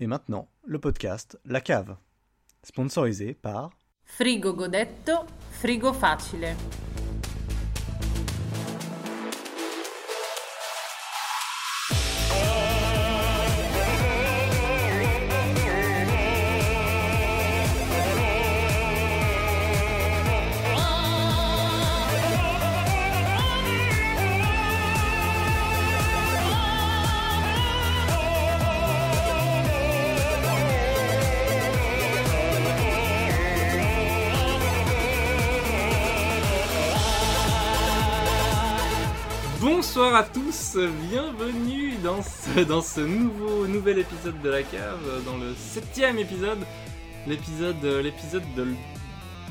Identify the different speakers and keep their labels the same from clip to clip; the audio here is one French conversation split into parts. Speaker 1: Et maintenant, le podcast La Cave, sponsorisé par
Speaker 2: Frigo godetto, frigo facile.
Speaker 3: Bonsoir à tous, bienvenue dans ce, dans ce nouveau, nouvel épisode de la cave, dans le septième épisode, l'épisode, l'épisode de, l-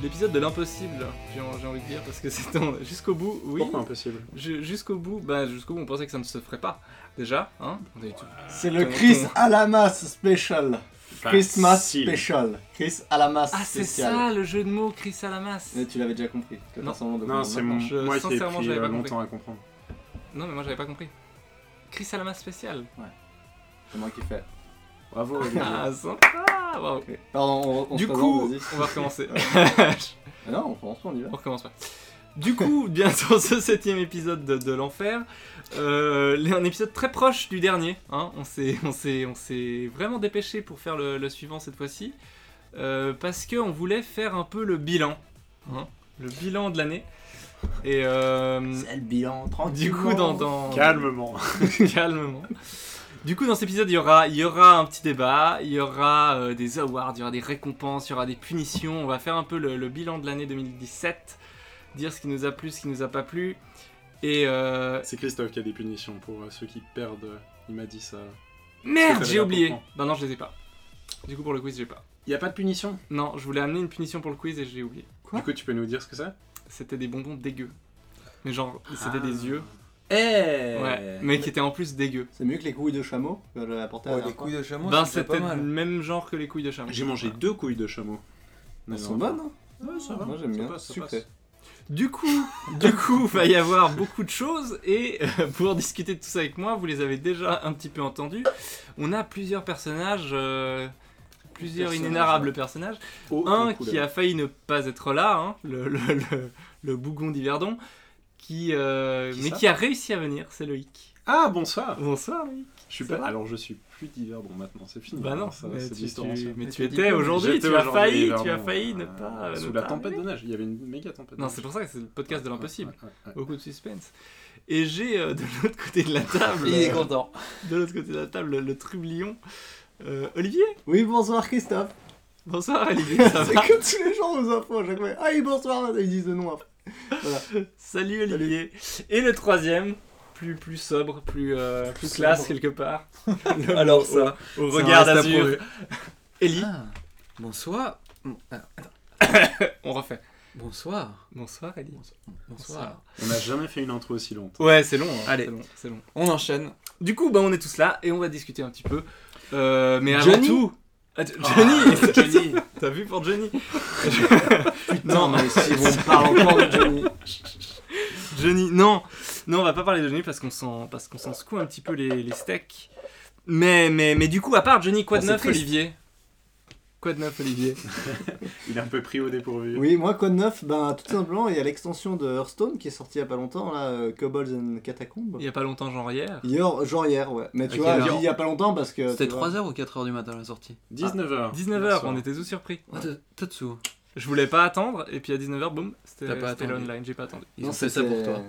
Speaker 3: l'épisode de l'impossible, j'ai, en- j'ai envie de dire, parce que c'est en- jusqu'au bout, oui, Euh,
Speaker 4: Pourquoi impossible
Speaker 3: ju- jusqu'au bout, bah jusqu'au bout, on pensait que ça ne se ferait pas, déjà, hein, on est tout-
Speaker 5: C'est le
Speaker 3: Ton-
Speaker 5: Chris
Speaker 3: ton-
Speaker 5: Alamas Special. Christmas
Speaker 4: Facile.
Speaker 5: Special. Chris Alamas
Speaker 3: Ah c'est
Speaker 5: Special.
Speaker 3: ça le jeu de mots Chris à la masse
Speaker 5: Mais tu l'avais déjà compris. de toute
Speaker 3: Non.
Speaker 5: façon, donc
Speaker 4: Non,
Speaker 5: on-
Speaker 4: c'est
Speaker 3: maintenant,
Speaker 4: mon...
Speaker 3: je-
Speaker 4: moi qui ai
Speaker 3: sincèrement,
Speaker 4: pris
Speaker 3: j'avais pas
Speaker 4: euh, longtemps à comprendre.
Speaker 3: Non mais moi j'avais pas compris. Chris à la masse spéciale.
Speaker 5: C'est moi qui fais.
Speaker 4: Bravo, Olivier.
Speaker 3: Ah sympa, bravo.
Speaker 5: Ok. Pardon, on, on
Speaker 3: Du
Speaker 5: se
Speaker 3: coup,
Speaker 5: présente, vas-y.
Speaker 3: on va recommencer.
Speaker 5: Mais non, on commence pas, on y va.
Speaker 3: On recommence pas. Du coup, bien dans ce septième épisode de, de l'enfer, euh, un épisode très proche du dernier. hein. on s'est, on s'est, on s'est vraiment dépêché pour faire le, le suivant cette fois-ci, euh, parce que on voulait faire un peu le bilan, hein, le bilan de l'année. Et euh,
Speaker 5: C'est le bilan,
Speaker 3: du
Speaker 5: tranquillement.
Speaker 3: coup, dans, dans
Speaker 4: Calmement.
Speaker 3: calmement. Du coup, dans cet épisode, il y aura, il y aura un petit débat, il y aura euh, des awards, il y aura des récompenses, il y aura des punitions. On va faire un peu le, le bilan de l'année 2017, dire ce qui nous a plu, ce qui nous a pas plu. Et euh,
Speaker 4: C'est Christophe qui a des punitions pour euh, ceux qui perdent. euh, Il m'a dit ça.
Speaker 3: merde,
Speaker 4: C'était
Speaker 3: j'ai
Speaker 4: la
Speaker 3: oublié.
Speaker 4: récompense.
Speaker 3: Bah non, je les ai pas. Du coup, pour le quiz, j'ai pas.
Speaker 4: Il y a pas de punition
Speaker 3: Non, je voulais amener une punition pour le quiz et je l'ai oublié. Quoi
Speaker 4: Du coup, tu peux nous dire ce que c'est
Speaker 3: C'était des bonbons dégueux. Mais genre, c'était
Speaker 4: Ah.
Speaker 3: des yeux.
Speaker 4: Eh
Speaker 3: Ouais. Mais qui étaient en plus dégueux.
Speaker 5: C'est mieux que les couilles de chameau que j'avais apporté à
Speaker 6: Ouais,
Speaker 5: la
Speaker 6: les
Speaker 5: dernière fois.
Speaker 6: couilles de chameau,
Speaker 3: Ben,
Speaker 6: c'est
Speaker 3: c'était
Speaker 6: pas
Speaker 3: le
Speaker 6: mal.
Speaker 3: même genre que les couilles de chameau.
Speaker 4: J'ai mangé
Speaker 3: Voilà.
Speaker 4: deux couilles de chameau.
Speaker 3: Bah,
Speaker 5: Elles sont bonnes, hein
Speaker 4: Ouais, ça va.
Speaker 5: Moi j'aime
Speaker 4: Ça
Speaker 5: bien.
Speaker 4: passe, ça
Speaker 5: Sucré.
Speaker 4: passe.
Speaker 3: Du coup, du coup, va y avoir beaucoup de choses et euh, pour discuter de tout ça avec moi, vous les avez déjà un petit peu entendus. On a plusieurs personnages, euh, plusieurs
Speaker 5: Personnages,
Speaker 3: inénarrables personnages.
Speaker 4: Oh,
Speaker 3: Un
Speaker 4: ton couleur.
Speaker 3: qui a failli ne pas être là, hein, le, le, le- le bougon d'Hiverdon, qui, euh,
Speaker 4: Qui
Speaker 3: mais
Speaker 4: ça
Speaker 3: qui a réussi à venir, c'est Loïc.
Speaker 4: Ah, bonsoir
Speaker 3: Bonsoir Loïc.
Speaker 4: Je suis
Speaker 3: Ça
Speaker 4: pas...
Speaker 3: va
Speaker 4: Alors, je suis plus divers, bon, maintenant, c'est fini.
Speaker 3: Bah non,
Speaker 4: ça,
Speaker 3: mais
Speaker 4: c'est
Speaker 3: tu,
Speaker 4: de l'histoire
Speaker 3: tu-
Speaker 4: ancienne.
Speaker 3: mais tu
Speaker 5: J'étais
Speaker 3: étais aujourd'hui,
Speaker 4: J'étais
Speaker 3: tu as
Speaker 4: aujourd'hui
Speaker 3: failli, tu as
Speaker 4: Hiverdon,
Speaker 3: failli ne
Speaker 4: euh,
Speaker 3: pas. ne
Speaker 4: Sous la
Speaker 3: pas
Speaker 4: tempête
Speaker 3: arriver.
Speaker 4: de neige, il y avait une méga tempête de
Speaker 3: Non,
Speaker 4: neige.
Speaker 3: c'est pour ça que c'est le podcast de l'impossible.
Speaker 4: Ouais, ouais, ouais.
Speaker 3: Beaucoup de suspense. Et j'ai euh, de l'autre côté de la table.
Speaker 6: Il est
Speaker 3: euh,
Speaker 6: content.
Speaker 3: De l'autre côté de la table, le trublion. Euh, Olivier
Speaker 5: Oui, bonsoir Christophe.
Speaker 3: Bonsoir Olivier, ça
Speaker 5: C'est
Speaker 3: va
Speaker 5: que tous les gens aux infos à chaque fois. Ah, oui, bonsoir, ils disent le nom après.
Speaker 3: Salut Olivier Et le troisième, plus, plus sobre, plus, euh, plus
Speaker 4: Sobre.
Speaker 3: classe quelque part. Le
Speaker 6: Alors,
Speaker 3: mot,
Speaker 6: ça,
Speaker 3: au, au
Speaker 6: ça
Speaker 3: regard
Speaker 6: reste à
Speaker 3: d'azur.
Speaker 6: prouver.
Speaker 3: Ellie,
Speaker 6: Ah, bonsoir. Bon, ah,
Speaker 3: on refait.
Speaker 6: Bonsoir.
Speaker 3: Bonsoir Ellie.
Speaker 6: Bonsoir.
Speaker 4: On n'a jamais fait une intro aussi longue.
Speaker 3: Ouais, c'est long. hein,
Speaker 6: Allez.
Speaker 3: C'est long, c'est long.
Speaker 6: On enchaîne.
Speaker 3: Du coup, bah, on est tous là et on va discuter un petit peu. Euh, mais avant
Speaker 6: Johnny
Speaker 3: tout. Ah, t-
Speaker 6: Ah,
Speaker 3: Johnny
Speaker 6: Johnny.
Speaker 3: T'as vu pour Johnny
Speaker 5: Non, mais si on parle encore de Johnny.
Speaker 3: Johnny, non, non, on va pas parler de Johnny parce qu'on s'en, parce qu'on s'en secoue un petit peu les, les steaks. Mais, mais, mais du coup, à part Johnny, quoi de
Speaker 5: Ah, c'est
Speaker 3: neuf,
Speaker 5: triste.
Speaker 3: Olivier Quoi de neuf, Olivier
Speaker 4: Il est un peu pris au dépourvu.
Speaker 5: Oui, moi, quoi de neuf Ben, tout simplement, il y a l'extension de Hearthstone qui est sortie il y a pas longtemps, là, euh, Kobolds and Catacombs.
Speaker 3: Il y a pas longtemps, genre hier.
Speaker 5: Hier, genre hier, ouais. Mais tu
Speaker 4: Ok,
Speaker 5: vois,
Speaker 4: alors-
Speaker 5: je dis il y a pas longtemps parce que.
Speaker 6: C'était
Speaker 5: Euh, tu vois,
Speaker 6: 3h ou 4h du matin la sortie
Speaker 4: 19h.
Speaker 3: 19h, on était tous surpris.
Speaker 6: Ah, t- Tatsu.
Speaker 3: Je voulais pas attendre, et puis à 19h, boum, c'était
Speaker 6: T'as pas
Speaker 3: c'était
Speaker 6: attendu.
Speaker 3: l'online, j'ai pas attendu.
Speaker 6: Ils
Speaker 5: non,
Speaker 6: ont fait ça
Speaker 5: c'était-
Speaker 6: pour toi.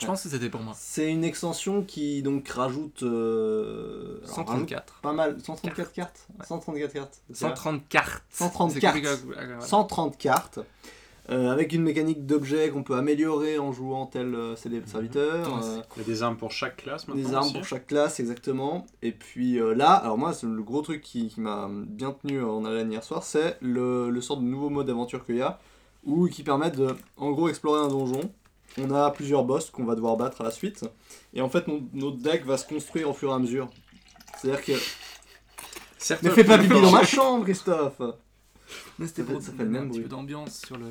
Speaker 6: Je pense que c'était pour moi.
Speaker 5: C'est une extension qui donc rajoute. euh, alors, rajoute
Speaker 3: 134.
Speaker 5: Pas mal, 134 cartes.
Speaker 3: Ouais.
Speaker 5: 134 cartes. C'est vrai.
Speaker 3: 130 cartes.
Speaker 5: 130
Speaker 3: C'est
Speaker 5: cartes.
Speaker 3: compliqué à- à- à-
Speaker 5: 130 cartes. euh, avec une mécanique d'objets qu'on peut améliorer en jouant tel euh, CD serviteur.
Speaker 6: Ouais, c'est
Speaker 5: euh,
Speaker 4: Il y a des armes pour chaque classe maintenant.
Speaker 5: Des armes
Speaker 4: aussi.
Speaker 5: pour chaque classe, exactement. Et puis euh, là, alors moi, c'est le gros truc qui, qui m'a bien tenu euh, en haleine hier soir, c'est le, le sort de nouveau mode d'aventure qu'il y a, où qui permet de, en gros, explorer un donjon. On a plusieurs boss qu'on va devoir battre à la suite. Et en fait, mon- notre deck va se construire au fur et à mesure. C'est-à-dire que...
Speaker 4: Certes,
Speaker 5: Ne fais pas pipi
Speaker 4: plus
Speaker 5: dans ma
Speaker 4: fort.
Speaker 5: chambre, Christophe
Speaker 3: Mais c'était
Speaker 5: Ça fait-
Speaker 3: pour
Speaker 5: ça fait le
Speaker 3: donner un
Speaker 5: même
Speaker 3: petit
Speaker 5: bruit.
Speaker 3: peu d'ambiance sur le.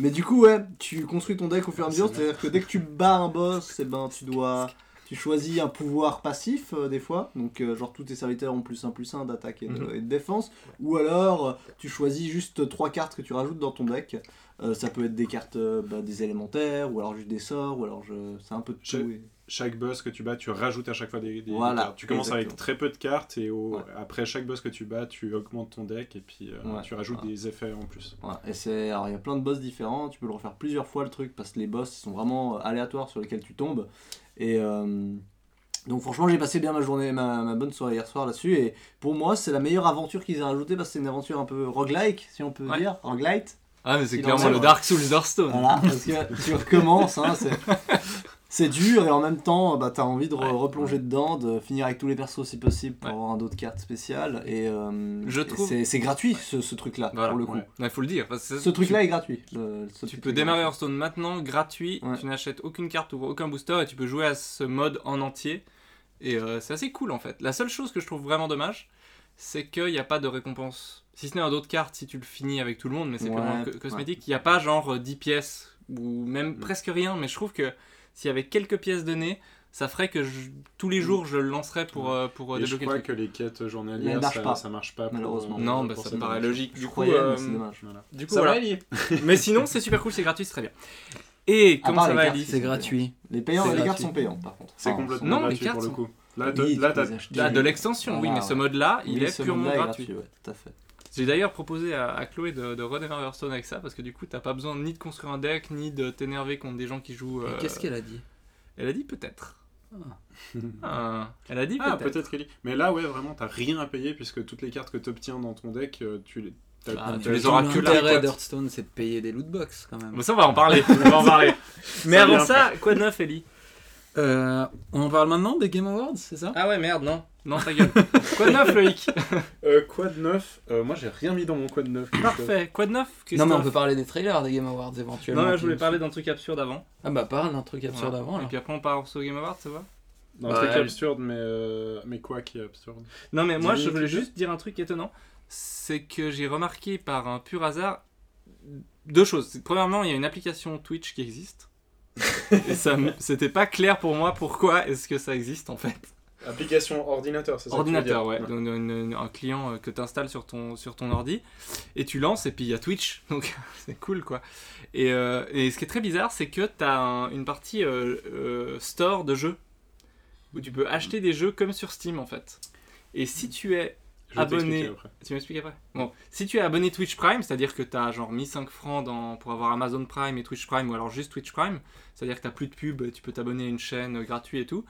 Speaker 5: Mais du coup, ouais, tu construis ton deck au fur et à
Speaker 4: Ah,
Speaker 5: mesure,
Speaker 4: c'est
Speaker 5: c'est-à-dire que dès que tu bats un boss, eh ben, tu dois, Tu choisis un pouvoir passif euh, des fois, donc euh, genre tous tes serviteurs ont plus 1 plus 1 d'attaque et, de-
Speaker 7: Mhm.
Speaker 5: et de défense, ou alors euh, tu choisis juste trois cartes que tu rajoutes dans ton deck. Euh, ça peut être des cartes euh, bah, des élémentaires, ou alors juste des sorts, ou alors je... c'est un peu de tout.
Speaker 4: Je-
Speaker 5: et-
Speaker 4: Chaque boss que tu bats, tu rajoutes à chaque fois des, des- des
Speaker 5: Voilà,
Speaker 4: cartes. Tu commences avec
Speaker 5: exactement.
Speaker 4: très peu de cartes et au-
Speaker 5: Ouais.
Speaker 4: après chaque boss que tu bats, tu augmentes ton deck et puis euh,
Speaker 5: Ouais.
Speaker 4: tu rajoutes
Speaker 5: Ouais.
Speaker 4: des effets en plus.
Speaker 5: Voilà, et c'est alors il y a plein de boss différents, tu peux le refaire plusieurs fois le truc parce que les boss ils sont vraiment euh, aléatoires sur lesquels tu tombes. Et euh, donc franchement j'ai passé bien ma journée, ma, ma bonne soirée hier soir là-dessus et pour moi c'est la meilleure aventure qu'ils aient rajoutée parce que c'est une aventure un peu roguelike si on peut
Speaker 3: Ouais.
Speaker 5: dire, roguelite.
Speaker 3: Ah, mais c'est
Speaker 5: Il en
Speaker 3: clairement
Speaker 5: sait,
Speaker 3: le
Speaker 5: ouais.
Speaker 3: Dark Souls d'Hearthstone.
Speaker 5: Voilà, parce que tu recommences, hein, c'est... c'est dur et en même temps bah, t'as envie de re-
Speaker 3: Ouais.
Speaker 5: replonger dedans, de finir avec tous les persos si possible pour
Speaker 3: Ouais.
Speaker 5: avoir un dos de cartes spécial et, euh,
Speaker 3: Je
Speaker 5: et
Speaker 3: trouve-
Speaker 5: c'est, c'est gratuit ce, ce truc-là
Speaker 3: Voilà,
Speaker 5: pour le coup.
Speaker 4: ouais.
Speaker 3: Il faut le dire. parce que
Speaker 5: Ce
Speaker 3: tu-
Speaker 5: truc-là est gratuit. le- ce petit
Speaker 3: Tu peux
Speaker 5: truc-là.
Speaker 3: démarrer Hearthstone maintenant, gratuit,
Speaker 5: Ouais.
Speaker 3: tu n'achètes aucune carte ou aucun booster et tu peux jouer à ce mode en entier. Et euh, c'est assez cool en fait. La seule chose que je trouve vraiment dommage, c'est qu'il n'y a pas de récompense. Si ce n'est un autre carte, si tu le finis avec tout le monde, mais c'est
Speaker 5: Ouais,
Speaker 3: purement co-
Speaker 5: ouais.
Speaker 3: cosmétique, il n'y a pas genre euh, 10 pièces ou même
Speaker 4: Mm.
Speaker 3: presque rien. Mais je trouve que s'il y avait quelques pièces données, ça ferait que je- tous
Speaker 5: Mm.
Speaker 3: les jours je le lancerais pour, euh, pour euh,
Speaker 4: et je
Speaker 3: débloquer le
Speaker 4: crois
Speaker 3: truc.
Speaker 4: que les quêtes journalières,
Speaker 5: Elles marchent
Speaker 4: ça,
Speaker 5: pas.
Speaker 4: ça marche pas. pour,
Speaker 5: Malheureusement.
Speaker 4: euh,
Speaker 3: Non, bah,
Speaker 4: pour
Speaker 3: ça me
Speaker 4: cette
Speaker 3: paraît
Speaker 4: version.
Speaker 3: logique.
Speaker 5: Je
Speaker 3: Du coup,
Speaker 5: croyais, mais
Speaker 3: euh,
Speaker 5: c'est dommage.
Speaker 4: Voilà.
Speaker 3: du coup voilà.
Speaker 4: Ellie
Speaker 3: Mais sinon, c'est super cool, c'est gratuit, c'est très bien. Et
Speaker 5: À
Speaker 3: comment
Speaker 5: part
Speaker 3: ça
Speaker 5: les
Speaker 3: va,
Speaker 5: cartes
Speaker 3: Ellie
Speaker 5: C'est gratuit. Les, payants,
Speaker 3: C'est
Speaker 5: les cartes
Speaker 3: gratuit.
Speaker 5: sont payantes par contre.
Speaker 4: C'est
Speaker 5: Enfin,
Speaker 4: complètement
Speaker 5: sont-
Speaker 3: Non, les
Speaker 4: gratuit
Speaker 3: cartes
Speaker 4: pour le
Speaker 3: sont-
Speaker 4: coup. Là,
Speaker 5: Ah, Oui,
Speaker 4: t'as-
Speaker 5: tu
Speaker 4: là,
Speaker 5: peux
Speaker 4: t'as-
Speaker 5: les acheter.
Speaker 3: Ah, de l'extension, oui,
Speaker 5: Voilà,
Speaker 3: mais ce
Speaker 5: ouais.
Speaker 3: mode-là, il
Speaker 5: Oui,
Speaker 3: est
Speaker 5: ce
Speaker 3: purement
Speaker 5: monde-là est
Speaker 3: gratuit.
Speaker 5: ouais, tout à fait.
Speaker 3: J'ai d'ailleurs proposé à, à Chloé de, de redémarrer Hearthstone avec ça, parce que du coup, t'as pas besoin ni de construire un deck, ni de t'énerver contre des gens qui jouent. euh,
Speaker 8: Qu'est-ce qu'elle a dit
Speaker 3: Elle a dit peut-être. Ah, elle a dit
Speaker 4: Ah,
Speaker 3: peut-être.
Speaker 4: peut-être Ellie. Mais là, ouais, vraiment, t'as rien à payer puisque toutes les cartes que t'obtiens dans ton deck, euh, tu les. t'as-
Speaker 5: Bah,
Speaker 3: Ah,
Speaker 4: t'as-
Speaker 3: tu les
Speaker 4: t'as-
Speaker 3: auras
Speaker 4: t'as-
Speaker 3: que là,
Speaker 4: t'as-
Speaker 8: L'intérêt d'Hearthstone, c'est de payer des lootbox quand même.
Speaker 3: Bon, ça, on va en parler. on va en parler. Mais
Speaker 4: Ça
Speaker 3: avant
Speaker 4: vient.
Speaker 3: ça, quoi de neuf, Ellie
Speaker 8: Euh, on en parle maintenant des Game Awards, c'est ça
Speaker 3: Ah ouais, merde, non. Non, ta gueule. quoi de neuf, Loïc
Speaker 4: Euh, quoi de neuf Euh, Moi, j'ai rien mis dans mon quoi de neuf.
Speaker 3: Parfait. Quoi de neuf
Speaker 8: Non,
Speaker 3: Christophe
Speaker 8: mais on peut parler des trailers des Game Awards éventuellement.
Speaker 3: Non, là, je voulais
Speaker 8: qui-
Speaker 3: parler d'un truc absurde avant.
Speaker 8: Ah bah parle d'un truc absurde
Speaker 3: Voilà.
Speaker 8: avant
Speaker 3: Et
Speaker 8: alors.
Speaker 3: puis après, on part sur Game Awards, ça va
Speaker 4: Non,
Speaker 3: Bah,
Speaker 4: un truc
Speaker 3: ouais.
Speaker 4: absurde, mais, euh, mais quoi qui est absurde
Speaker 3: Non, mais moi,
Speaker 4: Dix
Speaker 3: je voulais
Speaker 4: minutes.
Speaker 3: juste dire un truc étonnant. C'est que j'ai remarqué par un pur hasard deux choses. Premièrement, il y a une application Twitch qui existe. Et ça, me- c'était pas clair pour moi pourquoi est-ce que ça existe en fait.
Speaker 4: Application ordinateur, c'est ça que tu veux
Speaker 3: Ordinateur,
Speaker 4: dire
Speaker 3: ouais. Donc, une- une- un client euh, que tu installes sur ton, sur ton ordi et tu lances et puis il y a Twitch. Donc c'est cool quoi. Et, euh, et ce qui est très bizarre, c'est que tu as une partie euh, euh, store de jeux où tu peux acheter des jeux comme sur Steam en fait. Et si tu es
Speaker 4: Je vais t'expliquer
Speaker 3: Abonné.
Speaker 4: après.
Speaker 3: tu m'expliques après Bon, si tu es abonné Twitch Prime, c'est-à-dire que tu as genre mis 5 francs dans, pour avoir Amazon Prime et Twitch Prime, ou alors juste Twitch Prime, c'est-à-dire que tu plus de pub, tu peux t'abonner à une chaîne euh, gratuite et tout,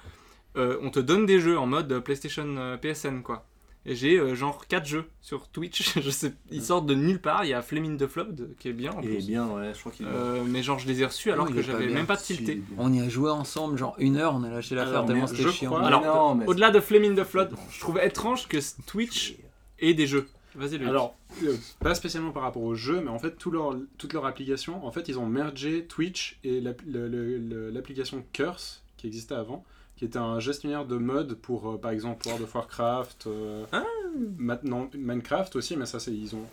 Speaker 3: euh, on te donne des jeux en mode euh, PlayStation euh, PSN, quoi. Et j'ai euh, genre 4 jeux sur Twitch, je sais, ils sortent de nulle part, il y a Fleming de Flop, de- qui est bien en
Speaker 5: Il est
Speaker 3: plus.
Speaker 5: bien, ouais, je crois qu'il est bien.
Speaker 3: Euh, mais genre je les ai reçus alors
Speaker 8: Non, il
Speaker 3: que
Speaker 8: est pas
Speaker 3: j'avais
Speaker 8: bien.
Speaker 3: même pas tilté.
Speaker 8: On y a joué ensemble, genre une heure, on a lâché l'affaire
Speaker 4: Alors,
Speaker 8: tellement
Speaker 4: mais
Speaker 8: c'était
Speaker 4: je
Speaker 8: chiant.
Speaker 4: crois-
Speaker 5: Mais
Speaker 3: Ah, alors,
Speaker 5: non, mais
Speaker 3: Au-delà de Fleming de Flop, je trouvais étrange que Twitch ait des jeux. Vas-y, Loïc.
Speaker 4: Alors, euh, pas spécialement par rapport au jeu, mais en fait, tout leur, toute leur application, en fait, ils ont mergé Twitch et l'app- le- le- le- l'application Curse, qui existait avant, qui était un gestionnaire de modes pour, euh, par exemple, World of Warcraft, euh, maintenant Minecraft aussi, mais ça, c'est ils ont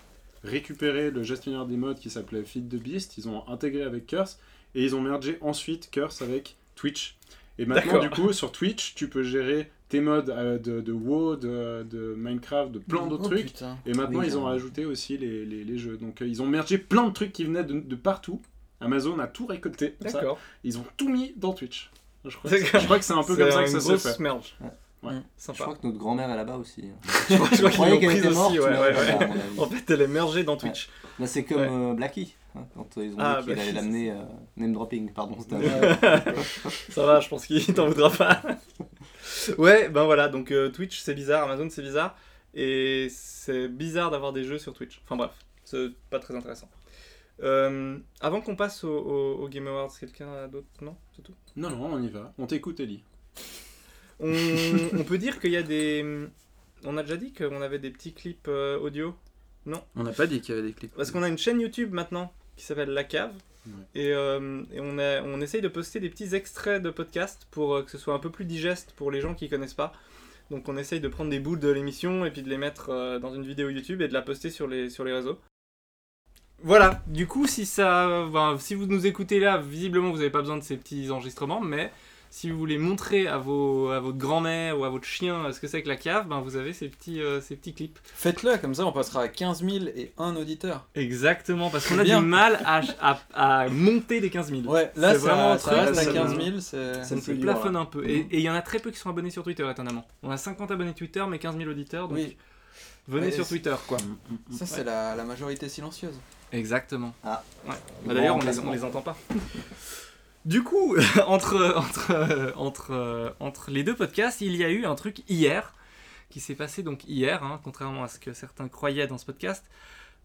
Speaker 4: récupéré le gestionnaire des modes qui s'appelait Feed the Beast, ils ont intégré avec Curse, et ils ont mergé ensuite Curse avec Twitch. Et maintenant,
Speaker 3: D'accord.
Speaker 4: du coup, sur Twitch, tu peux gérer tes modes euh, de, de WoW, de, de Minecraft, de plein d'autres
Speaker 8: Oh,
Speaker 4: trucs.
Speaker 8: putain.
Speaker 4: Et maintenant,
Speaker 5: Oui,
Speaker 4: ils ont
Speaker 5: carrément.
Speaker 4: rajouté aussi les, les- les jeux. Donc, euh, ils ont mergé plein de trucs qui venaient de, de partout. Amazon a tout récolté. comme ça.
Speaker 3: D'accord.
Speaker 4: Ils ont tout mis dans Twitch. Je crois, que-
Speaker 3: D'accord.
Speaker 4: je crois que c'est un peu comme ça que ça
Speaker 3: une
Speaker 4: se
Speaker 3: grosse
Speaker 4: fait.
Speaker 3: merge.
Speaker 4: Ouais.
Speaker 3: Mm.
Speaker 5: Je
Speaker 3: Sympa.
Speaker 5: crois que notre grand-mère est là-bas aussi.
Speaker 3: Je crois,
Speaker 5: Je croyais
Speaker 3: qu'ils l'ont
Speaker 5: qu'elle était
Speaker 3: prise
Speaker 5: morte.
Speaker 3: aussi, ouais,
Speaker 5: mais
Speaker 3: ouais,
Speaker 5: c'est
Speaker 3: ouais.
Speaker 5: ça, à mon avis.
Speaker 3: En fait, elle est mergée dans Twitch.
Speaker 5: Bah, c'est comme
Speaker 3: Ouais.
Speaker 5: euh, Blackie, hein, quand euh, ils ont
Speaker 3: Ah,
Speaker 5: dit qu'il
Speaker 3: Blackie,
Speaker 5: allait l'amener euh, name dropping, pardon. c'était un-
Speaker 3: Ça va, je pense qu'il t'en voudra pas. ouais, ben voilà, donc euh, Twitch c'est bizarre, Amazon c'est bizarre, et c'est bizarre d'avoir des jeux sur Twitch. Enfin bref, c'est pas très intéressant. Euh, avant qu'on passe au, au- au Game Awards, quelqu'un d'autre Non C'est tout
Speaker 4: Non, non, on y va. On t'écoute, Ellie.
Speaker 3: on, on peut dire qu'il y a des. On a déjà dit qu'on avait des petits clips euh, audio
Speaker 8: On n'a pas dit qu'il y avait des clips.
Speaker 3: Parce qu'on a une chaîne YouTube maintenant qui s'appelle La Cave.
Speaker 4: Ouais.
Speaker 3: Et, euh, et on, a- on essaye de poster des petits extraits de podcasts pour euh, que ce soit un peu plus digeste pour les gens qui connaissent pas. Donc on essaye de prendre des bouts de l'émission et puis de les mettre euh, dans une vidéo YouTube et de la poster sur les, sur les réseaux. Voilà, du coup si ça, ben, si vous nous écoutez là, visiblement vous n'avez pas besoin de ces petits enregistrements, mais si vous voulez montrer à, vos, à votre grand-mère ou à votre chien ce que c'est que la cave, ben vous avez ces petits, euh, ces petits clips.
Speaker 8: Faites-le, comme ça on passera à 15 000 et un auditeur.
Speaker 3: Exactement, parce qu'on
Speaker 8: C'est
Speaker 3: a
Speaker 8: bien.
Speaker 3: du mal à, à, à monter des 15 000.
Speaker 8: Ouais, là
Speaker 3: C'est
Speaker 8: ça,
Speaker 3: vraiment un
Speaker 8: ça
Speaker 3: truc,
Speaker 8: reste à
Speaker 3: ça-
Speaker 8: 15 000, c'est... Mmh.
Speaker 5: Ça
Speaker 3: Ça
Speaker 5: me
Speaker 3: se
Speaker 5: fait du
Speaker 3: plafonne
Speaker 5: bien,
Speaker 3: un peu. Et et il y en a très peu qui sont abonnés sur Twitter, étonnamment. On a 50 abonnés Twitter, mais 15 000 auditeurs, donc
Speaker 8: Oui,
Speaker 3: venez
Speaker 8: Ouais,
Speaker 3: sur
Speaker 8: c'est- Mmh.
Speaker 3: Twitter, quoi.
Speaker 8: ça c'est la, la majorité silencieuse.
Speaker 3: Exactement.
Speaker 5: Ah.
Speaker 3: Ouais. Bah, D'ailleurs,
Speaker 5: Bon
Speaker 3: on les,
Speaker 5: classement.
Speaker 3: on les entend pas. Du coup, entre, entre, euh, entre, euh, entre les deux podcasts, il y a eu un truc hier, qui s'est passé donc hier, hein, contrairement à ce que certains croyaient dans ce podcast.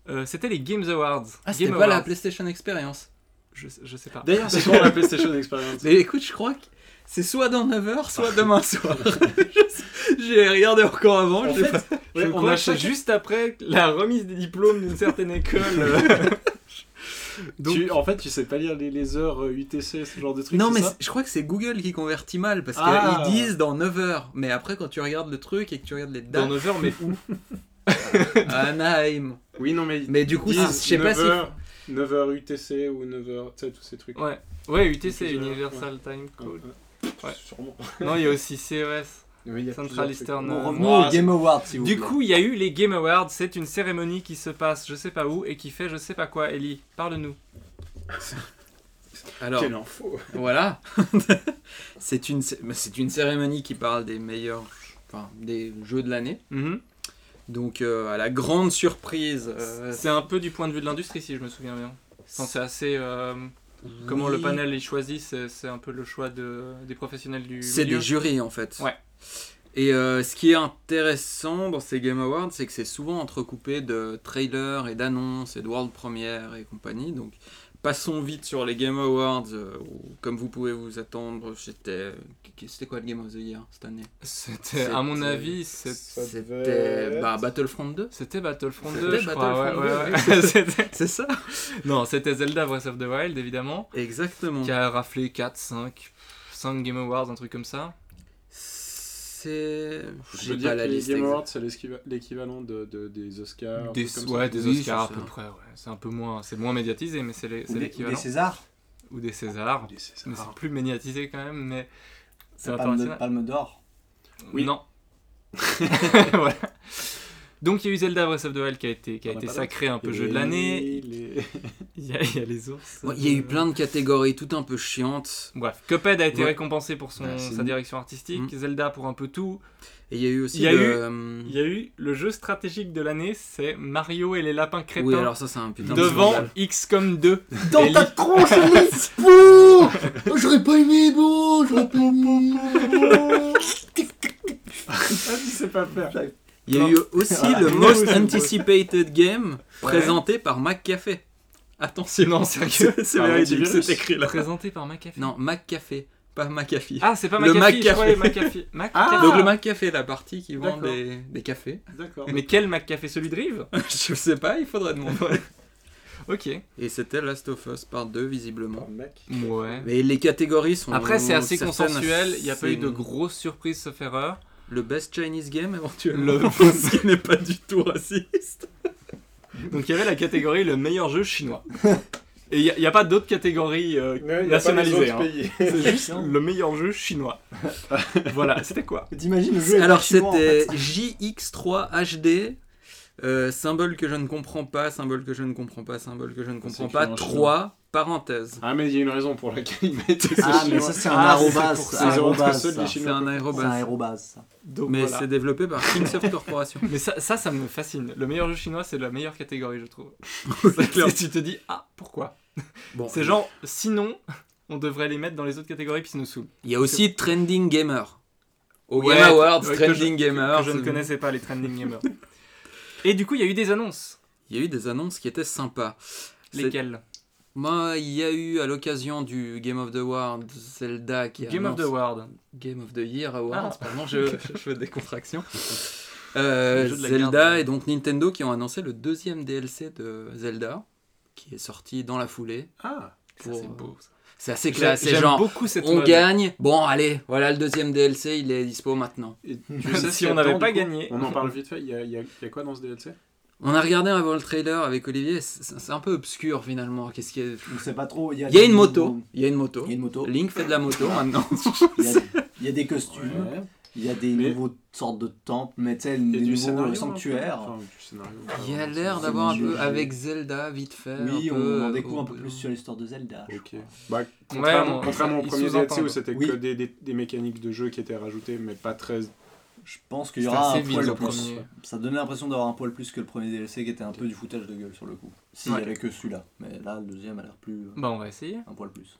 Speaker 3: Euh, c'était les Games Awards.
Speaker 8: Ah,
Speaker 3: Game
Speaker 8: c'était pas la
Speaker 3: Awards.
Speaker 8: PlayStation Experience.
Speaker 3: Je, je sais pas.
Speaker 4: D'ailleurs, c'est quand la PlayStation Experience
Speaker 8: Mais écoute, je crois que c'est soit dans 9h, soit demain soir. Je- J'ai regardé encore avant,
Speaker 4: En
Speaker 8: je sais
Speaker 4: fait,
Speaker 8: pas.
Speaker 3: Je
Speaker 4: ouais, on
Speaker 3: crois
Speaker 4: a
Speaker 3: que c'est
Speaker 4: chacun-
Speaker 3: juste après la remise des diplômes d'une certaine école. euh. Donc,
Speaker 4: tu- en fait, tu sais pas lire les, les heures euh, UTC, ce genre de truc.
Speaker 8: Non,
Speaker 4: c'est
Speaker 8: mais
Speaker 4: ça
Speaker 8: c'est- je crois que c'est Google qui convertit mal parce
Speaker 4: Ah.
Speaker 8: qu'ils disent dans 9h. Mais après, quand tu regardes le truc et que tu regardes les
Speaker 3: dans
Speaker 8: dates,
Speaker 3: 9 heures, mais où
Speaker 8: Anaheim.
Speaker 4: Oui, non, mais.
Speaker 8: Mais du coup, je sais pas si.
Speaker 4: 9h UTC ou 9h, tu sais, tous ces trucs.
Speaker 3: Ouais. Ouais, UTC,
Speaker 4: Plusieurs,
Speaker 3: Universal Time
Speaker 4: Ouais,
Speaker 3: Code.
Speaker 4: ouais.
Speaker 3: Ouais.
Speaker 4: Sûrement.
Speaker 3: Non, il y a aussi E CES.
Speaker 4: Mais il y a
Speaker 3: Central
Speaker 4: plusieurs trucs.
Speaker 3: Eastern,
Speaker 5: Bon,
Speaker 3: euh,
Speaker 5: revenons
Speaker 4: moi,
Speaker 5: au Game Award, si vous
Speaker 3: Du
Speaker 5: plaît.
Speaker 3: coup, il y a eu les Game Awards. C'est une cérémonie qui se passe je sais pas où et qui fait je sais pas quoi. Ellie, parle-nous.
Speaker 8: Alors,
Speaker 4: Quelle info
Speaker 8: Voilà. c'est une cé- mais c'est une cérémonie qui parle des meilleurs enfin, des jeux de l'année.
Speaker 3: Mhm.
Speaker 8: Donc euh, à la grande surprise euh,
Speaker 3: C'est un peu du point de vue de l'industrie, si je me souviens bien. Enfin, c'est assez. euh, Comment
Speaker 8: oui,
Speaker 3: le panel est choisi, c'est c'est un peu le choix de, des professionnels du.
Speaker 8: c'est
Speaker 3: milieu.
Speaker 8: des jurys en fait.
Speaker 3: Ouais.
Speaker 8: Et euh, ce qui est intéressant dans ces Game Awards, c'est que c'est souvent entrecoupé de trailers et d'annonces et de world premières et compagnie. Donc passons vite sur les Game Awards. euh, où, comme vous pouvez vous attendre, c'était c'était quoi le Game of the Year cette année
Speaker 3: C'était, à mon
Speaker 8: C'était-
Speaker 3: avis, c'est-
Speaker 4: Ça devait
Speaker 8: C'était
Speaker 4: être-
Speaker 8: bah, Battlefront 2.
Speaker 3: c'était Battlefront
Speaker 8: C'était
Speaker 3: 2, je crois.
Speaker 8: Battlefront
Speaker 3: ouais,
Speaker 8: 2,
Speaker 3: ouais,
Speaker 8: oui,
Speaker 3: ouais.
Speaker 8: c'est ça.
Speaker 3: C'était-
Speaker 8: C'est ça
Speaker 3: non, c'était Zelda Breath of the Wild, évidemment,
Speaker 8: Exactement.
Speaker 3: qui a raflé 4, 5, 5 Game Awards, un truc comme ça.
Speaker 8: C'est.
Speaker 4: Je veux
Speaker 8: J'ai
Speaker 4: dire
Speaker 8: pas
Speaker 4: que
Speaker 8: la
Speaker 4: les
Speaker 8: liste.
Speaker 4: Game
Speaker 8: exacte.
Speaker 4: Awards, c'est l'esquiva- l'équivalent de, de- des Oscars. Euh, un
Speaker 3: Des,
Speaker 4: truc comme
Speaker 3: ouais,
Speaker 4: ça.
Speaker 3: des
Speaker 8: Oui,
Speaker 3: Oscars à
Speaker 8: c'est
Speaker 3: peu
Speaker 8: ça.
Speaker 3: près, ouais. c'est un peu moins, c'est moins médiatisé, mais c'est, les-
Speaker 5: Ou
Speaker 3: c'est
Speaker 5: des- ou des
Speaker 3: l'équivalent.
Speaker 5: Césars.
Speaker 3: Ou des Césars,
Speaker 4: Des Césars.
Speaker 3: mais c'est plus médiatisé quand même, mais c'est
Speaker 5: Palme de-
Speaker 3: international.
Speaker 5: Palme d'or.
Speaker 4: Oui.
Speaker 3: Non. Voilà. Donc il y a eu Zelda Breath of the Wild qui a été, qui a
Speaker 4: On a
Speaker 3: été
Speaker 4: pas
Speaker 3: sacré un peu
Speaker 4: Et
Speaker 3: jeu de l'année.
Speaker 4: les-
Speaker 3: Il y, a, il y a les ours.
Speaker 8: Bon, Il y a eu
Speaker 3: euh,
Speaker 8: plein de catégories, tout un peu chiantes.
Speaker 3: Bref, Cuphead a été
Speaker 8: Ouais.
Speaker 3: récompensé pour son,
Speaker 8: Ouais, c'est
Speaker 3: sa
Speaker 8: une-
Speaker 3: direction artistique,
Speaker 8: Mm.
Speaker 3: Zelda pour un peu tout.
Speaker 8: Et il y a eu aussi.
Speaker 3: Il y a
Speaker 8: le-
Speaker 3: eu-
Speaker 8: euh,
Speaker 3: Il y a eu le jeu stratégique de l'année, c'est Mario et les lapins crétins
Speaker 8: Oui, alors ça, c'est un putain
Speaker 3: devant
Speaker 8: de. scandale.
Speaker 3: XCOM 2.
Speaker 5: Dans
Speaker 3: Ellie.
Speaker 5: ta tronche, Alice Bon Oh, J'aurais pas aimé, bon J'aurais pas aimé
Speaker 4: Ah, tu sais pas faire.
Speaker 8: Il y a eu aussi
Speaker 5: Voilà.
Speaker 8: le
Speaker 5: Oui,
Speaker 8: Most
Speaker 5: oui, oui.
Speaker 8: Anticipated Game présenté par McCafé. Attention.
Speaker 3: Non, sérieux.
Speaker 8: C'est
Speaker 4: Par
Speaker 8: véridique
Speaker 4: antivirus.
Speaker 8: cet écrit là.
Speaker 3: Présenté par McAfee.
Speaker 8: Non, McCafé, pas McAfee.
Speaker 3: Ah, c'est pas
Speaker 8: Le
Speaker 3: McAfee, je
Speaker 8: McAfee.
Speaker 3: croyais McAfee. McAfee. Ah,
Speaker 8: Donc le McCafé, la partie qui vend
Speaker 4: D'accord.
Speaker 8: des, des cafés.
Speaker 4: D'accord.
Speaker 3: Mais quel McAfee Celui de Rive
Speaker 8: Je sais pas, il faudrait demander.
Speaker 3: Ok.
Speaker 8: Et c'était Last of Us par 2 visiblement.
Speaker 4: Oh, mec.
Speaker 3: Ouais.
Speaker 8: Mais les catégories sont.
Speaker 3: Après, c'est assez
Speaker 8: certaines
Speaker 3: consensuel, il n'y a pas eu de
Speaker 8: assez-
Speaker 3: grosses surprises sauf erreur.
Speaker 8: Le best Chinese game éventuellement.
Speaker 3: Le-
Speaker 8: Ce qui n'est pas du tout raciste.
Speaker 3: Donc il y avait la catégorie le meilleur jeu chinois. Et il n'y a, pas d'autres catégories euh,
Speaker 4: Ouais, y a pas les
Speaker 3: nationalisées.
Speaker 4: autres
Speaker 3: hein.
Speaker 4: pays.
Speaker 3: C'est juste le meilleur jeu chinois. voilà, c'était quoi
Speaker 5: T'imagines le jeu est
Speaker 8: Alors
Speaker 5: vachement, en
Speaker 8: c'était
Speaker 5: fait.
Speaker 8: JX3 HD. euh, symbole que je ne comprends pas, symbole que je ne comprends pas, symbole que je ne comprends
Speaker 4: C'est
Speaker 8: pas.
Speaker 4: écrit en
Speaker 8: 3 parenthèses.
Speaker 4: Ah, mais il y a une raison pour laquelle ils mettent ces
Speaker 5: Ah, mais
Speaker 4: Chinois.
Speaker 5: ça, c'est un
Speaker 3: Ah, c'est
Speaker 5: aérobase.
Speaker 3: pour
Speaker 5: C'est
Speaker 3: ça.
Speaker 5: un
Speaker 4: Ils ont entre
Speaker 5: aérobase,
Speaker 4: ceux de
Speaker 5: ça.
Speaker 4: les
Speaker 8: C'est
Speaker 4: Chinois.
Speaker 8: un
Speaker 5: C'est un
Speaker 8: aérobase.
Speaker 5: aérobase, ça.
Speaker 3: Donc,
Speaker 8: Mais
Speaker 3: voilà.
Speaker 8: c'est développé par Kingsoft Corporation.
Speaker 3: Mais ça, ça, ça me fascine. Le meilleur jeu chinois, c'est la meilleure catégorie, je trouve.
Speaker 8: C'est clair.
Speaker 3: tu te dis, ah, pourquoi
Speaker 8: Bon,
Speaker 3: C'est genre, sinon, on devrait les mettre dans les autres catégories, puis ça nous saoule.
Speaker 8: Il y a aussi Trending Gamer. Au
Speaker 3: Ouais,
Speaker 8: Game Awards,
Speaker 3: ouais, que je-
Speaker 8: Trending Gamer.
Speaker 3: je ne
Speaker 8: c'est-
Speaker 3: connaissais pas les trending gamers. Et du coup, il y a eu des annonces.
Speaker 8: Il y a eu des annonces qui étaient sympas. C'est-
Speaker 3: Lesquelles
Speaker 8: Moi, il y a eu à l'occasion du Game of the World Zelda qui
Speaker 3: Game of
Speaker 8: annonce
Speaker 3: the World.
Speaker 8: Game of the Year Awards,
Speaker 3: Ah.
Speaker 8: pardon, je, je fais des contractions. Euh,
Speaker 3: Le jeu de la
Speaker 8: Zelda
Speaker 3: garde. euh.
Speaker 8: et donc Nintendo qui ont annoncé le deuxième DLC de Zelda qui est sorti dans la foulée.
Speaker 4: Ah,
Speaker 3: Ça, c'est beau. ça.
Speaker 8: C'est assez
Speaker 3: J'ai-
Speaker 8: classe, c'est
Speaker 3: j'aime
Speaker 8: genre
Speaker 3: beaucoup cette
Speaker 8: on
Speaker 3: mode.
Speaker 8: gagne. Bon, allez, voilà le deuxième DLC, il est dispo maintenant.
Speaker 4: et tu
Speaker 3: Si
Speaker 4: ce qu'il
Speaker 3: on n'avait
Speaker 4: attend,
Speaker 3: pas
Speaker 4: du coup
Speaker 3: gagné.
Speaker 4: On en parle vite fait. Il y a, il y a- il y a quoi dans ce DLC
Speaker 8: On a regardé avant le trailer avec Olivier, c'est c'est un peu obscur finalement. Qu'est-ce qu'il y a
Speaker 5: On sait pas trop.
Speaker 8: Il y a une
Speaker 5: des-
Speaker 8: moto, il y a une moto.
Speaker 5: Il y a une moto.
Speaker 8: Link fait de la moto maintenant.
Speaker 5: Il y a, il y a des costumes.
Speaker 4: Ouais.
Speaker 5: Il y a des
Speaker 4: Mais-
Speaker 5: nouveaux sortes de temples, mais tu sais,
Speaker 4: Il y
Speaker 5: des
Speaker 4: a du
Speaker 5: nouveaux
Speaker 4: scénario.
Speaker 5: sanctuaires.
Speaker 4: Enfin, du scénario.
Speaker 8: Il y a
Speaker 4: Enfin,
Speaker 8: l'air
Speaker 4: c'est-
Speaker 8: d'avoir un
Speaker 5: c'est
Speaker 8: peu
Speaker 5: mieux.
Speaker 8: avec Zelda vite fait.
Speaker 5: oui,
Speaker 8: un peu, euh,
Speaker 5: on en découvre un
Speaker 8: au-
Speaker 5: peu plus sur l'histoire de Zelda. je
Speaker 4: Ok.
Speaker 5: crois.
Speaker 4: Bah, contrairement,
Speaker 3: on-
Speaker 4: contrairement au
Speaker 3: ils
Speaker 4: premier
Speaker 3: sous-entendent.
Speaker 4: DLC où c'était
Speaker 5: Oui.
Speaker 4: que des, des- des mécaniques de jeu qui étaient rajoutées, mais pas très.
Speaker 5: Je pense qu'il y
Speaker 8: C'est
Speaker 5: aura
Speaker 8: assez
Speaker 5: un
Speaker 8: vide,
Speaker 5: poil
Speaker 8: le
Speaker 5: plus.
Speaker 8: premier.
Speaker 5: Ça donnait l'impression d'avoir un poil plus que le premier DLC qui était un peu du foutage de gueule sur le coup. S'il
Speaker 8: Ouais.
Speaker 5: n'y avait que celui-là. Mais là, le deuxième a l'air plus. euh,
Speaker 3: Bah, on va essayer.
Speaker 5: un poil plus.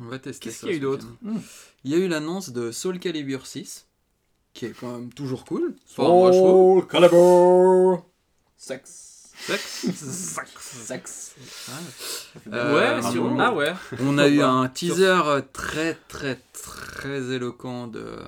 Speaker 8: On va tester
Speaker 3: Qu'est-ce
Speaker 8: ça
Speaker 3: qu'il y a eu
Speaker 8: ce
Speaker 3: d'autre
Speaker 8: week-end.
Speaker 5: Hmm.
Speaker 8: Il y a eu l'annonce de Soul Calibur 6, qui est quand même toujours cool. Enfin, moi, je trouve.
Speaker 9: Oh, Calibur Sex.
Speaker 5: Sax
Speaker 8: Euh,
Speaker 3: ouais,
Speaker 8: un
Speaker 3: sur...
Speaker 8: bon.
Speaker 3: ah ouais.
Speaker 8: On a eu un teaser euh, très très très éloquent de euh,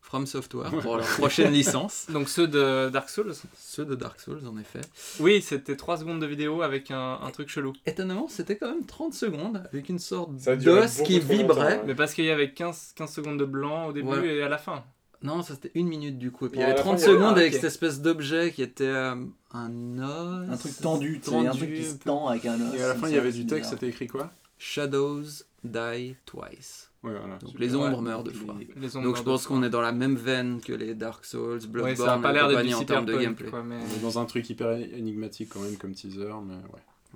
Speaker 8: From Software pour leur prochaine licence.
Speaker 3: Donc ceux de Dark Souls.
Speaker 8: Ceux de Dark Souls en effet.
Speaker 3: Oui, c'était 3 secondes de vidéo avec un, un truc chelou.
Speaker 8: Étonnamment, c'était quand même 30 secondes avec une sorte
Speaker 4: Ça a duré
Speaker 8: d'os
Speaker 4: beaucoup
Speaker 8: qui
Speaker 4: trop
Speaker 8: vibrait.
Speaker 4: longtemps, ouais.
Speaker 3: Mais parce qu'il y avait 15, 15 secondes de blanc au début
Speaker 8: Voilà.
Speaker 3: et à la fin.
Speaker 8: Non, ça c'était une minute du coup. Et puis il y
Speaker 4: Non,
Speaker 8: avait
Speaker 4: à la fin,
Speaker 8: 30
Speaker 4: il y a-
Speaker 8: secondes
Speaker 3: Ah,
Speaker 8: avec
Speaker 3: ok.
Speaker 8: cette espèce d'objet qui était euh, un os.
Speaker 5: Un truc tendu, tu sais, un truc qui se tend avec un
Speaker 3: Ah,
Speaker 5: os.
Speaker 4: Et à la
Speaker 5: comme
Speaker 4: fin, il
Speaker 5: ça,
Speaker 4: y avait du
Speaker 5: c'est
Speaker 4: texte,
Speaker 5: bizarre.
Speaker 4: c'était écrit quoi
Speaker 8: Shadows die twice.
Speaker 4: Ouais, voilà.
Speaker 8: Donc
Speaker 4: Super.
Speaker 8: les ombres
Speaker 5: Ouais,
Speaker 8: meurent deux
Speaker 5: il
Speaker 8: fois.
Speaker 5: est-
Speaker 3: Les
Speaker 8: Donc je pense qu'on est dans la même veine que les Dark Souls, Bloodborne,
Speaker 3: Ouais, ça a pas l'air
Speaker 8: et
Speaker 3: d'être
Speaker 8: compagnie
Speaker 3: du
Speaker 8: en termes de
Speaker 3: cyberpunk.
Speaker 8: gameplay.
Speaker 3: Quoi, mais...
Speaker 4: On est dans un truc hyper énigmatique quand même comme teaser, mais ouais.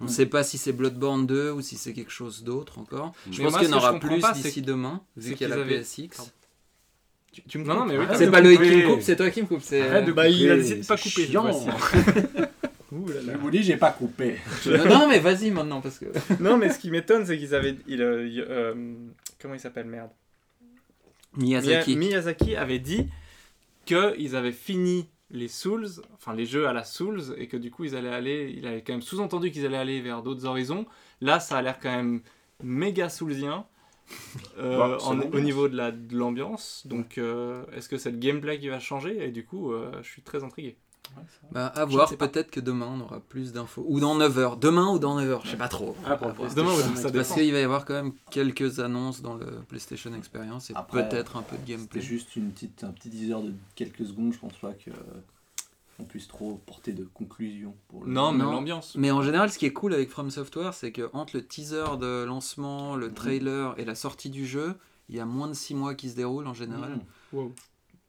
Speaker 8: On ne sait pas si c'est Bloodborne 2 ou si c'est quelque chose d'autre encore. Je
Speaker 3: Mais
Speaker 8: pense
Speaker 3: moi,
Speaker 8: qu'il y
Speaker 3: ce
Speaker 8: en
Speaker 3: que je
Speaker 8: aura
Speaker 3: comprends
Speaker 8: plus
Speaker 3: pas, c'est
Speaker 8: d'ici demain,
Speaker 3: c'est
Speaker 8: vu qu'il y a
Speaker 3: qu'ils
Speaker 8: la
Speaker 3: avaient-
Speaker 8: PSX.
Speaker 3: Pardon. Non, non, mais oui,
Speaker 8: C'est
Speaker 3: t'as
Speaker 8: pas
Speaker 3: tout
Speaker 8: Loïc
Speaker 3: coupé.
Speaker 8: qui me coupe, c'est toi qui me coupe. c'est- euh,
Speaker 3: Arrête de
Speaker 10: Bah, il a
Speaker 4: couper,
Speaker 3: décidé de pas
Speaker 4: c'est
Speaker 3: couper, cette
Speaker 4: chiant.
Speaker 5: Je vous dis, j'ai pas coupé.
Speaker 8: Non, mais vas-y maintenant, parce que.
Speaker 3: non, mais ce qui m'étonne, c'est qu'ils avaient. il, euh, il, euh, comment il s'appelle Merde.
Speaker 8: Miyazaki.
Speaker 3: Mia- Miyazaki avait dit qu'ils avaient fini les Souls, enfin les jeux à la Souls, et que du coup ils allaient aller, il avait quand même sous-entendu qu'ils allaient aller vers d'autres horizons. Là, ça a l'air quand même méga Soulsien euh,
Speaker 4: Ouais, c'est
Speaker 3: en- au
Speaker 4: l'ambiance.
Speaker 3: niveau de la- de l'ambiance. Donc, euh, est-ce que c'est le gameplay qui va changer Et du coup, euh, je suis très intrigué.
Speaker 8: Bah, à
Speaker 3: Je
Speaker 8: voir,
Speaker 3: sais pas.
Speaker 8: peut-être que demain on aura plus d'infos. Ou dans 9h. Demain ou dans 9h, je sais pas trop.
Speaker 4: Ah, pour
Speaker 8: À
Speaker 4: le
Speaker 8: voir.
Speaker 4: PlayStation.
Speaker 3: Demain, ouais,
Speaker 4: Parce
Speaker 3: ça
Speaker 8: Parce
Speaker 3: dépend.
Speaker 8: qu'il va y avoir quand même quelques annonces dans le PlayStation Experience et
Speaker 5: Après,
Speaker 8: peut-être un peu de gameplay.
Speaker 5: C'était juste une petite, un petit teaser de quelques secondes. Je pense pas que euh, on puisse trop porter de conclusion pour le.
Speaker 3: Non, mais
Speaker 8: Non.
Speaker 3: l'ambiance.
Speaker 8: Mais en général, ce qui est cool avec From Software, c'est que entre le teaser de lancement, le trailer et la sortie du jeu, il y a moins de 6 mois qui se déroulent en général.
Speaker 5: Mmh.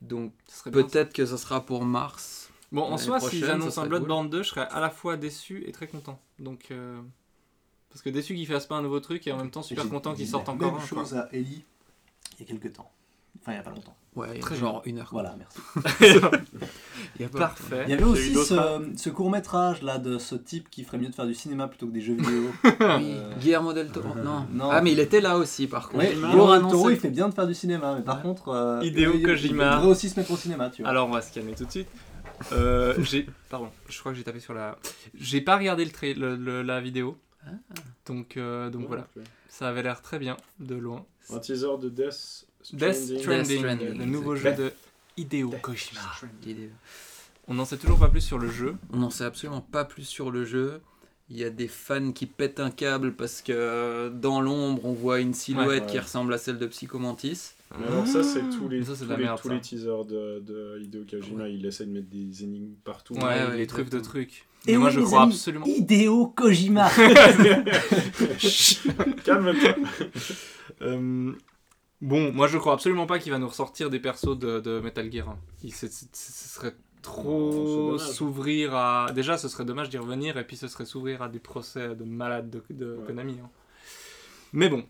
Speaker 8: Donc
Speaker 3: ça serait bien, ça.
Speaker 8: peut-être que ça sera pour mars.
Speaker 3: Bon, en
Speaker 8: L'année
Speaker 3: soi,
Speaker 8: prochaine,
Speaker 3: s'ils
Speaker 8: ça
Speaker 3: annoncent un
Speaker 8: serait
Speaker 3: Bloodborne 2, je serais à la fois déçu et très content. Donc, euh, parce que déçu qu'ils fassent pas un nouveau truc et en même temps super
Speaker 5: J'ai
Speaker 3: content
Speaker 5: dit
Speaker 3: qu'ils sortent
Speaker 5: la
Speaker 3: encore
Speaker 5: Même
Speaker 3: un. quoi.
Speaker 5: chose à Ellie il y a quelques temps. Enfin, il y a pas longtemps.
Speaker 8: Ouais,
Speaker 3: Très
Speaker 8: genre une heure.
Speaker 5: Voilà, merci.
Speaker 8: Il y a pas-
Speaker 3: Parfait.
Speaker 5: Il y avait
Speaker 4: Il y a eu
Speaker 5: aussi
Speaker 4: d'autres-
Speaker 5: ce, euh, ce court métrage là de ce type qui ferait mieux de faire du cinéma plutôt que des jeux vidéo.
Speaker 8: Oui,
Speaker 5: Euh,
Speaker 8: Guillermo del Toro. Non.
Speaker 5: Non.
Speaker 8: Ah, mais il était là aussi par contre.
Speaker 5: Ouais,
Speaker 8: Pour
Speaker 5: Guillermo del
Speaker 8: annoncer-
Speaker 5: Toro, il fait bien de faire du cinéma, mais par contre, euh,
Speaker 3: Hideo
Speaker 5: il- il-
Speaker 3: Kojima.
Speaker 5: il devrait aussi se mettre au cinéma, tu vois.
Speaker 3: Alors, on va se calmer tout de suite. Euh, j'ai, pardon, je crois que j'ai tapé sur la. J'ai pas regardé le trai- le- le- la vidéo.
Speaker 8: Ah.
Speaker 3: Donc, euh, donc voilà, ça avait l'air très bien de loin.
Speaker 4: Un teaser de Death
Speaker 3: Death
Speaker 4: Stranding.
Speaker 3: Stranding,
Speaker 8: Stranding,
Speaker 3: le nouveau jeu
Speaker 4: exact.
Speaker 3: de Hideo Kojima.
Speaker 8: Il est-
Speaker 3: On n'en sait toujours pas plus sur le jeu.
Speaker 8: On n'en sait absolument pas plus sur le jeu. Il y a des fans qui pètent un câble parce que euh, dans l'ombre, on voit une silhouette
Speaker 4: Ouais, ouais.
Speaker 8: qui ressemble à celle de Psychomantis.
Speaker 4: Mais alors ça c'est tous les,
Speaker 3: Mais ça, c'est
Speaker 4: tous
Speaker 3: de la
Speaker 4: les-
Speaker 3: merde,
Speaker 4: tous
Speaker 3: ça.
Speaker 4: les teasers de, de Hideo Kojima, il essaie de mettre des énigmes partout.
Speaker 3: Ouais,
Speaker 8: ouais,
Speaker 3: les trucs de
Speaker 8: exactement.
Speaker 3: trucs.
Speaker 5: Et
Speaker 3: Mais moi,
Speaker 5: oui,
Speaker 3: je
Speaker 5: les
Speaker 3: crois
Speaker 5: amis.
Speaker 3: absolument.
Speaker 5: Hideo Kojima
Speaker 4: Calme-toi.
Speaker 3: Euh, bon, moi je crois absolument pas qu'il va nous ressortir des persos de, de Metal Gear. hein. Il, c'est- c'est- c'est- ce serait trop
Speaker 4: Non, c'est dommage.
Speaker 3: s'ouvrir à. Déjà, ce serait dommage d'y revenir et puis ce serait s'ouvrir à des procès de malades de, de
Speaker 4: Ouais.
Speaker 3: Konami. hein. Mais bon,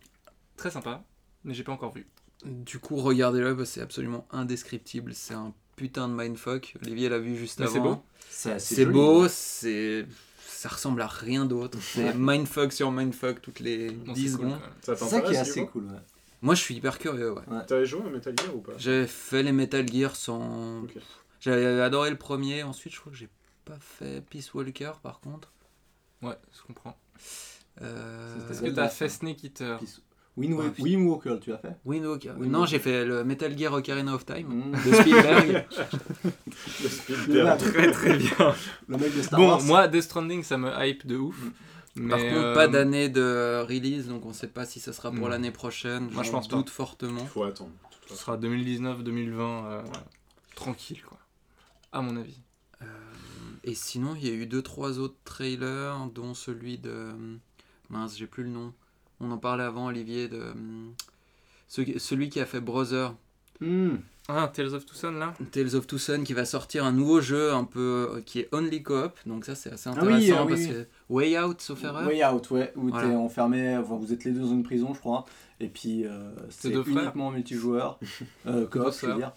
Speaker 3: très sympa, mais j'ai pas encore vu.
Speaker 8: Du coup, regardez-le, parce que c'est absolument indescriptible. C'est un putain de mindfuck. Olivier l'a vu juste
Speaker 3: Mais c'est
Speaker 8: avant.
Speaker 3: beau.
Speaker 8: C'est beau, c'est. Ça ressemble à rien d'autre. C'est mindfuck sur mindfuck toutes les
Speaker 3: Bon,
Speaker 8: 10
Speaker 3: c'est cool,
Speaker 8: secondes.
Speaker 3: quand même.
Speaker 4: Ça
Speaker 5: C'est ça qui est
Speaker 4: t'intéresse
Speaker 5: assez
Speaker 4: Hugo
Speaker 5: cool. ouais.
Speaker 8: Moi, je suis hyper curieux, ouais.
Speaker 4: T'avais joué à Metal Gear ou pas
Speaker 8: J'avais fait les Metal Gear sans.
Speaker 4: Ok.
Speaker 8: J'avais adoré le premier, ensuite, je crois que j'ai pas fait Peace Walker par contre.
Speaker 3: Ouais, je comprends.
Speaker 8: Euh,
Speaker 5: C'était ça.
Speaker 3: Est-ce que
Speaker 5: Zelda,
Speaker 3: t'as fait Snake Eater
Speaker 5: Wind Wa-
Speaker 8: Ah, putain.
Speaker 5: Wind Walker, tu l'as fait
Speaker 8: Wind Walker.
Speaker 5: Wind
Speaker 8: non,
Speaker 5: Walker.
Speaker 8: j'ai fait le Metal Gear Ocarina of Time
Speaker 5: Mm.
Speaker 8: de Spielberg.
Speaker 4: Le speed
Speaker 5: Le
Speaker 4: derrière.
Speaker 5: mec-
Speaker 3: Très très bien.
Speaker 5: le mec de Star
Speaker 3: Bon,
Speaker 5: Wars.
Speaker 3: moi, Death Stranding, ça me hype de ouf. Mais,
Speaker 8: Par contre,
Speaker 3: euh,
Speaker 8: pas d'année de release, donc on sait pas si ça sera pour
Speaker 3: Non.
Speaker 8: l'année prochaine.
Speaker 3: Hmm. Moi, je
Speaker 8: J'en
Speaker 3: pense pas.
Speaker 8: doute fortement.
Speaker 4: Faut attendre. de toute
Speaker 3: Ce
Speaker 4: façon.
Speaker 3: sera euh, 2019-2020, tranquille, quoi. À mon avis.
Speaker 8: Et Et sinon, il y a eu deux trois autres trailers, dont celui de mince, j'ai plus le nom. On en parlait avant, Olivier, de ce- celui qui a fait Brother,
Speaker 11: Hmm.
Speaker 3: Ah, Tales of Tucson là
Speaker 8: Tales of Tucson, qui va sortir un nouveau jeu un peu euh, qui est only co-op. Donc ça, c'est assez
Speaker 11: oui,
Speaker 8: intéressant
Speaker 11: ah oui,
Speaker 8: parce
Speaker 11: oui.
Speaker 8: que Way Out, sauf erreur.
Speaker 5: Way Out, ouais, où
Speaker 8: Voilà.
Speaker 5: t'es enfermé, enfin, vous êtes les deux dans une prison, je crois, et puis euh, c'est
Speaker 3: deux frères.
Speaker 5: uniquement multijoueur, euh,
Speaker 3: Deux
Speaker 5: coop, je veux
Speaker 3: sœurs.
Speaker 5: dire.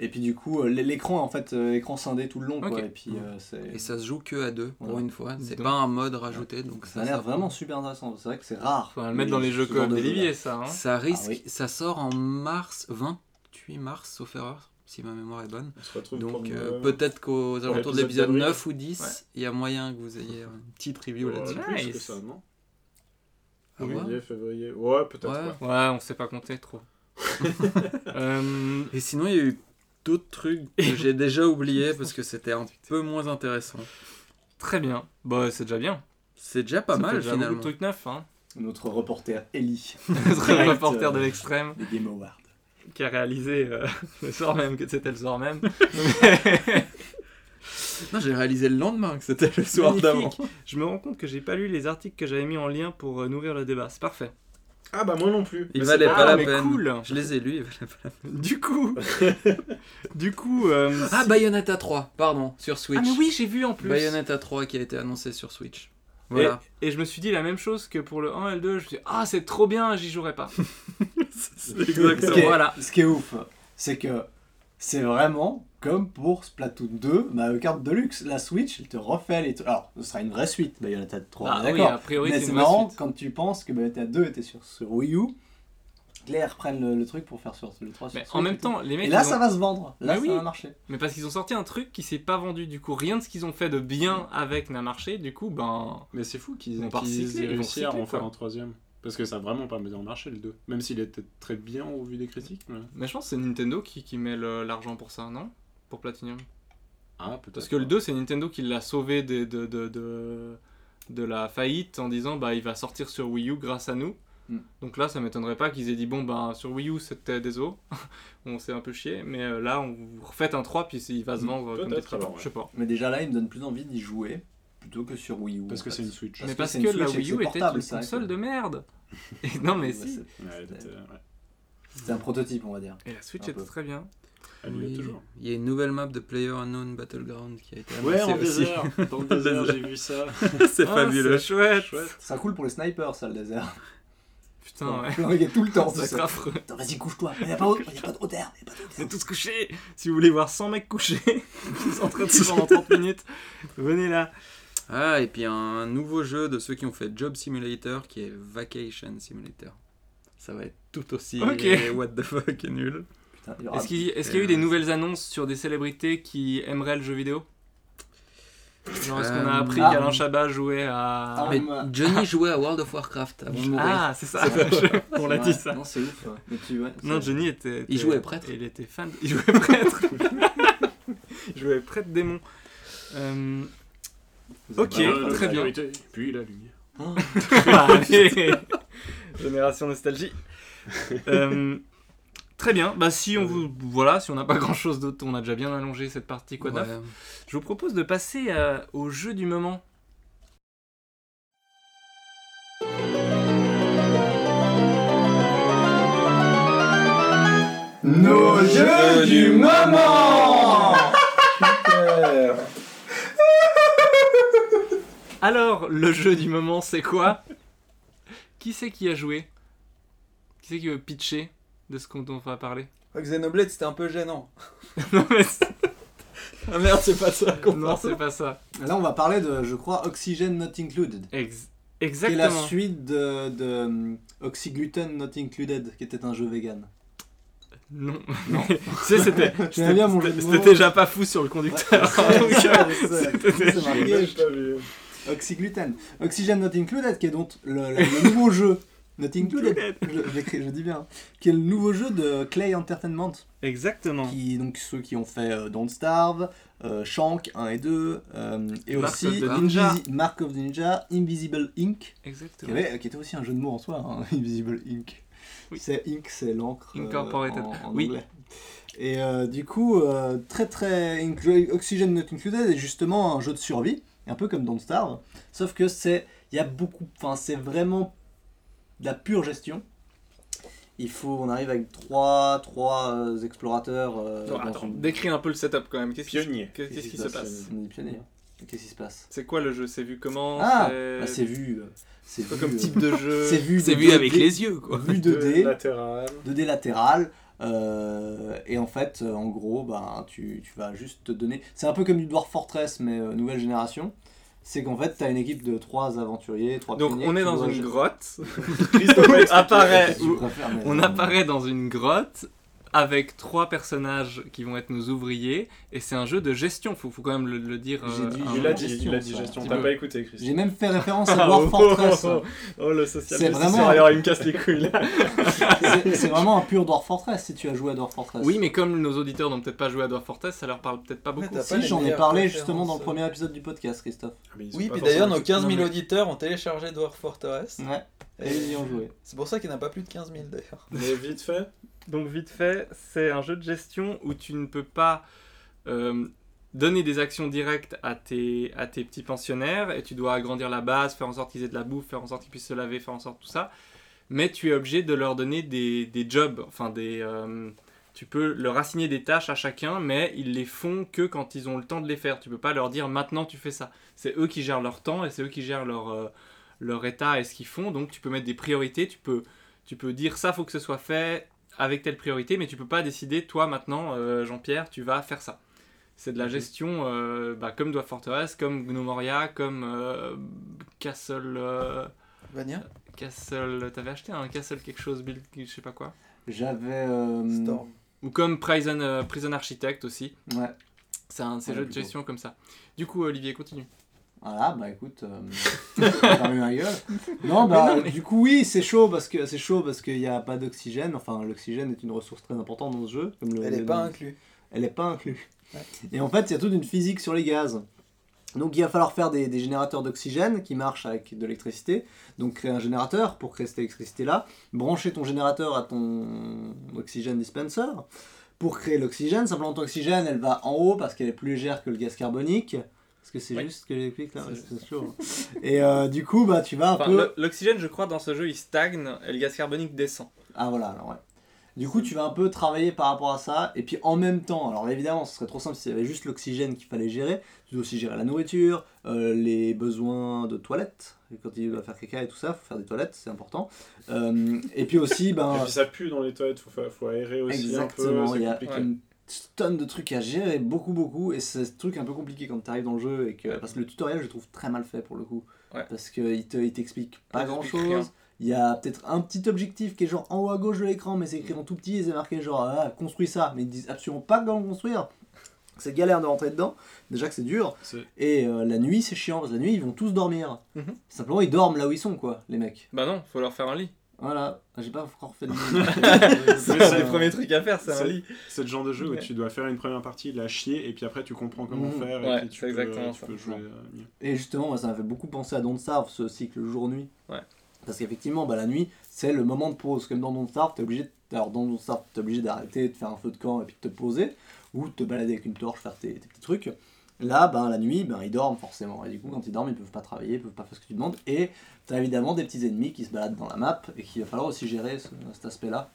Speaker 5: Et puis du coup, euh, l- l'écran, en fait, euh, écran scindé tout le long, quoi,
Speaker 3: Ok.
Speaker 5: et puis euh, c'est...
Speaker 8: Et ça se joue que à deux pour
Speaker 5: Voilà.
Speaker 8: une fois. C'est
Speaker 3: Donc-
Speaker 8: pas un mode rajouté, donc
Speaker 5: Ça
Speaker 8: ça. hein.
Speaker 5: a l'air
Speaker 8: ça-
Speaker 5: vraiment super intéressant, c'est vrai que c'est rare.
Speaker 3: Faut le mettre dans les jeux
Speaker 5: ce genre
Speaker 3: coop
Speaker 5: de jeu-là.
Speaker 3: d'Olivier, ça. Hein
Speaker 8: Ça risque.
Speaker 5: Ah oui.
Speaker 8: Ça sort en mars, 28 mars, sauf erreur, si ma mémoire est bonne.
Speaker 4: On se retrouve
Speaker 8: Donc
Speaker 4: pour
Speaker 8: euh,
Speaker 4: une-
Speaker 8: peut-être qu'aux alentours de
Speaker 4: l'épisode
Speaker 8: l'épisode
Speaker 4: d'avril.
Speaker 8: 9 ou 10, il y a moyen que vous ayez une petite review
Speaker 4: Ouais,
Speaker 8: là-dessus.
Speaker 4: plus que
Speaker 3: Nice.
Speaker 4: ça, non
Speaker 8: À voir.
Speaker 4: Juillet, février. Ouais, peut-être.
Speaker 8: Ah, Ouais.
Speaker 4: ouais.
Speaker 3: Ouais, on sait pas compter trop. Euh,
Speaker 8: Et sinon, il y a eu d'autres trucs que j'ai déjà oubliés parce que c'était un peu moins intéressant.
Speaker 3: très bien. Bah, c'est déjà bien.
Speaker 8: C'est déjà pas
Speaker 3: Ça fait
Speaker 8: mal
Speaker 3: déjà beaucoup de
Speaker 8: finalement.
Speaker 3: trucs neufs. Hein.
Speaker 5: Notre reporter Ellie,
Speaker 3: Notre
Speaker 5: Direct,
Speaker 3: reporter de
Speaker 5: euh,
Speaker 3: l'extrême
Speaker 5: des Game Awards.
Speaker 3: qui a réalisé euh, le soir même que c'était le soir même.
Speaker 8: Non, j'ai réalisé le lendemain que c'était le soir d'avant.
Speaker 3: Magnifique. Je me rends compte que j'ai pas lu les articles que j'avais mis en lien pour euh, nourrir le débat. C'est parfait.
Speaker 4: Ah bah moi non plus.
Speaker 8: Il
Speaker 3: Mais
Speaker 8: valait
Speaker 3: c'est
Speaker 8: pas
Speaker 3: ah,
Speaker 8: la
Speaker 3: mais
Speaker 8: peine.
Speaker 3: cool.
Speaker 8: Je les ai lus. il valait pas
Speaker 3: Du coup, du coup, euh,
Speaker 8: la- Ah, Bayonetta 3, pardon, sur Switch.
Speaker 3: ah, mais oui, j'ai vu en plus.
Speaker 8: Bayonetta 3 qui a été annoncé sur Switch. Voilà.
Speaker 3: Et je me suis dit la même chose que pour le 1 et le 2. Je me suis dit, ah, c'est trop bien, j'y jouerai pas.
Speaker 5: Ce qui est,
Speaker 3: Voilà.
Speaker 5: ce qui est ouf, c'est que c'est vraiment comme pour Splatoon 2, Mario Kart Deluxe. La Switch, elle te refait les... trucs. Alors, ce sera une vraie suite, Bayonetta 3,
Speaker 3: Ah,
Speaker 5: on est
Speaker 3: oui,
Speaker 5: d'accord.
Speaker 3: a priori,
Speaker 5: Mais
Speaker 3: c'est
Speaker 5: c'est
Speaker 3: une vraie
Speaker 5: marrant
Speaker 3: suite.
Speaker 5: quand tu penses que Bayonetta 2 était sur, sur Wii U. Claire reprennent le, le truc pour faire sur le 3 sur
Speaker 3: Mais en
Speaker 5: Switch et
Speaker 3: même
Speaker 5: tout.
Speaker 3: temps, les mecs.
Speaker 5: Et là,
Speaker 3: ils ont-
Speaker 5: ça va se vendre. Là,
Speaker 3: Mais
Speaker 5: ça
Speaker 3: oui.
Speaker 5: va marcher.
Speaker 3: Mais parce qu'ils ont sorti un truc qui s'est pas vendu, du coup rien de ce qu'ils ont fait de bien avec n'a marché, du coup ben.
Speaker 4: Mais c'est fou
Speaker 3: Ils
Speaker 4: qu'ils
Speaker 3: vont
Speaker 4: aient
Speaker 3: pas recycler, ils vont
Speaker 4: réussi à
Speaker 3: recycler,
Speaker 4: en faire
Speaker 3: quoi.
Speaker 4: un troisième. Parce que ça a vraiment pas bien marché le 2. Même s'il était très bien au vu des critiques. mais-
Speaker 3: Mais je pense que c'est Nintendo qui, qui met le- l'argent pour ça, non Pour Platinum.
Speaker 4: Ah, peut-être.
Speaker 3: Parce que le 2, c'est Nintendo qui l'a sauvé de, de, de, de, de la faillite en disant bah il va sortir sur Wii U grâce à nous.
Speaker 5: Mm.
Speaker 3: Donc là, ça m'étonnerait pas qu'ils aient dit bon bah sur Wii U c'était des os, on s'est un peu chié, mais euh, là on vous refait un 3 puis il
Speaker 5: Hmm.
Speaker 3: va se vendre comme des
Speaker 4: Peut-être,
Speaker 3: petits
Speaker 4: alors,
Speaker 3: porcs, je sais pas.
Speaker 5: Mais déjà, là, il me donne plus envie d'y jouer plutôt que sur Wii U.
Speaker 4: Parce
Speaker 5: en
Speaker 4: que
Speaker 5: fait.
Speaker 4: c'est une Switch.
Speaker 5: Parce
Speaker 3: mais
Speaker 5: que
Speaker 3: parce
Speaker 5: c'est
Speaker 3: que,
Speaker 5: une
Speaker 3: la
Speaker 5: Switch et
Speaker 3: Wii
Speaker 5: que
Speaker 3: U
Speaker 5: c'est
Speaker 3: était
Speaker 5: portable,
Speaker 3: une
Speaker 5: ça,
Speaker 3: console
Speaker 5: que- Bah,
Speaker 3: de merde. Et non mais
Speaker 5: Ouais,
Speaker 3: si.
Speaker 5: c'est-
Speaker 4: Ouais, elle était- ouais.
Speaker 5: C'est un prototype, on va dire.
Speaker 3: Et la Switch
Speaker 5: Un
Speaker 3: était
Speaker 5: peu.
Speaker 3: très bien.
Speaker 4: Elle l'est
Speaker 8: Oui.
Speaker 4: toujours.
Speaker 8: Il y a une nouvelle map de Player Unknown Battleground qui a été
Speaker 4: Ouais,
Speaker 8: annoncée
Speaker 4: en
Speaker 8: aussi.
Speaker 4: désert. Dans le désert, j'ai vu ça.
Speaker 8: c'est
Speaker 3: Ah,
Speaker 8: fabuleux.
Speaker 3: c'est chouette.
Speaker 4: Chouette.
Speaker 5: Ce sera cool pour les snipers, ça, le désert.
Speaker 3: Putain, ouais.
Speaker 5: Il y a tout le temps,
Speaker 3: Ça
Speaker 5: c'est
Speaker 3: serait
Speaker 5: ça.
Speaker 3: affreux.
Speaker 5: Attends, Vas-y, couche-toi. Il n'y a pas d'autre- il y a pas de hauteur. il y a pas de
Speaker 3: On
Speaker 5: hauteur.
Speaker 3: est tous couchés. Si vous voulez voir 100 mecs couchés, qui sont en train de se pendant 30 minutes, venez là.
Speaker 8: Ah, et puis un nouveau jeu de ceux qui ont fait Job Simulator qui est Vacation Simulator. Ça va être tout aussi
Speaker 3: Ok.
Speaker 8: what the fuck et nul.
Speaker 5: Putain, il y aura-
Speaker 3: Est-ce qu'il est-ce qu'il
Speaker 5: euh,
Speaker 3: y a eu des nouvelles annonces sur des célébrités qui aimeraient le jeu vidéo Genre, est-ce qu'on a
Speaker 8: Euh,
Speaker 3: appris
Speaker 5: ah.
Speaker 3: qu'Alain Chabat jouait à.
Speaker 5: Ah,
Speaker 8: Mais
Speaker 5: moi-
Speaker 8: Johnny jouait à World of Warcraft avant de mourir.
Speaker 3: Ah, c'est ça, on l'a
Speaker 5: Ouais,
Speaker 3: dit ça.
Speaker 5: Non, c'est ouf. ouais. Mais tu- ouais,
Speaker 3: Non,
Speaker 5: c'est-
Speaker 3: Johnny était,
Speaker 8: Il
Speaker 3: était-
Speaker 8: jouait prêtre.
Speaker 3: Il était fan. de- Il jouait prêtre. Il jouait prêtre démon. Euh,
Speaker 5: vous avez
Speaker 3: ok,
Speaker 5: pas le droit de
Speaker 4: La
Speaker 5: parler.
Speaker 3: très bien.
Speaker 4: vérité, Puis la lumière.
Speaker 3: Allez. Génération nostalgie. Euh, très bien. Bah si on vous voilà, si on n'a pas grand chose d'autre, on a déjà bien allongé cette partie quoi de neuf.
Speaker 8: Ouais.
Speaker 3: Je vous propose de passer euh, au jeu du moment.
Speaker 11: Nos jeux du moment
Speaker 3: Alors le jeu du moment, c'est quoi Qui c'est qui a joué Qui c'est qui veut pitcher de ce qu'on- dont on va parler
Speaker 8: Ah, Xenoblade c'était un peu gênant.
Speaker 3: Non mais c'est-
Speaker 8: Ah merde, c'est pas ça
Speaker 3: non, c'est pas ça.
Speaker 5: Là, on va parler de, je crois, Oxygen Not Included.
Speaker 3: Ex-
Speaker 5: Qui est la
Speaker 3: Exactement.
Speaker 5: suite de, de hum, Oxygluten Not Included, qui était un jeu vegan.
Speaker 3: Non. tu sais, c'était.
Speaker 5: J'aimais bien mon jeu de
Speaker 3: c'était-
Speaker 5: mots.
Speaker 3: C'était déjà pas fou sur le conducteur.
Speaker 5: Ouais,
Speaker 3: Donc,
Speaker 5: c'est- c'est-
Speaker 3: c'était-
Speaker 5: c'est marqué, je- Oxygluten. Oxygen Not Included, qui est donc le, le- le nouveau jeu. Not Included. Je, je l'écris- je dis bien. Qui est le nouveau jeu de Clay Entertainment.
Speaker 3: Exactement.
Speaker 5: Qui, donc ceux qui ont fait euh, Don't Starve, euh, Shank 1 et 2, euh, et
Speaker 3: Mark
Speaker 5: aussi
Speaker 3: of the Ninja.
Speaker 5: Invisi- Mark of the Ninja, Invisible Inc. Qui,
Speaker 3: Exactement.
Speaker 5: euh, avait- qui était aussi un jeu de mots en soi, hein, Invisible Inc.
Speaker 3: Oui.
Speaker 5: C'est ink, c'est l'encre. euh,
Speaker 3: Incorporated.
Speaker 5: en- en
Speaker 3: Oui.
Speaker 5: anglais. Et euh, du coup, euh, très très. Inclu- Oxygen Not Included est justement un jeu de survie, un peu comme Don't Starve, sauf que c'est. Il y a beaucoup. Enfin, c'est vraiment de la pure gestion. Il faut. On arrive avec trois, trois euh, explorateurs. euh,
Speaker 3: Non,
Speaker 5: dans
Speaker 3: attends,
Speaker 5: une-
Speaker 3: décris un peu le setup quand même. Qu'est-ce qui,
Speaker 12: Pionnier.
Speaker 3: qu'est- qu'est-ce qui se passe
Speaker 5: On est pionniers. hein. Qu'est-ce qui se passe
Speaker 3: C'est quoi le jeu C'est vu comment
Speaker 5: Ah,
Speaker 3: C'est-
Speaker 5: Bah, C'est vu. euh, C'est
Speaker 3: quoi
Speaker 5: vu,
Speaker 3: comme
Speaker 5: euh,
Speaker 3: type de jeu
Speaker 5: C'est vu,
Speaker 8: C'est
Speaker 5: de
Speaker 8: vu
Speaker 5: deux-
Speaker 8: avec
Speaker 5: des-
Speaker 8: les yeux, quoi.
Speaker 5: Vue
Speaker 4: Deux
Speaker 5: 2D,
Speaker 4: latérales.
Speaker 5: 2D latéral. euh, et en fait, euh, en gros, ben, tu, tu vas juste te donner. C'est un peu comme du Dwarf Fortress, mais euh, nouvelle génération. C'est qu'en fait, tu as une équipe de trois aventuriers, trois
Speaker 3: Donc
Speaker 5: pionniers
Speaker 3: on est
Speaker 5: qui
Speaker 3: dans
Speaker 5: doivent
Speaker 3: une
Speaker 5: gérer-
Speaker 3: grotte.
Speaker 4: Christophe,
Speaker 3: apparaît,
Speaker 5: Tu préfères, mais-
Speaker 3: on apparaît dans une grotte avec trois personnages qui vont être nos ouvriers et c'est un jeu de gestion. Faut, faut quand même le, le dire. euh,
Speaker 5: J'ai dit-
Speaker 3: un
Speaker 5: j'ai
Speaker 4: Il
Speaker 3: moment.
Speaker 4: a dit, il a dit gestion. T'as pas écouté, Christophe.
Speaker 5: J'ai même fait référence à
Speaker 4: Ah,
Speaker 5: Dwarf
Speaker 4: oh,
Speaker 5: Fortress.
Speaker 4: oh, oh, oh, le social
Speaker 5: C'est
Speaker 4: justice,
Speaker 5: vraiment-
Speaker 4: Alors il me casse les couilles là.
Speaker 5: C'est c'est vraiment un pur Dwarf Fortress si tu as joué à Dwarf Fortress.
Speaker 3: Oui, mais comme nos auditeurs n'ont peut-être pas joué à Dwarf Fortress, ça leur parle peut-être pas beaucoup.
Speaker 12: t'as
Speaker 5: si
Speaker 12: pas
Speaker 5: j'en ai
Speaker 12: meilleures
Speaker 5: parlé justement dans le
Speaker 12: préférences,
Speaker 5: premier épisode du podcast, Christophe.
Speaker 13: Oui, puis d'ailleurs, nos 15 000
Speaker 3: Non, mais-
Speaker 13: auditeurs ont téléchargé Dwarf Fortress.
Speaker 5: Ouais, et ils y
Speaker 13: Et
Speaker 5: ont joué.
Speaker 13: C'est pour ça qu'il n'y en a pas plus de 15 000 d'ailleurs.
Speaker 4: Mais vite fait,
Speaker 3: Donc vite fait, c'est un jeu de gestion où tu ne peux pas euh, donner des actions directes à tes, à tes petits pensionnaires et tu dois agrandir la base, faire en sorte qu'ils aient de la bouffe, faire en sorte qu'ils puissent se laver, faire en sorte tout ça. Mais tu es obligé de leur donner des, des jobs, enfin des... euh, tu peux leur assigner des tâches à chacun, mais ils les font que quand ils ont le temps de les faire. Tu peux pas leur dire maintenant tu fais ça. C'est eux qui gèrent leur temps et c'est eux qui gèrent leur, euh, leur état et ce qu'ils font. Donc tu peux mettre des priorités, tu peux, tu peux dire ça faut que ce soit fait, avec telle priorité, mais tu peux pas décider, toi maintenant, euh, Jean-Pierre, tu vas faire ça. C'est de la gestion euh, bah, comme Dwarf Fortress, comme Gnomoria, comme euh, Castle. euh,
Speaker 13: Vania
Speaker 3: Castle. T'avais acheté un Castle quelque chose, build, je sais pas quoi.
Speaker 5: J'avais. euh,
Speaker 13: Storm.
Speaker 3: Ou comme Prison, euh, Prison Architect aussi.
Speaker 5: Ouais.
Speaker 3: C'est un de ces
Speaker 5: Ouais,
Speaker 3: jeux de
Speaker 5: plutôt.
Speaker 3: gestion comme ça. Du coup, Olivier, continue.
Speaker 5: Voilà, bah écoute, euh, t'as eu un gueule. Non, bah
Speaker 3: non, mais-
Speaker 5: du coup oui, c'est chaud parce que c'est chaud parce qu'il n'y a pas d'oxygène. Enfin, l'oxygène est une ressource très importante dans ce jeu. Comme le-
Speaker 13: Elle n'est
Speaker 5: le-
Speaker 13: pas inclue.
Speaker 5: elle est pas inclue.
Speaker 13: Ouais.
Speaker 5: Et en fait, il y a toute une physique sur les gaz. Donc il va falloir faire des, des générateurs d'oxygène qui marchent avec de l'électricité. Donc créer un générateur pour créer cette électricité-là. Brancher ton générateur à ton oxygène dispenser. Pour créer l'oxygène, sa plante oxygène, elle va en haut parce qu'elle est plus légère que le gaz carbonique. Parce que c'est
Speaker 3: Oui.
Speaker 5: juste ce que j'explique là
Speaker 3: C'est
Speaker 5: Ouais,
Speaker 3: juste.
Speaker 5: c'est chaud, hein. Et euh, du coup, bah, tu vas un
Speaker 3: Enfin,
Speaker 5: peu...
Speaker 3: l'o- L'oxygène, je crois, dans ce jeu, il stagne et le gaz carbonique descend.
Speaker 5: Ah voilà, alors ouais. Du coup, tu vas un peu travailler par rapport à ça, et puis en même temps, alors évidemment, ce serait trop simple s'il y avait juste l'oxygène qu'il fallait gérer. Tu dois aussi gérer la nourriture, euh, les besoins de toilettes. Et Quand il doit faire caca et tout ça, faut faire des toilettes, c'est important. Euh, et puis aussi, ben.
Speaker 4: et puis ça pue dans les toilettes, faut, fa- faut aérer aussi un peu.
Speaker 5: Exactement,
Speaker 4: c'est
Speaker 5: il y a
Speaker 4: compliqué.
Speaker 5: une tonne de trucs à gérer, beaucoup, beaucoup, et c'est ce truc un peu compliqué quand tu arrives dans le jeu, et que, parce que le tutoriel, je le trouve très mal fait pour le coup.
Speaker 3: Ouais.
Speaker 5: Parce qu'il te, il t'explique pas
Speaker 3: Il
Speaker 5: grand
Speaker 3: t'explique rien.
Speaker 5: chose. Il y a peut-être un petit objectif qui est genre en haut à gauche de l'écran, mais c'est écrit en tout petit et c'est marqué genre ah, construis ça, mais ils disent absolument pas comment le construire. C'est galère de rentrer dedans, déjà que c'est dur.
Speaker 4: C'est-
Speaker 5: Et euh, la nuit, c'est chiant, parce que la nuit, ils vont tous dormir.
Speaker 3: Mhm.
Speaker 5: Simplement, ils dorment là où ils sont, quoi, les mecs.
Speaker 3: Bah non, faut leur faire un lit.
Speaker 5: Voilà, j'ai pas encore fait de
Speaker 3: C'est
Speaker 4: ça,
Speaker 3: le premier truc à faire, c'est un
Speaker 4: c'est-
Speaker 3: lit.
Speaker 4: C'est le genre de jeu où tu dois faire une première partie, la chier, et puis après tu comprends comment
Speaker 5: Mhm.
Speaker 4: faire,
Speaker 3: Ouais,
Speaker 4: et puis tu
Speaker 3: c'est
Speaker 4: peux,
Speaker 3: exactement
Speaker 4: tu
Speaker 3: ça.
Speaker 4: peux jouer euh, mieux.
Speaker 5: Et justement, moi, ça m'a fait beaucoup penser à Don't Starve, ce cycle jour-nuit.
Speaker 3: Ouais.
Speaker 5: Parce qu'effectivement, bah, la nuit, c'est le moment de pause. Comme dans Don't Starve, t'es obligé, de- alors, dans Don't Starve, t'es obligé d'arrêter, de faire un feu de camp et puis de te poser, ou de te balader avec une torche, faire tes, tes petits trucs. Là, ben, la nuit, ben, ils dorment forcément. Et du coup, quand ils dorment, ils peuvent pas travailler, ils peuvent pas faire ce que tu demandes. Et t'as évidemment des petits ennemis qui se baladent dans la map et qu'il va falloir aussi gérer ce- cet aspect-là.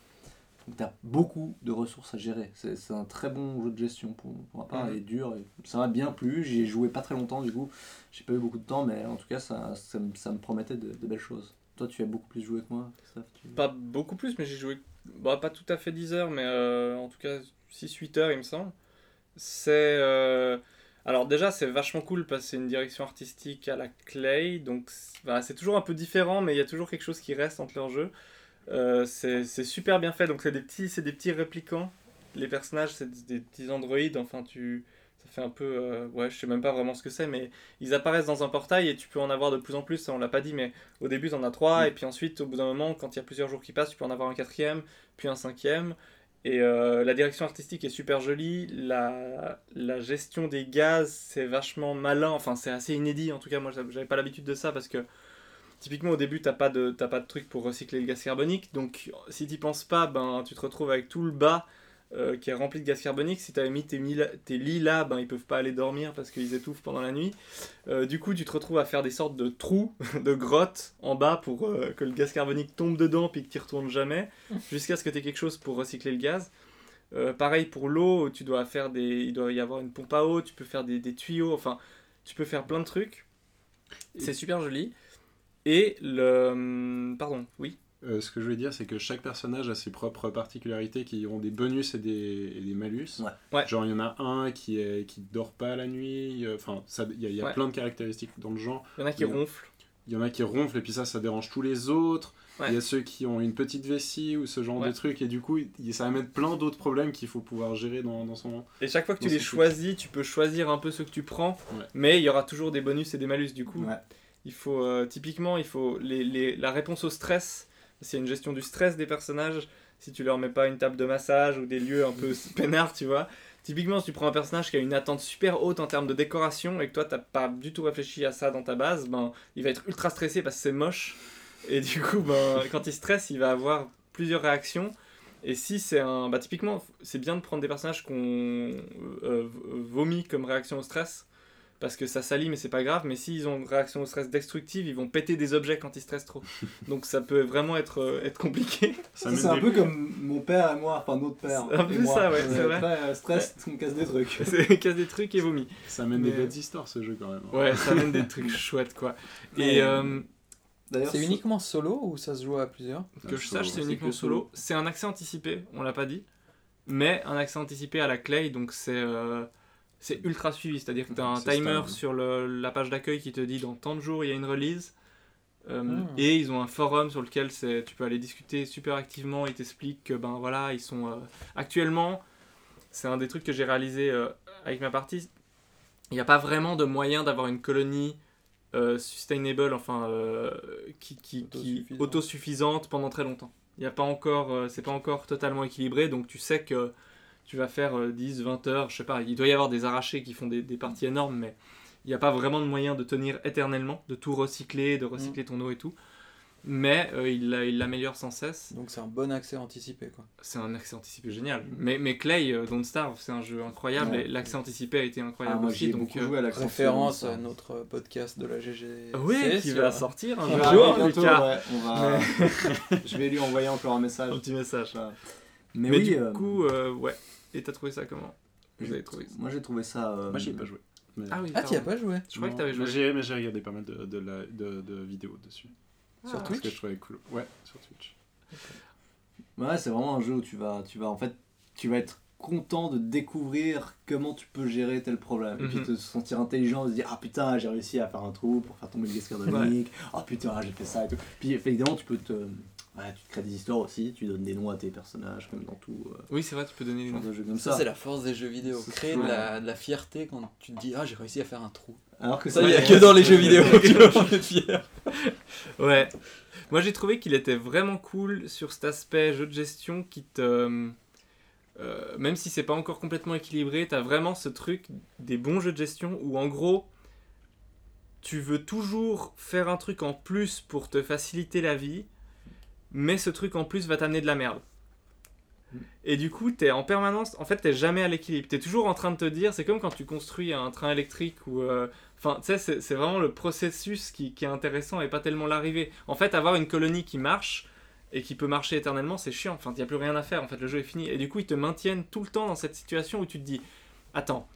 Speaker 5: Donc t'as beaucoup de ressources à gérer. C'est c'est un très bon jeu de gestion pour, pour ma part.
Speaker 3: Mhm.
Speaker 5: Il est dur. et ça m'a bien plu. J'y ai joué pas très longtemps du coup. J'ai pas eu beaucoup de temps, mais en tout cas, ça, ça, me- ça me promettait de, de belles choses. Toi, tu as beaucoup plus joué que moi, Christophe. tu-
Speaker 3: Pas beaucoup plus, mais j'ai joué bah, pas tout à fait 10 heures, mais euh, en tout cas 6-8 heures, il me semble. C'est. euh, Alors, déjà, c'est vachement cool parce que c'est une direction artistique à la clay, donc c'est- bah, c'est toujours un peu différent, mais il y a toujours quelque chose qui reste entre leurs jeux. Euh, c'est c'est super bien fait, donc c'est des, petits- c'est des petits réplicants. Les personnages, c'est des- des petits androïdes, enfin, tu. Ça fait un peu. euh, Ouais, je sais même pas vraiment ce que c'est, mais ils apparaissent dans un portail et tu peux en avoir de plus en plus, ça on l'a pas dit, mais au début, t'en as trois, et puis ensuite, au bout d'un moment, quand il y a plusieurs jours qui passent, tu peux en avoir un quatrième, puis un cinquième. Et euh, la direction artistique est super jolie. La, la gestion des gaz, c'est vachement malin. Enfin, c'est assez inédit. En tout cas, moi, j'avais pas l'habitude de ça parce que Typiquement, au début, t'as pas, de, t'as pas de truc pour recycler le gaz carbonique. Donc, si t'y penses pas, ben, tu te retrouves avec tout le bas euh, qui est rempli de gaz carbonique. Si t'avais mis tes, mille- tes lits là, ben, ils peuvent pas aller dormir parce qu'ils étouffent pendant la nuit. Euh, du coup, tu te retrouves à faire des sortes de trous, de grottes en bas pour euh, que le gaz carbonique tombe dedans puis que t'y retournes jamais, jusqu'à ce que t'aies quelque chose pour recycler le gaz. Euh, pareil pour l'eau, tu dois faire des, il doit y avoir une pompe à eau, tu peux faire des, des tuyaux, enfin, tu peux faire plein de trucs. C'est super joli. Et le, hum, pardon, oui.
Speaker 4: Euh, ce que je voulais dire, c'est que chaque personnage a ses propres particularités qui ont des bonus et des, et des malus.
Speaker 5: Ouais.
Speaker 3: Ouais.
Speaker 4: Genre, il y en a un qui, est, qui dort pas la nuit. euh, Enfin, ça- il y a, il y a
Speaker 3: Ouais.
Speaker 4: plein de caractéristiques dans le genre.
Speaker 3: Il y en a qui
Speaker 4: Oui.
Speaker 3: ronflent.
Speaker 4: Il y en a qui ronflent et puis ça, ça dérange tous les autres. Il
Speaker 3: Ouais.
Speaker 4: y a ceux qui ont une petite vessie ou ce genre
Speaker 3: Ouais.
Speaker 4: de truc. Et du coup, il- ça amène plein d'autres problèmes qu'il faut pouvoir gérer dans, dans son.
Speaker 3: Et chaque fois que tu
Speaker 4: Non,
Speaker 3: les
Speaker 4: c'est cool.
Speaker 3: choisis, tu peux choisir un peu ce que tu prends,
Speaker 4: Ouais.
Speaker 3: mais il y aura toujours des bonus et des malus du coup.
Speaker 5: Ouais.
Speaker 3: Il faut euh, typiquement, il faut les, les- la réponse au stress. S'il y a une gestion du stress des personnages, si tu leur mets pas une table de massage ou des lieux un peu peinards, tu vois. Typiquement, si tu prends un personnage qui a une attente super haute en termes de décoration et que toi t'as pas du tout réfléchi à ça dans ta base, ben il va être ultra stressé parce que c'est moche. Et du coup, ben, quand il stresse, il va avoir plusieurs réactions. Et si c'est un. Bah, typiquement, c'est bien de prendre des personnages qu'on euh, euh, vomit comme réaction au stress. Parce que ça salit, mais c'est pas grave. Mais s'ils ont une réaction au stress destructive, ils vont péter des objets quand ils stressent trop. Donc ça peut vraiment être, euh, être compliqué.
Speaker 5: Ça,
Speaker 4: Ça amène
Speaker 5: C'est un
Speaker 4: des-
Speaker 5: peu comme mon père et moi, enfin notre père.
Speaker 3: C'est un peu
Speaker 5: et moi.
Speaker 3: ça, ouais,
Speaker 5: On est
Speaker 3: c'est vrai.
Speaker 5: Très euh, stress, on casse des trucs.
Speaker 3: C'est casse des trucs et vomit.
Speaker 4: Ça amène des
Speaker 3: Mais-
Speaker 4: belles histoires, ce jeu, quand même.
Speaker 3: Ouais, ça amène des trucs chouettes, quoi.
Speaker 5: Ouais.
Speaker 3: Et euh,
Speaker 5: D'ailleurs,
Speaker 13: C'est uniquement solo ou ça se joue à plusieurs
Speaker 3: que je sache, c'est uniquement
Speaker 14: que
Speaker 3: solo. C'est un accès anticipé, on l'a pas dit. Mais un accès anticipé à la clay, donc c'est. euh, c'est ultra suivi, c'est-à-dire que tu as un
Speaker 4: C'est
Speaker 3: timer
Speaker 4: stable.
Speaker 3: sur le- la page d'accueil qui te dit dans tant de jours il y a une release. Euh,
Speaker 13: Mm.
Speaker 3: Et ils ont un forum sur lequel c'est- tu peux aller discuter super activement. Ils t'expliquent que ben voilà, ils sont euh, actuellement. C'est un des trucs que j'ai réalisé euh, avec ma partie. Il n'y a pas vraiment de moyen d'avoir une colonie euh, sustainable, enfin euh, qui, qui- qui-
Speaker 13: Autosuffisante.
Speaker 3: autosuffisante pendant très longtemps. Il n'y a pas encore, euh, c'est pas encore totalement équilibré, donc tu sais que tu vas faire euh, 10, 20 heures, je sais pas. Il doit y avoir des arrachés qui font des, des parties énormes, mais il n'y a pas vraiment de moyen de tenir éternellement, de tout recycler, de recycler ton eau et tout. Mais euh, il l'a- il l'améliore sans cesse.
Speaker 13: Donc c'est un bon accès anticipé quoi.
Speaker 3: C'est un accès anticipé génial. Mais, mais Clay, euh, Don't Starve, c'est un jeu incroyable.
Speaker 5: Ouais.
Speaker 3: et L'accès anticipé a été
Speaker 14: Ah,
Speaker 3: incroyable
Speaker 14: moi,
Speaker 3: aussi.
Speaker 14: j'ai
Speaker 3: Donc,
Speaker 14: beaucoup
Speaker 3: euh,
Speaker 14: joué à la
Speaker 13: Référence à notre podcast de la GG.
Speaker 3: oui, qui va sortir un
Speaker 5: on
Speaker 3: jour,
Speaker 5: va arriver Ah, bah, bientôt,
Speaker 3: Ah, Lucas.
Speaker 5: ouais, on va...
Speaker 14: Je vais lui envoyer encore un message.
Speaker 3: Un petit message.
Speaker 5: Mais,
Speaker 3: Mais
Speaker 5: oui,
Speaker 3: du
Speaker 5: euh,
Speaker 3: coup, euh, ouais. Et t'as trouvé ça comment Vous avez trouvé ça
Speaker 5: moi j'ai trouvé ça. euh,
Speaker 4: Moi, j'y ai pas joué. Mais-
Speaker 3: Ah oui,
Speaker 13: Ah t'y as
Speaker 3: pardon.
Speaker 13: pas joué
Speaker 3: Je crois que
Speaker 4: Non,
Speaker 3: t'avais
Speaker 4: mais
Speaker 3: joué.
Speaker 4: j'ai- Mais j'ai regardé pas mal de, de, la- de- de vidéos dessus.
Speaker 13: Ah, Sur
Speaker 4: Parce que
Speaker 13: Twitch
Speaker 4: je trouvais cool. Ouais, sur Twitch.
Speaker 5: Bah Ouais, c'est vraiment un jeu où tu vas, tu vas en fait, tu vas être content de découvrir comment tu peux gérer tel problème et puis
Speaker 3: Mhm.
Speaker 5: te sentir intelligent de se dire ah putain j'ai réussi à faire un trou pour faire tomber le gaz carbonique ah putain j'ai fait ça et tout puis évidemment tu peux te ouais, tu te crées des histoires aussi tu donnes des noms à tes personnages comme dans tout euh,
Speaker 3: Oui, c'est vrai, tu peux donner les
Speaker 5: genre
Speaker 3: noms.
Speaker 5: de jeu comme
Speaker 13: Ça
Speaker 5: ça,
Speaker 13: c'est la force des jeux vidéo.
Speaker 5: C'est
Speaker 13: Créer
Speaker 5: chaud.
Speaker 13: de la, de la fierté quand tu te dis ah j'ai réussi à faire un trou.
Speaker 5: alors que
Speaker 13: Ça il y a que dans les jeux vidéo que tu vas en être fier.
Speaker 3: Ouais. Moi, j'ai trouvé qu'il était vraiment cool sur cet aspect jeu de gestion qui te. euh, même si c'est pas encore complètement équilibré, t'as vraiment ce truc des bons jeux de gestion où en gros, tu veux toujours faire un truc en plus pour te faciliter la vie, mais ce truc en plus va t'amener de la merde. Et du coup, t'es en permanence, en fait, t'es jamais à l'équilibre. T'es toujours en train de te dire, c'est comme quand tu construis un train électrique ou. euh, Enfin, tu sais, c'est- c'est vraiment le processus qui, qui est intéressant et pas tellement l'arrivée. En fait, avoir une colonie qui marche et qui peut marcher éternellement, c'est chiant. Enfin, il n'y a plus rien à faire. En fait, le jeu est fini. Et du coup, ils te maintiennent tout le temps dans cette situation où tu te dis Attends,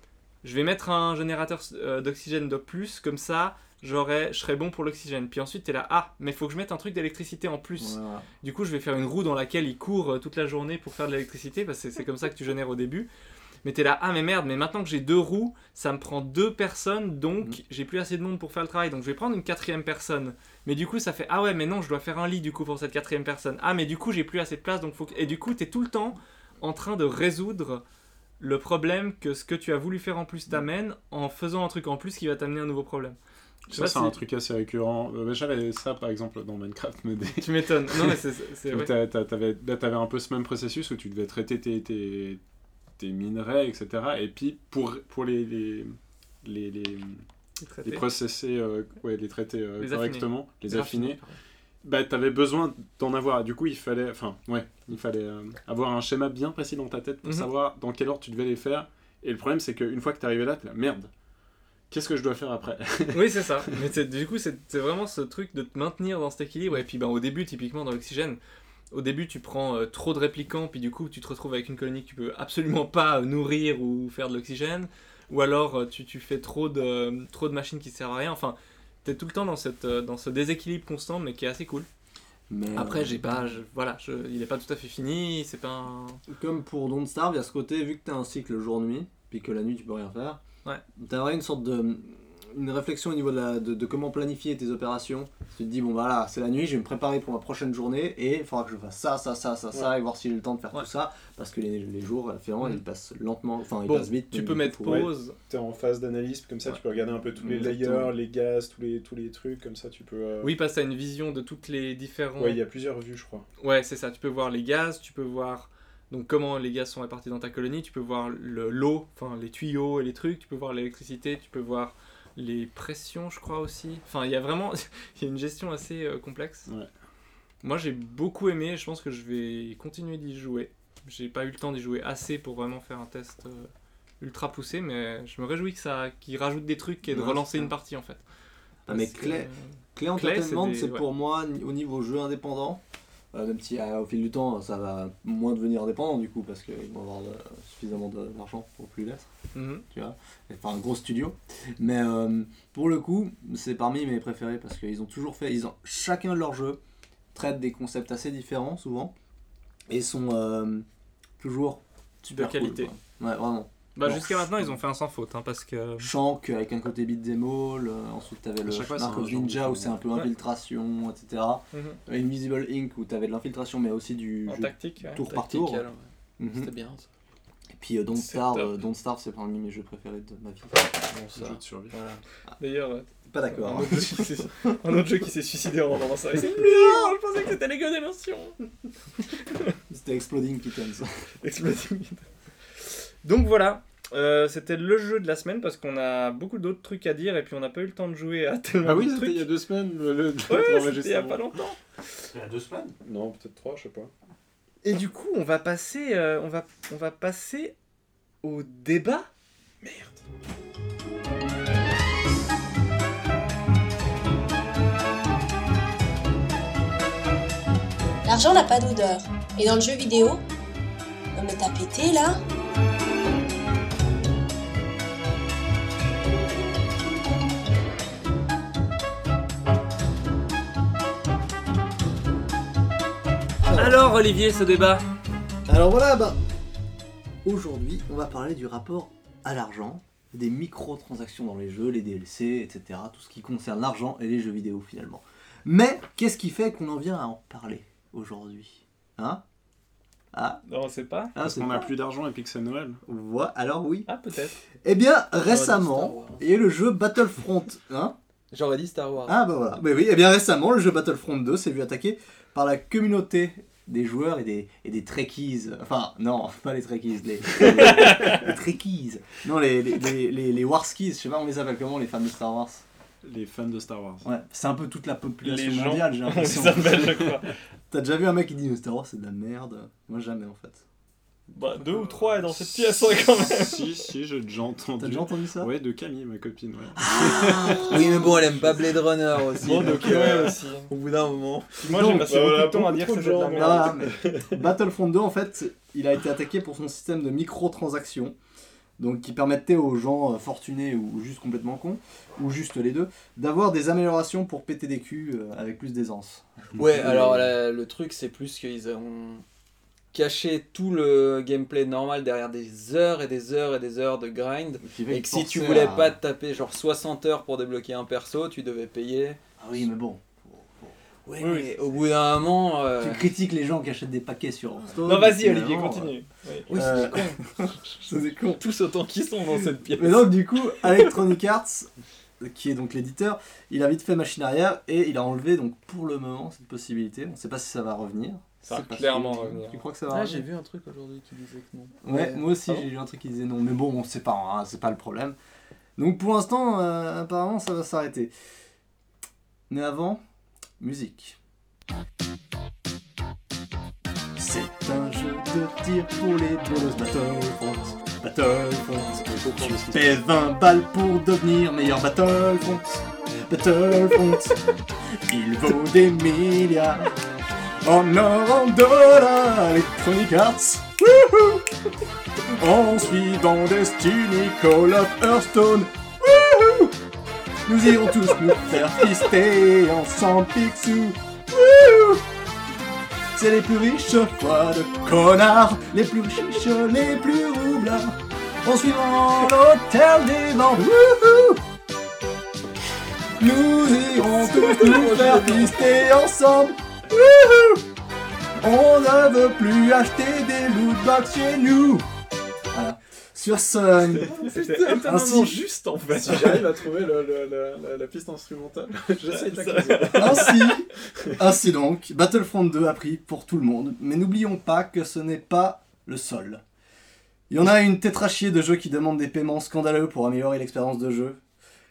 Speaker 3: je vais mettre un générateur euh, d'oxygène de plus, comme ça, j'aurai- je serai bon pour l'oxygène. Puis ensuite, tu es là Ah, mais il faut que je mette un truc d'électricité en plus.
Speaker 5: Voilà.
Speaker 3: Du coup, je vais faire une roue dans laquelle il court euh, toute la journée pour faire de l'électricité, parce que c'est- c'est comme ça que tu génères au début. Mais t'es là, ah mais merde, mais maintenant que j'ai deux roues, ça me prend deux personnes, donc
Speaker 4: Mhm.
Speaker 3: j'ai plus assez de monde pour faire le travail, donc je vais prendre une quatrième personne. Mais du coup, ça fait, ah ouais, mais non, je dois faire un lit du coup pour cette quatrième personne. Ah mais du coup, j'ai plus assez de place, donc faut que... Et du coup, t'es tout le temps en train de résoudre le problème que ce que tu as voulu faire en plus t'amène, en faisant un truc en plus qui va t'amener un nouveau problème. Je sais
Speaker 4: Ça,
Speaker 3: pas
Speaker 4: c'est
Speaker 3: si-
Speaker 4: un truc assez récurrent. Euh, bah, J'avais ça, par exemple, dans Minecraft, mais des-
Speaker 3: Tu m'étonnes. Non mais c'est... c'est- c'est-
Speaker 4: Où
Speaker 3: ouais.
Speaker 4: t'as- t'as- t'avais- Là, t'avais un peu ce même processus où tu devais traiter tes, tes, tes minerais, etc. Et puis, pour, pour les, les, les, les-
Speaker 3: Les traités.
Speaker 4: les processer, euh, ouais, les traiter euh,
Speaker 3: Les affiner.
Speaker 4: correctement, les
Speaker 3: Les raffinés,
Speaker 4: affiner,
Speaker 3: pardon.
Speaker 4: bah t'avais besoin d'en avoir. Du coup, il fallait, enfin, ouais, il fallait euh, avoir un schéma bien précis dans ta tête pour
Speaker 3: Mhm.
Speaker 4: savoir dans quel ordre tu devais les faire. Et le problème, c'est qu'une fois que t'es arrivé là, t'es là, merde, qu'est-ce que je dois faire après
Speaker 3: Oui, c'est ça. Mais c'est- du coup, c'est c'est vraiment ce truc de te maintenir dans cet équilibre. Et puis, ben, au début, typiquement, dans l'oxygène, au début, tu prends euh, trop de répliquants, puis du coup, tu te retrouves avec une colonie que tu peux absolument pas euh, nourrir ou faire de l'oxygène. Ou alors, euh, tu, tu fais trop de, trop de machines qui te servent à rien. Enfin, t'es tout le temps dans, cette, euh, dans ce déséquilibre constant, mais qui est assez cool.
Speaker 5: Mais, euh,
Speaker 3: Après, j'ai pas. je- voilà, je- il est pas tout à fait fini. C'est pas un.
Speaker 5: Comme pour Don't Starve, il y a ce côté, vu que t'as un cycle jour-nuit, puis que la nuit tu peux rien faire,
Speaker 3: Ouais.
Speaker 5: t'as vraiment une sorte de. une réflexion au niveau de, la- de- de comment planifier tes opérations. Tu te dis, bon voilà, c'est la nuit, je vais me préparer pour ma prochaine journée et il faudra que je fasse ça, ça, ça, ça, ça, et voir si j'ai le temps de faire
Speaker 3: Ouais.
Speaker 5: tout ça, parce que les, les jours, euh, finalement,
Speaker 3: Mhm.
Speaker 5: ils passent lentement, enfin, ils
Speaker 3: Bon,
Speaker 5: passent vite.
Speaker 3: Tu
Speaker 5: mais
Speaker 3: peux
Speaker 5: du
Speaker 3: mettre
Speaker 5: coup,
Speaker 4: ouais.
Speaker 3: pause.
Speaker 4: T'es en phase d'analyse, comme ça,
Speaker 3: Ouais.
Speaker 4: tu peux regarder un peu tous les
Speaker 5: Exactement.
Speaker 4: layers, les gaz, tous les tous les trucs, comme ça, tu peux. euh,
Speaker 3: Oui, parce que t'as une vision de toutes les différentes.
Speaker 4: Ouais, il y a plusieurs vues, je crois.
Speaker 3: Ouais, c'est ça. Tu peux voir les gaz, tu peux voir donc comment les gaz sont répartis dans ta colonie, tu peux voir le- l'eau, enfin les tuyaux et les trucs, tu peux voir l'électricité, tu peux voir les pressions, je crois aussi. Enfin, il y a vraiment il y a une gestion assez euh, complexe.
Speaker 4: Ouais.
Speaker 3: Moi, j'ai beaucoup aimé. Je pense que je vais continuer d'y jouer. J'ai pas eu le temps d'y jouer assez pour vraiment faire un test euh, ultra poussé, mais je me réjouis que ça, qu'ils rajoutent des trucs et de
Speaker 5: Ouais,
Speaker 3: relancer
Speaker 5: c'est
Speaker 3: une
Speaker 5: ça.
Speaker 3: partie en fait.
Speaker 5: Ah, mais
Speaker 3: Parce que-
Speaker 5: Clay- Clé
Speaker 3: Clé,
Speaker 5: Entertainment,
Speaker 3: c'est des-
Speaker 5: c'est
Speaker 3: ouais.
Speaker 5: pour moi, ni- au niveau jeu indépendant, euh, même si euh, au fil du temps, ça va moins devenir indépendant du coup, parce qu'ils vont avoir euh, suffisamment de- d'argent pour plus l'être.
Speaker 3: Mhm.
Speaker 5: enfin un gros studio. Mais euh, pour le coup, c'est parmi mes préférés parce qu'ils ont toujours fait, ils ont chacun de leurs jeux traite des concepts assez différents souvent et sont euh, toujours super cool,
Speaker 3: qualité.
Speaker 5: quoi. ouais, vraiment.
Speaker 3: Bah,
Speaker 5: Alors,
Speaker 3: jusqu'à maintenant, ils ont fait un sans faute, hein, parce que.
Speaker 5: Shank avec un côté beat them all, euh, ensuite t'avais le
Speaker 8: chaque fois, c'est
Speaker 5: Mark
Speaker 8: un
Speaker 5: of
Speaker 8: genre
Speaker 5: Ninja
Speaker 8: de
Speaker 5: où
Speaker 8: jeu,
Speaker 5: c'est un peu
Speaker 3: ouais.
Speaker 5: infiltration, etc.
Speaker 3: Mhm.
Speaker 5: Invisible Inc où t'avais de l'infiltration mais aussi du
Speaker 3: En
Speaker 5: jeu
Speaker 3: tactique. ouais.
Speaker 5: tour par tour.
Speaker 8: hein.
Speaker 13: Tactical, ouais.
Speaker 5: Mhm.
Speaker 13: C'était bien ça.
Speaker 5: Et puis euh, Don't
Speaker 3: C'est
Speaker 5: Starve,
Speaker 3: top.
Speaker 5: euh, Don't Starve c'est parmi mes jeux préférés de ma vie.
Speaker 13: Bon,
Speaker 4: Le jeu
Speaker 13: ça.
Speaker 4: de survie.
Speaker 13: Voilà.
Speaker 3: D'ailleurs, euh,
Speaker 5: Pas d'accord. hein.
Speaker 3: Un autre, jeu qui s'est- un autre jeu qui s'est suicidé en rendant ça. C'est dur Je pensais que c'était les gueules d'émotion
Speaker 5: C'était Exploding Kittens.
Speaker 3: Exploding Kittens. Donc voilà, euh, c'était le jeu de la semaine parce qu'on a beaucoup d'autres trucs à dire et puis on n'a pas eu le temps de jouer à tellement
Speaker 4: Ah oui,
Speaker 3: de
Speaker 4: c'était
Speaker 3: trucs.
Speaker 4: il y a deux semaines le, le- notre
Speaker 3: Ouais, c'était il y a
Speaker 4: enregistrement.
Speaker 3: pas longtemps.
Speaker 8: Il y a deux semaines
Speaker 4: Non, peut-être trois, je sais pas.
Speaker 3: Et du coup, on va passer, euh, on va, on va passer au débat.
Speaker 15: L'argent n'a pas d'odeur. Et dans le jeu vidéo Non mais t'as pété là
Speaker 3: Alors Olivier, ce débat
Speaker 5: Alors voilà, bah, aujourd'hui, on va parler du rapport à l'argent, des microtransactions dans les jeux, les DLC, etc. Tout ce qui concerne l'argent et les jeux vidéo finalement. Mais qu'est-ce qui fait qu'on en vient à en parler aujourd'hui Hein Ah,
Speaker 3: Non, on sait pas.
Speaker 5: ah
Speaker 4: Parce
Speaker 5: c'est
Speaker 4: qu'on a
Speaker 5: pas-
Speaker 4: plus d'argent et puis que c'est Noël.
Speaker 5: Ouais, alors oui.
Speaker 3: Ah, peut-être.
Speaker 5: Eh bien,
Speaker 13: Star
Speaker 5: récemment,
Speaker 13: Wars.
Speaker 5: il y a eu le jeu Battlefront, hein
Speaker 13: J'aurais dit Star Wars.
Speaker 5: Ah bah voilà. Mais oui, et bien récemment, le jeu Battlefront 2 s'est vu attaquer par la communauté des joueurs et des, et des trekkies. Enfin, non, pas les trekkies, les, les, les trekkies. Non, les, les, les, les, les warskis, je sais pas, on les appelle comment les fans de Star Wars
Speaker 4: Les fans de Star Wars.
Speaker 5: Ouais, c'est un peu toute la population
Speaker 3: Les gens.
Speaker 5: mondiale, j'ai
Speaker 3: On les
Speaker 5: l'impression.
Speaker 3: appelle, je crois.
Speaker 5: T'as déjà vu un mec qui dit Star Wars c'est de la merde Moi jamais en fait.
Speaker 3: Bah, deux ou trois dans cette pièce hein, quand même.
Speaker 4: si, si, j'ai déjà entendu.
Speaker 5: T'as déjà entendu ça
Speaker 4: Ouais, de Camille, ma copine, ouais.
Speaker 13: Oui, mais bon, elle aime pas Blade Runner aussi.
Speaker 3: Bon,
Speaker 13: donc,
Speaker 3: donc,
Speaker 13: euh,
Speaker 3: ouais, aussi.
Speaker 13: Au bout d'un moment.
Speaker 3: Moi j'ai passé bah, beaucoup de temps à dire que c'était de la merde.
Speaker 5: Voilà, mais Battlefront 2, en fait, il a été attaqué pour son système de microtransactions, donc qui permettait aux gens euh, fortunés ou juste complètement cons, ou juste les deux, d'avoir des améliorations pour péter des culs euh, avec plus d'aisance.
Speaker 13: Ouais, alors la- le truc, c'est plus qu'ils ont caché tout le gameplay normal derrière des heures et des heures et des heures de grind.
Speaker 5: Ce qui fait
Speaker 13: Et que
Speaker 5: qu'ils
Speaker 13: si tu
Speaker 5: forçaient
Speaker 13: voulais
Speaker 5: à-
Speaker 13: pas te taper genre 60 heures pour débloquer un perso, tu devais payer.
Speaker 5: Ah oui, mais bon.
Speaker 13: Ouais,
Speaker 3: Oui, oui.
Speaker 13: mais au bout d'un moment. euh,
Speaker 5: Tu critiques les gens qui achètent des paquets sur Hearthstone,
Speaker 3: Non, vas-y,
Speaker 5: finalement,
Speaker 3: Olivier,
Speaker 5: euh,
Speaker 3: continue.
Speaker 13: Oui, c'est
Speaker 5: Euh,
Speaker 13: con.
Speaker 5: c'est con.
Speaker 13: Tous autant qu'ils sont dans cette pièce.
Speaker 5: Mais donc du coup, Electronic Arts, qui est donc l'éditeur, il a vite fait machine arrière et il a enlevé donc pour le moment cette possibilité. On ne sait pas si ça va revenir.
Speaker 3: Ça va
Speaker 5: C'est pas
Speaker 3: clairement
Speaker 5: sûr.
Speaker 3: revenir.
Speaker 5: Tu crois que ça va
Speaker 13: Ah, j'ai
Speaker 5: revenir
Speaker 13: vu un truc aujourd'hui qui disait que non.
Speaker 5: Ouais, moi aussi
Speaker 13: Ah bon
Speaker 5: j'ai lu un truc qui disait non, mais bon, on sait pas, hein, c'est pas le problème. Donc pour l'instant, euh, apparemment, ça va s'arrêter. Mais avant, musique. C'est un jeu de tir pour les bolos Battlefront. Battlefront. Tu paies 20 balles pour devenir meilleur Battlefront. Battlefront. Il vaut des milliards. En or, en dollars, Electronic Arts. Wouhou en suivant Destiny, Call of Hearthstone. Wouhou nous irons tous nous faire fister ensemble, Picsou. Wouhou C'est les plus riches, quoi de connards, les plus riches, les plus roublards. En suivant l'hôtel des ventes, Wouhou nous irons tous nous faire fister ensemble. Wouhou On ne veut plus acheter des loot box chez nous. Sur ce,
Speaker 4: C'était
Speaker 5: Ainsi-
Speaker 4: ainsi juste en fait.
Speaker 5: Si
Speaker 4: Ah, j'arrive à trouver la, piste instrumentale, j'essaie de
Speaker 5: ainsi, ainsi donc, Battlefront 2 a pris pour tout le monde, mais n'oublions pas que ce n'est pas le seul. Il y en a une tétrachie de jeux qui demandent des paiements scandaleux pour améliorer l'expérience de jeu.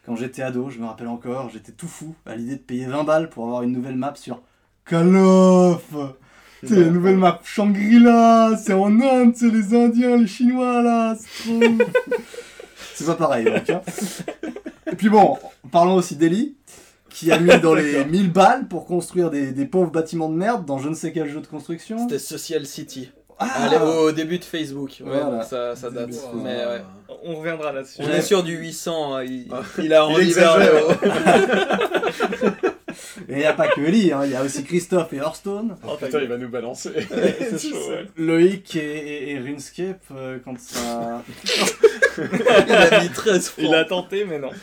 Speaker 5: Quand j'étais ado, je me rappelle encore, j'étais tout fou à l'idée de payer 20 balles pour avoir une nouvelle map sur Call of C'est la nouvelle map Shangri-La, c'est en Inde, c'est les Indiens, les Chinois là, c'est trop... c'est pas pareil donc. hein. Et puis bon, parlons aussi d'Eli, qui a mis dans les 1000 balles pour construire des, des pauvres bâtiments de merde dans je ne sais quel jeu de construction.
Speaker 13: C'était Social City.
Speaker 5: Ah
Speaker 13: Allez, au début de Facebook. Ouais,
Speaker 5: Voilà.
Speaker 13: donc ça, ça date.
Speaker 5: Début de Facebook.
Speaker 13: Mais ouais.
Speaker 6: On reviendra là-dessus.
Speaker 13: On est sur du 800. hein, Il, il a euh,
Speaker 5: Il
Speaker 13: enlevé
Speaker 5: exagère. Et il n'y a pas que Eli, hein, il y a aussi Christophe et Hearthstone,
Speaker 4: Oh putain, il va nous balancer. C'est chaud, ouais.
Speaker 5: Loïc et, et- et RuneScape euh, quand ça...
Speaker 13: Il a mis 13 francs.
Speaker 6: Il a tenté, mais non.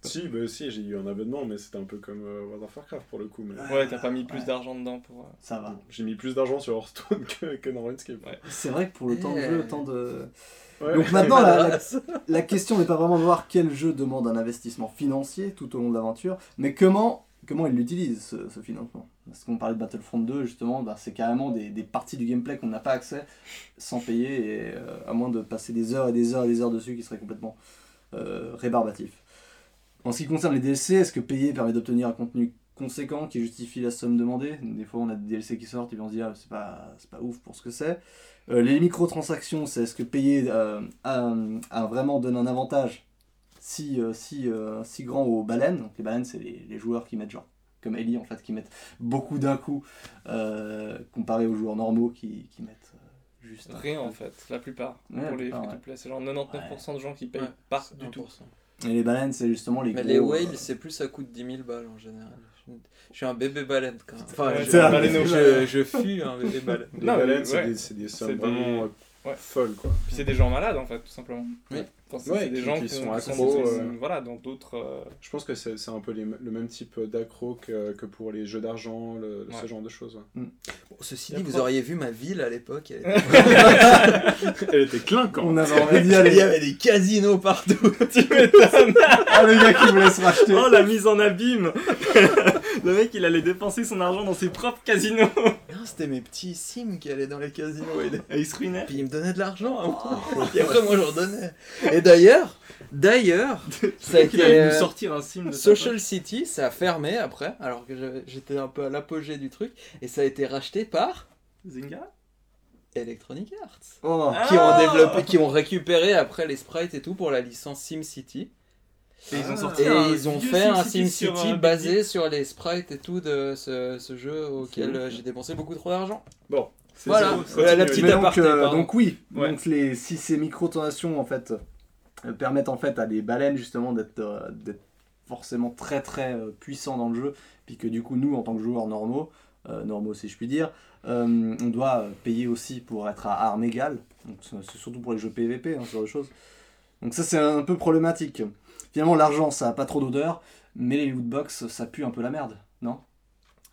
Speaker 4: Si, bah aussi, j'ai eu un abonnement, mais c'était un peu comme euh, World of Warcraft pour le coup. Mais...
Speaker 6: Ouais, t'as pas mis plus
Speaker 5: Ouais.
Speaker 6: d'argent dedans pour. euh,
Speaker 5: ça va.
Speaker 4: J'ai mis plus d'argent sur Hearthstone que, que dans RuneScape.
Speaker 6: Ouais.
Speaker 5: C'est vrai que pour le temps de jeu, le temps de...
Speaker 4: Ouais.
Speaker 5: Donc maintenant, la, la- la question n'est pas vraiment de voir quel jeu demande un investissement financier tout au long de l'aventure, mais comment, comment il l'utilise, ce, ce financement. Parce qu'on parlait de Battlefront 2, justement, bah, c'est carrément des, des parties du gameplay qu'on n'a pas accès sans payer, et, euh, à moins de passer des heures et des heures et des heures dessus qui serait complètement euh, rébarbatif. En ce qui concerne les DLC, est-ce que payer permet d'obtenir un contenu conséquent qui justifie la somme demandée Des fois, on a des DLC qui sortent et puis on se dit, ah, c'est pas, c'est pas ouf pour ce que c'est. Euh, les microtransactions, c'est est-ce que payer euh, à, à vraiment donne un avantage si, euh, si, euh, si grand aux baleines Donc les baleines, c'est les, les joueurs qui mettent genre, comme Ellie en fait, qui mettent beaucoup d'un coup, euh, comparé aux joueurs normaux qui, qui mettent euh, juste... un-
Speaker 6: Rien en fait, la plupart.
Speaker 5: Ouais,
Speaker 6: pour
Speaker 5: la
Speaker 6: les
Speaker 5: plupart,
Speaker 6: free to play, c'est genre 99% de gens qui payent
Speaker 13: Ouais,
Speaker 6: pas
Speaker 13: c'est
Speaker 6: du tout.
Speaker 13: 1%.
Speaker 5: Et les baleines, c'est justement les
Speaker 13: Mais
Speaker 5: gros,
Speaker 13: les
Speaker 5: euh,
Speaker 13: whales, c'est plus ça coûte 10 000 balles en général. Je- Je suis un bébé baleine quand même. Enfin,
Speaker 6: Ouais,
Speaker 13: je,
Speaker 5: t'es un
Speaker 6: baleineau.
Speaker 13: je, je fus un hein, bébé baleine.
Speaker 4: Les
Speaker 6: Non, mais
Speaker 4: baleines,
Speaker 6: ouais.
Speaker 4: c'est des, c'est des sommes
Speaker 6: C'est des-
Speaker 4: vraiment euh,
Speaker 6: ouais.
Speaker 4: folles, quoi.
Speaker 6: Puis c'est des gens malades en fait, tout simplement.
Speaker 13: Oui.
Speaker 6: Enfin, c'est
Speaker 4: Ouais,
Speaker 6: c'est des
Speaker 4: qui-
Speaker 6: gens
Speaker 4: qui
Speaker 6: qui,
Speaker 4: sont
Speaker 6: ont- qui
Speaker 4: accros,
Speaker 6: dans-
Speaker 4: euh.
Speaker 6: Voilà, dans d'autres. euh,
Speaker 4: Je pense que c'est c'est un peu les m- le même type d'accro que, que pour les jeux d'argent, le- le- ce
Speaker 6: Ouais.
Speaker 4: genre de choses. ouais.
Speaker 13: Bon, ceci
Speaker 6: Y a
Speaker 13: dit, vous
Speaker 6: pas-
Speaker 13: auriez vu ma ville à l'époque. elle était-
Speaker 4: Elle était clinquante.
Speaker 5: On avait envie d'y
Speaker 13: Il y
Speaker 5: aller.
Speaker 13: avait des casinos partout.
Speaker 5: Ah, le gars qui vous laisse racheter.
Speaker 6: Oh la mise en abîme Le mec il allait dépenser son argent dans ses propres casinos
Speaker 13: Non, Hein, C'était mes petits sims qui allaient dans les casinos. Et...
Speaker 6: Et il se ruinait
Speaker 13: Puis ils me donnaient de l'argent. à moi. Et après, moi, je leur donnais. Et d'ailleurs, d'ailleurs, ça a
Speaker 6: Il
Speaker 13: été,
Speaker 6: allait nous
Speaker 13: euh,
Speaker 6: sortir un sim de sa poche.
Speaker 13: Social City, ça a fermé après, alors que je- j'étais un peu à l'apogée du truc. Et ça a été racheté par
Speaker 6: Zynga
Speaker 13: Electronic Arts.
Speaker 5: Oh.
Speaker 13: qui ont
Speaker 6: Ah
Speaker 13: développé, qui ont récupéré après les sprites et tout pour la licence SimCity.
Speaker 6: Et ils ont sorti
Speaker 13: Ah. Et
Speaker 6: un
Speaker 13: ils ont
Speaker 6: vieux
Speaker 13: fait un
Speaker 6: SimCity sur,
Speaker 13: SimCity
Speaker 6: euh,
Speaker 13: basé sur les sprites et tout de ce, ce jeu auquel euh, j'ai dépensé beaucoup trop d'argent.
Speaker 4: Bon, c'est
Speaker 13: Voilà,
Speaker 4: zéro.
Speaker 13: voilà la petite
Speaker 5: Mais donc,
Speaker 13: aparté.
Speaker 5: euh,
Speaker 13: pardon.
Speaker 5: donc oui,
Speaker 6: Ouais.
Speaker 5: donc les, si ces microtransactions en fait euh, permettent en fait à des baleines justement d'être euh, d'être forcément très très euh, puissants dans le jeu, puis que du coup nous en tant que joueurs normaux, euh, normaux si je puis dire, euh, on doit euh, payer aussi pour être à armes égales. Donc c'est c'est surtout pour les jeux PVP, hein, ce genre de choses. Donc ça c'est un peu problématique. Finalement l'argent ça a pas trop d'odeur, mais les lootbox ça pue un peu la merde, non
Speaker 4: Oh.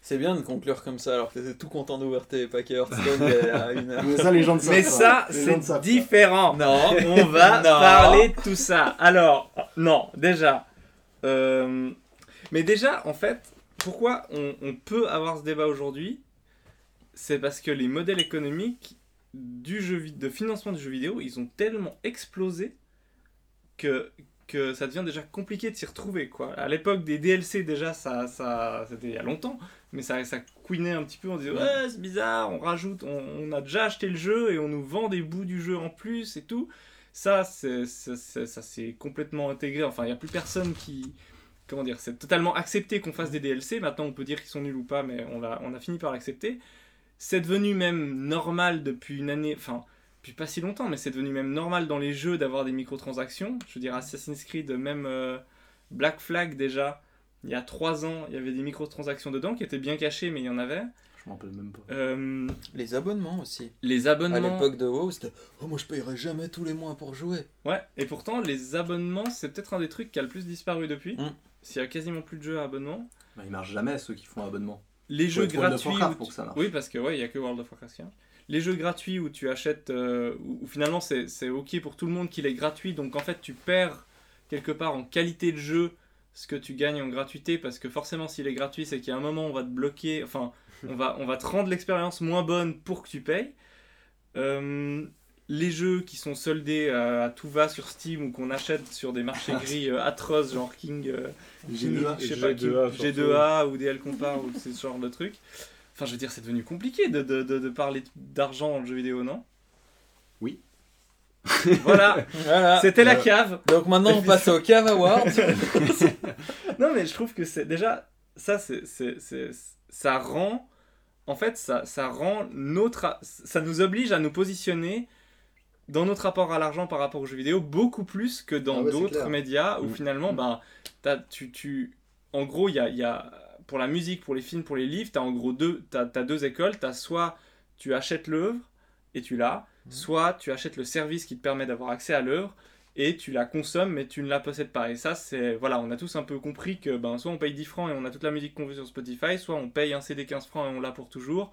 Speaker 13: C'est bien de conclure comme ça alors que t'étais tout content d'ouvrir tes paquets Hearthstone il y a une heure.
Speaker 5: Mais ça les gens ne savent
Speaker 6: Mais
Speaker 5: pas.
Speaker 6: ça,
Speaker 5: Les gens ne savent
Speaker 6: c'est
Speaker 5: pas.
Speaker 6: différent.
Speaker 13: Non,
Speaker 6: On va
Speaker 13: Non.
Speaker 6: parler de tout ça. Alors, non, déjà. euh, mais déjà, en fait, pourquoi on, on peut avoir ce débat aujourd'hui C'est parce que les modèles économiques du jeu, vid- de financement du jeu vidéo, ils ont tellement explosé
Speaker 3: que, que ça devient déjà compliqué de s'y retrouver. Quoi. À l'époque des DLC, déjà, ça, ça, c'était il y a longtemps, mais ça, ça couinait un petit peu. On disait, ouais, c'est bizarre, on rajoute, on, on a déjà acheté le jeu et on nous vend des bouts du jeu en plus et tout. Ça, c'est, ça, c'est- ça s'est complètement intégré. Enfin, il n'y a plus personne qui. Comment dire C'est totalement accepté qu'on fasse des DLC. Maintenant, on peut dire qu'ils sont nuls ou pas, mais on a, on a fini par l'accepter. C'est devenu même normal depuis une année. Enfin, depuis pas si longtemps, mais c'est devenu même normal dans les jeux d'avoir des microtransactions. Je veux dire, Assassin's Creed, même euh, Black Flag déjà, il y a 3 ans, il y avait des microtransactions dedans qui étaient bien cachées, mais il y en avait.
Speaker 16: Je m'en rappelle même pas.
Speaker 3: Euh,
Speaker 13: Les abonnements aussi.
Speaker 3: les
Speaker 13: À
Speaker 3: abonnements.
Speaker 13: l'époque de WoW, c'était Oh, moi je payerai jamais tous les mois pour jouer.
Speaker 3: Ouais, et pourtant, les abonnements, c'est peut-être un des trucs qui a le plus disparu depuis.
Speaker 13: Mm.
Speaker 3: S'il y a quasiment plus de jeux à abonnement.
Speaker 16: Bah, ils marchent jamais ceux qui font abonnement.
Speaker 3: Les
Speaker 16: Faut
Speaker 3: jeux
Speaker 16: être World of
Speaker 3: gratuits.
Speaker 16: Warcraft
Speaker 3: où tu-
Speaker 16: pour que ça marche.
Speaker 3: Oui, parce que ouais, il y a que World of Warcraft qui marche. Les jeux gratuits où tu achètes, euh, où, où finalement c'est c'est ok pour tout le monde qu'il est gratuit, donc en fait tu perds quelque part en qualité de jeu ce que tu gagnes en gratuité, parce que forcément s'il est gratuit, c'est qu'il y a un moment on va te bloquer, enfin on va, on va te rendre l'expérience moins bonne pour que tu payes. Euh, les jeux qui sont soldés euh, à tout va sur Steam ou qu'on achète sur des marchés gris euh, atroces, genre King, euh,
Speaker 4: G2A,
Speaker 3: je sais pas, King-
Speaker 4: G2A, surtout.
Speaker 3: G2A ou DL Compare ou ce genre de trucs. Enfin, je veux dire, c'est devenu compliqué de, de, de, de parler d'argent dans le jeu vidéo, non
Speaker 4: Oui.
Speaker 3: voilà,
Speaker 13: Voilà.
Speaker 3: c'était la
Speaker 13: Euh,
Speaker 3: cave.
Speaker 13: Donc maintenant on passe au Cave Awards.
Speaker 3: Non, mais je trouve que c'est déjà ça, c'est c'est- c'est- ça rend en fait ça, ça rend notre a- ça nous oblige à nous positionner dans notre rapport à l'argent par rapport aux jeux vidéo beaucoup plus que dans
Speaker 5: Ah ouais, c'est
Speaker 3: d'autres
Speaker 5: clair.
Speaker 3: médias où
Speaker 4: Mm.
Speaker 3: finalement bah t'as- tu tu en gros il y a, il y a- pour la musique pour les films pour les livres t'as en gros deux t'as t'as deux écoles t'as soit tu achètes l'œuvre et tu l'as soit tu achètes le service qui te permet d'avoir accès à l'œuvre et tu la consommes mais tu ne la possèdes pas. Et ça, c'est voilà, on a tous un peu compris que ben, soit on paye 10 francs et on a toute la musique qu'on veut sur Spotify, soit on paye un CD 15 francs et on l'a pour toujours.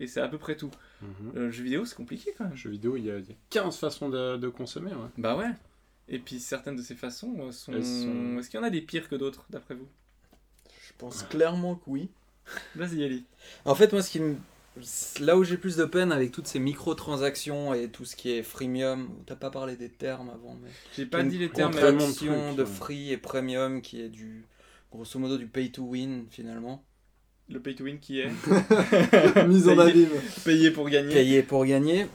Speaker 3: Et c'est à peu près tout.
Speaker 4: Mhm.
Speaker 3: Le jeu vidéo, c'est compliqué quand même.
Speaker 4: Jeux vidéo, il y, a, il y a 15 façons de, de consommer. ouais.
Speaker 3: Bah ouais. Et puis certaines de ces façons euh, sont...
Speaker 4: Elles sont-
Speaker 3: Est-ce qu'il y en a des pires que d'autres, d'après vous
Speaker 13: Je pense clairement que oui.
Speaker 3: Vas-y, Eli.
Speaker 13: En fait, moi, ce qui me- là où j'ai plus de peine avec toutes ces microtransactions et tout ce qui est freemium, t'as pas parlé des termes avant, mais
Speaker 3: J'ai pas dit les termes.
Speaker 4: Contrairement
Speaker 3: mais-
Speaker 4: de
Speaker 13: contraction
Speaker 4: trucs,
Speaker 13: de
Speaker 4: ouais.
Speaker 13: free et premium qui est du grosso modo du pay to win finalement.
Speaker 3: Le pay to win qui est
Speaker 5: Mise en abîme.
Speaker 3: payé pour gagner.
Speaker 13: Payer pour gagner.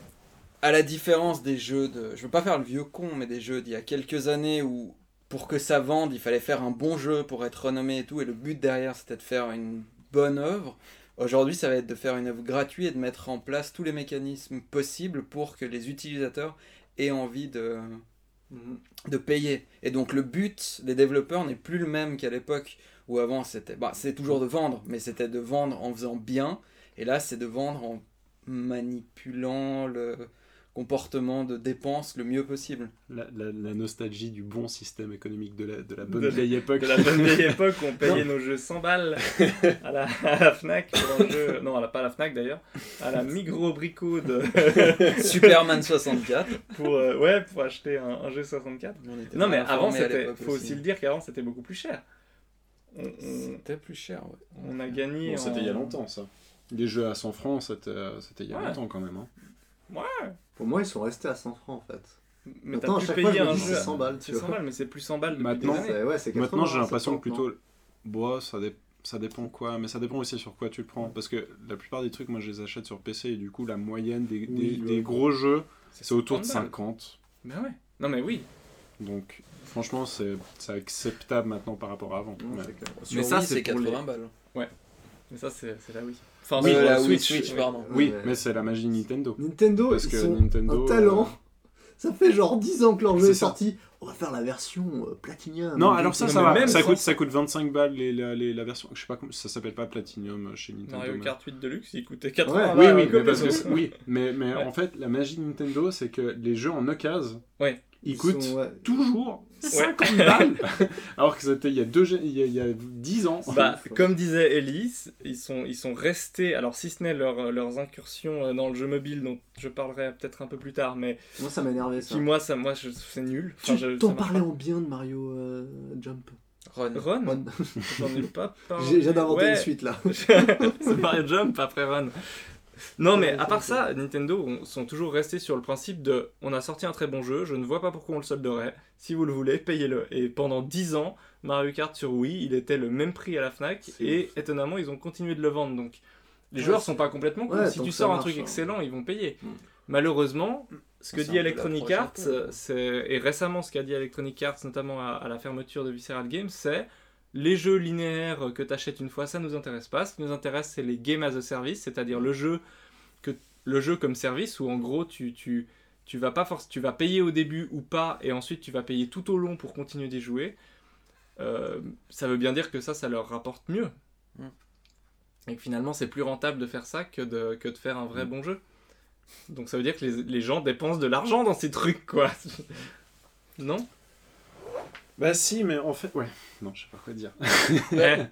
Speaker 13: À la différence des jeux de, je veux pas faire le vieux con, mais des jeux d'il y a quelques années où pour que ça vende, il fallait faire un bon jeu pour être renommé et tout, et le but derrière c'était de faire une bonne œuvre. Aujourd'hui, ça va être de faire une œuvre gratuite et de mettre en place tous les mécanismes possibles pour que les utilisateurs aient envie de, de payer. Et donc le but des développeurs n'est plus le même qu'à l'époque où avant c'était bah, c'est toujours de vendre, mais c'était de vendre en faisant bien, et là c'est de vendre en manipulant le comportement de dépense le mieux possible.
Speaker 4: La, la- la nostalgie du bon système économique de la, de la bonne
Speaker 3: De la-
Speaker 4: vieille époque.
Speaker 3: De la bonne vieille époque, on payait nos jeux 100 balles à la, à la Fnac pour un jeu. Non, à la, pas à la Fnac d'ailleurs, à la Migros Bricot de,
Speaker 13: Superman 64.
Speaker 3: pour, euh, ouais, pour acheter un, un jeu 64.
Speaker 13: On était
Speaker 3: Non,
Speaker 13: pas
Speaker 3: mais
Speaker 13: informés
Speaker 3: avant,
Speaker 13: à
Speaker 3: c'était.
Speaker 13: l'époque
Speaker 3: Faut aussi le dire qu'avant, c'était beaucoup plus cher. On, on-
Speaker 13: C'était plus cher, ouais.
Speaker 3: on a gagné.
Speaker 4: Bon, c'était il y a
Speaker 3: en-
Speaker 4: longtemps, ça. Les jeux à 100 francs, c'était euh, c'était il y a
Speaker 3: Ouais.
Speaker 4: longtemps quand même. hein.
Speaker 5: Pour moi, ils sont restés à 100 francs en fait.
Speaker 3: Mais
Speaker 5: Maintenant,
Speaker 3: t'as
Speaker 5: à
Speaker 3: plus
Speaker 5: chaque fois, je
Speaker 3: payé
Speaker 5: me
Speaker 3: un
Speaker 5: dis
Speaker 3: jeu.
Speaker 5: c'est
Speaker 3: à-
Speaker 5: 100 balles, tu
Speaker 3: C'est
Speaker 5: vois.
Speaker 3: 100 balles, mais c'est plus 100 balles depuis
Speaker 4: Maintenant,
Speaker 3: des années.
Speaker 5: C'est- ouais, c'est 80,
Speaker 4: Maintenant, j'ai l'impression
Speaker 5: 70,
Speaker 4: que plutôt. Bon, ça, dé- ça dépend quoi, mais ça dépend aussi sur quoi tu le prends. Parce que la plupart des trucs, moi, je les achète sur PC et du coup, la moyenne des, des-
Speaker 5: Oui,
Speaker 4: des
Speaker 5: ouais.
Speaker 4: gros jeux, c'est autour de
Speaker 3: 50 balles.
Speaker 4: 50.
Speaker 3: Mais ouais. Non, mais oui.
Speaker 4: Donc, franchement, c'est c'est acceptable maintenant par rapport à avant.
Speaker 5: non.
Speaker 13: Mm.
Speaker 4: Ouais.
Speaker 5: Non, c'est clair.
Speaker 13: Sur
Speaker 8: ça,
Speaker 13: Wii,
Speaker 8: c'est
Speaker 13: c'est
Speaker 8: pour les-
Speaker 13: 80 balles.
Speaker 3: Mais ça, c'est c'est la Wii. Enfin,
Speaker 13: Oui,
Speaker 3: sur
Speaker 13: Euh, la
Speaker 3: la
Speaker 13: Wii
Speaker 3: Switch.
Speaker 13: Switch, pardon.
Speaker 4: Oui,
Speaker 5: Ouais.
Speaker 4: mais c'est la magie Nintendo.
Speaker 5: Nintendo,
Speaker 4: Parce
Speaker 5: ils
Speaker 4: que
Speaker 5: sont
Speaker 4: Nintendo.
Speaker 5: un
Speaker 4: euh,
Speaker 5: talent. Ça fait genre 10 ans que leur jeu
Speaker 4: C'est
Speaker 5: est,
Speaker 4: ça.
Speaker 5: sorti. On va faire la version euh, Platinum.
Speaker 4: Non, alors ça,
Speaker 3: Non,
Speaker 4: ça
Speaker 3: mais
Speaker 4: va.
Speaker 3: même
Speaker 4: ça,
Speaker 3: sans
Speaker 4: coûte,
Speaker 3: ça.
Speaker 4: ça coûte 25 balles les, la, les- la version. Je sais pas comment. Ça s'appelle pas Platinum euh, chez Nintendo.
Speaker 3: Mario
Speaker 4: mais-
Speaker 3: Kart 8 Deluxe, il coûtait
Speaker 5: Ouais,
Speaker 3: 80
Speaker 4: Oui,
Speaker 3: balles.
Speaker 4: oui,
Speaker 3: comme
Speaker 4: mais,
Speaker 3: les
Speaker 4: parce que
Speaker 3: autres.
Speaker 4: c'est- oui, mais, mais
Speaker 3: Ouais.
Speaker 4: en fait, la magie de Nintendo, c'est que les jeux en occasion,
Speaker 3: Ouais.
Speaker 4: ils coûtent
Speaker 5: sont, ouais.
Speaker 4: toujours 50 balles. Alors que c'était il y a, deux, gé- il y a, il y a 10 ans.
Speaker 3: Bah,
Speaker 5: Faut-
Speaker 3: comme disait Elise, ils sont, ils sont restés, alors si ce n'est leur- leurs incursions euh, dans le jeu mobile, dont je parlerai peut-être un peu plus tard, mais
Speaker 5: Moi, ça m'énervait ça.
Speaker 3: qui moi, ça, moi je- c'est nul. Enfin, je-
Speaker 5: Tu t'en
Speaker 3: ça marche
Speaker 5: parlais en bien de Mario euh, Jump.
Speaker 13: Ron.
Speaker 3: pas. Run
Speaker 5: Moi,
Speaker 3: J'en ai pas parlé.
Speaker 5: J'ai j'ai inventé
Speaker 3: Hmm. Ouais.
Speaker 5: une suite là.
Speaker 3: c'est Mario Jump, après Run. Non, mais à part ça, Nintendo on- sont toujours restés sur le principe de on a sorti un très bon jeu, je ne vois pas pourquoi on le solderait. Si vous le voulez, payez-le. Et pendant 10 ans, Mario Kart sur Wii, il était le même prix à la Fnac et étonnamment, ils ont continué de le vendre. Donc les
Speaker 5: Ouais,
Speaker 3: joueurs
Speaker 5: c'est-
Speaker 3: sont pas complètement cons.
Speaker 5: Ouais,
Speaker 3: si
Speaker 5: tant
Speaker 3: tu
Speaker 5: que ça
Speaker 3: sors un
Speaker 5: marche,
Speaker 3: truc
Speaker 5: hein.
Speaker 3: excellent, ils vont payer.
Speaker 5: Mm.
Speaker 3: Malheureusement, ce que
Speaker 13: C'est un
Speaker 3: dit
Speaker 13: peu
Speaker 3: Electronic
Speaker 13: l'approche un
Speaker 3: Arts, euh,
Speaker 13: peu, ouais.
Speaker 3: c'est- et récemment ce qu'a dit Electronic Arts, notamment à, à la fermeture de Visceral Games, c'est les jeux linéaires que tu achètes une fois, ça nous intéresse pas. Ce qui nous intéresse, c'est les games as a service, c'est-à-dire le jeu que le jeu comme service où en gros tu tu tu vas pas force tu vas payer au début ou pas et ensuite tu vas payer tout au long pour continuer d'y jouer. Euh, ça veut bien dire que ça, ça leur rapporte mieux.
Speaker 13: Mm.
Speaker 3: Et que finalement, c'est plus rentable de faire ça que de, que de faire un
Speaker 13: Mm.
Speaker 3: vrai bon jeu. Donc ça veut dire que les, les gens dépensent de l'argent dans ces trucs, quoi. non
Speaker 4: Bah si, mais en fait, ouais. Non, je sais pas quoi dire.
Speaker 3: Ouais.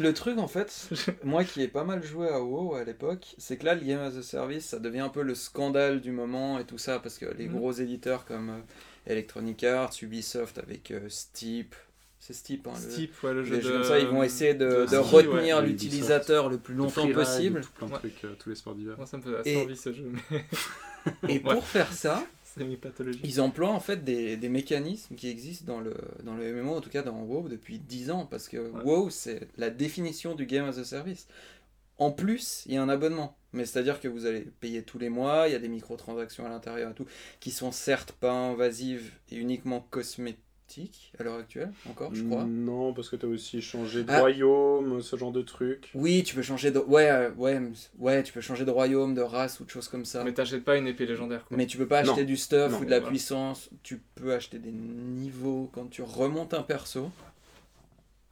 Speaker 13: Le truc en fait, moi qui ai pas mal joué à WoW à l'époque, c'est que là le Game as a Service ça devient un peu le scandale du moment et tout ça parce que les
Speaker 3: Mhm.
Speaker 13: gros éditeurs comme euh, Electronic Arts, Ubisoft avec euh, Steep, c'est Steep hein, le-
Speaker 3: Steep, ouais, le jeu
Speaker 13: les jeux
Speaker 3: de-
Speaker 13: comme ça ils vont essayer de, de
Speaker 3: ski,
Speaker 13: retenir
Speaker 4: ouais, de
Speaker 13: l'utilisateur le plus longtemps
Speaker 4: Le freeride,
Speaker 13: possible
Speaker 4: Tout plein de
Speaker 3: Ouais.
Speaker 4: trucs, euh, tous les sports d'hiver.
Speaker 3: Moi, ça me faisait
Speaker 13: Et-
Speaker 3: assez envie ce jeu, mais
Speaker 13: et pour faire ça
Speaker 3: c'est mes pathologies.
Speaker 13: Ils emploient en fait des, des mécanismes qui existent dans le, dans le MMO, en tout cas dans WoW, depuis 10 ans, parce que WoW, c'est la définition du Game as a Service. En plus, il y a un abonnement, mais c'est-à-dire que vous allez payer tous les mois, il y a des microtransactions à l'intérieur et tout, qui sont certes pas invasives et uniquement cosmétiques à l'heure actuelle, encore, je crois.
Speaker 4: Mm, Non, parce que t'as aussi changé de
Speaker 13: Ah.
Speaker 4: royaume, ce genre de truc.
Speaker 13: Oui, tu peux changer de... Ouais, euh, ouais, mais- ouais, tu peux changer de royaume, de race ou de choses comme ça.
Speaker 3: Mais
Speaker 13: Mais,
Speaker 3: t'achètes pas une épée légendaire, quoi.
Speaker 13: tu peux pas
Speaker 4: Non.
Speaker 13: acheter du stuff
Speaker 4: Non,
Speaker 13: ou de la
Speaker 4: voilà.
Speaker 13: puissance, tu peux acheter des niveaux quand tu remontes un perso.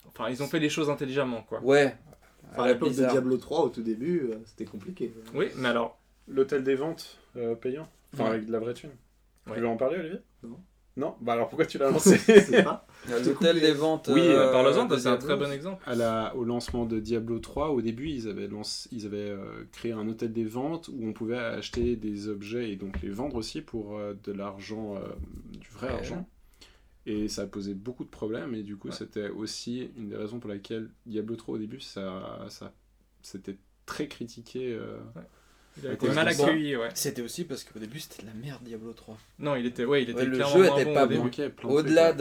Speaker 3: Enfin, ils ont fait les choses intelligemment, quoi.
Speaker 13: Ouais.
Speaker 5: Enfin, à
Speaker 13: la
Speaker 5: l'époque de
Speaker 13: Blizzard.
Speaker 5: Diablo 3, au tout début, euh, c'était compliqué.
Speaker 3: Oui, mais alors,
Speaker 4: L'hôtel des ventes euh, payant. Enfin,
Speaker 13: Ouais.
Speaker 4: avec de la vraie thune.
Speaker 3: Ouais.
Speaker 4: Tu veux en parler, Olivier
Speaker 5: Non.
Speaker 4: Non Bah alors pourquoi tu l'as
Speaker 5: Je
Speaker 4: lancé
Speaker 5: sais pas.
Speaker 13: L'hôtel des ventes.
Speaker 4: Oui,
Speaker 13: euh,
Speaker 3: parle-en,
Speaker 13: de
Speaker 3: c'est un
Speaker 13: Diablo.
Speaker 3: très bon exemple.
Speaker 4: à la, au lancement de Diablo 3, au début, ils avaient, lance- ils avaient euh, créé un hôtel des ventes où on pouvait acheter des objets et donc les vendre aussi pour euh, de l'argent, euh, du vrai
Speaker 13: Ouais.
Speaker 4: argent. Et ça a posé beaucoup de problèmes et du coup,
Speaker 3: Ouais.
Speaker 4: c'était aussi une des raisons pour laquelle Diablo 3 au début, ça, ça, c'était très critiqué. euh.
Speaker 3: Il a
Speaker 4: À
Speaker 3: été
Speaker 4: cause
Speaker 3: mal
Speaker 4: de ça.
Speaker 3: accueilli, ouais.
Speaker 13: C'était aussi parce qu'au début c'était de la merde Diablo 3.
Speaker 3: Non, il était, ouais, il était
Speaker 13: Ouais, le
Speaker 3: clairement
Speaker 13: jeu
Speaker 3: moins
Speaker 13: était
Speaker 3: bon
Speaker 5: Ah
Speaker 13: pas
Speaker 3: au
Speaker 13: bon.
Speaker 3: début.
Speaker 4: manquait plein de trucs,
Speaker 13: Au-delà
Speaker 4: ouais.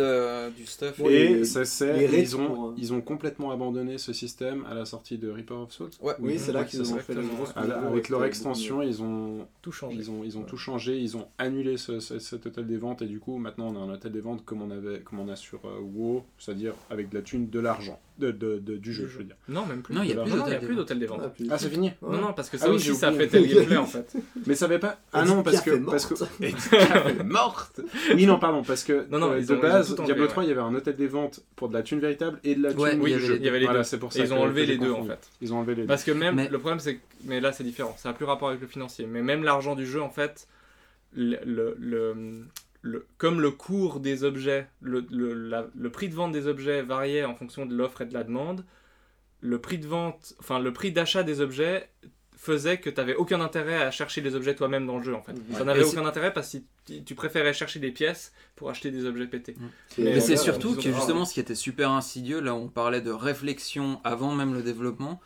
Speaker 13: de, du stuff.
Speaker 5: Ouais.
Speaker 4: Et
Speaker 5: les-
Speaker 4: ça
Speaker 5: les
Speaker 4: c'est,
Speaker 5: raids
Speaker 4: ils, ont,
Speaker 5: pour, euh,
Speaker 4: ils ont complètement abandonné ce système à la sortie de Reaper of Souls.
Speaker 5: Oui, c'est là qu'ils
Speaker 3: c'est
Speaker 5: ont fait la
Speaker 3: exactement.
Speaker 5: grosse.
Speaker 4: À la- Ah, avec leur extension, ils ont,
Speaker 3: Tout changé.
Speaker 4: Ils ont, ils ont
Speaker 5: Ouais.
Speaker 4: tout changé, ils ont annulé ce- ce- cet hôtel des ventes et du coup maintenant on a un hôtel des ventes comme on, avait, comme on a sur euh, WoW, c'est-à-dire avec de la thune, de l'argent, de, de- de- du jeu,
Speaker 3: Du
Speaker 4: je
Speaker 3: jeu.
Speaker 4: veux dire.
Speaker 3: Non, même plus.
Speaker 8: Non, il y a
Speaker 3: de-
Speaker 8: plus
Speaker 3: non, non, il y a
Speaker 8: d'hôtel des
Speaker 3: plus d'hôtel des
Speaker 5: Ah,
Speaker 3: ventes.
Speaker 5: puis-
Speaker 4: Ah c'est fini
Speaker 3: Non, non, parce que ça
Speaker 4: Ah oui,
Speaker 3: aussi,
Speaker 4: j'ai
Speaker 3: ça a
Speaker 4: oublié.
Speaker 3: pété le gameplay, en fait.
Speaker 4: Mais ça avait pas... Ah
Speaker 5: Et
Speaker 4: non,
Speaker 5: Dika
Speaker 4: parce que...
Speaker 5: fait
Speaker 4: Parce que...
Speaker 5: morte.
Speaker 4: Et Dika fait morte Oui non, pardon, parce que
Speaker 3: Non, non,
Speaker 4: euh,
Speaker 3: ils
Speaker 4: de
Speaker 3: ont- ils ont
Speaker 4: base,
Speaker 3: tout enlevé,
Speaker 4: Diablo
Speaker 3: ouais.
Speaker 4: 3, il y avait un hôtel des ventes pour de la thune véritable et de la thune
Speaker 8: Ouais,
Speaker 4: du
Speaker 8: il y avait
Speaker 4: jeu.
Speaker 8: les
Speaker 3: deux. Il y avait les
Speaker 4: Voilà,
Speaker 3: deux.
Speaker 4: c'est pour
Speaker 3: Et
Speaker 4: ça
Speaker 3: ils
Speaker 4: que-
Speaker 3: ont enlevé
Speaker 4: que j'ai
Speaker 3: les deux, en
Speaker 4: confondu.
Speaker 3: fait.
Speaker 4: Ils ont enlevé les deux.
Speaker 3: Parce que même,
Speaker 8: Mais-
Speaker 3: le problème, c'est que. Mais là, c'est différent. Ça n'a plus rapport avec le financier. Mais même l'argent du jeu, en fait, le, le, le- le- comme le cours des objets, le, le- la- le prix de vente des objets variait en fonction de l'offre et de la demande, le prix de vente, enfin, le prix d'achat des objets faisait que tu n'avais aucun intérêt à chercher les objets toi-même dans le jeu, en
Speaker 13: euh,
Speaker 3: fait. Ça n'avait
Speaker 8: Et c'est-
Speaker 3: aucun intérêt parce que tu- tu préférais chercher des pièces pour acheter des objets pétés.
Speaker 8: Mais
Speaker 3: Et
Speaker 8: c'est
Speaker 3: voilà,
Speaker 8: surtout
Speaker 3: ils ont-
Speaker 8: que justement, ce qui était super insidieux, là on parlait de réflexion avant même le développement,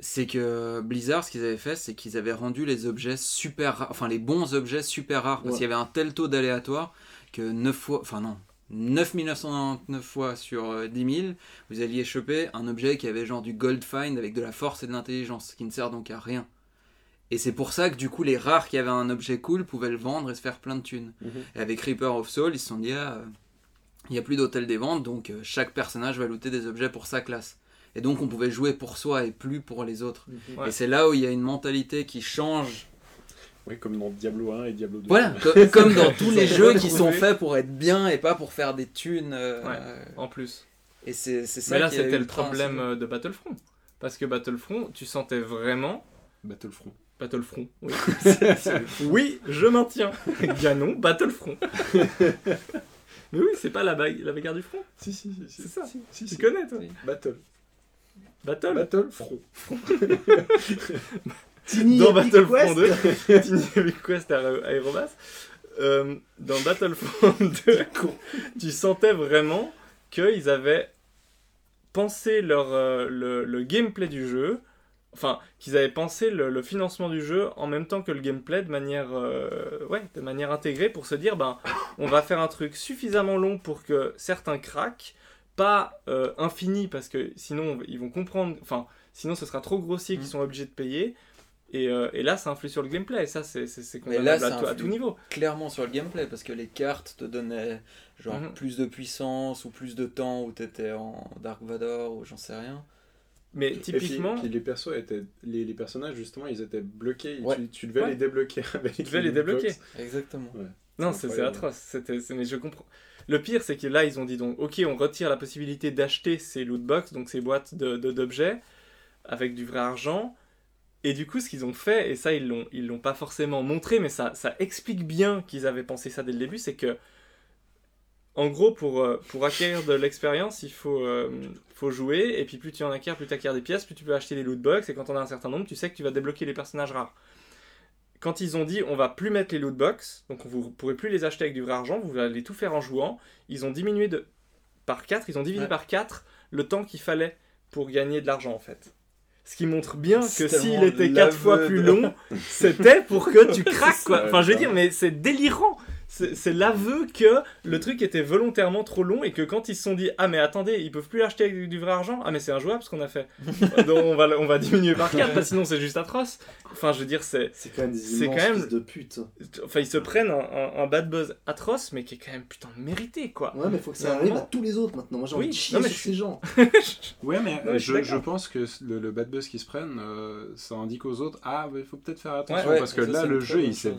Speaker 8: c'est que Blizzard, ce qu'ils avaient fait, c'est qu'ils avaient rendu les objets super rares, enfin les bons objets super rares, parce
Speaker 5: Ouais.
Speaker 8: qu'il y avait un tel taux d'aléatoire que 9 fois, enfin non, 9999 fois sur euh, 10 000, vous alliez choper un objet qui avait genre du gold find avec de la force et de l'intelligence, qui ne sert donc à rien. Et c'est pour ça que du coup les rares qui avaient un objet cool pouvaient le vendre et se faire plein de thunes.
Speaker 4: Mhm.
Speaker 8: Et avec Reaper of Soul, ils se sont dit ah, euh, il n'y a plus d'hôtel des ventes, donc euh, chaque personnage va looter des objets pour sa classe. Et donc on pouvait jouer pour soi et plus pour les autres.
Speaker 3: Ouais.
Speaker 8: Et c'est là où il y a une mentalité qui change.
Speaker 4: Oui, comme dans Diablo 1 et Diablo 2.
Speaker 8: Voilà, co- comme dans tous les
Speaker 3: Ils ont
Speaker 8: jeux
Speaker 3: pas
Speaker 8: qui
Speaker 3: trouvé.
Speaker 8: sont faits pour être bien et pas pour faire des thunes. euh,
Speaker 3: Ouais.
Speaker 8: euh,
Speaker 3: En plus.
Speaker 13: Et c'est c'est ça.
Speaker 3: Mais là,
Speaker 13: qui est
Speaker 3: c'était le
Speaker 13: ultra
Speaker 3: problème
Speaker 13: insidieux.
Speaker 3: euh, de Battlefront. Parce que Battlefront, tu sentais vraiment.
Speaker 4: Battlefront.
Speaker 3: Battlefront, oui. oui, je maintiens. Ganon, Battlefront. Mais oui, c'est pas la, bague, la bagarre du front.
Speaker 4: Si, si, si. si.
Speaker 3: C'est ça.
Speaker 4: Si, si,
Speaker 3: Tu
Speaker 4: si.
Speaker 3: connais, toi.
Speaker 4: Battle.
Speaker 3: Battle.
Speaker 4: Battlefront.
Speaker 5: Tiny
Speaker 3: Dans
Speaker 5: Epic
Speaker 3: Battlefront
Speaker 5: Quest.
Speaker 3: 2, Tiny Epic Quest Aero- Aerobas, euh, dans Battlefront 2, tu sentais vraiment qu'ils avaient pensé leur, euh, le, le gameplay du jeu enfin, qu'ils avaient pensé le, le financement du jeu en même temps que le gameplay de manière, euh, ouais, de manière intégrée pour se dire, ben, on va faire un truc suffisamment long pour que certains craquent, pas euh, infini parce que sinon ils vont comprendre, enfin, sinon ce sera trop grossier
Speaker 13: Mm.
Speaker 3: qu'ils sont obligés de payer. Et, euh, et là, ça influe sur le gameplay, et ça, c'est c'est- c'est
Speaker 13: Mais
Speaker 3: condamnable
Speaker 13: là,
Speaker 3: à,
Speaker 13: ça
Speaker 3: tout- à
Speaker 13: influe.
Speaker 3: tout niveau.
Speaker 13: clairement sur le gameplay parce que les cartes te donnaient genre
Speaker 3: Mhm.
Speaker 13: plus de puissance ou plus de temps où t'étais en Dark Vador ou j'en sais rien.
Speaker 3: Mais
Speaker 4: Et puis-
Speaker 3: typiquement,
Speaker 4: puis, les persos étaient, les, les personnages justement, ils étaient bloqués.
Speaker 13: Ouais.
Speaker 4: Tu, tu devais
Speaker 3: Ouais.
Speaker 4: les débloquer. Avec
Speaker 3: tu devais les débloquer.
Speaker 13: Exactement.
Speaker 3: Non, c'est
Speaker 4: C'est
Speaker 3: c'est
Speaker 4: incroyable.
Speaker 3: atroce. C'était, c'est- mais je comprends. Le pire, c'est que là, ils ont dit donc, ok, on retire la possibilité d'acheter ces loot box, donc ces boîtes de, de- d'objets, avec du vrai argent. Et du coup, ce qu'ils ont fait, et ça, ils l'ont, ils l'ont pas forcément montré, mais ça, ça explique bien qu'ils avaient pensé ça dès le début, c'est que, en gros, pour, euh, pour acquérir de l'expérience, il faut, euh, faut jouer, et puis plus tu en acquiers, plus tu acquiers des pièces, plus tu peux acheter des loot box, et quand on a un certain nombre, tu sais que tu vas débloquer les personnages rares quand ils ont dit on va plus mettre les loot box, donc vous pourrez plus les acheter avec du vrai argent, vous allez tout faire en jouant, ils ont diminué de par 4, ils ont divisé
Speaker 13: Ouais.
Speaker 3: par 4 le temps qu'il fallait pour gagner de l'argent en fait. Ce qui montre bien
Speaker 13: C'est
Speaker 3: que
Speaker 13: tellement
Speaker 3: s'il était 4 fois
Speaker 13: l'aveu
Speaker 3: plus
Speaker 13: de-
Speaker 3: long, c'était pour que tu craques quoi.
Speaker 4: ouais,
Speaker 3: Enfin je veux
Speaker 4: ça.
Speaker 3: dire, mais c'est délirant. C'est c'est l'aveu que le truc était volontairement trop long et que quand ils se sont dit ah mais attendez ils peuvent plus l'acheter avec du- du vrai argent ah mais c'est injouable ce qu'on a fait donc on va on va diminuer par 4 parce que sinon c'est juste atroce enfin je veux dire c'est
Speaker 5: C'est quand même des
Speaker 3: C'est
Speaker 5: immenses
Speaker 3: quand même-
Speaker 5: fils de hein. pute.
Speaker 3: Enfin, ils se prennent un, un- un bad buzz atroce, mais qui est quand même putain de mérité, quoi.
Speaker 5: Ouais, mais faut que
Speaker 3: Mais
Speaker 5: ça arrive
Speaker 3: vraiment.
Speaker 5: à tous les autres maintenant. Moi j'ai
Speaker 3: Oui,
Speaker 5: envie de chier
Speaker 3: non, mais
Speaker 5: sur
Speaker 3: je-
Speaker 5: ces gens.
Speaker 4: Ouais, mais
Speaker 3: mais je suis
Speaker 4: je, je
Speaker 3: d'accord.
Speaker 4: pense que le, le bad buzz qu'ils se prennent, euh, ça indique aux autres Ah, il faut peut-être faire attention
Speaker 13: Ouais,
Speaker 4: parce
Speaker 13: ouais,
Speaker 4: que
Speaker 13: ça,
Speaker 4: là,
Speaker 13: c'est
Speaker 4: le
Speaker 13: une très
Speaker 4: jeu,
Speaker 13: bonne
Speaker 4: il s'est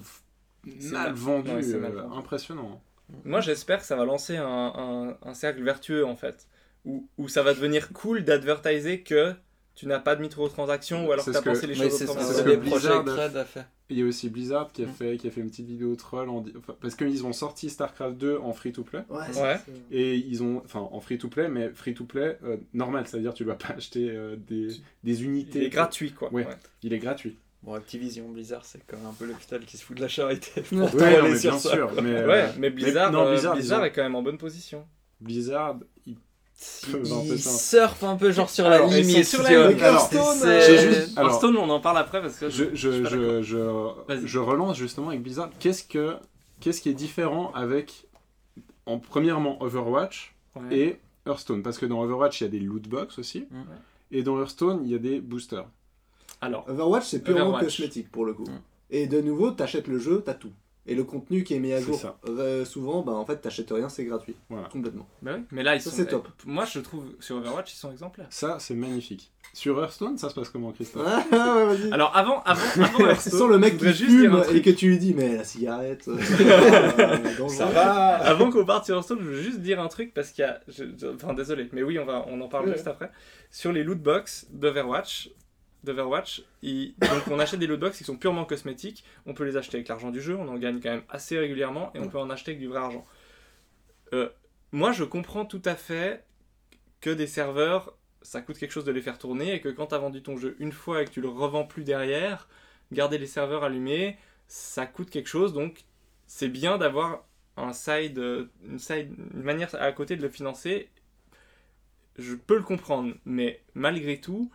Speaker 3: C'est
Speaker 4: mal vendu.
Speaker 3: Ouais, c'est
Speaker 4: euh,
Speaker 3: mal vendu.
Speaker 4: impressionnant.
Speaker 3: Moi, j'espère que ça va lancer un, un- un cercle vertueux, en fait. Où, où ça va devenir cool d'advertiser que tu n'as pas de microtransactions ou alors que
Speaker 4: C'est
Speaker 3: t'as
Speaker 4: ce que-
Speaker 3: pensé les
Speaker 13: Mais
Speaker 3: choses
Speaker 13: c'est
Speaker 3: autrement.
Speaker 4: c'est
Speaker 13: ce
Speaker 4: ce
Speaker 13: que
Speaker 4: que
Speaker 13: Blizzard
Speaker 4: Blizzard a
Speaker 13: Red a fait.
Speaker 4: Il y a aussi Blizzard qui a,
Speaker 13: Mm.
Speaker 4: fait, qui a fait une petite vidéo troll en di- enfin, parce qu'ils ont sorti StarCraft 2 en free to play
Speaker 5: Ouais,
Speaker 3: Ouais.
Speaker 5: c'est-
Speaker 4: et ils ont enfin en free to play mais free to play normal c'est-à-dire tu dois pas acheter euh, des, des
Speaker 3: Il
Speaker 4: unités
Speaker 3: est gratuit, quoi.
Speaker 4: Ouais.
Speaker 3: Ouais.
Speaker 4: il est gratuit
Speaker 13: Bon, Activision Blizzard, c'est quand même un peu l'hôpital qui se fout de la charité. pour
Speaker 4: ouais,
Speaker 13: travailler
Speaker 4: non, mais
Speaker 13: sur
Speaker 4: bien
Speaker 13: ça.
Speaker 4: sûr mais, euh,
Speaker 3: Ouais, mais Blizzard,
Speaker 4: non,
Speaker 3: euh,
Speaker 4: Blizzard,
Speaker 3: Blizzard,
Speaker 4: ils ont-
Speaker 3: est quand même en bonne position.
Speaker 4: Blizzard il peut un peu
Speaker 13: Ils
Speaker 4: ça.
Speaker 13: surfent un peu genre sur la
Speaker 3: Alors, ils
Speaker 13: limite.
Speaker 3: sont sur la
Speaker 13: tu vois.
Speaker 3: limite.
Speaker 4: Alors,
Speaker 13: C'est-
Speaker 4: j'ai
Speaker 13: c'est-
Speaker 4: juste- Alors-
Speaker 3: Hearthstone, euh, on en parle après parce que
Speaker 4: je, je, je, je,
Speaker 3: Vas-y.
Speaker 4: je relance justement avec Blizzard qu'est-ce que qu'est-ce qui est différent avec en premièrement Overwatch
Speaker 3: Ouais.
Speaker 4: et Hearthstone parce que dans Overwatch il y a des loot box aussi
Speaker 13: Mm.
Speaker 4: et dans Hearthstone il y a des boosters
Speaker 3: Alors,
Speaker 5: Overwatch, c'est purement
Speaker 3: Overwatch.
Speaker 5: cosmétique pour le coup.
Speaker 13: Mm.
Speaker 5: Et de nouveau, t'achètes le jeu, t'as tout. Et le contenu qui est mis à
Speaker 4: C'est
Speaker 5: jour,
Speaker 4: ça.
Speaker 5: euh, souvent, bah en fait, t'achètes rien, c'est gratuit.
Speaker 4: Voilà.
Speaker 5: Complètement.
Speaker 3: bah oui, mais là, ils
Speaker 5: Ça,
Speaker 3: sont.
Speaker 5: c'est top.
Speaker 3: Moi, je trouve sur Overwatch, ils sont exemplaires.
Speaker 4: Ça, c'est magnifique. Sur Hearthstone, ça se passe comment, Christophe
Speaker 5: Ah, ouais, vas-y.
Speaker 3: Alors, avant, avant, avant
Speaker 5: c'est
Speaker 3: Hearthstone,
Speaker 5: sans le
Speaker 3: je
Speaker 5: mec qui
Speaker 3: voudrais juste dire un
Speaker 5: fume et
Speaker 3: truc.
Speaker 5: que tu lui dis, mais la cigarette, euh, euh, dangereux.
Speaker 3: Avant qu'on parte sur Hearthstone, je veux juste dire un truc parce qu'il y a. je- je- enfin, désolé, mais oui, on, va, on en parle juste après. Sur les loot box d'Overwatch, d'Overwatch ils- donc on achète des loot box qui sont purement cosmétiques. On peut les acheter avec l'argent du jeu, on en gagne quand même assez régulièrement et on peut en acheter avec du vrai argent. Euh, moi, je comprends tout à fait que des serveurs, ça coûte quelque chose de les faire tourner et que quand t'as vendu ton jeu une fois et que tu le revends plus derrière, garder les serveurs allumés, ça coûte quelque chose donc. C'est bien d'avoir un side, euh, une, side, une manière à côté de le financer, je peux le comprendre. Mais malgré tout,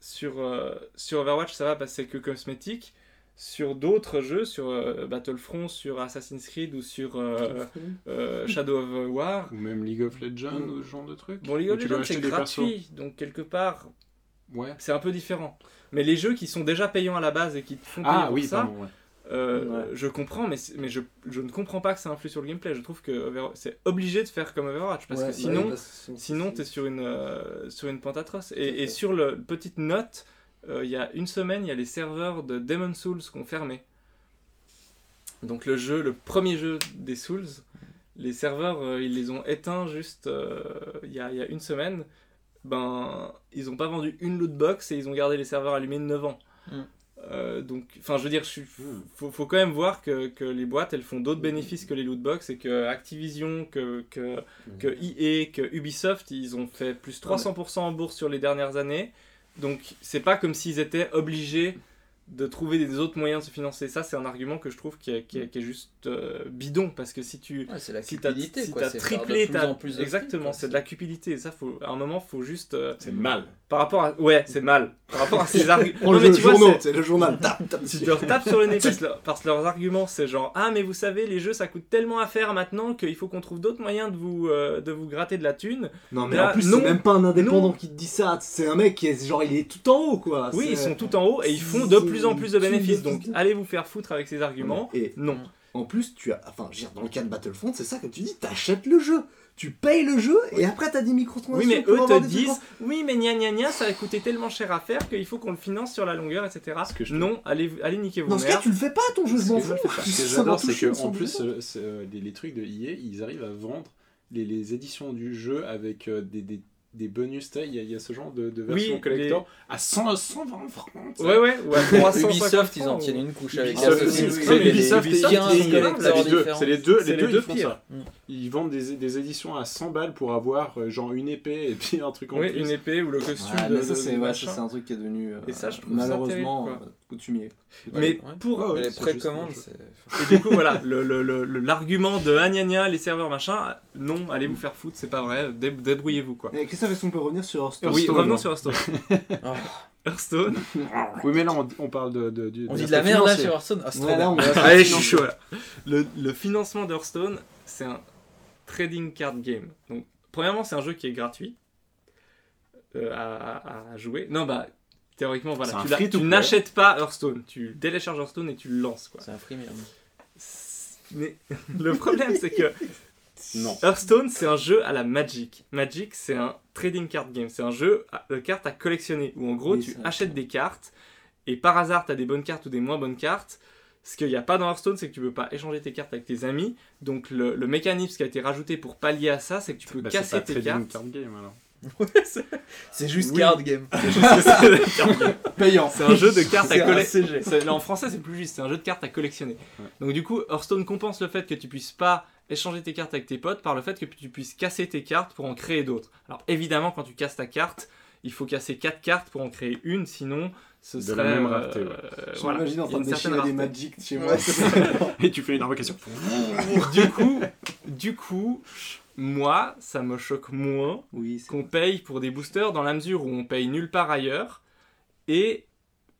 Speaker 3: sur, euh, sur Overwatch, ça va parce que c'est que cosmétique. Sur d'autres jeux, sur euh, Battlefront, sur Assassin's Creed ou sur euh, euh, Shadow of War,
Speaker 4: Ou même League of Legends,
Speaker 5: Mm.
Speaker 4: ou ce genre de truc
Speaker 3: bon, League
Speaker 4: Où
Speaker 3: of
Speaker 4: tu dois
Speaker 3: Legends,
Speaker 4: acheter
Speaker 3: c'est
Speaker 4: des persos.
Speaker 3: gratuit, donc quelque part,
Speaker 4: Ouais.
Speaker 3: c'est un peu différent. Mais les jeux qui sont déjà payants à la base et qui te font payer
Speaker 4: Ah
Speaker 3: pour
Speaker 4: oui,
Speaker 3: ça,
Speaker 4: pardon. ouais.
Speaker 3: euh, je comprends, mais, c'est- mais je, je ne comprends pas que ça influe sur le gameplay. Je trouve que Over- c'est obligé de faire comme Overwatch parce
Speaker 5: Ouais,
Speaker 3: que
Speaker 5: bah oui,
Speaker 3: sinon,
Speaker 5: parce que
Speaker 3: sinon t'es sur une euh, sur une pente atroce.
Speaker 5: Tout à
Speaker 3: Et, et
Speaker 5: fait.
Speaker 3: sur le petite note, euh, il y a une semaine, il y a les serveurs de Demon Souls qui ont fermé. Donc le jeu, le premier jeu des Souls, les serveurs, euh, ils les ont éteints juste euh, il y, a, il y a une semaine. Ben, ils n'ont pas vendu une loot box et ils ont gardé les serveurs allumés 9 ans.
Speaker 13: Mm.
Speaker 3: Euh, donc, enfin, je veux dire, je suis- faut, faut quand même voir que, que les boîtes, elles font d'autres bénéfices que les loot box et que Activision, que, que, que
Speaker 8: Mhm.
Speaker 3: EA, que Ubisoft, ils ont fait plus 300% en bourse sur les dernières années. Donc, c'est pas comme s'ils étaient obligés de trouver des autres moyens de se financer. Ça, c'est un argument que je trouve qui est, qui est- qui est juste euh, bidon, parce que si tu
Speaker 8: Ouais, c'est la
Speaker 3: si t'as
Speaker 8: cupidité,
Speaker 3: si
Speaker 8: quoi.
Speaker 3: t'as
Speaker 8: c'est faire de
Speaker 3: triplé,
Speaker 8: plus
Speaker 3: t'as-
Speaker 8: en plus de fric,
Speaker 3: exactement,
Speaker 8: quoi.
Speaker 3: c'est de la cupidité. Ça, faut, à un moment, faut juste euh,
Speaker 4: C'est mal.
Speaker 3: par rapport à ouais, c'est mal. Par rapport à ces arguments.
Speaker 17: Prends
Speaker 3: Non,
Speaker 17: le
Speaker 3: mais tu vois,
Speaker 17: journal,
Speaker 3: c'est-
Speaker 17: c'est le journal. Tap, tap,
Speaker 3: tu te retapes sur le nez parce, que leur- parce que leurs arguments c'est genre ah mais vous savez les jeux ça coûte tellement à faire maintenant qu'il faut qu'on trouve d'autres moyens de vous euh, de vous gratter de la thune
Speaker 17: Non mais
Speaker 3: Là,
Speaker 17: en plus
Speaker 3: non,
Speaker 17: c'est même pas un indépendant
Speaker 3: non.
Speaker 17: qui te dit ça, c'est un mec qui est genre il est tout en haut
Speaker 5: Ah,
Speaker 17: quoi.
Speaker 3: oui
Speaker 17: C'est-
Speaker 3: ils sont tout en haut et ils font de plus en plus de bénéfices donc allez vous faire foutre avec ces arguments
Speaker 17: Et
Speaker 3: non
Speaker 17: en plus tu as, enfin je veux dire, dans le cas de Battlefront c'est ça comme tu dis, t'achètes le jeu, tu payes le jeu et après t'as des microtransactions.
Speaker 3: Oui, mais
Speaker 17: pour
Speaker 3: eux
Speaker 17: avoir
Speaker 3: te
Speaker 17: des trucs
Speaker 3: disent, oui, mais gna gna gna, ça a coûté tellement cher à faire qu'il faut qu'on le finance sur la longueur, etc.
Speaker 4: que je-
Speaker 3: Non, allez, allez niquer
Speaker 17: en-
Speaker 3: vos
Speaker 17: Dans ce cas
Speaker 3: mères.
Speaker 17: tu le fais pas ton jeu, je m'en fous.
Speaker 4: Ce que
Speaker 17: Ça m'a
Speaker 4: j'adore, c'est
Speaker 17: touché,
Speaker 4: que
Speaker 17: ça
Speaker 4: en
Speaker 17: me
Speaker 4: plus,
Speaker 17: plaît.
Speaker 4: euh, c'est, euh, les, les trucs de EA, ils arrivent à vendre les, les éditions du jeu avec euh, des, des, des bonus. tu sais, Il y, a- il y a ce genre de, de
Speaker 3: Oui,
Speaker 4: version collector à 100, 120 francs. tu sais.
Speaker 3: Ouais, ouais, ou à 350
Speaker 8: Ubisoft, ils en
Speaker 3: francs,
Speaker 8: tiennent
Speaker 3: ou-
Speaker 8: une couche avec
Speaker 4: Ubisoft,
Speaker 8: Assassin's
Speaker 4: oui,
Speaker 8: Creed
Speaker 4: oui,
Speaker 8: et
Speaker 4: Ubisoft,
Speaker 8: les 15
Speaker 3: ils sont collecteurs
Speaker 4: C'est
Speaker 8: collecteurs
Speaker 4: les deux,
Speaker 8: différents.
Speaker 4: c'est les deux, les
Speaker 3: C'est les
Speaker 4: deux,
Speaker 3: deux
Speaker 4: ils font
Speaker 3: pires.
Speaker 4: ça.
Speaker 8: Mm.
Speaker 4: Ils vendent des, des éditions à 100 balles pour avoir euh, genre une épée et puis un truc en
Speaker 3: Oui,
Speaker 4: plus.
Speaker 3: une épée ou le costume
Speaker 5: Ouais,
Speaker 3: de,
Speaker 5: mais ça,
Speaker 3: de-
Speaker 5: c'est
Speaker 3: de
Speaker 5: ouais,
Speaker 3: machin.
Speaker 5: ça, c'est un truc qui est devenu euh,
Speaker 3: Et ça, je trouve ça
Speaker 5: malheureusement
Speaker 3: terrible,
Speaker 5: euh, coutumier.
Speaker 3: Mais
Speaker 8: Ouais.
Speaker 3: pour
Speaker 4: Ouais, ouais,
Speaker 8: Les
Speaker 4: c'est
Speaker 8: précommandes,
Speaker 4: juste-
Speaker 8: c'est.
Speaker 3: Et du coup, voilà, le- le- le- le- l'argument de ah, gna gna, les serveurs machin, non, allez vous faire foutre, c'est pas vrai, dé- débrouillez-vous quoi.
Speaker 17: Eh,
Speaker 5: Et Christophe, est-ce qu'on peut revenir sur Hearthstone
Speaker 3: Oui, revenons sur Hearthstone. Ah. Hearthstone,
Speaker 4: Ah, Oui, mais là, on, on parle de, de, du-
Speaker 8: On dit de la merde là sur Hearthstone. Ah, c'est trop
Speaker 5: Ouais, là,
Speaker 8: bien.
Speaker 5: on va-
Speaker 3: Allez, je suis chaud là. Le, le financement d'Hearthstone, c'est un trading card game. Donc, premièrement, c'est un jeu qui est gratuit euh, à, à- à jouer. Non, bah, théoriquement,
Speaker 4: C'est
Speaker 3: voilà,
Speaker 4: un
Speaker 3: tu l'as-
Speaker 4: free to
Speaker 3: tu
Speaker 4: play.
Speaker 3: n'achètes pas Hearthstone. Tu télécharges Hearthstone et tu le lances, quoi.
Speaker 8: C'est un freemium.
Speaker 3: Mais le problème, c'est que
Speaker 4: Non.
Speaker 3: Hearthstone, c'est un jeu à la Magic. Magic, c'est un trading card game. C'est un jeu à- de cartes à collectionner où en gros,
Speaker 5: Oui,
Speaker 3: tu
Speaker 5: ça,
Speaker 3: achètes des cartes et par hasard, tu as des bonnes cartes ou des moins bonnes cartes. Ce qu'il n'y a pas dans Hearthstone, c'est que tu peux pas échanger tes cartes avec tes amis. Donc le, le mécanisme qui a été rajouté pour pallier à ça, c'est que tu peux
Speaker 4: Bah, c'est
Speaker 3: casser
Speaker 4: pas
Speaker 3: tes
Speaker 4: trading
Speaker 3: cartes.
Speaker 4: card game alors.
Speaker 8: C'est juste
Speaker 3: Oui.
Speaker 8: card game.
Speaker 5: Payant.
Speaker 3: C'est un jeu de cartes à
Speaker 8: C'est un
Speaker 3: collectionner. En français, c'est plus juste, c'est un jeu de cartes à collectionner.
Speaker 4: Ouais.
Speaker 3: Donc du coup, Hearthstone compense le fait que tu puisses pas échanger tes cartes avec tes potes par le fait que tu puisses casser tes cartes pour en créer d'autres. Alors évidemment, quand tu casses ta carte, il faut casser 4 cartes pour en créer une, sinon ce
Speaker 4: De la
Speaker 3: serait...
Speaker 4: même rareté, ouais.
Speaker 3: euh,
Speaker 5: Je
Speaker 3: voilà.
Speaker 5: m'imagine en
Speaker 3: Il y a
Speaker 5: train
Speaker 3: une
Speaker 5: de
Speaker 3: certaine
Speaker 5: déchirer des
Speaker 3: rareté.
Speaker 5: Magic chez moi.
Speaker 4: Et tu fais une invocation.
Speaker 3: du coup, du coup, moi, ça me choque moins
Speaker 5: Oui, c'est
Speaker 3: qu'on paye pour des boosters dans la mesure où on paye nulle part ailleurs et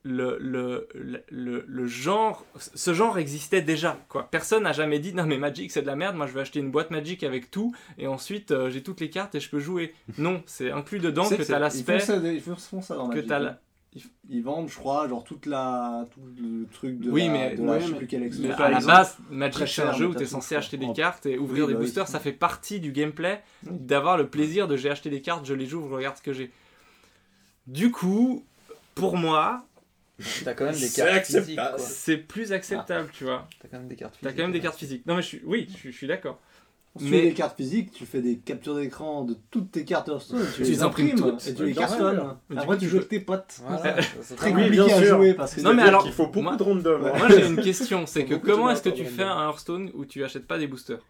Speaker 3: le, le, le, le- le genre ce genre existait déjà quoi personne n'a jamais dit non mais Magic c'est de la merde moi je vais acheter une boîte Magic avec tout et ensuite euh, j'ai toutes les cartes et je peux jouer non c'est inclus dedans
Speaker 4: C'est
Speaker 3: que
Speaker 4: que
Speaker 3: t'as
Speaker 5: Ils font
Speaker 3: l'aspect
Speaker 5: ça, ils font ça dans
Speaker 3: que
Speaker 5: Magic.
Speaker 3: t'as la-
Speaker 5: Ils vendent, je crois, genre toute la tout le truc de
Speaker 3: Oui,
Speaker 5: la,
Speaker 3: mais-
Speaker 5: de la-
Speaker 4: ouais,
Speaker 5: je sais
Speaker 4: mais-
Speaker 5: plus quelle expo.
Speaker 4: mais
Speaker 3: à la
Speaker 4: exemple,
Speaker 3: base Magic
Speaker 5: très
Speaker 3: c'est un
Speaker 5: cher,
Speaker 3: jeu où
Speaker 5: mais
Speaker 3: t'es
Speaker 5: t'as
Speaker 3: censé
Speaker 5: tout,
Speaker 3: acheter des
Speaker 5: en-
Speaker 3: cartes et ouvrir
Speaker 5: Oui,
Speaker 3: des
Speaker 5: bah oui.
Speaker 3: boosters ça fait partie du gameplay d'avoir le plaisir de j'ai acheté des cartes je les joue je regarde ce que j'ai du coup pour moi
Speaker 8: T'as quand même des
Speaker 4: C'est
Speaker 8: cartes
Speaker 4: acceptable.
Speaker 8: physiques. quoi.
Speaker 3: C'est plus acceptable, tu vois.
Speaker 8: T'as quand même des cartes
Speaker 3: T'as
Speaker 8: physiques.
Speaker 3: quand même des cartes physiques. Non, mais je suis, oui, je suis, je suis d'accord.
Speaker 5: Tu
Speaker 3: mais-
Speaker 5: fais des cartes physiques, tu fais des captures d'écran de toutes tes cartes Hearthstone, tu,
Speaker 3: Tu les
Speaker 5: les
Speaker 3: imprimes
Speaker 5: imprimes
Speaker 3: toutes.
Speaker 5: et tu les
Speaker 4: Bien sûr.
Speaker 5: cartonnes.
Speaker 3: Mais du
Speaker 5: Après, tu
Speaker 3: coup, tu
Speaker 5: joues
Speaker 3: peux-
Speaker 5: avec tes potes.
Speaker 8: Voilà, c'est
Speaker 5: Très
Speaker 8: très
Speaker 3: Oui,
Speaker 5: compliqué
Speaker 3: bien
Speaker 5: à
Speaker 3: sûr.
Speaker 5: jouer parce que
Speaker 3: Non, mais alors-
Speaker 4: Il faut beaucoup
Speaker 3: moi-
Speaker 4: de hein. rondes d'or.
Speaker 3: Moi, j'ai une question. C'est que
Speaker 4: Beaucoup
Speaker 3: comment
Speaker 4: de
Speaker 3: est-ce que tu
Speaker 4: joueurs
Speaker 3: fais un Hearthstone où tu achètes pas des boosters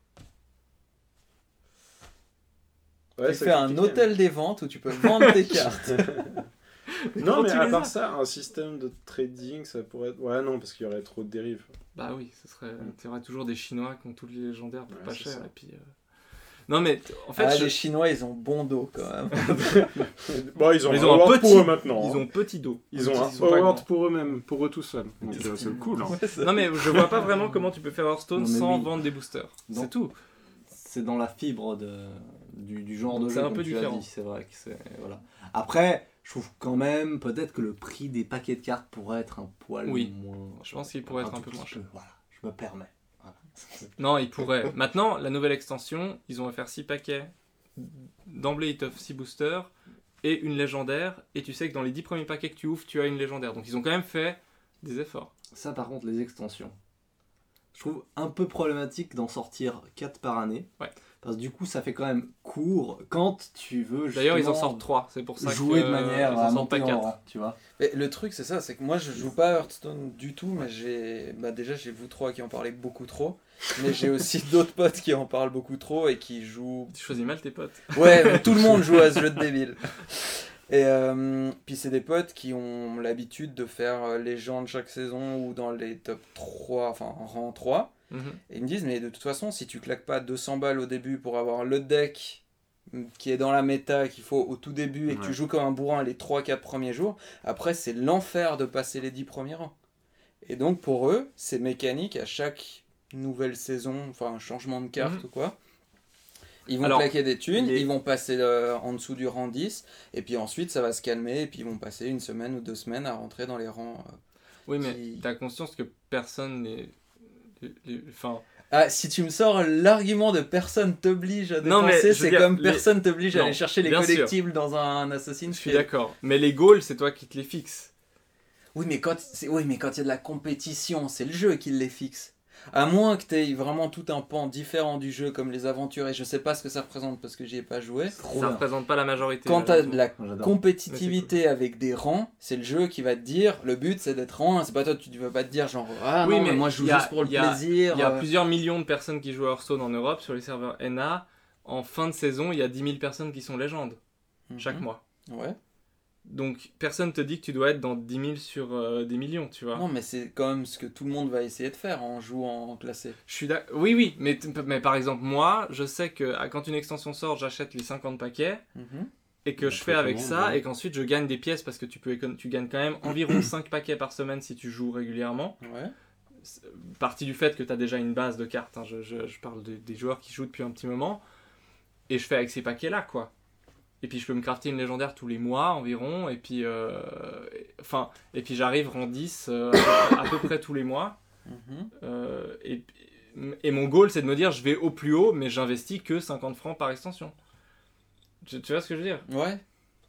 Speaker 8: Tu fais un hôtel des ventes où tu peux vendre tes cartes.
Speaker 4: Non,
Speaker 3: Quand
Speaker 4: mais
Speaker 3: tu
Speaker 4: à
Speaker 3: les as.
Speaker 4: part ça, un système de trading, ça pourrait être. Ouais, non, parce qu'il y aurait trop de dérives.
Speaker 3: Bah oui, ce serait. Tu aurais toujours des Chinois qui ont tous les légendaires pour
Speaker 4: Ouais,
Speaker 3: pas
Speaker 4: c'est
Speaker 3: cher.
Speaker 4: ça.
Speaker 3: Et puis. euh, Non, mais t- en fait,
Speaker 8: ah,
Speaker 3: je-
Speaker 8: les Chinois, ils ont bon dos quand même.
Speaker 4: Bon, ils ont,
Speaker 3: Mais
Speaker 4: un award pour eux maintenant.
Speaker 3: ils
Speaker 4: hein.
Speaker 3: ont petit dos.
Speaker 4: Ils ont,
Speaker 3: Ils
Speaker 4: un Oh,
Speaker 3: sont pas
Speaker 4: award
Speaker 3: grands.
Speaker 4: pour eux-mêmes, pour eux tout seuls. Donc euh, c'est cool. hein.
Speaker 3: Non, mais je vois pas vraiment comment tu peux faire Hearthstone
Speaker 5: Non, mais
Speaker 3: sans
Speaker 5: oui.
Speaker 3: vendre des boosters.
Speaker 5: Non.
Speaker 3: C'est tout.
Speaker 5: c'est dans la fibre de, du, du genre de
Speaker 3: C'est
Speaker 5: jeu.
Speaker 3: un
Speaker 5: comme
Speaker 3: peu
Speaker 5: tu l'as
Speaker 3: différent.
Speaker 5: dit, C'est vrai que c'est. Voilà. Après, je trouve quand même peut-être que le prix des paquets de cartes pourrait être un poil
Speaker 3: Oui.
Speaker 5: moins.
Speaker 3: Je pense qu'il pourrait être un
Speaker 5: tout
Speaker 3: peu
Speaker 5: petit
Speaker 3: moins cher.
Speaker 5: Voilà, je me permets. Voilà.
Speaker 3: Non, ils pourraient. Maintenant, la nouvelle extension, ils ont offert 6 paquets. D'emblée, ils t'offrent 6 boosters et une légendaire. Et tu sais que dans les 10 premiers paquets que tu ouvres, tu as une légendaire. Donc ils ont quand même fait des efforts.
Speaker 5: Ça, par contre, les extensions. Je trouve un peu problématique d'en sortir 4 par année.
Speaker 3: Ouais.
Speaker 5: Parce que du coup, ça fait quand même court quand tu veux.
Speaker 3: D'ailleurs, ils en
Speaker 5: justement
Speaker 3: sortent 3. C'est pour ça que,
Speaker 5: Jouer de
Speaker 3: euh,
Speaker 5: manière à
Speaker 3: ils en sortent
Speaker 5: monter
Speaker 3: pas
Speaker 5: en
Speaker 3: 4.
Speaker 5: rang, tu vois.
Speaker 8: Mais le truc, c'est ça, c'est que moi je joue pas à Hearthstone du tout, mais j'ai. Bah, déjà, j'ai vous trois qui en parlez beaucoup trop, mais j'ai aussi d'autres potes qui en parlent beaucoup trop et qui jouent.
Speaker 3: Tu choisis mal tes potes.
Speaker 8: Ouais, mais tout le monde joue à ce jeu de débile. Et euh, puis c'est des potes qui ont l'habitude de faire euh, les gens de chaque saison ou dans les top 3, enfin en rang 3.
Speaker 3: Mhm.
Speaker 8: Et ils me disent, mais de toute façon, si tu claques pas 200 balles au début pour avoir le deck mm, qui est dans la méta qu'il faut au tout début et que tu
Speaker 4: Ouais.
Speaker 8: joues comme un bourrin les 3-4 premiers jours, après c'est l'enfer de passer les 10 premiers rangs. Et donc pour eux, c'est mécanique à chaque nouvelle saison, enfin un changement de carte
Speaker 3: Mhm.
Speaker 8: ou quoi. Ils vont
Speaker 3: Alors,
Speaker 8: claquer des thunes,
Speaker 3: les-
Speaker 8: ils vont passer euh, en dessous du rang 10, et puis ensuite ça va se calmer, et puis ils vont passer une semaine ou deux semaines à rentrer dans les rangs. euh.
Speaker 3: Oui, mais
Speaker 8: Qui-
Speaker 3: t'as conscience que personne n'est. les- les- Enfin,
Speaker 8: Ah, si tu me sors l'argument de personne t'oblige à
Speaker 3: Non, mais
Speaker 8: dépenser,
Speaker 3: je veux
Speaker 8: c'est
Speaker 3: dire,
Speaker 8: comme
Speaker 3: les-
Speaker 8: personne t'oblige à
Speaker 3: Non,
Speaker 8: aller chercher les
Speaker 3: bien sûr.
Speaker 8: collectibles dans un Assassin's
Speaker 3: je suis
Speaker 8: Creed.
Speaker 3: d'accord. Mais les goals, c'est toi qui te les fixes.
Speaker 8: Oui, mais quand c'est- oui, mais quand il y a de la compétition, c'est le jeu qui les fixe. À moins que tu aies vraiment tout un pan différent du jeu, comme les aventures, et je sais pas ce que ça représente parce que j'y ai pas joué.
Speaker 3: Ça représente pas la majorité.
Speaker 8: Quand t'as de la
Speaker 5: J'adore.
Speaker 8: compétitivité avec des rangs, c'est le jeu qui va te dire le but c'est d'être rang 1, c'est pas toi tu vas pas te dire genre ah
Speaker 3: Oui,
Speaker 8: non, mais,
Speaker 3: mais
Speaker 8: moi je joue
Speaker 3: il y a-
Speaker 8: juste pour le
Speaker 3: il y a-
Speaker 8: plaisir.
Speaker 3: Il y a
Speaker 8: euh.
Speaker 3: plusieurs millions de personnes qui jouent à Hearthstone en Europe sur les serveurs NA. En fin de saison, il y a 10 000 personnes qui sont légendes
Speaker 8: Mhm.
Speaker 3: chaque mois.
Speaker 8: Ouais.
Speaker 3: Donc personne te dit que tu dois être dans 10 000 sur euh, des millions, tu vois.
Speaker 8: Non mais c'est quand même ce que tout le monde va essayer de faire en jouant en classé.
Speaker 3: Je suis d'ac- Oui, oui, mais, t- mais par exemple, moi, je sais que ah, quand une extension sort, j'achète les 50 paquets
Speaker 8: Mhm.
Speaker 3: et que
Speaker 4: Bah,
Speaker 3: je
Speaker 4: très
Speaker 3: fais avec
Speaker 4: clairement,
Speaker 3: ça
Speaker 4: ouais.
Speaker 3: et qu'ensuite je gagne des pièces parce que tu, peux écon- tu gagnes quand même environ 5 paquets par semaine si tu joues régulièrement.
Speaker 8: Ouais.
Speaker 3: C'est- Partie du fait que tu as déjà une base de cartes. hein. Je, je- je parle de- des joueurs qui jouent depuis un petit moment et je fais avec ces paquets-là, quoi. Et puis je peux me crafter une légendaire tous les mois environ et puis, euh, et- enfin, et puis j'arrive en 10 euh, à peu près tous les mois.
Speaker 8: Mhm.
Speaker 3: Euh, et, et mon goal, c'est de me dire, je vais au plus haut, mais j'investis que 50 francs par extension. Tu, tu vois ce que je veux dire
Speaker 8: Ouais.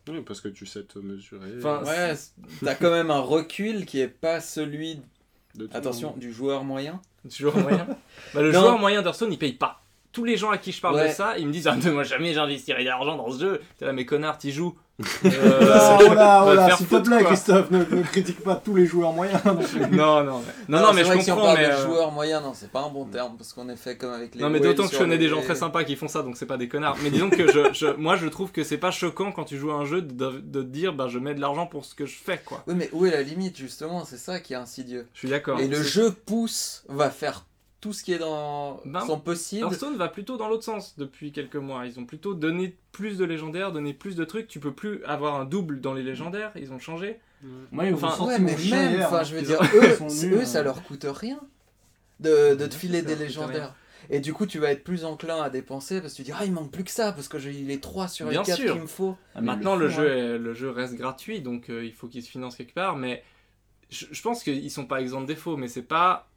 Speaker 4: Oui, parce que tu sais te mesurer.
Speaker 3: Enfin,
Speaker 8: Ouais,
Speaker 3: Ah, c'est-
Speaker 8: T'as quand même un recul qui est pas celui
Speaker 4: euh, de tout.
Speaker 8: attention du joueur moyen.
Speaker 3: toujours moyen. Bah, le
Speaker 8: Non.
Speaker 3: joueur moyen d'Hearthstone, il paye pas. Tous les gens à qui je parle
Speaker 8: Ouais.
Speaker 3: de ça, ils me disent, ah, mais moi jamais j'investirai d'argent dans ce jeu. T'es là, mais connard, t'y joues.
Speaker 5: Oh
Speaker 8: Bah,
Speaker 3: Euh,
Speaker 5: là, oh là,
Speaker 3: va
Speaker 5: oh
Speaker 3: te
Speaker 5: là,
Speaker 3: faire
Speaker 5: s'il te
Speaker 3: foutre,
Speaker 5: plaît,
Speaker 3: quoi.
Speaker 5: Christophe, ne, ne critique pas tous les joueurs moyens. non plus.
Speaker 3: non, non, mais, non, non, mais
Speaker 8: Ah, c'est
Speaker 3: je
Speaker 8: vrai
Speaker 3: comprends,
Speaker 8: que si on parle
Speaker 3: mais.
Speaker 8: de
Speaker 3: euh,
Speaker 8: joueur moyen, non, c'est pas un bon terme parce qu'on est fait comme avec les.
Speaker 3: Non mais
Speaker 8: whales
Speaker 3: d'autant que je
Speaker 8: sur
Speaker 3: connais des
Speaker 8: les-
Speaker 3: gens très sympas qui font ça donc c'est pas des connards. Mais disons que je, je- moi je trouve que c'est pas choquant quand tu joues à un jeu de, de te dire bah je mets de l'argent pour ce que je fais quoi.
Speaker 8: Oui, mais où est la limite justement C'est ça qui est insidieux.
Speaker 3: Je suis d'accord.
Speaker 8: Et le jeu pousse, va faire tout ce qui est dans
Speaker 3: Ben,
Speaker 8: son possible.
Speaker 3: Hearthstone va plutôt dans l'autre sens depuis quelques mois. Ils ont plutôt donné plus de légendaires, donné plus de trucs. Tu peux plus avoir un double dans les légendaires. Ils ont changé.
Speaker 5: Moi, ils
Speaker 3: Enfin,
Speaker 5: m'ont sorti
Speaker 8: ouais,
Speaker 5: mon
Speaker 8: mais
Speaker 5: chien
Speaker 8: même,
Speaker 5: hier,
Speaker 8: enfin,
Speaker 5: hein.
Speaker 8: je veux
Speaker 5: Ils
Speaker 8: dire,
Speaker 5: ont-
Speaker 8: eux,
Speaker 5: ils sont
Speaker 8: c'est-
Speaker 5: nuls,
Speaker 8: eux, ça
Speaker 5: hein.
Speaker 8: leur coûte rien de, de te filer
Speaker 3: ça
Speaker 8: des
Speaker 3: leur coûte
Speaker 8: légendaires. Et du coup, tu vas être plus enclin à dépenser parce que tu dis, ah, il manque plus que ça parce que j'ai les 3 sur les
Speaker 3: Bien
Speaker 8: 4
Speaker 3: sûr.
Speaker 8: qu'il me faut.
Speaker 5: Ah, mais
Speaker 3: Maintenant, le,
Speaker 5: fond,
Speaker 3: jeu,
Speaker 5: hein.
Speaker 3: est- le jeu reste gratuit, donc euh, il faut qu'il se finance quelque part. Mais je, je pense qu'ils sont pas exempts de défauts, mais c'est pas.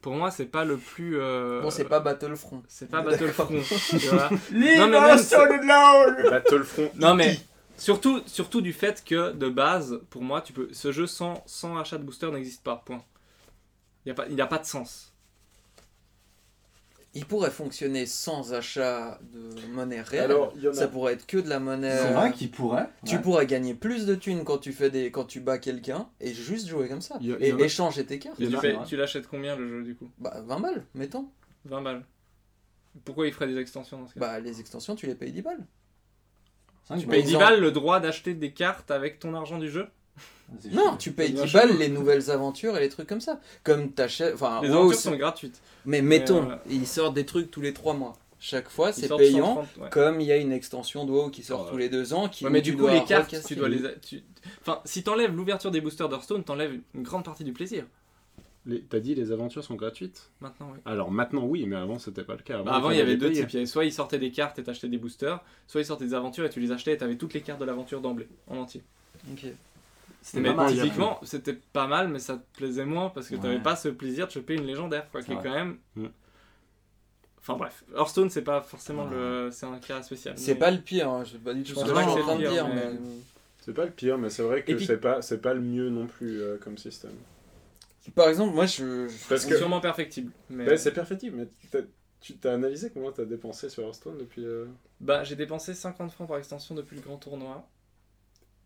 Speaker 3: Pour moi, c'est pas le plus. euh,
Speaker 8: Bon, c'est pas Battlefront.
Speaker 3: C'est pas
Speaker 8: D'accord.
Speaker 3: Battlefront. tu vois.
Speaker 5: Libre
Speaker 3: Non, mais même,
Speaker 5: sur le LOL
Speaker 4: Battlefront.
Speaker 3: Non mais surtout, surtout du fait que de base, pour moi, tu peux ce jeu sans, sans achat de booster n'existe pas. Point. Il y a pas, il a pas de sens.
Speaker 8: Il pourrait fonctionner sans achat de monnaie réelle.
Speaker 4: Alors, il y en a-
Speaker 8: ça pourrait être que de la monnaie.
Speaker 5: euh, C'est vrai qu'il pourrait.
Speaker 8: Tu
Speaker 5: Ouais.
Speaker 8: pourrais gagner plus de thunes quand tu fais des quand tu bats quelqu'un et juste jouer comme ça
Speaker 4: Il y a- il y
Speaker 8: et
Speaker 4: en a-
Speaker 8: échanger tes cartes.
Speaker 4: Il y en
Speaker 3: Tu,
Speaker 4: a-
Speaker 3: fais- tu l'achètes combien le jeu du coup
Speaker 8: Bah 20 balles, mettons.
Speaker 3: 20 balles. Pourquoi il ferait des extensions dans ce cas
Speaker 8: Bah les extensions, tu les payes 10 balles.
Speaker 5: Cinq
Speaker 8: tu
Speaker 3: Tu
Speaker 5: balles.
Speaker 3: payes 10
Speaker 8: Bah, non.
Speaker 3: balles le droit d'acheter des cartes avec ton argent du jeu
Speaker 5: C'est
Speaker 8: Non,
Speaker 5: chiant.
Speaker 8: tu payes
Speaker 4: bien
Speaker 8: 10 balles les nouvelles aventures et les trucs comme ça. Comme t'achètes enfin
Speaker 3: Les
Speaker 8: WoW,
Speaker 3: aventures
Speaker 8: c'est-
Speaker 3: sont gratuites.
Speaker 8: mais mettons,
Speaker 3: voilà.
Speaker 8: ils sortent des trucs tous les 3 mois. Chaque fois,
Speaker 3: Ils
Speaker 8: c'est
Speaker 3: sortent
Speaker 8: payant.
Speaker 3: 130, ouais.
Speaker 8: Comme il y a une extension de WoW qui sort tous les deux ans, qui
Speaker 3: Ah, Ouais,
Speaker 8: où
Speaker 3: mais
Speaker 8: tu
Speaker 3: du coup,
Speaker 8: dois
Speaker 3: les cartes,
Speaker 8: recasser.
Speaker 3: tu dois les. a- tu- Enfin, si t'enlèves l'ouverture des boosters d'Hearthstone, t'enlèves une grande partie du plaisir.
Speaker 4: Les- T'as dit les aventures sont gratuites
Speaker 3: Maintenant, ouais.
Speaker 4: Alors maintenant, oui, mais avant, c'était pas le cas.
Speaker 3: Bah, avant, il y
Speaker 4: fallait
Speaker 3: avait deux
Speaker 4: payer.
Speaker 3: types. Il y avait soit ils sortaient des cartes et t'achetais des boosters, soit ils sortaient des aventures et tu les achetais et t'avais toutes les cartes de l'aventure d'emblée, en entier.
Speaker 8: Ok.
Speaker 5: C'était
Speaker 3: Mais
Speaker 5: pas mal,
Speaker 3: typiquement, c'était pas mal, mais ça te plaisait moins parce que t'avais
Speaker 5: Ouais.
Speaker 3: pas ce plaisir de choper une légendaire, quoi, qui est
Speaker 5: Ouais.
Speaker 3: quand même.
Speaker 4: Mm.
Speaker 3: Enfin bref, Hearthstone, c'est pas forcément le. C'est un cas spécial.
Speaker 8: C'est
Speaker 3: mais-
Speaker 8: pas le pire, hein, je pas du tout
Speaker 3: pense
Speaker 8: ce que
Speaker 5: pas
Speaker 8: je
Speaker 5: que
Speaker 8: suis
Speaker 5: c'est
Speaker 8: en train de
Speaker 3: le
Speaker 8: dire,
Speaker 3: pire,
Speaker 8: mais-
Speaker 4: C'est pas le pire, mais c'est vrai que
Speaker 3: Et puis-
Speaker 4: c'est pas, c'est pas le mieux non plus euh, comme système.
Speaker 8: Par exemple, moi je. je-
Speaker 4: Parce
Speaker 3: C'est
Speaker 4: que-
Speaker 3: sûrement perfectible. Mais...
Speaker 4: Ouais, c'est perfectible, mais t'as- tu t'as analysé combien t'as dépensé sur Hearthstone depuis. euh,
Speaker 3: Bah, j'ai dépensé 50 francs par extension depuis le grand tournoi.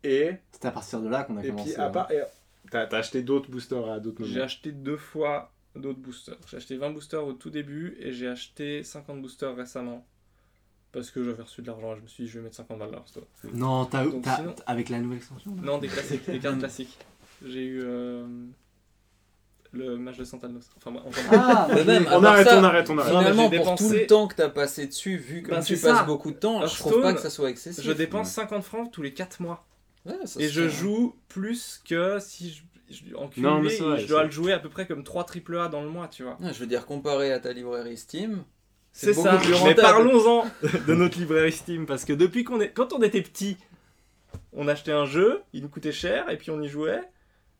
Speaker 4: Et,
Speaker 5: C'était à partir de là qu'on a
Speaker 4: et
Speaker 5: commencé. euh,
Speaker 4: puis, à
Speaker 5: ouais.
Speaker 4: part. et- T'as t'as acheté d'autres boosters à d'autres
Speaker 3: J'ai
Speaker 4: moments.
Speaker 3: acheté deux fois d'autres boosters. J'ai acheté 20 boosters au tout début et j'ai acheté 50 boosters récemment. parce que j'avais reçu de l'argent et je me suis dit je vais mettre 50 balles là. c'est tout.
Speaker 4: Mmh.
Speaker 18: Non, t'as,
Speaker 3: Donc,
Speaker 18: t'as-
Speaker 3: sinon-
Speaker 18: t'as- avec la nouvelle extension là.
Speaker 3: Non, des classiques, des cartes classiques. J'ai eu euh, le match de Santanos. Enfin, bah, enfin,
Speaker 18: Ah,
Speaker 8: Mais
Speaker 18: ok.
Speaker 8: même,
Speaker 4: On
Speaker 8: à part
Speaker 4: arrête,
Speaker 8: ça,
Speaker 4: on arrête, on arrête.
Speaker 3: mais
Speaker 8: Finalement,
Speaker 3: j'ai
Speaker 8: pour tout
Speaker 3: dépensé-
Speaker 8: le temps que t'as passé dessus, vu que
Speaker 3: Ben,
Speaker 8: tu
Speaker 3: c'est ça.
Speaker 8: passes beaucoup de temps, je trouve
Speaker 3: Hearthstone,
Speaker 8: pas que ça soit excessif.
Speaker 3: je dépense 50 francs tous les 4 mois.
Speaker 8: Ouais, ça
Speaker 3: Et
Speaker 8: se
Speaker 3: je
Speaker 8: fait.
Speaker 3: joue plus que si je, je- en cumulé,
Speaker 4: Non, mais c'est vrai,
Speaker 3: je dois
Speaker 4: c'est-
Speaker 3: le jouer à peu près comme 3 AAA dans le mois, tu vois.
Speaker 8: Ouais, je veux dire, comparé à ta librairie Steam,
Speaker 3: C'est
Speaker 8: beaucoup
Speaker 3: ça,
Speaker 8: plus
Speaker 3: mais
Speaker 8: rentable.
Speaker 3: parlons-en de notre librairie Steam, parce que depuis qu'on est... Quand on était petit, on achetait un jeu, il nous coûtait cher, et puis on y jouait.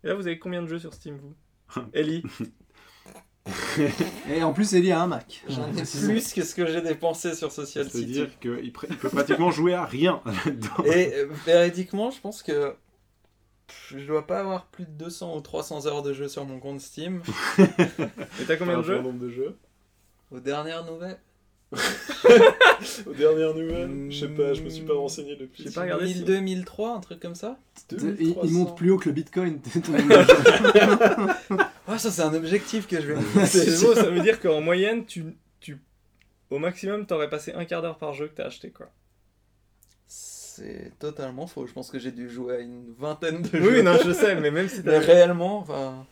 Speaker 3: Et là, vous avez combien de jeux sur Steam, vous Ellie
Speaker 18: Et en plus, Ellie a un Mac.
Speaker 8: j'en ai plus que ce que j'ai dépensé sur Social City.
Speaker 4: C'est-à-dire qu'il pr- il peut pratiquement jouer à rien là-dedans.
Speaker 8: Et euh, véridiquement, je pense que pff, je dois pas avoir plus de 200 ou 300 heures de jeu sur mon compte Steam
Speaker 3: Et t'as combien de
Speaker 4: Par rapport
Speaker 3: jeux
Speaker 4: au nombre de jeux.
Speaker 8: aux dernières nouvelles.
Speaker 4: Aux dernières nouvelles, je sais pas, je me suis pas renseigné depuis.
Speaker 3: J'ai pas regardé si-
Speaker 8: 2003, un truc comme ça.
Speaker 18: Il,
Speaker 4: 2300.
Speaker 18: il monte plus haut que le Bitcoin. euh,
Speaker 8: Ah, ça, c'est un objectif que je vais me
Speaker 3: C'est
Speaker 8: fixer.
Speaker 3: beau, ça veut dire qu'en moyenne, tu, tu, au maximum, t'aurais passé un quart d'heure par jeu que t'as acheté, quoi.
Speaker 8: C'est totalement faux. Je pense que j'ai dû jouer à une vingtaine de jeux.
Speaker 3: Oui, non, je sais, mais même si t'as...
Speaker 8: Mais réellement, enfin.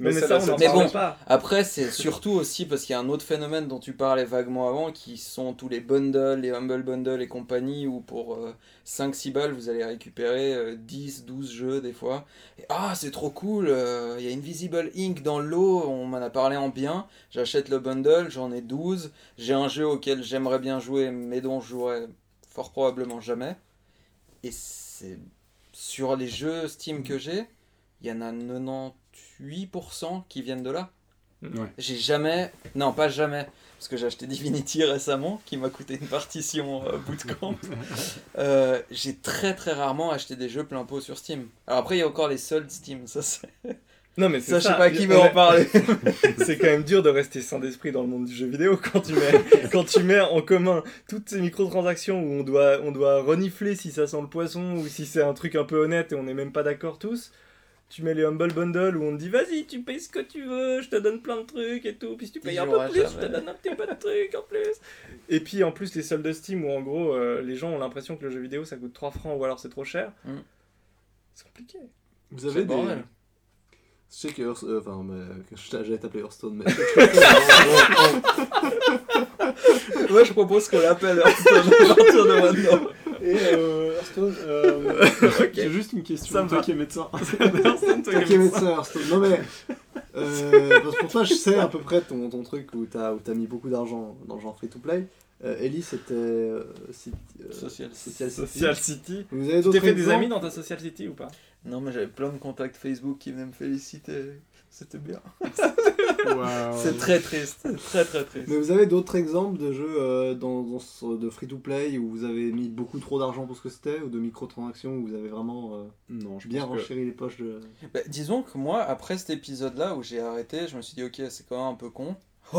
Speaker 3: Mais, mais
Speaker 4: Mais
Speaker 3: ça,
Speaker 4: ça,
Speaker 3: on n'en
Speaker 8: mais
Speaker 3: parle
Speaker 8: bon.
Speaker 3: pas.
Speaker 8: Après, c'est surtout aussi parce qu'il y a un autre phénomène dont tu parlais vaguement avant, qui sont tous les bundles, les Humble Bundle et compagnie, où pour 5-6 balles, vous allez récupérer euh, 10, 12 jeux des fois. Et, ah, c'est trop cool, euh, il y a Invisible Ink dans l'eau, on m'en a parlé en bien, j'achète le bundle, j'en ai 12, j'ai un jeu auquel j'aimerais bien jouer, mais dont je jouerai fort probablement jamais. Et c'est sur les jeux Steam que j'ai, il y en a 98% qui viennent de là. J'ai jamais, non pas jamais, parce que j'ai acheté Divinity récemment, qui m'a coûté une partition euh, bootcamp. Euh, j'ai très très rarement acheté des jeux plein pot sur Steam. Alors après il y a encore les soldes Steam, ça c'est-
Speaker 3: Non, mais c'est
Speaker 8: ça, je sais pas qui veut en parler.
Speaker 3: C'est quand même dur de rester sain d'esprit dans le monde du jeu vidéo quand tu mets, quand tu mets en commun toutes ces microtransactions où on doit, on doit renifler si ça sent le poisson ou si c'est un truc un peu honnête et on n'est même pas d'accord tous. Tu mets les Humble Bundle où on te dit vas-y, tu payes ce que tu veux, je te donne plein de trucs et tout, puis si tu
Speaker 8: Tu
Speaker 3: payes un peu
Speaker 8: joueras
Speaker 3: plus, je te
Speaker 8: jamais.
Speaker 3: donne un petit peu de trucs en plus. Et puis en plus, les soldes Steam où en gros euh, les gens ont l'impression que le jeu vidéo ça coûte 3 francs ou alors c'est trop cher.
Speaker 8: Mm.
Speaker 3: C'est compliqué.
Speaker 5: Vous
Speaker 8: C'est
Speaker 5: avez
Speaker 8: le
Speaker 5: des.
Speaker 8: bordel.
Speaker 5: Je sais que Hearth- euh, enfin, mais, que je- j'allais t'appeler Hearthstone, mais.
Speaker 8: Moi je propose qu'on l'appelle Hearthstone à partir de maintenant.
Speaker 4: Et euh, Hearthstone, euh, j'ai juste une question.
Speaker 3: Ça me
Speaker 4: toi
Speaker 3: va.
Speaker 4: qui es médecin.
Speaker 5: Toi qui aimais ça, Hearthstone. Non mais. euh, parce que pour toi, je sais à peu près ton, ton truc où t'as où t'as mis beaucoup d'argent dans le genre free to play. Euh, Ellie, c'était. euh, sit- euh,
Speaker 8: Social.
Speaker 5: Social City.
Speaker 3: Social City.
Speaker 5: Vous avez
Speaker 3: Tu
Speaker 5: d'autres
Speaker 3: t'es fait des
Speaker 5: exemples
Speaker 3: amis dans ta Social City ou pas
Speaker 8: Non mais j'avais plein de contacts Facebook qui venaient me féliciter. C'était bien.
Speaker 4: Waouh.
Speaker 8: C'est très triste, c'est très très triste.
Speaker 5: Mais vous avez d'autres exemples de jeux euh, dans, dans ce- de free to play où vous avez mis beaucoup trop d'argent pour ce que c'était ou de microtransactions où vous avez vraiment euh,
Speaker 4: Non, je
Speaker 5: bien
Speaker 4: pense que-
Speaker 5: renchéri les poches de.
Speaker 8: Bah, disons que moi, après cet épisode-là où j'ai arrêté, je me suis dit, ok, c'est quand même un peu con.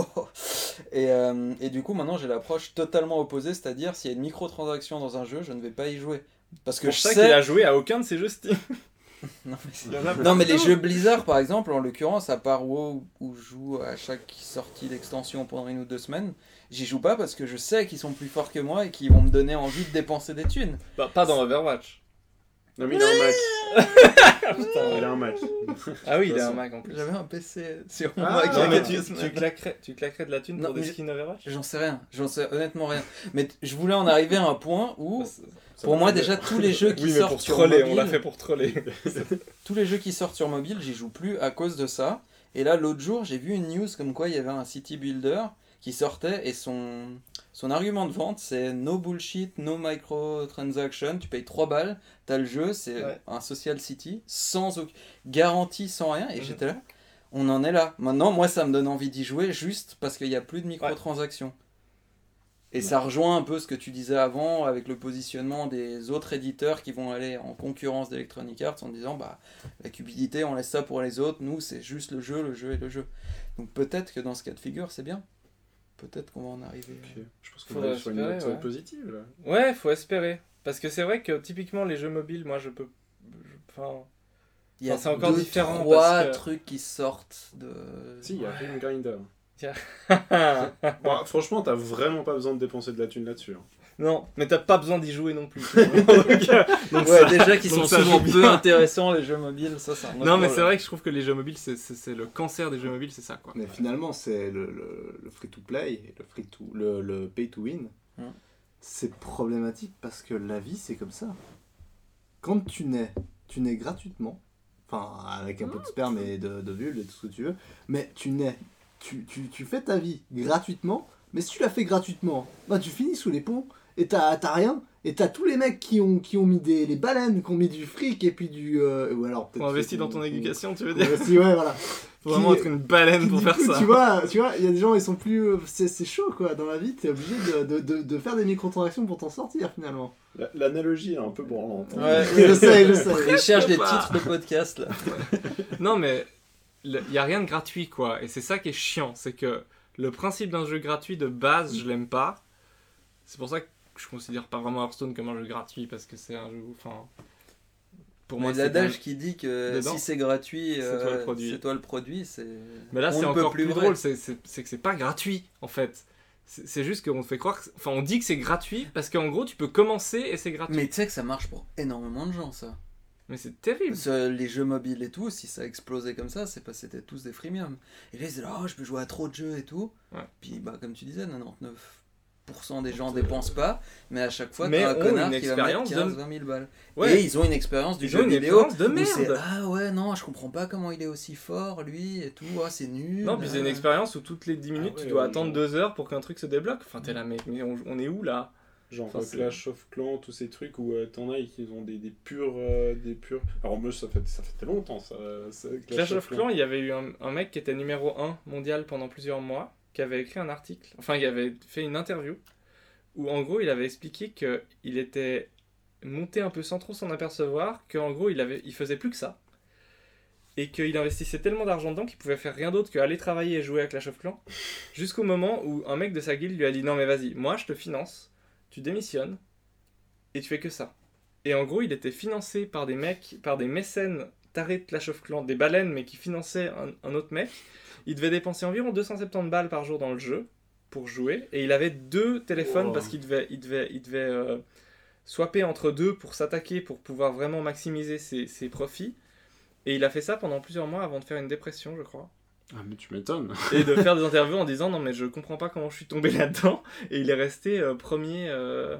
Speaker 8: et, euh, et du coup, maintenant, j'ai l'approche totalement opposée, c'est-à-dire s'il y a une microtransaction dans un jeu, je ne vais pas y jouer. Parce que
Speaker 3: pour
Speaker 8: je
Speaker 3: ça
Speaker 8: sais...
Speaker 3: qu'il a joué à aucun de ces jeux Steam.
Speaker 8: Non, mais c'est-
Speaker 3: Il y en a
Speaker 8: Non, mais les
Speaker 3: partout.
Speaker 8: jeux Blizzard, par exemple, en l'occurrence, à part WoW, où je joue à chaque sortie d'extension pendant une ou deux semaines, j'y joue pas parce que je sais qu'ils sont plus forts que moi et qu'ils vont me donner envie de dépenser des thunes.
Speaker 3: Bah, pas dans Overwatch.
Speaker 4: Non, mais il a un Mac. Il a un Mac.
Speaker 3: Ah oui, il
Speaker 4: De toute
Speaker 3: a un
Speaker 4: façon.
Speaker 3: Mac en plus.
Speaker 8: J'avais un PC sur
Speaker 4: Ah,
Speaker 8: moi qui
Speaker 3: Non, mais
Speaker 8: avait
Speaker 3: tu,
Speaker 8: deux
Speaker 3: tu
Speaker 8: semaines.
Speaker 3: claquerais, tu claquerais de la thune
Speaker 8: Non,
Speaker 3: pour des
Speaker 8: mais-
Speaker 3: skins Overwatch
Speaker 8: J'en sais rien, j'en sais honnêtement rien. Mais t- je voulais en arriver à un point où,
Speaker 3: Bah, c'est-
Speaker 8: pour moi déjà, tous les jeux qui
Speaker 3: Oui, mais
Speaker 8: sortent
Speaker 3: pour
Speaker 8: sur
Speaker 3: troller, on
Speaker 8: mobile,
Speaker 3: l'a fait pour troller.
Speaker 8: tous les jeux qui sortent sur mobile, j'y joue plus à cause de ça. Et là, l'autre jour, j'ai vu une news comme quoi il y avait un city builder qui sortait et son son argument de vente, c'est no bullshit, no microtransaction. Tu payes 3 balles, t'as le jeu, c'est
Speaker 3: Ouais.
Speaker 8: un social city sans auc- garantie, sans rien. Et j'étais là. On en est là. Maintenant, moi, ça me donne envie d'y jouer juste parce qu'il n'y a plus de microtransactions. Et ça rejoint un peu ce que tu disais avant avec le positionnement des autres éditeurs qui vont aller en concurrence d'Electronic Arts en disant bah la cupidité, on laisse ça pour les autres, nous c'est juste le jeu, le jeu et le jeu. Donc peut-être que dans ce cas de figure, c'est bien. Peut-être qu'on va en arriver.
Speaker 4: Ok, Je pense qu'on
Speaker 3: Faudrait
Speaker 4: est sur une
Speaker 3: espérer,
Speaker 4: note
Speaker 3: ouais.
Speaker 4: positive là.
Speaker 3: Ouais, faut espérer. Parce que c'est vrai que typiquement, les jeux mobiles, moi je peux. je- Enfin,
Speaker 8: Il y a
Speaker 3: Enfin, c'est encore
Speaker 8: deux,
Speaker 3: différent
Speaker 8: trois
Speaker 3: parce que-
Speaker 8: trucs qui sortent de.
Speaker 4: Si, il y a Film Grinder.
Speaker 3: ah,
Speaker 4: Bah, franchement, t'as vraiment pas besoin de dépenser de la thune là-dessus. hein.
Speaker 3: Non, mais t'as pas besoin d'y jouer non plus.
Speaker 13: Donc ouais, déjà qu'ils sont souvent peu intéressants les jeux mobiles, ça c'est un autre
Speaker 3: non, mais c'est
Speaker 13: problème.
Speaker 3: vrai que je trouve que les jeux mobiles, c'est- c'est c'est le cancer des jeux mobiles, c'est ça quoi.
Speaker 5: Mais finalement, c'est le, le, le free-to-play, le, free to, le, le pay-to-win.
Speaker 13: Hum.
Speaker 5: C'est problématique parce que la vie, c'est comme ça. Quand tu nais, tu nais gratuitement. Enfin, avec un peu de sperme et de, de vulve et tout ce que tu veux. Mais tu nais, tu, tu, tu fais ta vie gratuitement. Mais si tu la fais gratuitement, bah, tu finis sous les ponts et t'as t'as rien. Et t'as tous les mecs qui ont, qui ont mis des les baleines, qui ont mis du fric et puis du. euh, ou alors peut-être.
Speaker 3: Faut investir dans ton éducation, tu veux dire
Speaker 5: Si, ouais, voilà.
Speaker 3: Faut vraiment
Speaker 5: Qui-
Speaker 3: être une baleine pour
Speaker 5: Du
Speaker 3: faire
Speaker 5: coup,
Speaker 3: ça.
Speaker 5: Tu vois, tu vois, il y a des gens, ils sont plus. euh, C'est c'est chaud quoi, dans la vie, t'es obligé de, de, de, de faire des microtransactions pour t'en sortir finalement.
Speaker 19: La- L'analogie est un peu branlante. hein.
Speaker 13: Ouais.
Speaker 5: Je sais, je sais.
Speaker 13: Ils cherchent des titres de podcast là.
Speaker 3: Non, mais il y a rien de gratuit, quoi. Et c'est ça qui est chiant. C'est que le principe d'un jeu gratuit de base, je l'aime pas. C'est pour ça que je considère pas vraiment Hearthstone comme un jeu gratuit parce que c'est un jeu. Enfin. Pour
Speaker 13: Moi,
Speaker 3: moi, c'est
Speaker 13: l'adage
Speaker 3: quand
Speaker 13: qui dit que
Speaker 3: Dedans.
Speaker 13: si c'est gratuit,
Speaker 3: C'est
Speaker 13: euh,
Speaker 3: toi le produit.
Speaker 13: c'est toi le produit, c'est.
Speaker 3: même- Mais là,
Speaker 13: on
Speaker 3: c'est
Speaker 13: ne peut
Speaker 3: encore plus,
Speaker 13: vrai.
Speaker 3: drôle. C'est c'est- c'est que c'est pas gratuit, en fait. C'est c'est juste qu'on te fait croire. que- Enfin, on dit que c'est gratuit parce qu'en gros, tu peux commencer et c'est gratuit.
Speaker 13: Mais tu sais que ça marche pour énormément de gens ça.
Speaker 3: Mais c'est terrible.
Speaker 13: Ce- les jeux mobiles et tout, si ça explosait comme ça, c'est parce que c'était tous des freemium. Et là ils disaient, oh, je peux jouer à trop de jeux et tout.
Speaker 3: Ouais.
Speaker 13: Puis bah, comme tu disais, 99% des gens dépensent pas, mais à chaque fois,
Speaker 3: mais
Speaker 13: t'as un
Speaker 3: ont
Speaker 13: connard
Speaker 3: une
Speaker 13: qui va mettre
Speaker 3: expérience de-
Speaker 13: 15-20 000 balles.
Speaker 3: Ouais.
Speaker 13: Et ils ont une expérience du
Speaker 3: Ils ont
Speaker 13: jeu
Speaker 3: une
Speaker 13: vidéo.
Speaker 3: expérience de
Speaker 13: où
Speaker 3: merde.
Speaker 13: c'est, Ah ouais, non, je comprends pas comment il est aussi fort, lui, et tout. Ah, c'est nul.
Speaker 3: Non, puis c'est une
Speaker 13: Ah.
Speaker 3: expérience où toutes les 10 minutes,
Speaker 19: Ah ouais,
Speaker 3: tu dois
Speaker 19: ouais,
Speaker 3: attendre
Speaker 19: genre.
Speaker 3: 2 heures pour qu'un truc se débloque. Enfin, t'es là, mais, mais on, on est où là
Speaker 19: Genre
Speaker 3: Enfin,
Speaker 19: euh,
Speaker 3: c'est-
Speaker 19: Clash of Clans, tous ces trucs où euh, t'en as et qui ont des, des purs. euh, des purs... Alors, moi, ça fait, ça fait très longtemps, ça. ça,
Speaker 3: Clash of Clans, il y avait eu un, un mec qui était numéro 1 mondial pendant plusieurs mois, qui avait écrit un article, enfin, il avait fait une interview, où en gros, il avait expliqué qu'il était monté un peu sans trop s'en apercevoir, qu'en gros, il, avait, il faisait plus que ça. Et qu'il investissait tellement d'argent dedans qu'il pouvait faire rien d'autre que aller travailler et jouer à Clash of Clans. Jusqu'au moment où un mec de sa guilde lui a dit Non, mais vas-y, moi je te finance, tu démissionnes, et tu fais que ça. Et en gros, il était financé par des mecs, par des mécènes tarés de Clash of Clans, des baleines, mais qui finançaient un, un autre mec. Il devait dépenser environ 270 balles par jour dans le jeu pour jouer. Et il avait deux téléphones
Speaker 19: Wow.
Speaker 3: parce qu'il devait, il devait, il devait euh, swapper entre deux pour s'attaquer, pour pouvoir vraiment maximiser ses, ses profits. Et il a fait ça pendant plusieurs mois avant de faire une dépression, je crois.
Speaker 4: Ah, mais tu m'étonnes.
Speaker 3: Et de faire des interviews en disant non mais je comprends pas comment je suis tombé là-dedans. Et il est resté euh, premier euh,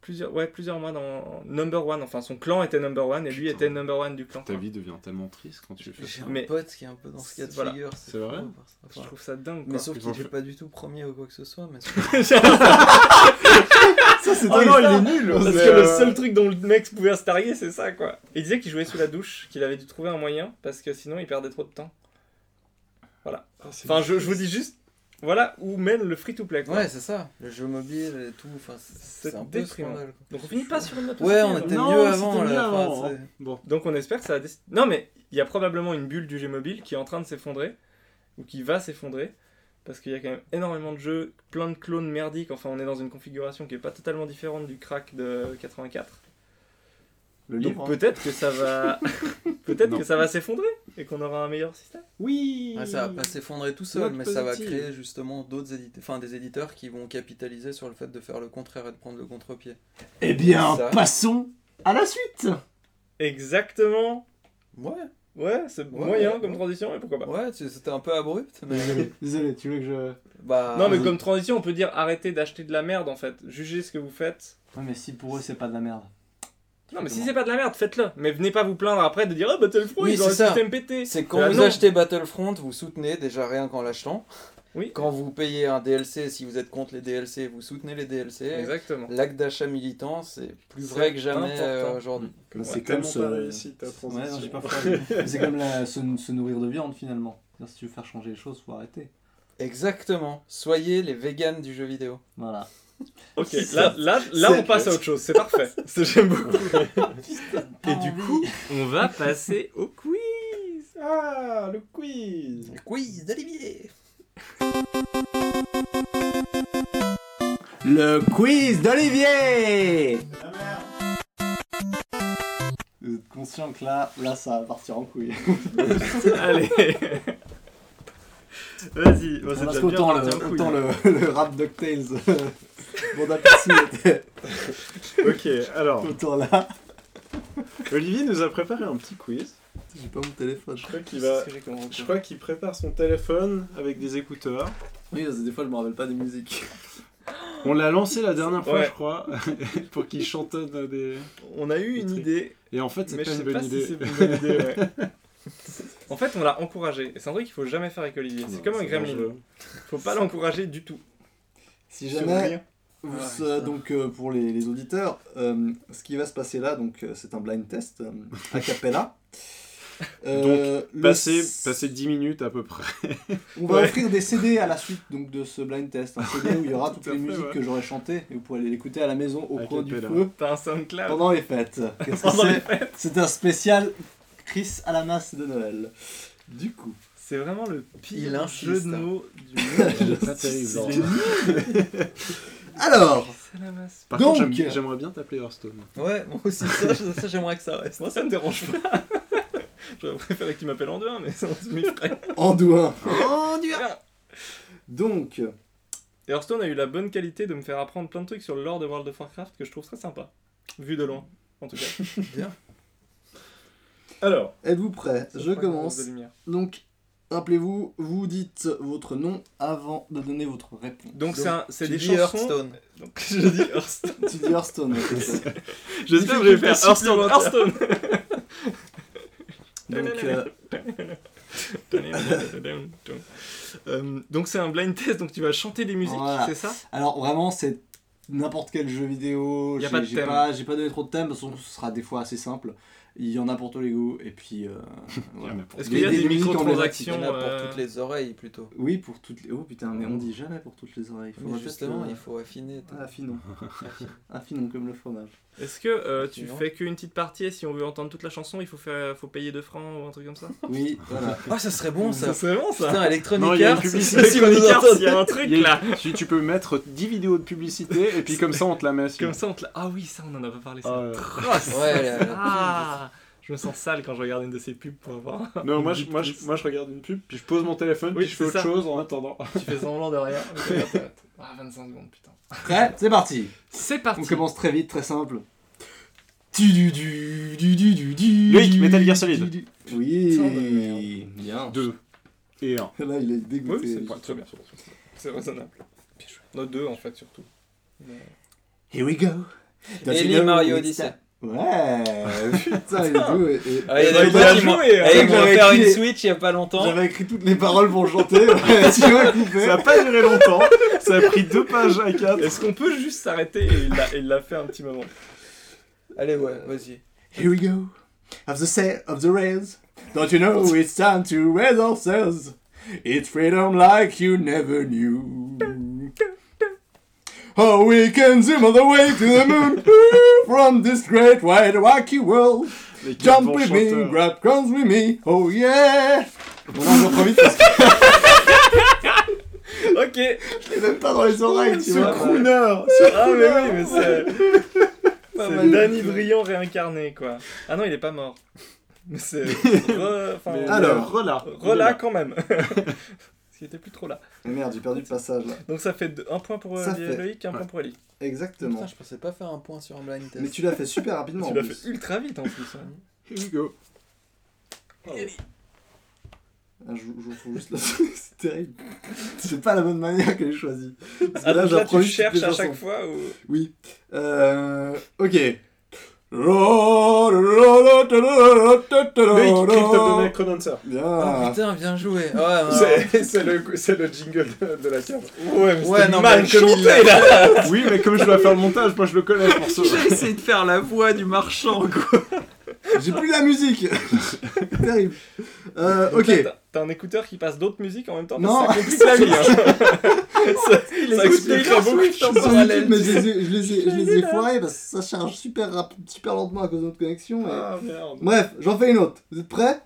Speaker 3: plusieurs, ouais, plusieurs mois dans number one. Enfin son clan était number one et lui
Speaker 4: Putain.
Speaker 3: était number one du clan.
Speaker 4: Ta
Speaker 3: quoi.
Speaker 4: vie devient tellement triste quand tu fais
Speaker 13: J'ai
Speaker 4: ça.
Speaker 13: un
Speaker 3: Mais-
Speaker 13: pote qui est un peu dans ce cas de
Speaker 3: Voilà.
Speaker 13: figure.
Speaker 4: C'est vrai
Speaker 13: fou, parce-
Speaker 3: Je
Speaker 13: enfin,
Speaker 3: trouve ça dingue.
Speaker 13: Mais
Speaker 3: Quoi.
Speaker 13: sauf
Speaker 4: Ils vont
Speaker 13: qu'il n'est
Speaker 4: faire-
Speaker 13: pas du tout premier ou quoi que ce soit. Mais
Speaker 3: Oh
Speaker 5: Ça, c'est
Speaker 19: Oh
Speaker 5: dingue.
Speaker 19: non, il est nul
Speaker 3: Parce
Speaker 19: mais,
Speaker 3: que le
Speaker 19: euh,
Speaker 3: seul truc dont le mec pouvait se targuer, c'est ça, quoi. Il disait qu'il jouait sous la douche, qu'il avait dû trouver un moyen, parce que sinon il perdait trop de temps.
Speaker 19: ah, c'est-
Speaker 3: Enfin, je, je vous dis juste, voilà où mène le free-to-play, quoi.
Speaker 13: ouais, c'est ça. Le jeu mobile et tout. Enfin, c'est
Speaker 3: C'est
Speaker 13: c'est un peu
Speaker 3: déprimant.
Speaker 13: scandale. quoi.
Speaker 3: Donc on finit pas sur une note
Speaker 13: Ouais,
Speaker 3: aussi,
Speaker 13: on
Speaker 3: hein.
Speaker 13: était
Speaker 4: Non,
Speaker 13: mieux avant.
Speaker 4: c'était mieux
Speaker 13: Là, enfin,
Speaker 4: avant, hein.
Speaker 13: c'est-
Speaker 4: Bon,
Speaker 3: Donc on espère que ça a... des- Non, mais il y a probablement une bulle du jeu mobile qui est en train de s'effondrer, ou qui va s'effondrer, parce qu'il y a quand même énormément de jeux, plein de clones merdiques, enfin on est dans une configuration qui est pas totalement différente du crack de 84.
Speaker 5: Le
Speaker 3: Donc
Speaker 5: livre. hein.
Speaker 3: peut-être que ça va... peut-être
Speaker 4: Non.
Speaker 3: que ça va s'effondrer, et qu'on aura un meilleur système.
Speaker 19: Oui
Speaker 13: Ouais, Ah, ça va pas s'effondrer tout seul,
Speaker 19: Note
Speaker 13: mais ça va
Speaker 19: positive.
Speaker 13: créer justement d'autres éditeurs, enfin des éditeurs qui vont capitaliser sur le fait de faire le contraire et de prendre le contre-pied.
Speaker 16: Eh bien,
Speaker 13: Ça.
Speaker 16: passons à la suite
Speaker 3: Exactement.
Speaker 13: Ouais,
Speaker 3: Ouais, c'est
Speaker 13: Ouais,
Speaker 3: moyen
Speaker 13: ouais,
Speaker 3: comme
Speaker 13: ouais.
Speaker 3: transition, mais pourquoi pas.
Speaker 13: ouais, tu- c'était un peu abrupt, mais
Speaker 5: Désolé, désolé, tu veux que je.
Speaker 13: bah.
Speaker 3: non, mais comme transition, on peut dire arrêtez d'acheter de la merde en fait. Jugez ce que vous faites.
Speaker 16: Non, mais si pour eux, c'est pas de la merde.
Speaker 3: Non, mais si c'est pas de la merde, faites-le. Mais venez pas vous plaindre après de dire oh, Battlefront,
Speaker 13: Oui,
Speaker 3: ils ont un
Speaker 13: c'est ça.
Speaker 3: système pété.
Speaker 13: C'est quand
Speaker 3: Bah
Speaker 13: vous
Speaker 3: non.
Speaker 13: achetez Battlefront, vous soutenez déjà rien qu'en l'achetant.
Speaker 3: Oui.
Speaker 13: Quand vous payez un DLC, si vous êtes contre les DLC, vous soutenez les DLC.
Speaker 3: Exactement.
Speaker 13: L'acte d'achat militant, c'est plus
Speaker 3: C'est
Speaker 13: vrai que jamais
Speaker 3: important.
Speaker 13: euh, aujourd'hui.
Speaker 5: Mais
Speaker 19: Ouais,
Speaker 5: c'est
Speaker 19: tellement
Speaker 5: comme ce-
Speaker 19: pas réussi ta
Speaker 16: Ouais, non,
Speaker 19: transition.
Speaker 16: j'ai pas fait. Mais c'est comme la- se, se nourrir de viande finalement. C'est-à-dire, Si tu veux faire changer les choses, faut arrêter.
Speaker 13: Mm. Exactement. Soyez les véganes du jeu vidéo.
Speaker 16: Voilà.
Speaker 3: Ok, là, là, là on passe à autre chose. C'est parfait. C'est- J'aime beaucoup. Ah Et du coup, on va passer au quiz.
Speaker 19: Ah, le quiz
Speaker 13: Le quiz d'Olivier
Speaker 16: Le quiz d'Olivier
Speaker 5: Vous êtes conscient que là, là, ça va partir en couille.
Speaker 3: Allez. Vas-y. Bon,
Speaker 5: Parce
Speaker 3: c'est déjà bien
Speaker 5: qu'autant le,
Speaker 20: Ah,
Speaker 3: parti en couille.
Speaker 5: autant le, le rap DuckTales, euh,
Speaker 16: Bon, d'appétit était
Speaker 19: Ok, alors,
Speaker 16: autour là.
Speaker 19: Olivier nous a préparé un petit quiz.
Speaker 5: J'ai pas mon téléphone.
Speaker 19: Je crois qu'il va... Je crois qu'il prépare son téléphone avec des écouteurs.
Speaker 5: Oui, parce que des fois, je me rappelle pas des musiques.
Speaker 19: On l'a lancé la dernière fois,
Speaker 3: Ouais.
Speaker 19: je crois, pour qu'il chantonne des...
Speaker 1: On a eu
Speaker 19: Des
Speaker 1: une
Speaker 19: trucs.
Speaker 1: idée.
Speaker 19: Et en fait, c'est
Speaker 3: Mais je
Speaker 19: pas une
Speaker 3: sais
Speaker 19: bonne
Speaker 3: pas
Speaker 19: idée.
Speaker 3: si c'est une bonne idée, ouais. En fait, on l'a encouragé. Et c'est un truc qu'il faut jamais faire avec Olivier. C'est
Speaker 19: Non,
Speaker 3: comme un
Speaker 19: c'est
Speaker 3: gremlin.
Speaker 19: dangereux.
Speaker 3: Faut pas l'encourager du tout.
Speaker 5: Si
Speaker 19: Sur
Speaker 5: jamais.
Speaker 19: rien.
Speaker 5: Vous- euh, donc euh, pour les, les auditeurs, euh, ce qui va se passer là, donc euh, c'est un blind test euh, a cappella. Euh, le
Speaker 19: Passer,
Speaker 5: s-
Speaker 19: passer 10 minutes à peu près.
Speaker 5: On va
Speaker 19: ouais.
Speaker 5: offrir des CD à la suite donc de ce blind test, un CD où il y aura toutes
Speaker 19: Tout à
Speaker 5: les
Speaker 19: fait,
Speaker 5: musiques
Speaker 19: ouais.
Speaker 5: que j'aurais chantées et vous pourrez aller l'écouter à la maison au
Speaker 19: A
Speaker 5: coin du
Speaker 19: cappella.
Speaker 5: feu
Speaker 3: T'as un SoundCloud.
Speaker 5: pendant les fêtes. Qu'est-ce que
Speaker 3: Pendant les
Speaker 5: c'est C'est un spécial Chris à la masse de Noël. Du coup,
Speaker 3: C'est vraiment le pire
Speaker 13: Il insiste,
Speaker 3: jeu de
Speaker 13: hein.
Speaker 3: mots du monde.
Speaker 19: pas terrible. genre.
Speaker 5: alors
Speaker 3: C'est la masse.
Speaker 19: Par
Speaker 5: Donc-
Speaker 19: contre, j'aime- j'aimerais bien t'appeler Hearthstone.
Speaker 13: Ouais, moi aussi, ça, ça, ça, j'aimerais que ça reste.
Speaker 3: Moi, ça me dérange pas. J'aurais préféré qu'il m'appelle en deux, hein, mais ça, on se mettrait.
Speaker 5: Andouin. Donc
Speaker 3: Et Hearthstone a eu la bonne qualité de me faire apprendre plein de trucs sur le lore de World of Warcraft que je trouve très sympa. Vu de loin, en tout cas.
Speaker 19: Alors,
Speaker 5: êtes-vous prêts Je
Speaker 3: Pas de
Speaker 5: commence.
Speaker 3: grosse de lumière.
Speaker 5: Donc, rappelez-vous, vous dites votre nom avant de donner votre réponse.
Speaker 3: Donc, c'est un- c'est
Speaker 13: Tu
Speaker 3: des
Speaker 13: dis
Speaker 3: chansons.
Speaker 13: Hearthstone.
Speaker 3: Donc, je dis Hearthstone.
Speaker 5: Tu dis Hearthstone. ouais, c'est ça.
Speaker 3: J'espère que je vais faire Hearthstone. Hearthstone.
Speaker 5: Donc, euh,
Speaker 3: Euh, donc c'est un blind test, donc tu vas chanter des musiques,
Speaker 5: Voilà.
Speaker 3: c'est ça
Speaker 5: alors vraiment, c'est n'importe quel jeu vidéo.
Speaker 3: Y a
Speaker 5: J'ai-
Speaker 3: pas de
Speaker 5: j'ai
Speaker 3: thème.
Speaker 5: pas, j'ai pas donné trop de thèmes, parce que ce sera des fois assez simple. Il y en a pour tous les goûts, et puis. euh, voilà.
Speaker 3: Est-ce qu'il y a des,
Speaker 5: musiques
Speaker 13: Il y en
Speaker 3: microtransactions
Speaker 13: a
Speaker 3: euh,
Speaker 13: pour toutes les oreilles plutôt.
Speaker 5: emblématiques. Oui, pour toutes les. Oh putain, mais on dit jamais pour toutes les oreilles.
Speaker 13: Mais
Speaker 5: Faudrait
Speaker 13: justement,
Speaker 5: peut-être que-
Speaker 13: il faut affiner.
Speaker 5: Ah, affinons. affinons comme le fromage.
Speaker 3: Est-ce que euh, tu
Speaker 13: Sinon.
Speaker 3: fais qu'une petite partie et si on veut entendre toute la chanson, il faut, faire, faut payer 2 francs ou un truc comme ça
Speaker 5: Oui, voilà.
Speaker 13: Ah, ça serait bon ça.
Speaker 3: C'est vraiment ça
Speaker 13: Putain, Electronic
Speaker 19: Non, il y a une
Speaker 13: Arts,
Speaker 19: publicité
Speaker 13: si on nous
Speaker 3: Electronic Arts,
Speaker 13: entend.
Speaker 3: il y a un truc
Speaker 19: il y a-
Speaker 3: là
Speaker 19: tu, tu peux mettre 10 vidéos de publicité et puis comme ça on te la met.
Speaker 3: Comme ça on te la- Ah oui, ça on en a pas parlé, c'est
Speaker 19: Ah, ouais.
Speaker 3: atroce
Speaker 13: Ouais, la- la-
Speaker 3: Ah Je me sens sale quand je regarde une de ces pubs pour avoir...
Speaker 19: Non, moi je, moi, je, moi je regarde une pub, puis je pose mon téléphone,
Speaker 3: Oui,
Speaker 19: puis je fais autre
Speaker 3: c'est ça.
Speaker 19: chose en attendant.
Speaker 3: tu fais semblant de rien. Ok, attends, attends. Ah, 25 secondes, putain.
Speaker 5: Prêt C'est parti
Speaker 3: C'est
Speaker 5: On
Speaker 3: parti
Speaker 5: commence très vite, très simple. Du du du du du du du.
Speaker 19: Loïc, Metal Gear Solid.
Speaker 5: Du- du-
Speaker 3: Putain de
Speaker 5: Oui. Bien.
Speaker 19: 2 et 1.
Speaker 5: Là, il est dégoûté.
Speaker 3: Oui, c'est pas Ah, très bien. C'est raisonnable. Nos deux en fait surtout.
Speaker 5: Here we go.
Speaker 13: Et
Speaker 5: You
Speaker 13: les
Speaker 5: know
Speaker 13: Mario
Speaker 5: it's
Speaker 13: Odyssey.
Speaker 5: that- Ouais. Putain, il est doux. et- et-
Speaker 13: Ah, il y a
Speaker 5: J'avais
Speaker 13: des gens qui
Speaker 5: écrit-
Speaker 13: m'ont
Speaker 3: joué hein
Speaker 13: eh, ils
Speaker 5: J'avais
Speaker 13: vont faire une
Speaker 5: écrit-
Speaker 13: Switch il y a pas longtemps.
Speaker 5: J'avais écrit toutes les paroles pour chanter. ouais, tu vois, coupé.
Speaker 19: Ça a pas duré longtemps, ça a pris 2 pages à
Speaker 5: Eh,
Speaker 19: 4.
Speaker 3: Est-ce qu'on peut juste s'arrêter et il l'a- il l'a fait un petit moment
Speaker 13: Allez, ouais, vas-y.
Speaker 5: Here we go. Of the set of the rails. Don't you know it's time to raise ourselves? It's freedom like you never knew. Oh, we can zoom all the way to the moon from this great wide wacky world. Jump with me, grab guns with me. Oh yeah. Bon, là, on va trop vite parce que
Speaker 3: Ok
Speaker 5: je l'ai même pas dans les oreilles, tu vois.
Speaker 3: Ah mais oui mais c'est... C'est Danny Brillant réincarné quoi. Ah non il est pas mort. Mais c'est... re- enfin,
Speaker 5: Alors.
Speaker 19: Voilà.
Speaker 3: Rela quand même. Parce qu'il était plus trop là.
Speaker 5: Mais Merde, j'ai perdu le passage là.
Speaker 3: Donc ça fait deux- un point pour euh,
Speaker 5: Ça fait-
Speaker 3: Loïc et un point pour Ellie.
Speaker 5: Exactement.
Speaker 13: Putain, je pensais pas faire un point sur un blind test.
Speaker 5: Mais tu l'as fait super rapidement.
Speaker 3: Tu
Speaker 5: en
Speaker 3: l'as
Speaker 5: plus.
Speaker 3: fait ultra vite en plus. hein.
Speaker 19: Here we go.
Speaker 5: Ah, je, je trouve juste la... c'est terrible. C'est pas la bonne manière que j'ai choisi. Parce que
Speaker 3: Ah donc là
Speaker 5: j'apprends
Speaker 3: tu
Speaker 5: juste toutes
Speaker 3: cherches
Speaker 5: les
Speaker 3: à
Speaker 5: chansons.
Speaker 3: chaque fois ou...
Speaker 5: Oui. Euh... Ok. Loïc, oh,
Speaker 19: Loïc, Cryptomania Chronancer.
Speaker 13: Oh Ah.
Speaker 5: Bien.
Speaker 13: putain, bien joué. Ouais, ouais, ouais.
Speaker 19: C'est c'est le, c'est le jingle de, de la cave.
Speaker 3: Ouais mais
Speaker 13: Ouais,
Speaker 3: c'était
Speaker 13: non,
Speaker 3: mal
Speaker 13: mais comme il
Speaker 3: chanté là
Speaker 19: Oui, mais comme je dois faire le montage, moi je le connais pour ça.
Speaker 8: J'ai essayé de faire la voix du marchand, quoi.
Speaker 5: J'ai plus la musique. terrible. Euh, ok.
Speaker 3: T'as- T'as un écouteur qui passe d'autres musiques en même temps
Speaker 5: Non.
Speaker 3: parce que ça complique la vie. hein. ça ça explique beaucoup de
Speaker 5: Je suis
Speaker 3: choses
Speaker 5: sur
Speaker 3: parallèles.
Speaker 5: YouTube, mais je les ai, je les ai, je les ai foirés parce que ça charge super, rap- super lentement à cause de notre connexion. et-
Speaker 19: Ah merde.
Speaker 5: Bref, j'en fais une autre. Vous êtes prêts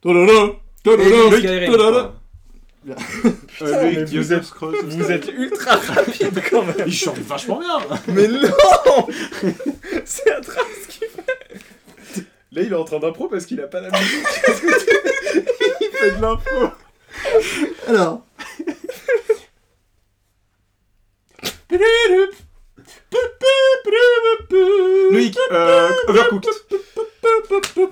Speaker 5: Tololo Tololo
Speaker 13: Ellie Skyrim.
Speaker 5: Tololo
Speaker 19: Euh,
Speaker 3: mais
Speaker 19: Loïc,
Speaker 3: vous
Speaker 19: Joseph Scrooge.
Speaker 3: Vous êtes ultra rapide quand même.
Speaker 19: Il chante vachement bien.
Speaker 3: Mais non C'est atroce.
Speaker 19: Là, il est en train d'impro parce qu'il a pas la musique. il fait de l'impro.
Speaker 5: Alors.
Speaker 21: Euh, Overcooked.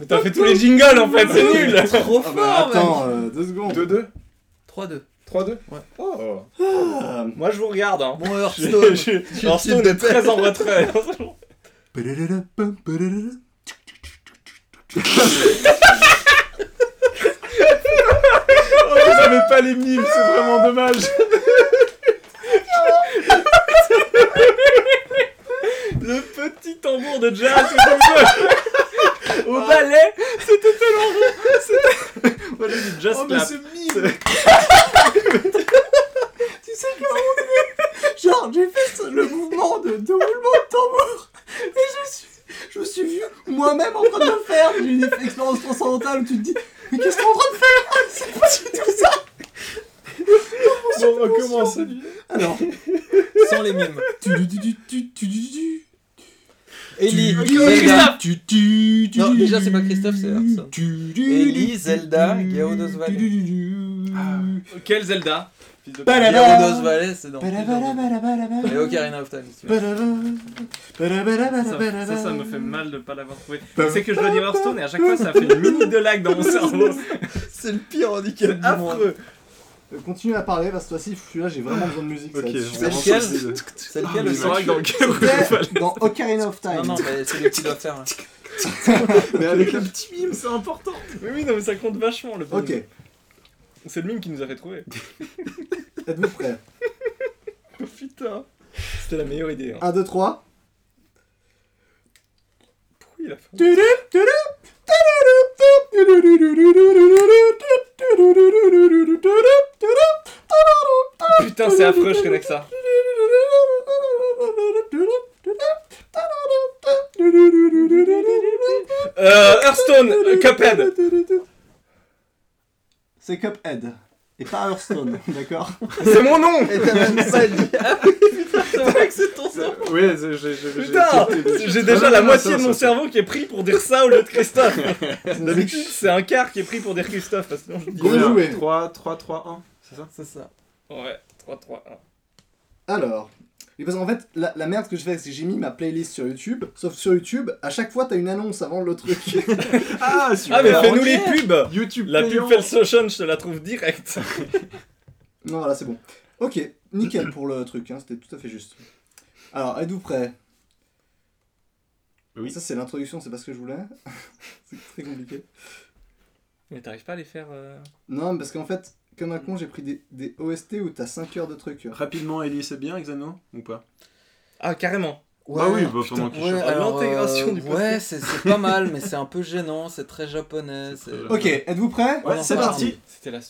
Speaker 3: Mais T'as fait tous les jingles en fait, c'est nul
Speaker 13: Trop
Speaker 5: Ah
Speaker 13: fort
Speaker 5: bah
Speaker 13: mec.
Speaker 5: attends, euh, deux secondes.
Speaker 21: 2-2
Speaker 13: 3-2.
Speaker 21: 3-2
Speaker 13: Ouais.
Speaker 21: Oh.
Speaker 5: Ah,
Speaker 3: Moi je vous regarde hein.
Speaker 13: Bon Hearthstone.
Speaker 3: Hearthstone est très en retrait.
Speaker 21: Vous avez pas les mimes, c'est vraiment dommage.
Speaker 3: Le petit tambour de jazz c'est comme ça. Au ballet, c'était tellement rond. C'était. Moi j'ai dit jazz
Speaker 21: Oh, mais
Speaker 3: clap.
Speaker 21: ce mime
Speaker 20: Genre, j'ai fait ce- le mouvement de, de roulement de tambour et je, suis, je me suis vu moi-même en train de le faire. J'ai eu une expérience transcendantale où tu te dis Mais qu'est-ce qu'on est en train de faire C'est pas du tout ça
Speaker 21: On recommence.
Speaker 20: Alors,
Speaker 13: Sans les mimes.
Speaker 20: tu du du du du tu du du.
Speaker 13: Ellie.
Speaker 20: Tu-
Speaker 13: Zelda.
Speaker 20: tu- tu- tu-
Speaker 13: Non, déjà, c'est pas Christophe, c'est Herzog.
Speaker 20: Tu- tu-
Speaker 13: Ellie,
Speaker 20: tu-
Speaker 13: Zelda,
Speaker 20: tu-
Speaker 13: Guillaume d'Osvaldo.
Speaker 20: tu- tu- tu-
Speaker 5: Ah,
Speaker 3: Quel Zelda
Speaker 8: Bah,
Speaker 13: Gyarados Valley, c'est
Speaker 5: Bah,
Speaker 13: dans.
Speaker 20: Balabalabalabala.
Speaker 13: Et Ocarina of Time. si tu veux.
Speaker 20: Balabala.
Speaker 3: ça,
Speaker 20: Balabalabalabala.
Speaker 3: ça, ça me fait mal de pas l'avoir trouvé. C'est que je dois dire Hearthstone et à chaque fois ça fait une minute de lag dans mon cerveau.
Speaker 13: C'est le pire handicap du monde.
Speaker 5: Euh, Continue à parler parce que toi ci celui-là j'ai vraiment besoin de musique. ça
Speaker 21: Ok,
Speaker 5: va être super.
Speaker 13: C'est lequel C'est lequel le
Speaker 3: C'est vrai que dans le cas où-
Speaker 5: C'était dans Ocarina of Time.
Speaker 13: Non, non, mais c'est le petit doit faire.
Speaker 21: Mais avec le petit.
Speaker 3: mime, c'est important. Mais oui, non, mais ça compte vachement le
Speaker 5: Ok,
Speaker 3: mime. C'est le mime qui nous avait trouvé.
Speaker 5: êtes-vous prêts
Speaker 3: Oh, putain. C'était la meilleure idée. hein.
Speaker 5: 1, 2, 3.
Speaker 3: Pourquoi il a fait Putain, c'est affreux, je connais que ça. Euh, Hearthstone, euh, Cuphead.
Speaker 5: C'est Cuphead. Et pas Hearthstone, d'accord
Speaker 3: C'est mon nom.
Speaker 13: Et t'as même pas dit. Ah oui, putain, c'est vrai que c'est ton cerveau.
Speaker 21: Ouais, j'ai- j'ai- j'ai.
Speaker 3: Putain, j'ai déjà la moitié de mon cerveau qui est pris pour dire ça au lieu de Christophe. D'habitude, c'est un quart qui est pris pour dire Christophe, parce que sinon je dis.
Speaker 5: Bien joué.
Speaker 21: 3, 3, 3, 1. C'est ça
Speaker 13: C'est ça.
Speaker 3: Ouais, 3, 3, 1.
Speaker 5: Alors. Et parce qu'en fait, la, la merde que je fais, c'est que j'ai mis ma playlist sur YouTube. Sauf sur YouTube, à chaque fois, t'as une annonce avant le truc.
Speaker 21: Ah, super
Speaker 3: Ah, mais
Speaker 13: Alors,
Speaker 3: fais-nous
Speaker 13: ok.
Speaker 3: les pubs.
Speaker 21: YouTube
Speaker 3: La pub
Speaker 21: payant.
Speaker 3: Fell Station, je te la trouve direct.
Speaker 5: non, là, c'est bon. Ok, nickel pour le truc, hein, c'était tout à fait juste. Alors, êtes-vous prêts
Speaker 21: Oui.
Speaker 5: Ça, c'est l'introduction, c'est pas ce que je voulais. c'est très compliqué.
Speaker 3: Mais t'arrives pas à les faire. euh,
Speaker 5: Non, parce qu'en fait, comme un con, j'ai pris des, des OST où t'as 5 heures de trucs.
Speaker 4: Rapidement, Ellie, c'est bien, Xano Ou pas
Speaker 3: Ah, carrément.
Speaker 13: Ouais,
Speaker 4: bah pendant
Speaker 13: ouais,
Speaker 3: à
Speaker 13: alors,
Speaker 3: l'intégration
Speaker 13: euh,
Speaker 3: du
Speaker 13: Ouais, c'est c'est pas mal, mais c'est un peu gênant, c'est très japonais. c'est-
Speaker 4: japonais.
Speaker 19: Ah,
Speaker 5: Ok, êtes-vous prêts
Speaker 13: Ouais, c'est parti.
Speaker 3: C'était la.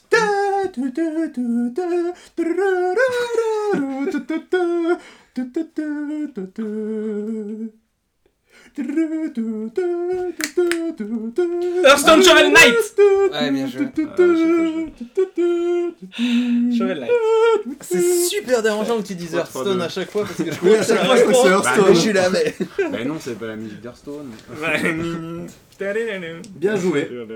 Speaker 3: Hearthstone Shovel Knight
Speaker 13: Ouais, bien joué.
Speaker 3: Shovel Knight.
Speaker 13: C'est super dérangeant que tu dises
Speaker 4: Trois, trois,
Speaker 13: Hearthstone
Speaker 4: deux.
Speaker 13: à chaque fois parce que je
Speaker 5: Oui, à chaque fois, je crois que c'est
Speaker 13: Mais
Speaker 5: Hearthstone.
Speaker 13: je suis là, mais.
Speaker 4: Bah non, c'est pas la musique d'Hearthstone.
Speaker 5: Bien joué. Hop,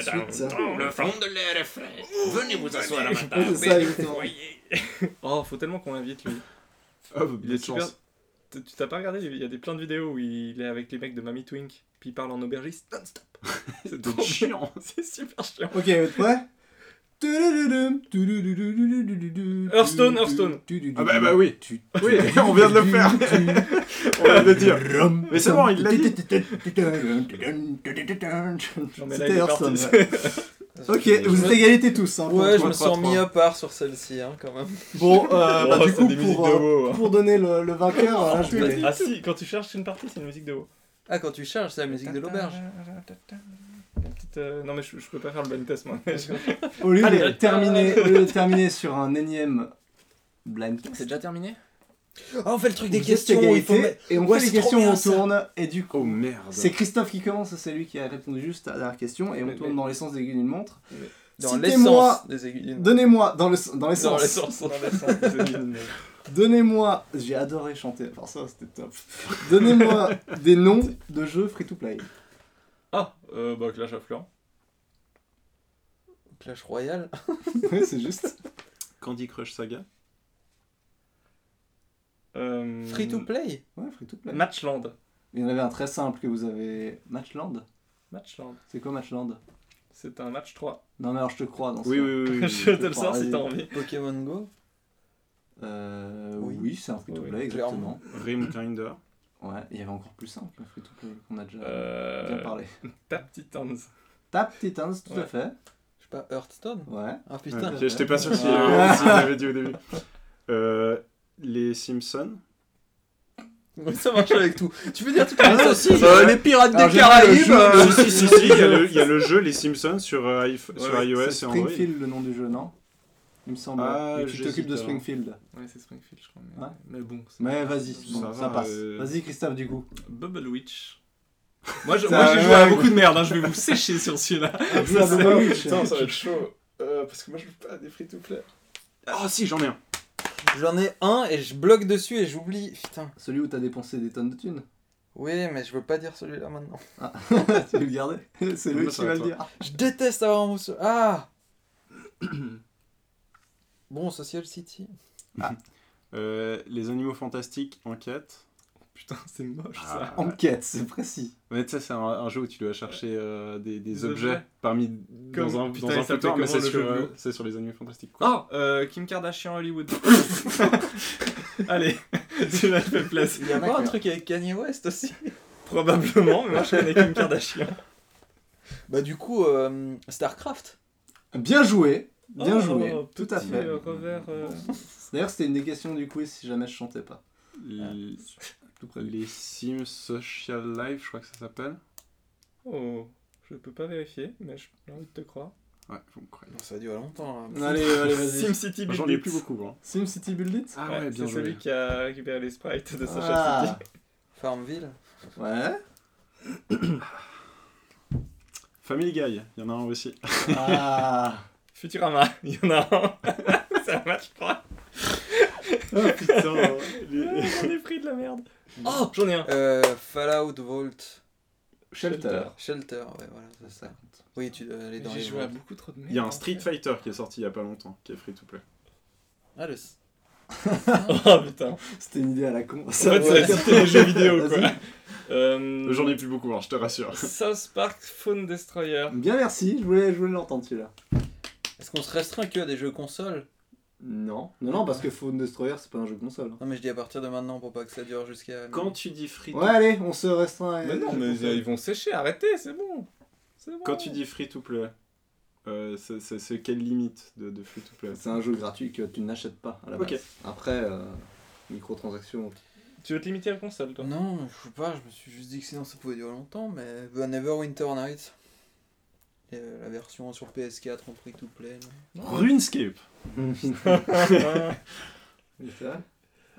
Speaker 5: suite.
Speaker 3: Le fond de l'air est frais. Venez vous asseoir à ma
Speaker 5: C'est ça, exactement.
Speaker 3: Oh, faut tellement qu'on l'invite lui.
Speaker 4: Ah, bah,
Speaker 3: Il est
Speaker 4: bonne
Speaker 3: super.
Speaker 4: chance.
Speaker 3: Tu tu t'as pas regardé Il y a des plein de vidéos où il est avec les mecs de Mamie Twink, puis il parle en aubergiste non-stop. C'est trop
Speaker 4: Oh,
Speaker 3: bien.
Speaker 4: chiant.
Speaker 3: C'est super chiant.
Speaker 5: Ok, êtes-vous prêts
Speaker 3: Hearthstone, Hearthstone.
Speaker 4: Ah bah, bah oui. Oui, on vient de le faire. on vient de le dire. Mais c'est bon, il l'a dit.
Speaker 3: Non, mais là, il
Speaker 5: C'était
Speaker 3: est parti.
Speaker 5: Hearthstone. ouais. Ok, vous êtes égalité tous. Hein, pour le
Speaker 13: Ouais, je
Speaker 5: coup.
Speaker 13: me sens mis à part sur celle-ci, hein, quand même.
Speaker 5: Bon, euh, bah,
Speaker 3: Oh,
Speaker 5: du
Speaker 3: c'est
Speaker 5: coup,
Speaker 3: des musiques
Speaker 5: pour,
Speaker 3: de
Speaker 5: euh,
Speaker 3: WoW, hein.
Speaker 5: pour donner le, le vainqueur, là, je vais...
Speaker 3: Ah si, quand tu cherches une partie, c'est une musique de haut.
Speaker 13: Ah, quand tu charges, c'est la musique de l'auberge.
Speaker 3: La petite, euh, Non mais je, je peux pas faire le blind test moi.
Speaker 5: Au lieu, de
Speaker 3: Allez.
Speaker 5: terminer, au lieu de terminer sur un énième blind test,
Speaker 3: déjà terminé
Speaker 13: Ah, on fait le truc des
Speaker 5: Vous êtes
Speaker 13: questions,
Speaker 5: égalité,
Speaker 13: il faut. mettre-
Speaker 5: et on
Speaker 13: Ouais,
Speaker 5: fait les
Speaker 13: c'est trop
Speaker 5: questions,
Speaker 13: bien,
Speaker 5: on
Speaker 13: ça.
Speaker 5: tourne, et du coup,
Speaker 4: Oh merde.
Speaker 5: c'est Christophe qui commence, c'est lui qui a répondu juste à la dernière question, et on
Speaker 3: Mais-
Speaker 5: tourne
Speaker 3: mais-
Speaker 5: dans les sens d'aiguille d'une montre.
Speaker 13: Dans
Speaker 5: Citez-moi-
Speaker 13: l'essence des aiguilles.
Speaker 5: Donnez-moi, dans, le, dans les
Speaker 13: Dans
Speaker 5: sens,
Speaker 13: l'essence.
Speaker 5: donnez-moi, j'ai adoré chanter, enfin ça c'était top, donnez-moi des noms de jeux free-to-play.
Speaker 3: Ah, euh, bah Clash of Clans.
Speaker 13: Clash Royale.
Speaker 5: Ouais, c'est juste.
Speaker 4: Candy Crush Saga.
Speaker 3: Euh,
Speaker 13: Free to play. Mm.
Speaker 5: Ouais, free-to-play.
Speaker 3: Matchland.
Speaker 5: Il y en avait un très simple que vous avez. Matchland
Speaker 3: Matchland.
Speaker 5: C'est quoi Matchland
Speaker 3: C'est un match 3.
Speaker 5: Non, mais alors je te crois dans ce
Speaker 4: Oui,
Speaker 5: cas.
Speaker 4: oui, oui. oui,
Speaker 3: je
Speaker 4: oui.
Speaker 3: te le sors si t'as envie.
Speaker 13: Pokémon Go
Speaker 5: Euh,
Speaker 13: Oui.
Speaker 5: oui, c'est un free to play,
Speaker 13: Oui,
Speaker 5: exactement.
Speaker 4: Rim Grinder.
Speaker 5: Ouais, il y avait encore plus simple qu'un free to play qu'on a déjà bien
Speaker 3: Euh,
Speaker 5: parlé.
Speaker 3: Tap Titans.
Speaker 5: Tap Titans, tout
Speaker 3: ouais.
Speaker 5: à fait.
Speaker 13: Je sais pas, Hearthstone
Speaker 5: Ouais.
Speaker 13: Ah putain
Speaker 4: Ok, J'étais pas sûr si euh,
Speaker 13: Ah.
Speaker 4: si j'avais dit au début. Euh, les Simpsons.
Speaker 13: Ça marche avec tout. Tu peux dire tout à l'heure Ah, aussi
Speaker 4: Euh,
Speaker 13: Les pirates
Speaker 5: Alors,
Speaker 13: des
Speaker 5: j'ai pas le
Speaker 13: Caraïbes
Speaker 5: jeu,
Speaker 13: euh,
Speaker 4: si, si, si, si, il y, a le- il y a le jeu Les Simpsons sur, euh, iPh- sur
Speaker 3: ouais,
Speaker 4: iOS
Speaker 5: c'est
Speaker 4: et Android.
Speaker 5: Springfield le nom du jeu, non Il me semble.
Speaker 4: Ah,
Speaker 5: Et tu
Speaker 4: j'hésite,
Speaker 5: t'occupes de
Speaker 4: alors.
Speaker 5: Springfield.
Speaker 3: Ouais, c'est Springfield, je crois. Mais,
Speaker 5: Ouais. Bah,
Speaker 3: mais bon. c'est-
Speaker 5: Mais vas-y,
Speaker 4: Ça
Speaker 5: bon, ça,
Speaker 4: va,
Speaker 5: passe.
Speaker 4: euh.
Speaker 5: Vas-y Christophe du coup.
Speaker 3: Bubble Witch. Moi, je-
Speaker 5: Ça
Speaker 3: moi, j'ai
Speaker 5: va,
Speaker 3: joué à
Speaker 5: ouais.
Speaker 3: beaucoup de merde, hein, je vais vous sécher sur celui-là.
Speaker 5: Un jeu à
Speaker 3: c'est-
Speaker 5: Bubble Witch.
Speaker 4: Putain, ça va être chaud. Euh, parce que moi je joue pas à des free-to-play. Oh si, j'en ai un.
Speaker 13: Ah, J'en ai un et je bloque dessus et j'oublie. Putain.
Speaker 5: Celui où t'as dépensé des tonnes de thunes.
Speaker 13: Oui, mais je veux pas dire celui-là maintenant.
Speaker 5: tu veux le garder C'est lui
Speaker 4: Moi, ça
Speaker 5: qui va
Speaker 4: va,
Speaker 5: le
Speaker 4: toi.
Speaker 5: dire.
Speaker 13: Je déteste avoir un mousseau. Ah Bon, Social City.
Speaker 4: Euh, les animaux fantastiques, enquête.
Speaker 3: Putain, c'est moche
Speaker 4: Ah.
Speaker 3: ça.
Speaker 5: Enquête, c'est précis.
Speaker 4: Mais tu sais, c'est un, un jeu où tu dois chercher euh, des, des
Speaker 3: Des objets.
Speaker 4: objets parmi dans un,
Speaker 3: Putain,
Speaker 4: dans
Speaker 3: il
Speaker 4: un
Speaker 3: s'appelait
Speaker 4: foutoir, mais
Speaker 3: comment,
Speaker 4: c'est
Speaker 3: le
Speaker 4: sur,
Speaker 3: jeu vidéo
Speaker 4: euh, c'est sur les animaux fantastiques. Quoi.
Speaker 3: Oh, euh, Kim Kardashian Hollywood. Allez, tu l'as fait place.
Speaker 13: Il y a pas un truc avec Kanye West aussi
Speaker 3: Probablement, mais moi je connais Kim Kardashian.
Speaker 13: Bah du coup, euh, StarCraft.
Speaker 5: Bien joué. Bien
Speaker 3: Oh,
Speaker 5: joué. Tout à
Speaker 3: petit,
Speaker 5: fait.
Speaker 3: euh, revers, euh,
Speaker 5: D'ailleurs, c'était une des questions du quiz si jamais je chantais pas.
Speaker 4: Les, les Sims Social Life, je crois que ça s'appelle.
Speaker 3: Oh, je peux pas vérifier, mais je- j'ai envie de te croire.
Speaker 4: Ouais, vous me croyez.
Speaker 13: Bon, ça a duré longtemps. là.
Speaker 5: Allez, euh, allez, vas-y.
Speaker 3: SimCity Build
Speaker 4: J'en ai
Speaker 3: It.
Speaker 4: plus beaucoup. Hein.
Speaker 5: SimCity Build It
Speaker 4: Ah
Speaker 3: Ouais,
Speaker 4: ouais, bien
Speaker 3: c'est celui
Speaker 4: joué.
Speaker 3: qui a récupéré les sprites de Sacha
Speaker 5: Ah,
Speaker 13: Farmville.
Speaker 5: Ouais.
Speaker 4: Family Guy, il y en a un aussi.
Speaker 5: Ah.
Speaker 3: City. Futurama, il y en a un. c'est un match 3.
Speaker 4: Oh, Putain, les-
Speaker 3: J'en ai pris de la merde. Oh, j'en ai un.
Speaker 13: Euh, Fallout Vault.
Speaker 5: Shelter.
Speaker 13: Shelter, ouais, voilà, c'est ça. Oui, tu dois aller dans
Speaker 3: J'ai
Speaker 13: les
Speaker 3: joué à
Speaker 13: jeux.
Speaker 3: beaucoup trop de merde.
Speaker 4: Il y a un Street Fighter qui est sorti il y a pas longtemps, qui est free to play.
Speaker 13: Ah, le...
Speaker 3: Oh putain.
Speaker 5: C'était une idée à la con.
Speaker 3: En fait, c'est la cité des jeux vidéo quoi.
Speaker 5: Vas-y.
Speaker 3: Euh,
Speaker 4: J'en ai plus beaucoup, hein, je te rassure.
Speaker 3: South Park Phone Destroyer.
Speaker 5: Bien merci, je voulais, je voulais l'entendre celui-là.
Speaker 13: Est-ce qu'on se restreint que à des jeux consoles
Speaker 5: Non. Non, non, parce que Phone Destroyer, c'est pas un jeu de console. hein.
Speaker 13: Non, mais je dis à partir de maintenant pour pas que ça dure jusqu'à.
Speaker 4: tu dis free
Speaker 5: Ouais, allez, on se restreint.
Speaker 3: Mais non, mais euh, ils vont sécher, arrêtez, c'est bon. C'est bon.
Speaker 4: Quand tu dis free to play, euh, c'est- c'est c'est quelle limite de, de free to play
Speaker 5: C'est un jeu gratuit que tu n'achètes pas à la base.
Speaker 4: Ok.
Speaker 5: Après, euh, microtransactions.
Speaker 3: Tu veux te limiter à la console toi
Speaker 13: Non, je sais pas, je me suis juste dit que sinon ça pouvait durer longtemps, mais The Neverwinter Night. Et, euh, la version sur PS4 en free to play. là.
Speaker 4: RuneScape
Speaker 3: Ah,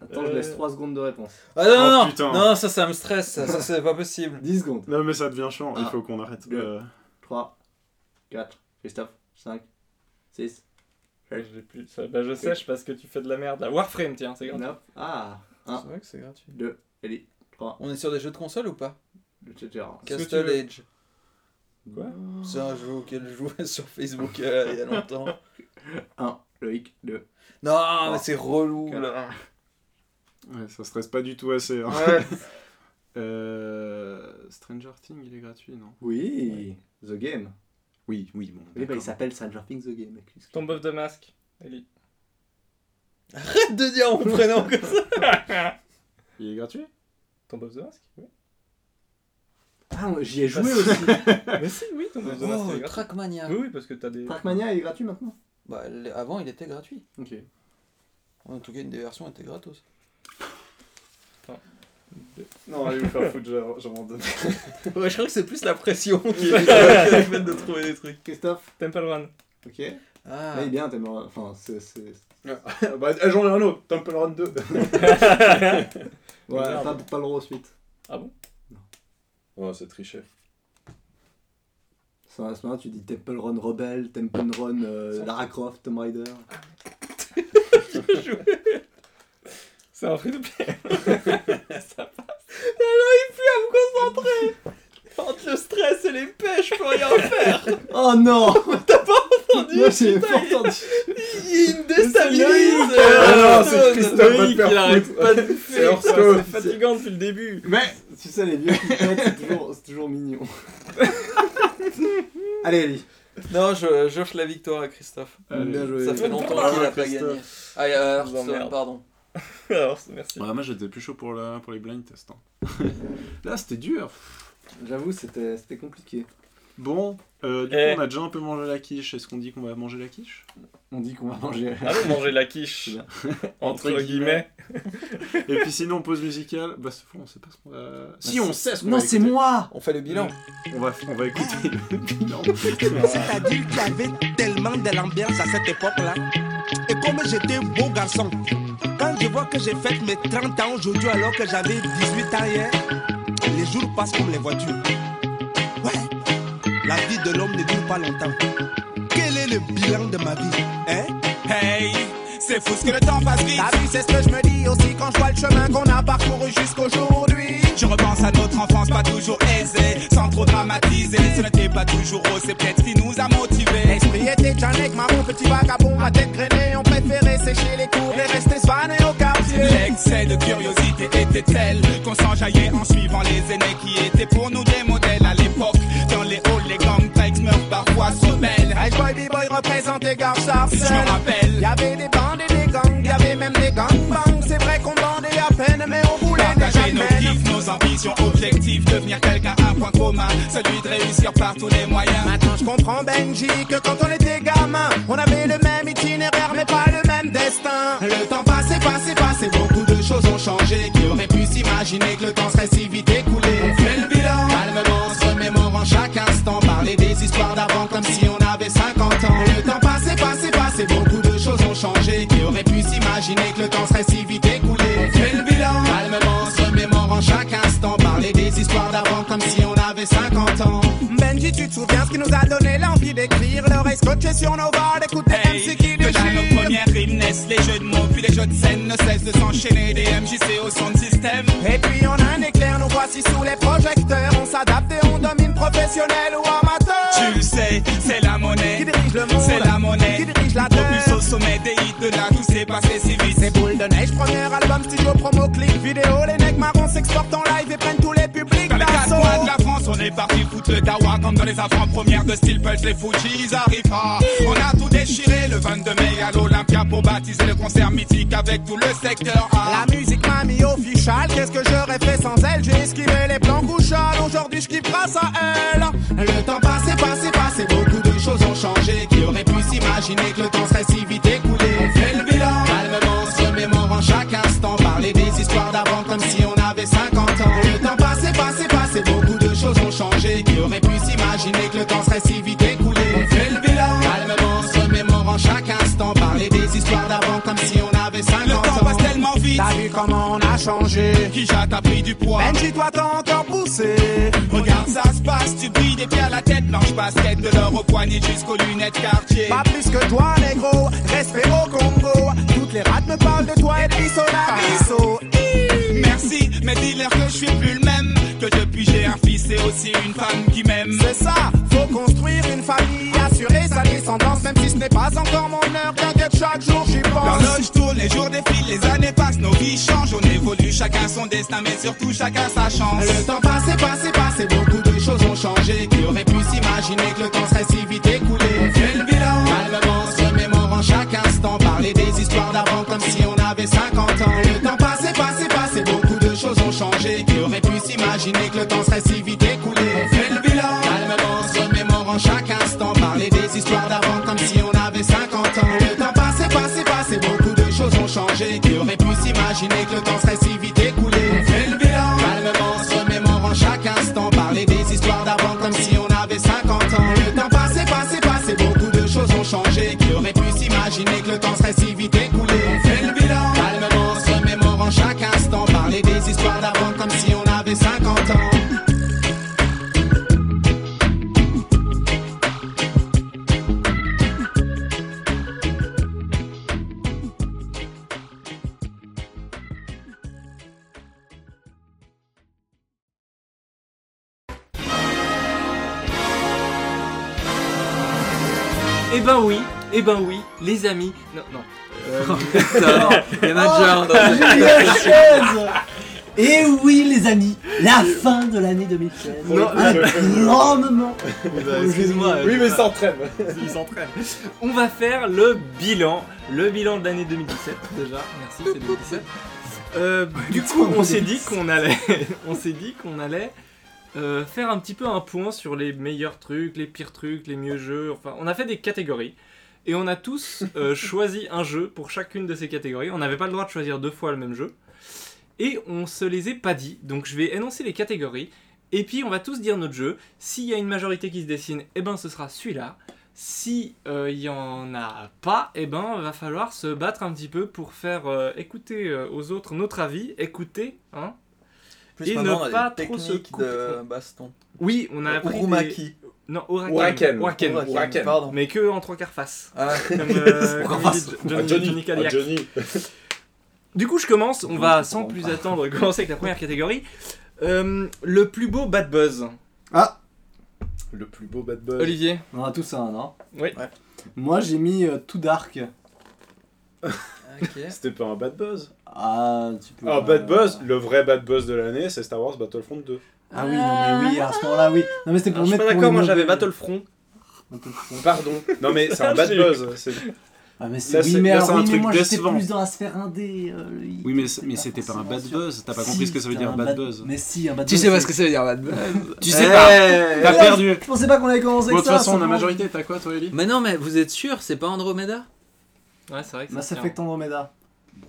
Speaker 5: Attends, je laisse 3 secondes de réponse.
Speaker 13: Ah non,
Speaker 4: Oh,
Speaker 13: non, non,
Speaker 4: putain.
Speaker 13: non, ça, ça me stresse, ça, ça, c'est pas possible.
Speaker 5: 10 secondes.
Speaker 4: Non mais ça devient chiant, il
Speaker 5: Ah.
Speaker 4: faut qu'on arrête.
Speaker 5: Le-
Speaker 4: Euh,
Speaker 5: 3, 4, Christophe, 5, 6,
Speaker 3: je l'ai plus. Ça, bah, je sèche parce que tu fais de la merde là. Warframe, tiens, c'est grave.
Speaker 5: 9. Ah,
Speaker 13: C'est vrai que c'est gratuit.
Speaker 5: 2, Ellie, 3,
Speaker 13: On est sur des jeux de console ou pas
Speaker 5: le Tchétchère.
Speaker 3: que tu
Speaker 13: Castle
Speaker 3: veux
Speaker 13: Age.
Speaker 3: Quoi
Speaker 13: C'est un jeu auquel je jouais sur Facebook euh, il y a longtemps.
Speaker 5: 1, Loïc, 2.
Speaker 3: Oh,
Speaker 13: Non, mais c'est relou
Speaker 5: Quatre.
Speaker 13: là.
Speaker 4: Ouais, ça stresse pas du tout assez. hein.
Speaker 13: Ouais.
Speaker 4: Euh, Stranger Things, il est gratuit, non
Speaker 5: Oui, The Game.
Speaker 4: Oui, oui, bon.
Speaker 5: Oui, bah, il
Speaker 4: d'accord.
Speaker 5: s'appelle Stranger Things The Game. excuse.
Speaker 3: Tombe of the Mask, Ellie.
Speaker 13: Arrête de dire mon prénom comme
Speaker 3: Oh,
Speaker 13: ça.
Speaker 4: Il est gratuit
Speaker 3: Tombe of the Mask Oui.
Speaker 5: Ah, j'y ai joué aussi.
Speaker 3: Mais si, oui, Tomb of the Mask,
Speaker 13: Oh,
Speaker 3: c'est gratuit.
Speaker 13: Trackmania.
Speaker 3: Oui, oui, parce que t'as des.
Speaker 5: Trackmania est gratuit maintenant
Speaker 13: Bah, l- avant il était gratuit.
Speaker 5: Ok.
Speaker 13: En tout cas, une des versions était gratos.
Speaker 4: Non, allez vous faire foutre, j'en- j'en donne.
Speaker 13: Ouais, je crois que c'est plus la pression qui est le fait de trouver des trucs.
Speaker 5: Christophe,
Speaker 3: Temple Run.
Speaker 5: ok.
Speaker 13: Ah,
Speaker 5: Mais bien, t'es mort. Enfin, c'est. c'est-
Speaker 4: bah, j'en ai un autre, Temple Run 2.
Speaker 5: Ouais,
Speaker 3: Merde.
Speaker 5: pas, pas le droit suite.
Speaker 4: Oh, c'est triché.
Speaker 5: C'est un- c'est un- tu dis Temple Run Rebel, Temple Run euh, Lara Croft, Tomb Raider.
Speaker 3: C'est un free to play.
Speaker 13: entre le stress et les pêches, je peux rien faire.
Speaker 5: Oh non
Speaker 13: entendu,
Speaker 5: Moi j'ai
Speaker 13: putain,
Speaker 5: pas entendu Ah,
Speaker 13: Il me déstabilise.
Speaker 4: Ah non, c'est Christophe va te faire
Speaker 13: arrête pas de faire.
Speaker 4: Hearthstone.
Speaker 3: C'est fatigant depuis le début.
Speaker 4: Mais
Speaker 5: Tu sais, les vieux qui pètent, c'est toujours, Oh, c'est toujours mignon. Allez, Ellie.
Speaker 13: Non, je- j'offre la victoire à Christophe.
Speaker 4: Euh,
Speaker 5: Bien joué.
Speaker 13: Ça fait longtemps
Speaker 19: Bravo,
Speaker 13: qu'il a pas gagné. Ah, euh, Hearthstone,
Speaker 19: emmerde.
Speaker 13: pardon.
Speaker 19: Ah, Alors, merci.
Speaker 4: Ouais, moi j'étais plus chaud pour, la, pour les blind tests. hein. Là c'était dur.
Speaker 5: J'avoue, c'était c'était compliqué.
Speaker 4: Bon, euh, du
Speaker 19: Eh.
Speaker 4: coup on a déjà un peu mangé la quiche. Est-ce qu'on dit qu'on va manger la quiche
Speaker 5: On dit qu'on va manger.
Speaker 19: Allons manger la quiche.
Speaker 5: Bien.
Speaker 19: Entre
Speaker 4: Entre
Speaker 19: guillemets.
Speaker 4: Et puis sinon, pause musicale. Bah cette fois on sait pas ce qu'on va. Si on sait ce qu'on va
Speaker 5: Non, c'est
Speaker 4: écouter.
Speaker 5: moi
Speaker 13: On fait le bilan.
Speaker 4: On va, on va écouter le bilan.
Speaker 20: C'est-à-dire qu'il y avait tellement de l'ambiance à cette époque-là. Et comme j'étais beau garçon, quand je vois que j'ai fait mes 30 ans aujourd'hui alors que j'avais 18 ans hier, les jours passent comme les voitures. Ouais, la vie de l'homme ne dure pas longtemps. Quel est le bilan de ma vie hein? Hey, c'est fou ce que le temps passe vite. La vie, c'est ce que je me dis aussi quand je vois le chemin qu'on a parcouru jusqu'aujourd'hui. Je repense à notre enfance pas toujours aisée, sans trop dramatiser. Ce n'était pas toujours haut, c'est peut-être ce qui nous a motivés. L'esprit était Janek, maman, petit vagabond, à tête grainée. On préférait sécher les cours et rester svané au quartier. L'excès de curiosité était tel qu'on s'enjaillait en suivant les aînés qui étaient pour nous des modèles à l'époque. Dans les halls, les gangsters meurent parfois se rebellent. Hey boy, B-boy représentait Garchard, je me rappelle. Y'avait des bandes et des gangs, y'avait même des gangbangs. C'est vrai qu'on bandait à peine, mais on voulait déjà nos kiffs, nos ambitions, objectifs, devenir quelqu'un, un point commun, celui de réussir par tous les moyens. Maintenant je comprends Benji que quand on était gamin, on avait le même itinéraire, mais pas le même destin. Le temps passait, passait, passait, beaucoup de choses ont changé. Qui aurait pu s'imaginer que le temps serait si vite écoulé On fait le bilan, calmement, en se remémorant chaque instant, parler des histoires d'avant comme si on avait 50 ans. Le temps passait, passait, passait, beaucoup de choses ont changé. Qui aurait pu s'imaginer que le temps serait si vite écoulé On fait le bilan, calmement, en se remémorant chaque instant, parler des histoires d'avant comme si on avait 50 ans. Benji, tu te souviens ce qui nous a donné l'envie d'écrire, l'oreille scotchée sur nos barres, écouter MC qui déchire. De là, nos premières rimes naissent, les jeux de mots, puis les jeux de scène ne cessent de s'enchaîner, des MJC au son de système. Et puis en un éclair, nous voici sous les projecteurs, on s'adapte et on domine professionnel ou amateur. Tu le sais, c'est la monnaie qui dirige le monde, c'est la monnaie qui dirige la terre. Propulse au sommet des hits de là, tout s'est passé si vite. C'est boule de neige, premier album, studio, promo, clip, vidéo, les mecs marrons s'exportent en live et prennent tous les publics dans les quatre coins de la France, on est parti foutre le dawa comme dans les avant-premières de Steel Pulse, les Fujis arrivent pas. On a tout déchiré le 22 mai à l'Olympia pour baptiser le concert mythique avec tout le secteur A. La musique m'a mis au fichal, qu'est-ce que j'aurais fait sans elle J'ai esquivé les plans couchales, aujourd'hui je kiffe grâce à elle. Le temps passé, passé, passé, beaucoup de choses ont changé. Qui aurait pu s'imaginer que le temps serait si vite écoulé On fait le bilan, calmement, se remémorant chaque instant, parler des histoires d'avant comme si on avait 50 ans. Le temps passé, passé, passé, beaucoup de choses ont changé. Qui aurait pu s'imaginer que le temps serait si vite écoulé On fait le bilan, calmement, se remémorant chaque instant, parler des histoires d'avant comme si on avait 50 ans. Le temps passe tellement vite, t'as vu comment on a changé. Qui t'a pris du poids, même si toi t'as encore poussé. Regarde ça se passe, tu brilles des pieds à la tête, blanche basket, de l'or au poignet jusqu'aux lunettes quartier. Pas plus que toi, négro, respect au Congo. Toutes les rates me parlent de toi et de Bissot, la Bissot. Merci, mais dis-leur que je suis plus le même. Que depuis j'ai un fils et aussi une femme qui m'aime. C'est ça, faut construire une famille, assurer sa descendance, même si ce n'est pas encore mon heure. T'inquiète, chaque jour j'y pense. L'horloge tourne, les jours défilent, les années passent, nos vies changent. On évolue, chacun son destin, mais surtout chacun sa chance. Le temps passé, passé, passé, beaucoup de choses ont changé. Qui aurait pu s'imaginer que le temps serait si vite écoulé On fait le bilan, calmement, se remémorant chaque instant. Parler des histoires d'avant comme si on avait 50 ans. Le temps passé, passé, passé, beaucoup de choses ont changé. Qui aurait pu s'imaginer que le temps serait si vite écoulé On fait le bilan, calmement, se remémorant chaque instant. Parler des histoires d'avant comme si on avait 50 ans. Le temps passé, passé, passé, beaucoup de choses ont changé. Qui aurait pu s'imaginer que le temps serait si vite écoulé On fait le bilan, calmement, se remémorant chaque instant. Parler des histoires d'avant comme si on avait 50 ans. Le temps passé, passé, passé, beaucoup de choses ont changé. Qui aurait pu s'imaginer que le temps serait si vite écoulé On fait le bilan, calmement, se remémorant chaque instant. Parler des histoires d'avant comme si on avait 50 ans.
Speaker 3: Eh ben oui, eh ben oui, les amis. Non, non.
Speaker 13: Ah.
Speaker 8: Putain, il y en a déjà un dans cette
Speaker 5: La chaise Et oui, les amis, la fin de l'année 2016.
Speaker 3: Non,
Speaker 5: un grand moment.
Speaker 3: bah, Excuse-moi.
Speaker 4: Oui, mais s'entraîne.
Speaker 3: il s'entraîne. On va faire le bilan. Le bilan de l'année 2017, déjà. Merci, c'est 2017. Euh, du coup, on s'est dit qu'on allait, on s'est dit qu'on allait euh, faire un petit peu un point sur les meilleurs trucs, les pires trucs, les mieux jeux. Enfin, on a fait des catégories et on a tous euh, choisi un jeu pour chacune de ces catégories. On n'avait pas le droit de choisir deux fois le même jeu et on se les est pas dit. Donc, je vais énoncer les catégories et puis on va tous dire notre jeu. S'il y a une majorité qui se dessine, eh ben ce sera celui-là. Si euh, il y en a pas, eh ben va falloir se battre un petit peu pour faire euh, écouter euh, aux autres notre avis, écouter, hein.
Speaker 13: Plus
Speaker 3: Et
Speaker 13: maintenant,
Speaker 3: ne
Speaker 13: on a des
Speaker 3: pas trop se
Speaker 13: techniques de baston.
Speaker 3: Oui, on
Speaker 5: Euh,
Speaker 3: a appris des...
Speaker 13: Urumaki.
Speaker 3: non Oraken,
Speaker 4: Oraken.
Speaker 3: Oraken.
Speaker 13: Oraken,
Speaker 4: Oraken.
Speaker 13: Pardon.
Speaker 3: mais que en trois quarts face.
Speaker 13: Ah,
Speaker 3: Comme, euh,
Speaker 5: Trois quarts
Speaker 3: comme
Speaker 5: face.
Speaker 3: dit
Speaker 4: Ah,
Speaker 3: Johnny,
Speaker 4: Johnny,
Speaker 3: Johnny
Speaker 4: ah,
Speaker 3: Cadillac.
Speaker 4: Johnny.
Speaker 3: Du coup, je commence. On va sans plus attendre commencer avec la première catégorie. Euh, le plus beau bad buzz.
Speaker 4: Le plus beau bad
Speaker 13: Euh,
Speaker 4: buzz.
Speaker 3: Olivier.
Speaker 5: On en a tous un, non
Speaker 3: Oui.
Speaker 13: Ouais.
Speaker 5: Moi, j'ai mis euh, Too Dark.
Speaker 13: ok.
Speaker 4: C'était pas un bad buzz.
Speaker 5: Ah, tu peux.
Speaker 4: Ah, bad
Speaker 5: euh,
Speaker 4: buzz, le vrai bad buzz de l'année, c'est Star Wars Battlefront 2.
Speaker 5: Ah oui, non, mais oui, à ce moment-là, oui. Non, mais c'était pour
Speaker 3: Ah,
Speaker 13: Alors, je suis
Speaker 5: mettre.
Speaker 13: pas
Speaker 5: pour
Speaker 13: d'accord,
Speaker 5: les
Speaker 13: moi j'avais
Speaker 5: mauvais-
Speaker 13: Battlefront.
Speaker 4: Pardon. Non, mais c'est un bad buzz. c'est-
Speaker 5: Ah, mais c'est
Speaker 4: Là,
Speaker 5: oui,
Speaker 4: c'est-
Speaker 5: mais
Speaker 4: là,
Speaker 5: alors,
Speaker 4: c'est un
Speaker 5: oui, mais
Speaker 4: truc
Speaker 5: moi j'étais
Speaker 4: décevant.
Speaker 5: plus dans la sphère indé. euh, il-
Speaker 20: Oui, mais, mais c'était pas un bad
Speaker 5: forcément sûr.
Speaker 20: buzz. T'as pas
Speaker 5: Si,
Speaker 20: compris ce que ça veut
Speaker 5: c'était
Speaker 20: dire
Speaker 5: un
Speaker 20: bad buzz.
Speaker 5: Mais si, un bad
Speaker 22: Tu
Speaker 5: buzz.
Speaker 22: sais pas ce
Speaker 5: c'est-
Speaker 22: que ça veut dire, Bad Buzz. tu sais
Speaker 20: Eh,
Speaker 22: pas.
Speaker 20: T'as
Speaker 5: Ouais,
Speaker 20: perdu.
Speaker 5: Je pensais pas qu'on avait commencé
Speaker 20: Bon, de
Speaker 5: avec
Speaker 20: toute
Speaker 5: ça.
Speaker 20: façon, la
Speaker 5: simplement.
Speaker 20: majorité, t'as quoi, toi, Ellie
Speaker 8: Mais non, mais vous êtes sûr, c'est pas Andromeda
Speaker 3: Ouais, c'est vrai. que
Speaker 5: Mass
Speaker 3: c'est
Speaker 5: Effect Andromeda.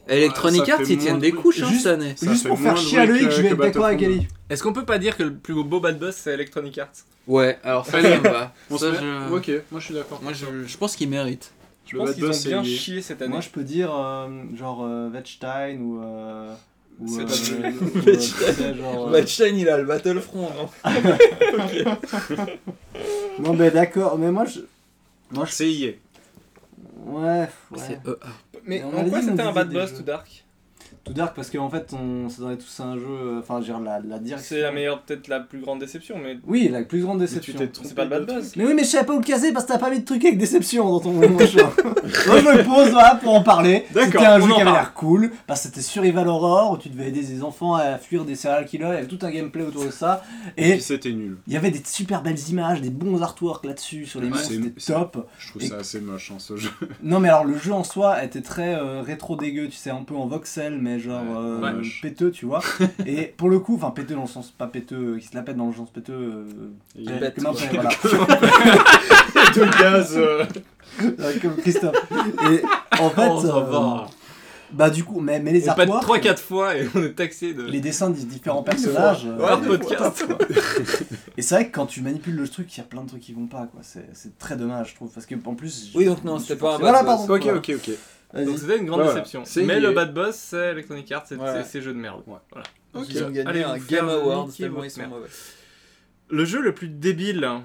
Speaker 8: Electronic
Speaker 20: ça
Speaker 8: Arts,
Speaker 20: fait
Speaker 8: ils tiennent
Speaker 20: moins
Speaker 8: des
Speaker 20: de
Speaker 8: couches hein,
Speaker 5: Juste-
Speaker 8: cette année.
Speaker 4: Ça
Speaker 5: Juste
Speaker 4: fait
Speaker 5: pour faire
Speaker 4: moins de
Speaker 5: chier à
Speaker 4: bruit
Speaker 5: Loïc,
Speaker 4: que-
Speaker 5: je vais
Speaker 4: que
Speaker 5: être d'accord avec
Speaker 4: Battlefront.
Speaker 5: Ali.
Speaker 3: Est-ce qu'on peut pas dire que le plus beau bad buzz c'est Electronic Arts
Speaker 8: Ouais, alors ça, ça me va.
Speaker 20: On
Speaker 8: Ça,
Speaker 20: se met-
Speaker 8: je-
Speaker 20: Ok, moi je suis d'accord.
Speaker 8: Moi, je, je pense qu'ils méritent.
Speaker 3: Je
Speaker 4: Le
Speaker 3: pense
Speaker 4: bad
Speaker 3: qu'ils
Speaker 4: buzz,
Speaker 3: ont
Speaker 4: c'est
Speaker 3: bien
Speaker 4: lié.
Speaker 3: chié cette année.
Speaker 5: Moi je peux dire euh, genre euh, Wettstein ou. euh, ou,
Speaker 4: C'est
Speaker 5: euh,
Speaker 4: pas joli.
Speaker 5: ou, euh, tu sais, genre, euh,
Speaker 13: Batchan Oh, bah, il a le Battlefront, non
Speaker 5: Non, mais ben, d'accord, mais moi je. Moi je.
Speaker 4: C'est lié.
Speaker 5: Ouais, ouais.
Speaker 8: C'est EA.
Speaker 3: Mais
Speaker 5: On
Speaker 3: en
Speaker 5: avait
Speaker 3: quoi
Speaker 5: dit qu'on
Speaker 3: c'était un
Speaker 5: disait
Speaker 3: bad
Speaker 5: des
Speaker 3: buzz
Speaker 5: jeux.
Speaker 3: tout dark
Speaker 5: Tout Dark parce qu'en fait, on ça donnait tous un jeu. euh, Enfin, je veux dire, la, la direction.
Speaker 3: C'est la meilleure, peut-être la plus grande déception, mais
Speaker 5: Oui, la plus grande
Speaker 4: Mais tu
Speaker 5: déception.
Speaker 4: t'es
Speaker 3: c'est
Speaker 4: trompé
Speaker 3: pas le bad
Speaker 4: de-
Speaker 3: buzz.
Speaker 5: Mais oui, mais je savais pas où le caser parce que t'as pas mis de truc avec déception dans ton machin. Moi, je me pose là pour en parler.
Speaker 3: D'accord,
Speaker 5: C'était un
Speaker 3: on
Speaker 5: jeu qui
Speaker 3: en
Speaker 5: avait
Speaker 3: parle.
Speaker 5: l'air cool parce que c'était sur Rival Aurore où tu devais aider des enfants à fuir des serial killers. Il y avait tout un gameplay autour de ça. Et
Speaker 4: Puis c'était nul.
Speaker 5: il y avait des super belles images, des bons artworks là-dessus sur les
Speaker 20: Ouais,
Speaker 5: monstres.
Speaker 20: c'est-
Speaker 5: C'était
Speaker 20: c'est-
Speaker 5: top.
Speaker 4: Je trouve
Speaker 5: Et-
Speaker 4: ça assez moche, hein, ce jeu.
Speaker 5: Non, mais alors le jeu en soi était très euh, rétro dégueu, tu sais, un peu en voxel, mais genre
Speaker 20: Ouais,
Speaker 5: euh,
Speaker 20: ouais, moche.
Speaker 5: péteux, tu vois. Et pour le coup, enfin péteux dans le sens pas péteux, euh, qui se la pète dans le sens péteux. euh,
Speaker 4: Il
Speaker 5: euh,
Speaker 13: pète,
Speaker 5: comme un
Speaker 13: quoi.
Speaker 5: peu, voilà.
Speaker 4: de gaz. euh,
Speaker 5: Euh, comme Christophe. Et en fait,
Speaker 3: Oh, ça
Speaker 5: euh,
Speaker 3: va.
Speaker 5: bah du coup, mais, mais les
Speaker 3: On pète
Speaker 5: artworks,
Speaker 3: 3-4 fois et on est taxé de.
Speaker 5: les dessins des différents personnages. euh,
Speaker 3: Hors podcast.
Speaker 5: et c'est vrai que quand tu manipules le truc, il y a plein de trucs qui vont pas, quoi. C'est c'est très dommage, je trouve, parce que en plus. je-
Speaker 13: Oui, donc non,
Speaker 5: je
Speaker 13: c'était
Speaker 5: suis
Speaker 13: pas un
Speaker 5: forcé- Voilà,
Speaker 13: bad buzz.
Speaker 5: pardon.
Speaker 20: Ok,
Speaker 5: voilà.
Speaker 20: ok, ok.
Speaker 5: Vas-y.
Speaker 3: Donc c'était une grande
Speaker 20: Voilà.
Speaker 3: déception.
Speaker 20: C'est
Speaker 3: Mais
Speaker 20: lié.
Speaker 3: le bad buzz, c'est Electronic Arts, c'est
Speaker 13: Ouais.
Speaker 3: c'est ces jeux de merde.
Speaker 20: Ouais.
Speaker 3: Voilà.
Speaker 13: Donc,
Speaker 20: Ok.
Speaker 13: Ils ont gagné
Speaker 3: Allez,
Speaker 13: un
Speaker 3: vous
Speaker 13: Game
Speaker 3: faire
Speaker 13: Award
Speaker 3: niquer
Speaker 13: tellement
Speaker 3: votre
Speaker 13: ils sont
Speaker 3: merde.
Speaker 13: mauvais.
Speaker 3: Le jeu le plus débile, hein.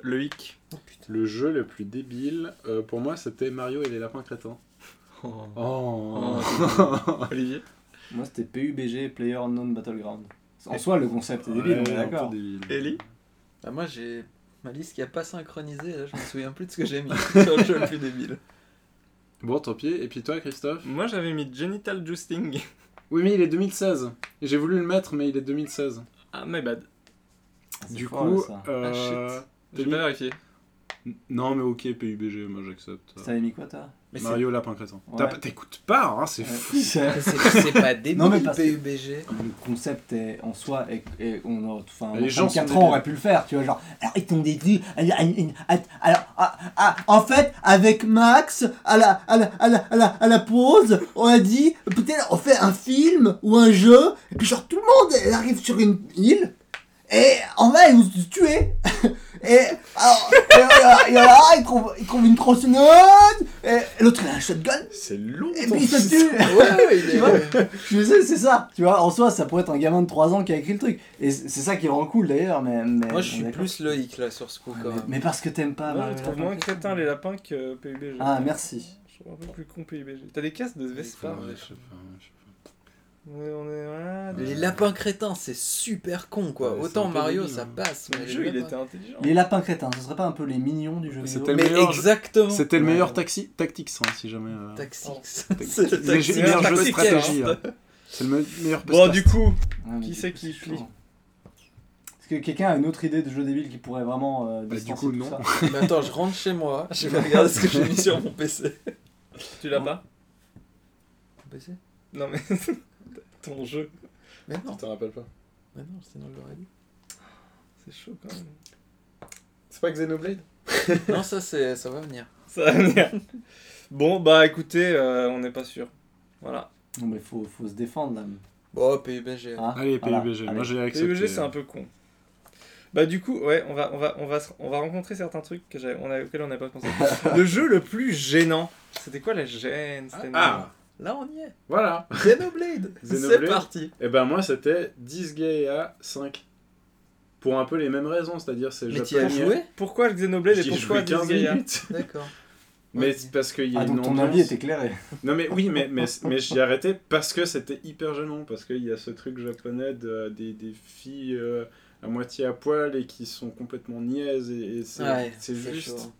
Speaker 3: le hic.
Speaker 4: Le jeu le plus débile, euh, pour moi, c'était Mario et les lapins crétins. Oh.
Speaker 3: Olivier.
Speaker 5: Moi, c'était PUBG, Player Unknown Battleground. En soi, le concept est débile, on est d'accord.
Speaker 3: Ellie.
Speaker 13: Ah, moi j'ai ma liste qui a pas synchronisé, là je me souviens plus de ce que j'ai mis sur le jeu le plus débile.
Speaker 4: Bon, tant pis. Et puis toi, Christophe
Speaker 3: Moi j'avais mis Genital Justing.
Speaker 4: Oui, mais il est 2016. Et J'ai voulu le mettre, mais il est 2016.
Speaker 3: Ah, my bad.
Speaker 5: C'est
Speaker 4: Du
Speaker 5: fort,
Speaker 4: coup,
Speaker 5: là, ça. Ah,
Speaker 4: euh,
Speaker 3: J'ai pas vérifié.
Speaker 4: N- Non, mais ok, PUBG, moi j'accepte.
Speaker 5: T'avais mis quoi, toi
Speaker 13: Mais c'est-
Speaker 4: Mario Lapin Crétin.
Speaker 5: Ouais.
Speaker 4: T'as pas- T'écoutes pas, hein, c'est
Speaker 5: Ouais.
Speaker 4: fou.
Speaker 5: C'est-
Speaker 13: mais c'est c'est pas débile
Speaker 5: Non, mais parce que-
Speaker 13: PUBG.
Speaker 5: Le concept est, en soi, et, on aurait, enfin,
Speaker 4: Les
Speaker 5: les
Speaker 4: gens
Speaker 5: gens
Speaker 4: sont
Speaker 5: 4 ans
Speaker 4: débiles.
Speaker 5: aurait pu le faire, tu vois, genre, alors ils t'ont déduit, alors, ah, ah, en fait, avec Max, à la, à la, à la, à la, à la pause, on a dit, peut-être on fait un film ou un jeu, et puis genre tout le monde arrive sur une île, et on va ils vont se tuer, et alors, et voilà, et voilà, ils trouvent, ils trouvent une tronçonneuse, et l'autre il a un shotgun,
Speaker 4: C'est long.
Speaker 5: et puis ils se tuent
Speaker 13: Ouais, ouais, il
Speaker 5: tu
Speaker 13: est-
Speaker 5: vois je suis désolé, c'est ça tu vois en soi ça pourrait être un gamin de 3 ans qui a écrit le truc et c'est c'est ça qui rend cool d'ailleurs mais, mais-
Speaker 13: Moi je suis
Speaker 5: mais-
Speaker 13: plus Loïc là sur ce coup
Speaker 5: mais,
Speaker 13: quand même.
Speaker 5: Ah, bah, mais parce que t'aimes pas
Speaker 3: Moi
Speaker 5: Mario
Speaker 3: je trouve
Speaker 5: Lapin.
Speaker 3: moins crétin les lapins que PUBG.
Speaker 5: ah merci
Speaker 3: Je trouve un peu plus con PUBG. T'as des casques de Vespa
Speaker 4: Ouais,
Speaker 3: ouais.
Speaker 4: je sais pas, je sais pas.
Speaker 3: On est. Ah, des-
Speaker 13: Les lapins crétins, c'est super con quoi.
Speaker 4: Ouais, c'est
Speaker 13: Autant
Speaker 4: un peu
Speaker 13: Mario
Speaker 4: débile,
Speaker 13: ça
Speaker 4: ouais.
Speaker 13: passe, mais
Speaker 3: Le
Speaker 13: les
Speaker 3: jeu il
Speaker 13: lapins-
Speaker 3: était intelligent.
Speaker 5: les lapins crétins ce serait pas un peu les mignons du jeu vidéo
Speaker 20: C'était le
Speaker 13: Mais
Speaker 20: meilleur. jeu-
Speaker 13: exactement.
Speaker 20: C'était le
Speaker 13: Ouais.
Speaker 20: meilleur taxi, Tactics, hein, si jamais. euh,
Speaker 13: Taxix.
Speaker 20: Les jeux les meilleurs jeux de
Speaker 13: Tactics,
Speaker 20: stratégie.
Speaker 13: hein.
Speaker 20: hein.
Speaker 4: C'est le me- meilleur
Speaker 3: Bon,
Speaker 4: podcast.
Speaker 3: du coup,
Speaker 20: Ouais, mais
Speaker 3: qui
Speaker 20: du
Speaker 3: c'est
Speaker 20: coup,
Speaker 3: qui
Speaker 20: c'est
Speaker 3: plie
Speaker 20: chiant. Est-ce que quelqu'un a une autre idée de jeu débile qui pourrait vraiment euh,
Speaker 4: Bah, du
Speaker 20: distancer
Speaker 4: coup,
Speaker 20: tout
Speaker 4: non.
Speaker 20: ça
Speaker 13: Mais attends, je rentre chez moi, je vais regarder ce que j'ai mis sur mon PC.
Speaker 3: Tu
Speaker 4: Hein
Speaker 3: l'as pas
Speaker 13: Mon PC
Speaker 3: Non, mais. Ton jeu.
Speaker 13: Mais non,
Speaker 3: Tu t'en rappelles pas
Speaker 13: mais non, sinon je l'aurais dit.
Speaker 3: C'est chaud quand même. C'est pas Xenoblade
Speaker 13: Non, ça, c'est, ça va venir.
Speaker 3: Ça va venir. bon, bah écoutez, euh, on n'est pas sûr. Voilà.
Speaker 20: Non, mais faut, faut se défendre là.
Speaker 13: Bon, oh, PUBG.
Speaker 20: Ah,
Speaker 4: Allez,
Speaker 20: voilà.
Speaker 4: PUBG, moi
Speaker 20: Allez.
Speaker 4: j'ai accepté.
Speaker 3: PUBG, E c'est un peu con. Bah du coup, ouais, on va, on va, on va, se- on va rencontrer certains trucs que j'avais- on a- auxquels on n'avait pas pensé. le jeu le plus gênant, c'était quoi la gêne cette année
Speaker 4: Ah,
Speaker 13: Là, on y est.
Speaker 4: voilà.
Speaker 13: Xenoblade. C'est
Speaker 4: Xenoblade.
Speaker 13: parti.
Speaker 4: Et ben moi c'était 10 à 5. Pour un peu les mêmes raisons, c'est-à-dire c'est
Speaker 13: Mais t'y as
Speaker 4: japonais.
Speaker 13: joué
Speaker 3: Pourquoi le Xenoblade et
Speaker 4: J'y ai
Speaker 3: pourquoi
Speaker 4: joué 15
Speaker 3: Disgaea
Speaker 4: minutes.
Speaker 13: D'accord.
Speaker 4: Mais c'est parce qu'il y a
Speaker 20: Ah,
Speaker 4: une
Speaker 20: donc ton
Speaker 4: ambiance-
Speaker 20: avis est éclairé.
Speaker 4: Non mais oui, mais, mais, mais j'y ai arrêté parce que c'était hyper gênant, parce qu'il y a ce truc japonais de- des, des filles euh, à moitié à poil et qui sont complètement niaises et, et c'est
Speaker 13: Ouais,
Speaker 4: c'est juste...
Speaker 13: chaud.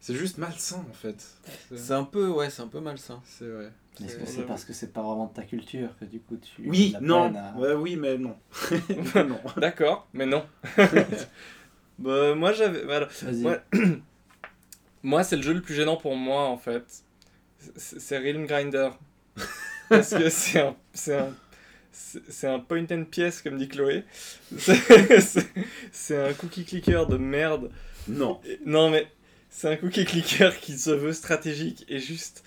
Speaker 4: C'est juste malsain en fait.
Speaker 13: C'est un peu, ouais, c'est un peu malsain.
Speaker 4: C'est vrai.
Speaker 20: Mais Est-ce
Speaker 13: C'est-
Speaker 20: que c'est
Speaker 3: j'avoue.
Speaker 20: parce que c'est pas vraiment de ta culture que du coup tu. as
Speaker 4: Oui,
Speaker 20: de la
Speaker 4: non.
Speaker 20: peine à-
Speaker 4: Ouais, oui, mais non. Du coup, non.
Speaker 3: D'accord, mais non. bah moi j'avais, voilà.
Speaker 20: Vas-y.
Speaker 3: Ouais. Moi, c'est le jeu le plus gênant pour moi, en fait. C'est c'est Realm Grinder. Parce que c'est un, c'est un, c'est c'est un point and pièce, comme dit Chloé. C'est- c'est- C'est un cookie clicker de merde.
Speaker 4: Non.
Speaker 3: Et- Non, mais c'est un cookie clicker qui se veut stratégique et juste.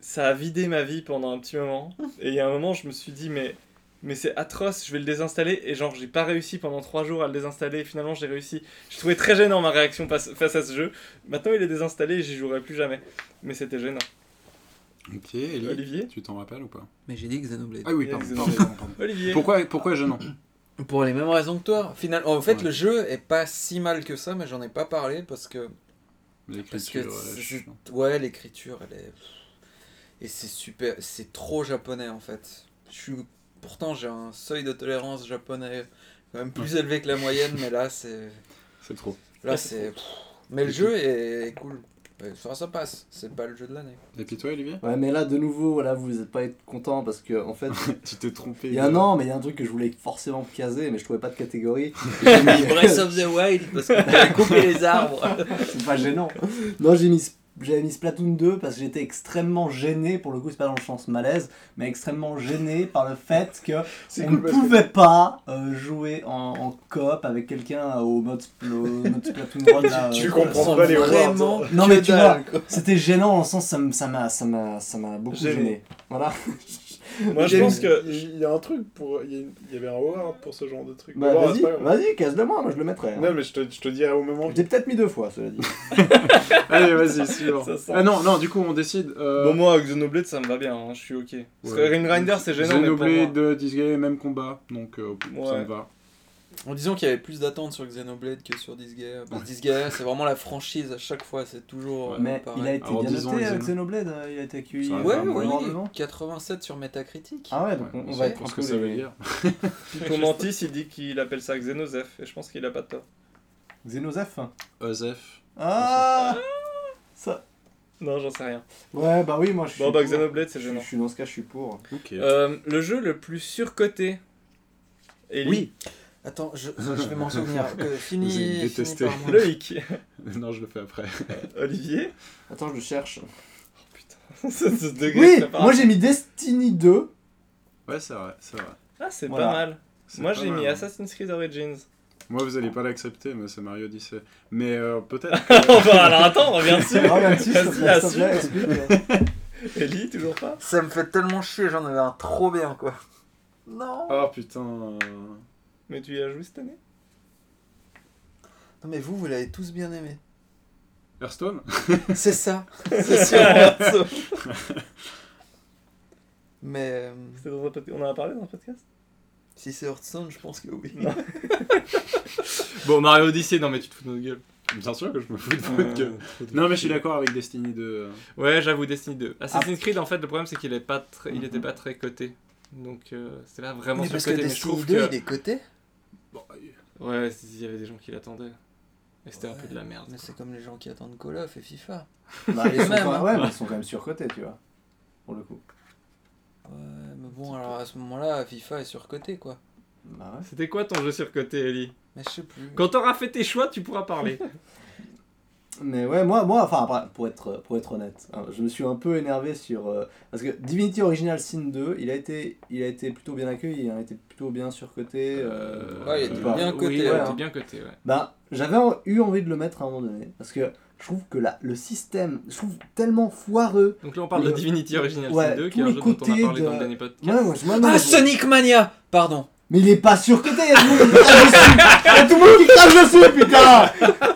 Speaker 3: Ça a vidé ma vie pendant un petit moment. Et il y a un moment, je me suis dit, mais. Mais c'est atroce, je vais le désinstaller et genre j'ai pas réussi pendant trois jours à le désinstaller et finalement j'ai réussi. Je trouvais très gênant ma réaction face face à ce jeu. Maintenant il est désinstallé et j'y jouerai plus jamais. Mais c'était gênant.
Speaker 4: Ok, Ellie,
Speaker 3: Olivier
Speaker 4: tu t'en rappelles ou pas
Speaker 13: Mais j'ai dit Xenoblade.
Speaker 4: Ah oui,
Speaker 3: Et
Speaker 4: pardon.
Speaker 3: Xenoblade.
Speaker 4: pardon, pardon.
Speaker 3: Olivier
Speaker 4: Pourquoi, pourquoi gênant
Speaker 13: Pour les mêmes raisons que toi. Final... En fait,
Speaker 4: Ouais.
Speaker 13: le jeu est pas si mal que ça, mais j'en ai pas parlé parce que. Parce que
Speaker 4: L'écriture, euh,
Speaker 13: c'est-
Speaker 4: chiant.
Speaker 13: ouais, l'écriture, elle est. Et c'est super. C'est trop japonais en fait. Je suis. Pourtant, j'ai un seuil de tolérance japonais quand même plus élevé que la moyenne, mais là, c'est.
Speaker 4: c'est trop.
Speaker 13: Là, c'est. Mais le jeu est, est cool. Ouais, Ça, ça passe. C'est pas le jeu de l'année.
Speaker 4: Et puis toi, Olivier
Speaker 5: Ouais, mais là, de nouveau, là, vous n'êtes pas être content parce que, en fait,
Speaker 4: Tu t'es trompé.
Speaker 5: il y a un an, mais il y a un truc que je voulais forcément caser, mais je trouvais pas de catégorie.
Speaker 13: Breath of the Wild, parce qu'on t'avait coupé les arbres.
Speaker 20: C'est pas gênant.
Speaker 5: Non, j'ai mis, j'avais mis Splatoon 2 parce que j'étais extrêmement gêné, pour le coup, c'est pas dans le sens malaise, mais extrêmement gêné par le fait que
Speaker 4: C'est
Speaker 5: on
Speaker 4: cool
Speaker 5: ne
Speaker 4: parce que-
Speaker 5: pouvait pas euh, jouer en, en coop avec quelqu'un euh, au mode, spl- au mode Splatoon World. là,
Speaker 4: Tu
Speaker 5: euh,
Speaker 4: comprends
Speaker 13: Sans
Speaker 4: pas les
Speaker 13: vraiment.
Speaker 4: words.
Speaker 5: Non, mais tu vois,
Speaker 13: dalle,
Speaker 5: c'était gênant dans le sens, ça m- ça m'a ça m'a- ça m'a beaucoup
Speaker 3: Gêné.
Speaker 5: gêné. Voilà.
Speaker 3: Moi je pense que. que. je- Il y a un truc pour. Il y, avait un award pour ce genre de truc.
Speaker 5: Bah, vas-y, vas-y, casse-le moi, moi je le mettrai. hein.
Speaker 3: Non, mais je te, je te dirai au moment.
Speaker 5: Je l'ai peut-être mis deux fois, cela dit.
Speaker 4: Allez, vas-y, suivant.
Speaker 3: Ça sent.
Speaker 4: Ah non, non, du coup, on décide. euh,
Speaker 3: Bon, moi, avec Xenoblade, ça me va bien, hein, je suis ok. Parce que
Speaker 4: Ouais.
Speaker 3: Ring Grinder, c'est gênant, mais pour moi.
Speaker 4: Xenoblade, de Disgaea, même combat, donc euh, pff, ça
Speaker 3: Ouais.
Speaker 4: me va.
Speaker 13: En disant qu'il y avait plus d'attentes sur Xenoblade que sur Disgaea. Parce que Disgaea, c'est vraiment la franchise à chaque fois, c'est toujours euh,
Speaker 5: Mais
Speaker 13: pareil.
Speaker 5: il a été
Speaker 4: Alors,
Speaker 5: bien
Speaker 4: disons,
Speaker 5: noté,
Speaker 4: les
Speaker 5: euh,
Speaker 4: amis.
Speaker 5: Xenoblade, euh, il a été accueilli.
Speaker 4: Ça va,
Speaker 13: Ouais,
Speaker 5: euh,
Speaker 4: vraiment,
Speaker 13: oui,
Speaker 5: favorablement.
Speaker 13: 87 sur Metacritic.
Speaker 5: Ah ouais, donc on, on va
Speaker 13: sait
Speaker 5: être
Speaker 4: Je pense
Speaker 5: un
Speaker 4: que
Speaker 5: peu
Speaker 4: ça veut
Speaker 5: les-
Speaker 4: dire.
Speaker 3: Pipo Mantis, il dit qu'il appelle ça Xenozef, et je pense qu'il a pas de tort.
Speaker 5: Xenozef
Speaker 4: Osef.
Speaker 5: Ah Ça.
Speaker 3: Non, j'en sais rien.
Speaker 5: Ouais, bah oui, moi je suis.
Speaker 23: hein.
Speaker 3: Bon, bah,
Speaker 5: pour.
Speaker 3: Xenoblade, c'est
Speaker 5: je, je
Speaker 3: gênant.
Speaker 5: suis dans ce cas, je suis pour.
Speaker 4: Ok.
Speaker 3: Euh, le jeu le plus surcoté. Ellie.
Speaker 4: Oui.
Speaker 13: Attends, je, je vais m'en souvenir. Euh, fini,
Speaker 4: Vous avez
Speaker 13: fini
Speaker 4: détesté.
Speaker 13: par moi.
Speaker 3: Loïc.
Speaker 4: non, je le fais après.
Speaker 3: Olivier.
Speaker 5: Attends, je le cherche.
Speaker 3: ce, ce degré de
Speaker 5: Oui
Speaker 3: préparation.
Speaker 5: Moi j'ai mis Destiny 2.
Speaker 4: Ouais, c'est vrai, c'est vrai.
Speaker 3: Ah, c'est
Speaker 5: Voilà.
Speaker 3: pas mal.
Speaker 4: C'est
Speaker 3: Moi,
Speaker 4: pas
Speaker 3: j'ai
Speaker 4: mal,
Speaker 3: mis
Speaker 4: hein.
Speaker 3: Assassin's Creed Origins.
Speaker 4: Moi, vous allez pas l'accepter, mais c'est Mario Odyssey. Mais euh, peut-être.
Speaker 3: Oh, bah, alors attends, on revient dessus.
Speaker 5: Regarde dessus, s'il te
Speaker 3: Vas-y,
Speaker 5: plaît, s'il te
Speaker 3: assume.
Speaker 5: plaît, explique.
Speaker 3: Ellie, toujours pas
Speaker 13: Ça me fait tellement chier, j'en avais un trop bien, quoi. Non.
Speaker 4: Oh putain. euh,
Speaker 3: Mais tu y as joué cette année
Speaker 13: Non, mais vous, vous l'avez tous bien aimé.
Speaker 4: Hearthstone
Speaker 13: C'est ça. C'est sûr. mais euh,
Speaker 3: C'était dans un podcast- On en a parlé dans un podcast
Speaker 13: si c'est Hearthstone, je pense que oui.
Speaker 23: Bon, Mario Odyssey, non mais tu te fous de notre gueule.
Speaker 4: Bien sûr que je me fous de votre gueule. Non, mais je suis d'accord avec Destiny 2. euh.
Speaker 23: Ouais, j'avoue, Destiny 2. Assassin's Creed, en fait, le problème c'est qu'il est pas très- il était pas très coté. Donc, euh, c'est là vraiment
Speaker 13: mais
Speaker 23: sur
Speaker 13: parce que
Speaker 23: côté. Mais je
Speaker 13: Destiny
Speaker 23: trouve
Speaker 13: 2,
Speaker 23: que.
Speaker 13: il est coté.
Speaker 23: Ouais, c'est- il y avait des gens qui l'attendaient. Et c'était un peu de la merde.
Speaker 13: Mais c'est comme les gens qui attendent Call of et FIFA.
Speaker 5: Bah, ils sont
Speaker 13: Même,
Speaker 5: quand-
Speaker 13: hein.
Speaker 5: Ouais, mais ils sont quand même surcotés, tu vois. Pour le coup.
Speaker 13: Ouais, Euh, mais bon, alors à ce moment-là, FIFA est surcoté, quoi.
Speaker 5: Bah ouais.
Speaker 24: C'était quoi ton jeu surcoté, Ellie
Speaker 13: Mais je sais plus.
Speaker 24: Quand t'auras fait tes choix, tu pourras parler.
Speaker 5: Mais ouais, moi, moi enfin, après, pour être, pour être honnête, hein, je me suis un peu énervé sur. euh, parce que Divinity Original Sin 2, il a été, il a été plutôt bien accueilli, hein, il a été plutôt bien surcoté. euh,
Speaker 13: Ouais, il était
Speaker 5: bah,
Speaker 13: bien coté.
Speaker 24: oui, il
Speaker 5: ouais,
Speaker 24: était
Speaker 5: hein.
Speaker 24: bien coté, ouais.
Speaker 5: Bah, j'avais en- eu envie de le mettre à un moment donné. Parce que je trouve que la, le système, je trouve tellement foireux.
Speaker 24: Donc là, on parle
Speaker 5: Le-
Speaker 24: de Divinity Original
Speaker 5: Ouais,
Speaker 24: Sin 2, qui
Speaker 5: tous
Speaker 24: est un
Speaker 5: les
Speaker 24: jeu dont on a
Speaker 5: côtés
Speaker 24: parlé
Speaker 5: de-
Speaker 24: dans le dernier podcast.
Speaker 5: Ouais, moi, je- moi, non,
Speaker 13: Ah,
Speaker 5: je-
Speaker 13: Sonic Mania Pardon.
Speaker 5: Mais il est pas surcoté, il y a tout le monde qui crache dessus Il y a tout le monde qui crache dessus, putain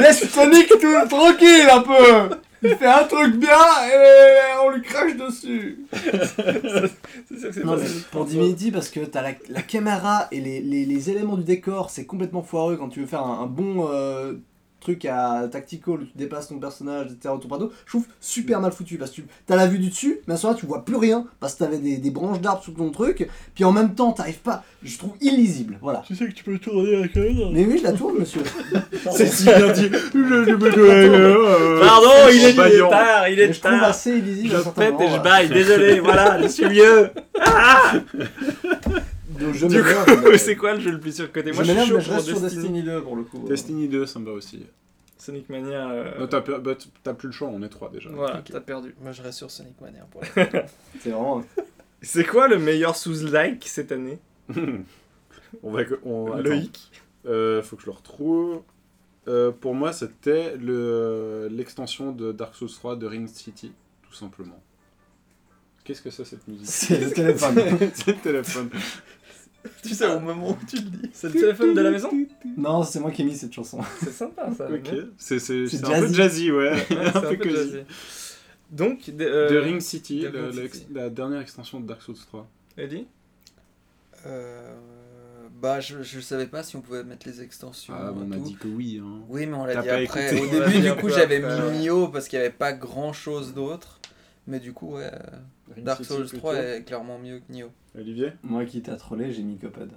Speaker 5: Laisse Sonic tout- tranquille un peu Il fait un truc bien et on lui crache dessus
Speaker 3: C'est sûr que c'est
Speaker 5: Non,
Speaker 3: pas
Speaker 5: mais
Speaker 3: ça.
Speaker 5: pour Divinity, parce que t'as la, la caméra et les, les- les éléments du décor, c'est complètement foireux quand tu veux faire un, un bon euh, truc à tactical où tu dépasses ton personnage, etc. autour par dos. Je trouve super mal foutu parce que tu as la vue du dessus, mais à ce moment-là, tu vois plus rien parce que t'avais des, des branches d'arbres sous ton truc, puis en même temps, t'arrives pas. Je trouve illisible, voilà.
Speaker 3: Tu sais que tu peux tourner la hein. caméra.
Speaker 5: Mais oui, je la tourne, monsieur.
Speaker 4: C'est si bien dit. Pardon,
Speaker 3: Pardon, il est,
Speaker 4: Bah,
Speaker 3: il est
Speaker 4: non.
Speaker 3: tard, il
Speaker 5: Mais
Speaker 3: est
Speaker 5: je trouve
Speaker 3: tard.
Speaker 5: assez illisible.
Speaker 3: Je
Speaker 5: à certains
Speaker 3: pète et
Speaker 5: moments,
Speaker 3: je
Speaker 5: voilà.
Speaker 3: baille, désolé, voilà, je suis vieux.
Speaker 5: Donc, je
Speaker 24: Du
Speaker 5: m'énerve,
Speaker 24: coup,
Speaker 5: mais-
Speaker 24: c'est quoi le jeu le plus surcoté
Speaker 5: je
Speaker 24: Moi, je suis
Speaker 5: m'énerve,
Speaker 24: chaud
Speaker 5: mais je
Speaker 24: pour
Speaker 5: reste sur
Speaker 24: Destiny.
Speaker 5: Destiny 2 pour le coup.
Speaker 4: Destiny 2, ça me va aussi.
Speaker 3: Sonic Mania. euh,
Speaker 4: Non, T'as per- bah, t'as plus le choix, on est trois déjà.
Speaker 3: Voilà,
Speaker 13: Ok.
Speaker 3: t'as perdu.
Speaker 13: Moi, je reste sur Sonic Mania. Pour la-
Speaker 5: C'est vraiment.
Speaker 3: C'est quoi le meilleur Sous-like cette année
Speaker 4: on va que- on- attends.
Speaker 3: Loïc.
Speaker 4: Euh, faut que je le retrouve. Euh, pour moi, c'était le- l'extension de Dark Souls 3 de Ring City, tout simplement. Qu'est-ce que c'est cette musique
Speaker 5: C'est le téléphone.
Speaker 4: C'est le téléphone.
Speaker 3: Tu sais, au moment où tu le dis. C'est le téléphone de la maison
Speaker 5: non, c'est moi qui ai mis cette chanson.
Speaker 3: C'est sympa ça.
Speaker 4: Ok.
Speaker 3: non
Speaker 4: C'est c'est-
Speaker 5: C'est
Speaker 4: c'est un peu jazzy, ouais.
Speaker 3: Ouais, c'est
Speaker 4: un peu jazzy.
Speaker 3: jazzy. Donc, de, euh,
Speaker 4: De Ring City,
Speaker 3: The
Speaker 4: le-
Speaker 3: Ring
Speaker 4: l'ex-
Speaker 3: City.
Speaker 4: la dernière extension de Dark Souls 3.
Speaker 3: Eddie
Speaker 13: Euh, Bah, je, je savais pas si on pouvait mettre les extensions.
Speaker 4: Ah,
Speaker 13: et
Speaker 4: on a
Speaker 13: tout.
Speaker 4: dit que oui. Hein.
Speaker 13: Oui, mais on l'a
Speaker 4: T'as
Speaker 13: dit
Speaker 4: pas
Speaker 13: après.
Speaker 4: écouté.
Speaker 13: Au
Speaker 3: On l'a
Speaker 13: début,
Speaker 3: dit
Speaker 13: du
Speaker 3: un
Speaker 13: coup,
Speaker 3: peu
Speaker 13: j'avais
Speaker 3: après, ouais.
Speaker 13: mis Mio parce qu'il n'y avait pas grand chose d'autre. Mais du coup, ouais, euh,
Speaker 4: Ring
Speaker 13: Dark
Speaker 4: City
Speaker 13: Souls
Speaker 4: plutôt.
Speaker 13: 3 est clairement mieux que Nioh.
Speaker 4: Olivier
Speaker 5: Moi qui t'a trollé, j'ai mis Copad.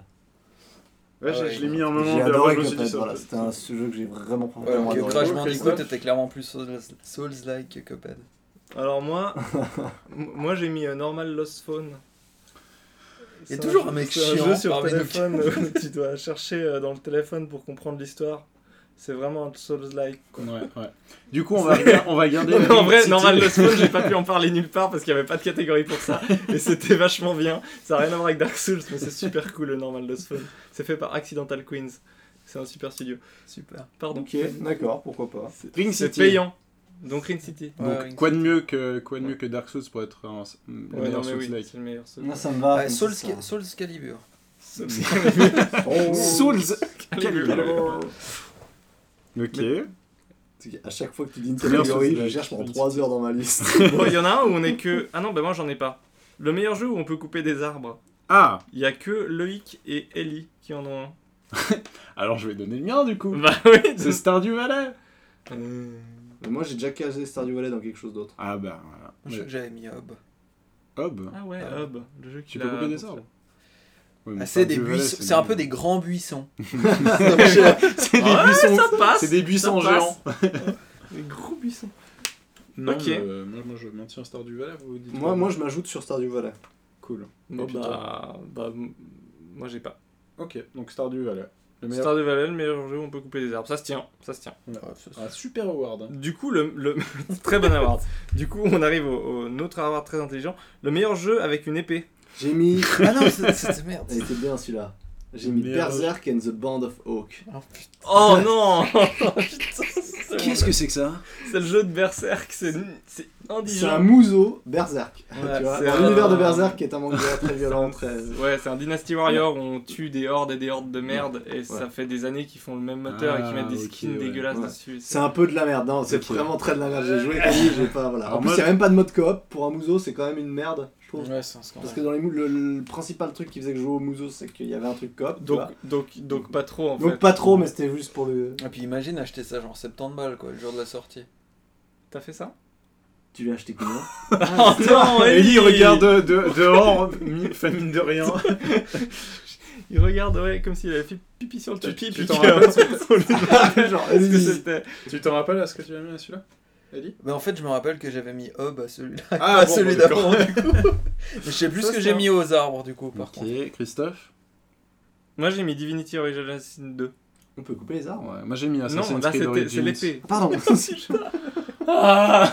Speaker 4: Ouais,
Speaker 13: Ah
Speaker 4: je-
Speaker 13: ouais,
Speaker 4: je l'ai mis un moment
Speaker 5: J'ai
Speaker 4: de
Speaker 5: adoré
Speaker 4: je me suis dit
Speaker 5: Cuphead,
Speaker 4: ça.
Speaker 5: voilà, c'était un jeu que j'ai vraiment
Speaker 13: Ouais,
Speaker 5: vraiment
Speaker 13: alors
Speaker 5: adoré.
Speaker 13: que euh, Crash
Speaker 4: Ouais,
Speaker 13: Bandicoot
Speaker 4: Christophe.
Speaker 13: était clairement plus Souls- Souls-like que Cuphead.
Speaker 3: Alors moi, m- moi j'ai mis euh, Normal Lost Phone.
Speaker 13: Il y a
Speaker 3: C'est
Speaker 13: toujours
Speaker 3: jeu-
Speaker 13: un mec
Speaker 3: c'est un
Speaker 13: chiant
Speaker 3: jeu sur
Speaker 13: parmi nous.
Speaker 3: téléphone euh, où tu dois chercher euh, dans le téléphone pour comprendre l'histoire. C'est vraiment un Souls-like. quoi.
Speaker 4: Ouais, ouais. Du coup, on va, regarder- on va garder.
Speaker 3: Non, mais en
Speaker 4: Ring
Speaker 3: vrai,
Speaker 4: City.
Speaker 3: Normal Lost Phone, j'ai pas pu en parler nulle part parce qu'il y avait pas de catégorie pour ça. Et c'était vachement bien. Ça a rien à voir avec Dark Souls, mais c'est super cool le Normal Lost Phone. C'est fait par Accidental Queens. C'est un super studio.
Speaker 13: Super.
Speaker 3: Pardon.
Speaker 4: Ok.
Speaker 5: D'accord, pourquoi pas.
Speaker 4: Ring
Speaker 3: C'est
Speaker 4: City.
Speaker 3: payant. Donc Ring City.
Speaker 13: Ouais,
Speaker 4: Donc,
Speaker 13: Ring
Speaker 4: quoi de
Speaker 13: City.
Speaker 4: mieux que quoi de mieux que Dark Souls pour être un le
Speaker 3: Ouais, non,
Speaker 4: meilleur
Speaker 3: mais
Speaker 4: Souls
Speaker 3: oui,
Speaker 4: like.
Speaker 3: c'est le meilleur Souls.
Speaker 5: Moi ça me va.
Speaker 13: Ah,
Speaker 5: comme
Speaker 13: Souls,
Speaker 5: ça.
Speaker 13: Souls Calibur.
Speaker 5: Oh.
Speaker 4: Souls.
Speaker 3: Calibur.
Speaker 4: Ok.
Speaker 5: À chaque fois que tu dis une
Speaker 4: Meilleur
Speaker 5: catégorie,
Speaker 4: Souls-like.
Speaker 5: je cherche pendant 3 heures dans ma liste.
Speaker 3: Bon, il y en a un où on est que. Ah non, bah moi j'en ai pas. Le meilleur jeu où on peut couper des arbres,
Speaker 4: Ah.
Speaker 3: il y a que Loïc et Ellie qui en ont un.
Speaker 4: Alors, je vais donner le mien du coup.
Speaker 3: Bah oui,
Speaker 4: C'est Stardew Valley.
Speaker 5: Mais moi j'ai déjà casé Stardew Valley dans quelque chose d'autre.
Speaker 4: Ah bah voilà.
Speaker 13: Je sais que j'avais mis euh, bah. Hob.
Speaker 4: Hob.
Speaker 3: Ah ouais, Hub, le jeu qui
Speaker 4: Tu peux couper des arbres. Ouais, mais
Speaker 13: Ah, c'est
Speaker 4: Stardew
Speaker 13: des
Speaker 4: Valley,
Speaker 13: buissons, c'est un peu des Ah,
Speaker 4: nul.
Speaker 13: grands buissons.
Speaker 4: C'est des
Speaker 3: Ouais,
Speaker 4: buissons.
Speaker 3: Ça passe
Speaker 4: C'est des buissons
Speaker 3: ça passe.
Speaker 4: géants.
Speaker 3: Des gros buissons.
Speaker 4: Non,
Speaker 3: Ok.
Speaker 4: mais, euh, moi, moi, je maintiens Stardew Valley. Vous dites
Speaker 5: Moi, moi je m'ajoute sur Stardew Valley.
Speaker 4: cool.
Speaker 3: Bon,
Speaker 4: putain.
Speaker 3: bah, bah, m- moi j'ai pas.
Speaker 4: Ok. Donc Stardew Valley. Le meilleur.
Speaker 3: Star de Valley, le meilleur jeu où on peut couper des arbres. Ça se tient, ça se tient.
Speaker 13: Oh,
Speaker 4: Un super award. hein.
Speaker 3: Du coup, le, le- très bon
Speaker 5: Ah
Speaker 3: award. Du coup, on arrive au, notre autre award très intelligent. Le meilleur jeu avec une épée.
Speaker 5: J'ai mis.
Speaker 13: Ah non, c'est- c'était merde.
Speaker 5: Il était bien celui-là. J'ai mis
Speaker 4: Meilleur jeu.
Speaker 5: Berserk and the Band of Hawk.
Speaker 3: Oh non
Speaker 4: Qu'est-ce que c'est que ça
Speaker 3: C'est le jeu de Berserk, c'est c'est
Speaker 5: C'est
Speaker 3: indigent.
Speaker 5: un museau Berserk. tu vois,
Speaker 3: c'est
Speaker 5: dans
Speaker 3: un-
Speaker 5: l'univers de Berserk qui est un manga très violent, très.
Speaker 3: Ouais, c'est un Dynasty Warrior où on tue des hordes et des hordes de merde et ça fait des années qu'ils font le même moteur et
Speaker 4: Ah,
Speaker 3: qu'ils mettent des
Speaker 4: ok,
Speaker 3: skins
Speaker 4: ouais.
Speaker 3: dégueulasses
Speaker 5: Ouais.
Speaker 3: dessus.
Speaker 5: C'est un peu de la merde, non, c'est
Speaker 4: Ok.
Speaker 5: vraiment très de la merde. J'ai joué comme lui, j'ai pas. Voilà.
Speaker 4: Alors
Speaker 5: En plus,
Speaker 4: moi-
Speaker 5: il n'y a même pas de mode coop. Pour un museau, c'est quand même une merde, je trouve.
Speaker 13: Ouais, c'est un
Speaker 5: Parce que
Speaker 13: scandale.
Speaker 5: dans les mou- le, le principal truc qui faisait que je jouais au museau, c'est qu'il y avait un truc coop. tu
Speaker 3: Donc,
Speaker 5: vois.
Speaker 3: donc, donc pas trop en
Speaker 5: donc
Speaker 3: fait.
Speaker 5: pas trop, mais c'était juste pour le.
Speaker 13: Et puis imagine acheter ça genre 70 balles quoi, le jour de la sortie.
Speaker 3: T'as fait ça
Speaker 5: Tu l'as acheté combien
Speaker 3: Oh non,
Speaker 4: Ellie
Speaker 3: Ellie
Speaker 4: regarde de- de- dehors, mi- famine de rien.
Speaker 3: Il regarde ouais, comme s'il avait fait pipi sur le
Speaker 4: Tu-
Speaker 3: tapis.
Speaker 4: tu
Speaker 3: puis
Speaker 4: t'en
Speaker 3: que-
Speaker 4: rappelles
Speaker 3: on lui demandait
Speaker 5: Genre,
Speaker 3: ce que
Speaker 5: Ellie.
Speaker 3: c'était.
Speaker 4: Tu t'en rappelles à ce que tu as mis à celui-là Ellie
Speaker 13: Mais en fait, je me rappelle que j'avais mis Hob à celui-là.
Speaker 4: Ah,
Speaker 13: à
Speaker 4: bon,
Speaker 13: celui
Speaker 4: bah,
Speaker 13: d'avant,
Speaker 4: d'accord.
Speaker 13: du coup. Mais je sais plus
Speaker 4: Ça,
Speaker 13: ce que
Speaker 4: c'est
Speaker 13: j'ai
Speaker 4: un-
Speaker 13: mis aux arbres, du coup, par
Speaker 4: Ok,
Speaker 13: contre.
Speaker 4: Christophe
Speaker 3: Moi j'ai mis Divinity Original Sin 2.
Speaker 5: On peut couper les arbres.
Speaker 4: Ouais, moi j'ai mis
Speaker 3: non,
Speaker 4: Assassin's
Speaker 3: là
Speaker 4: Creed
Speaker 3: c'était- c'est
Speaker 4: Origins.
Speaker 3: l'épée.
Speaker 5: Pardon.
Speaker 3: Ah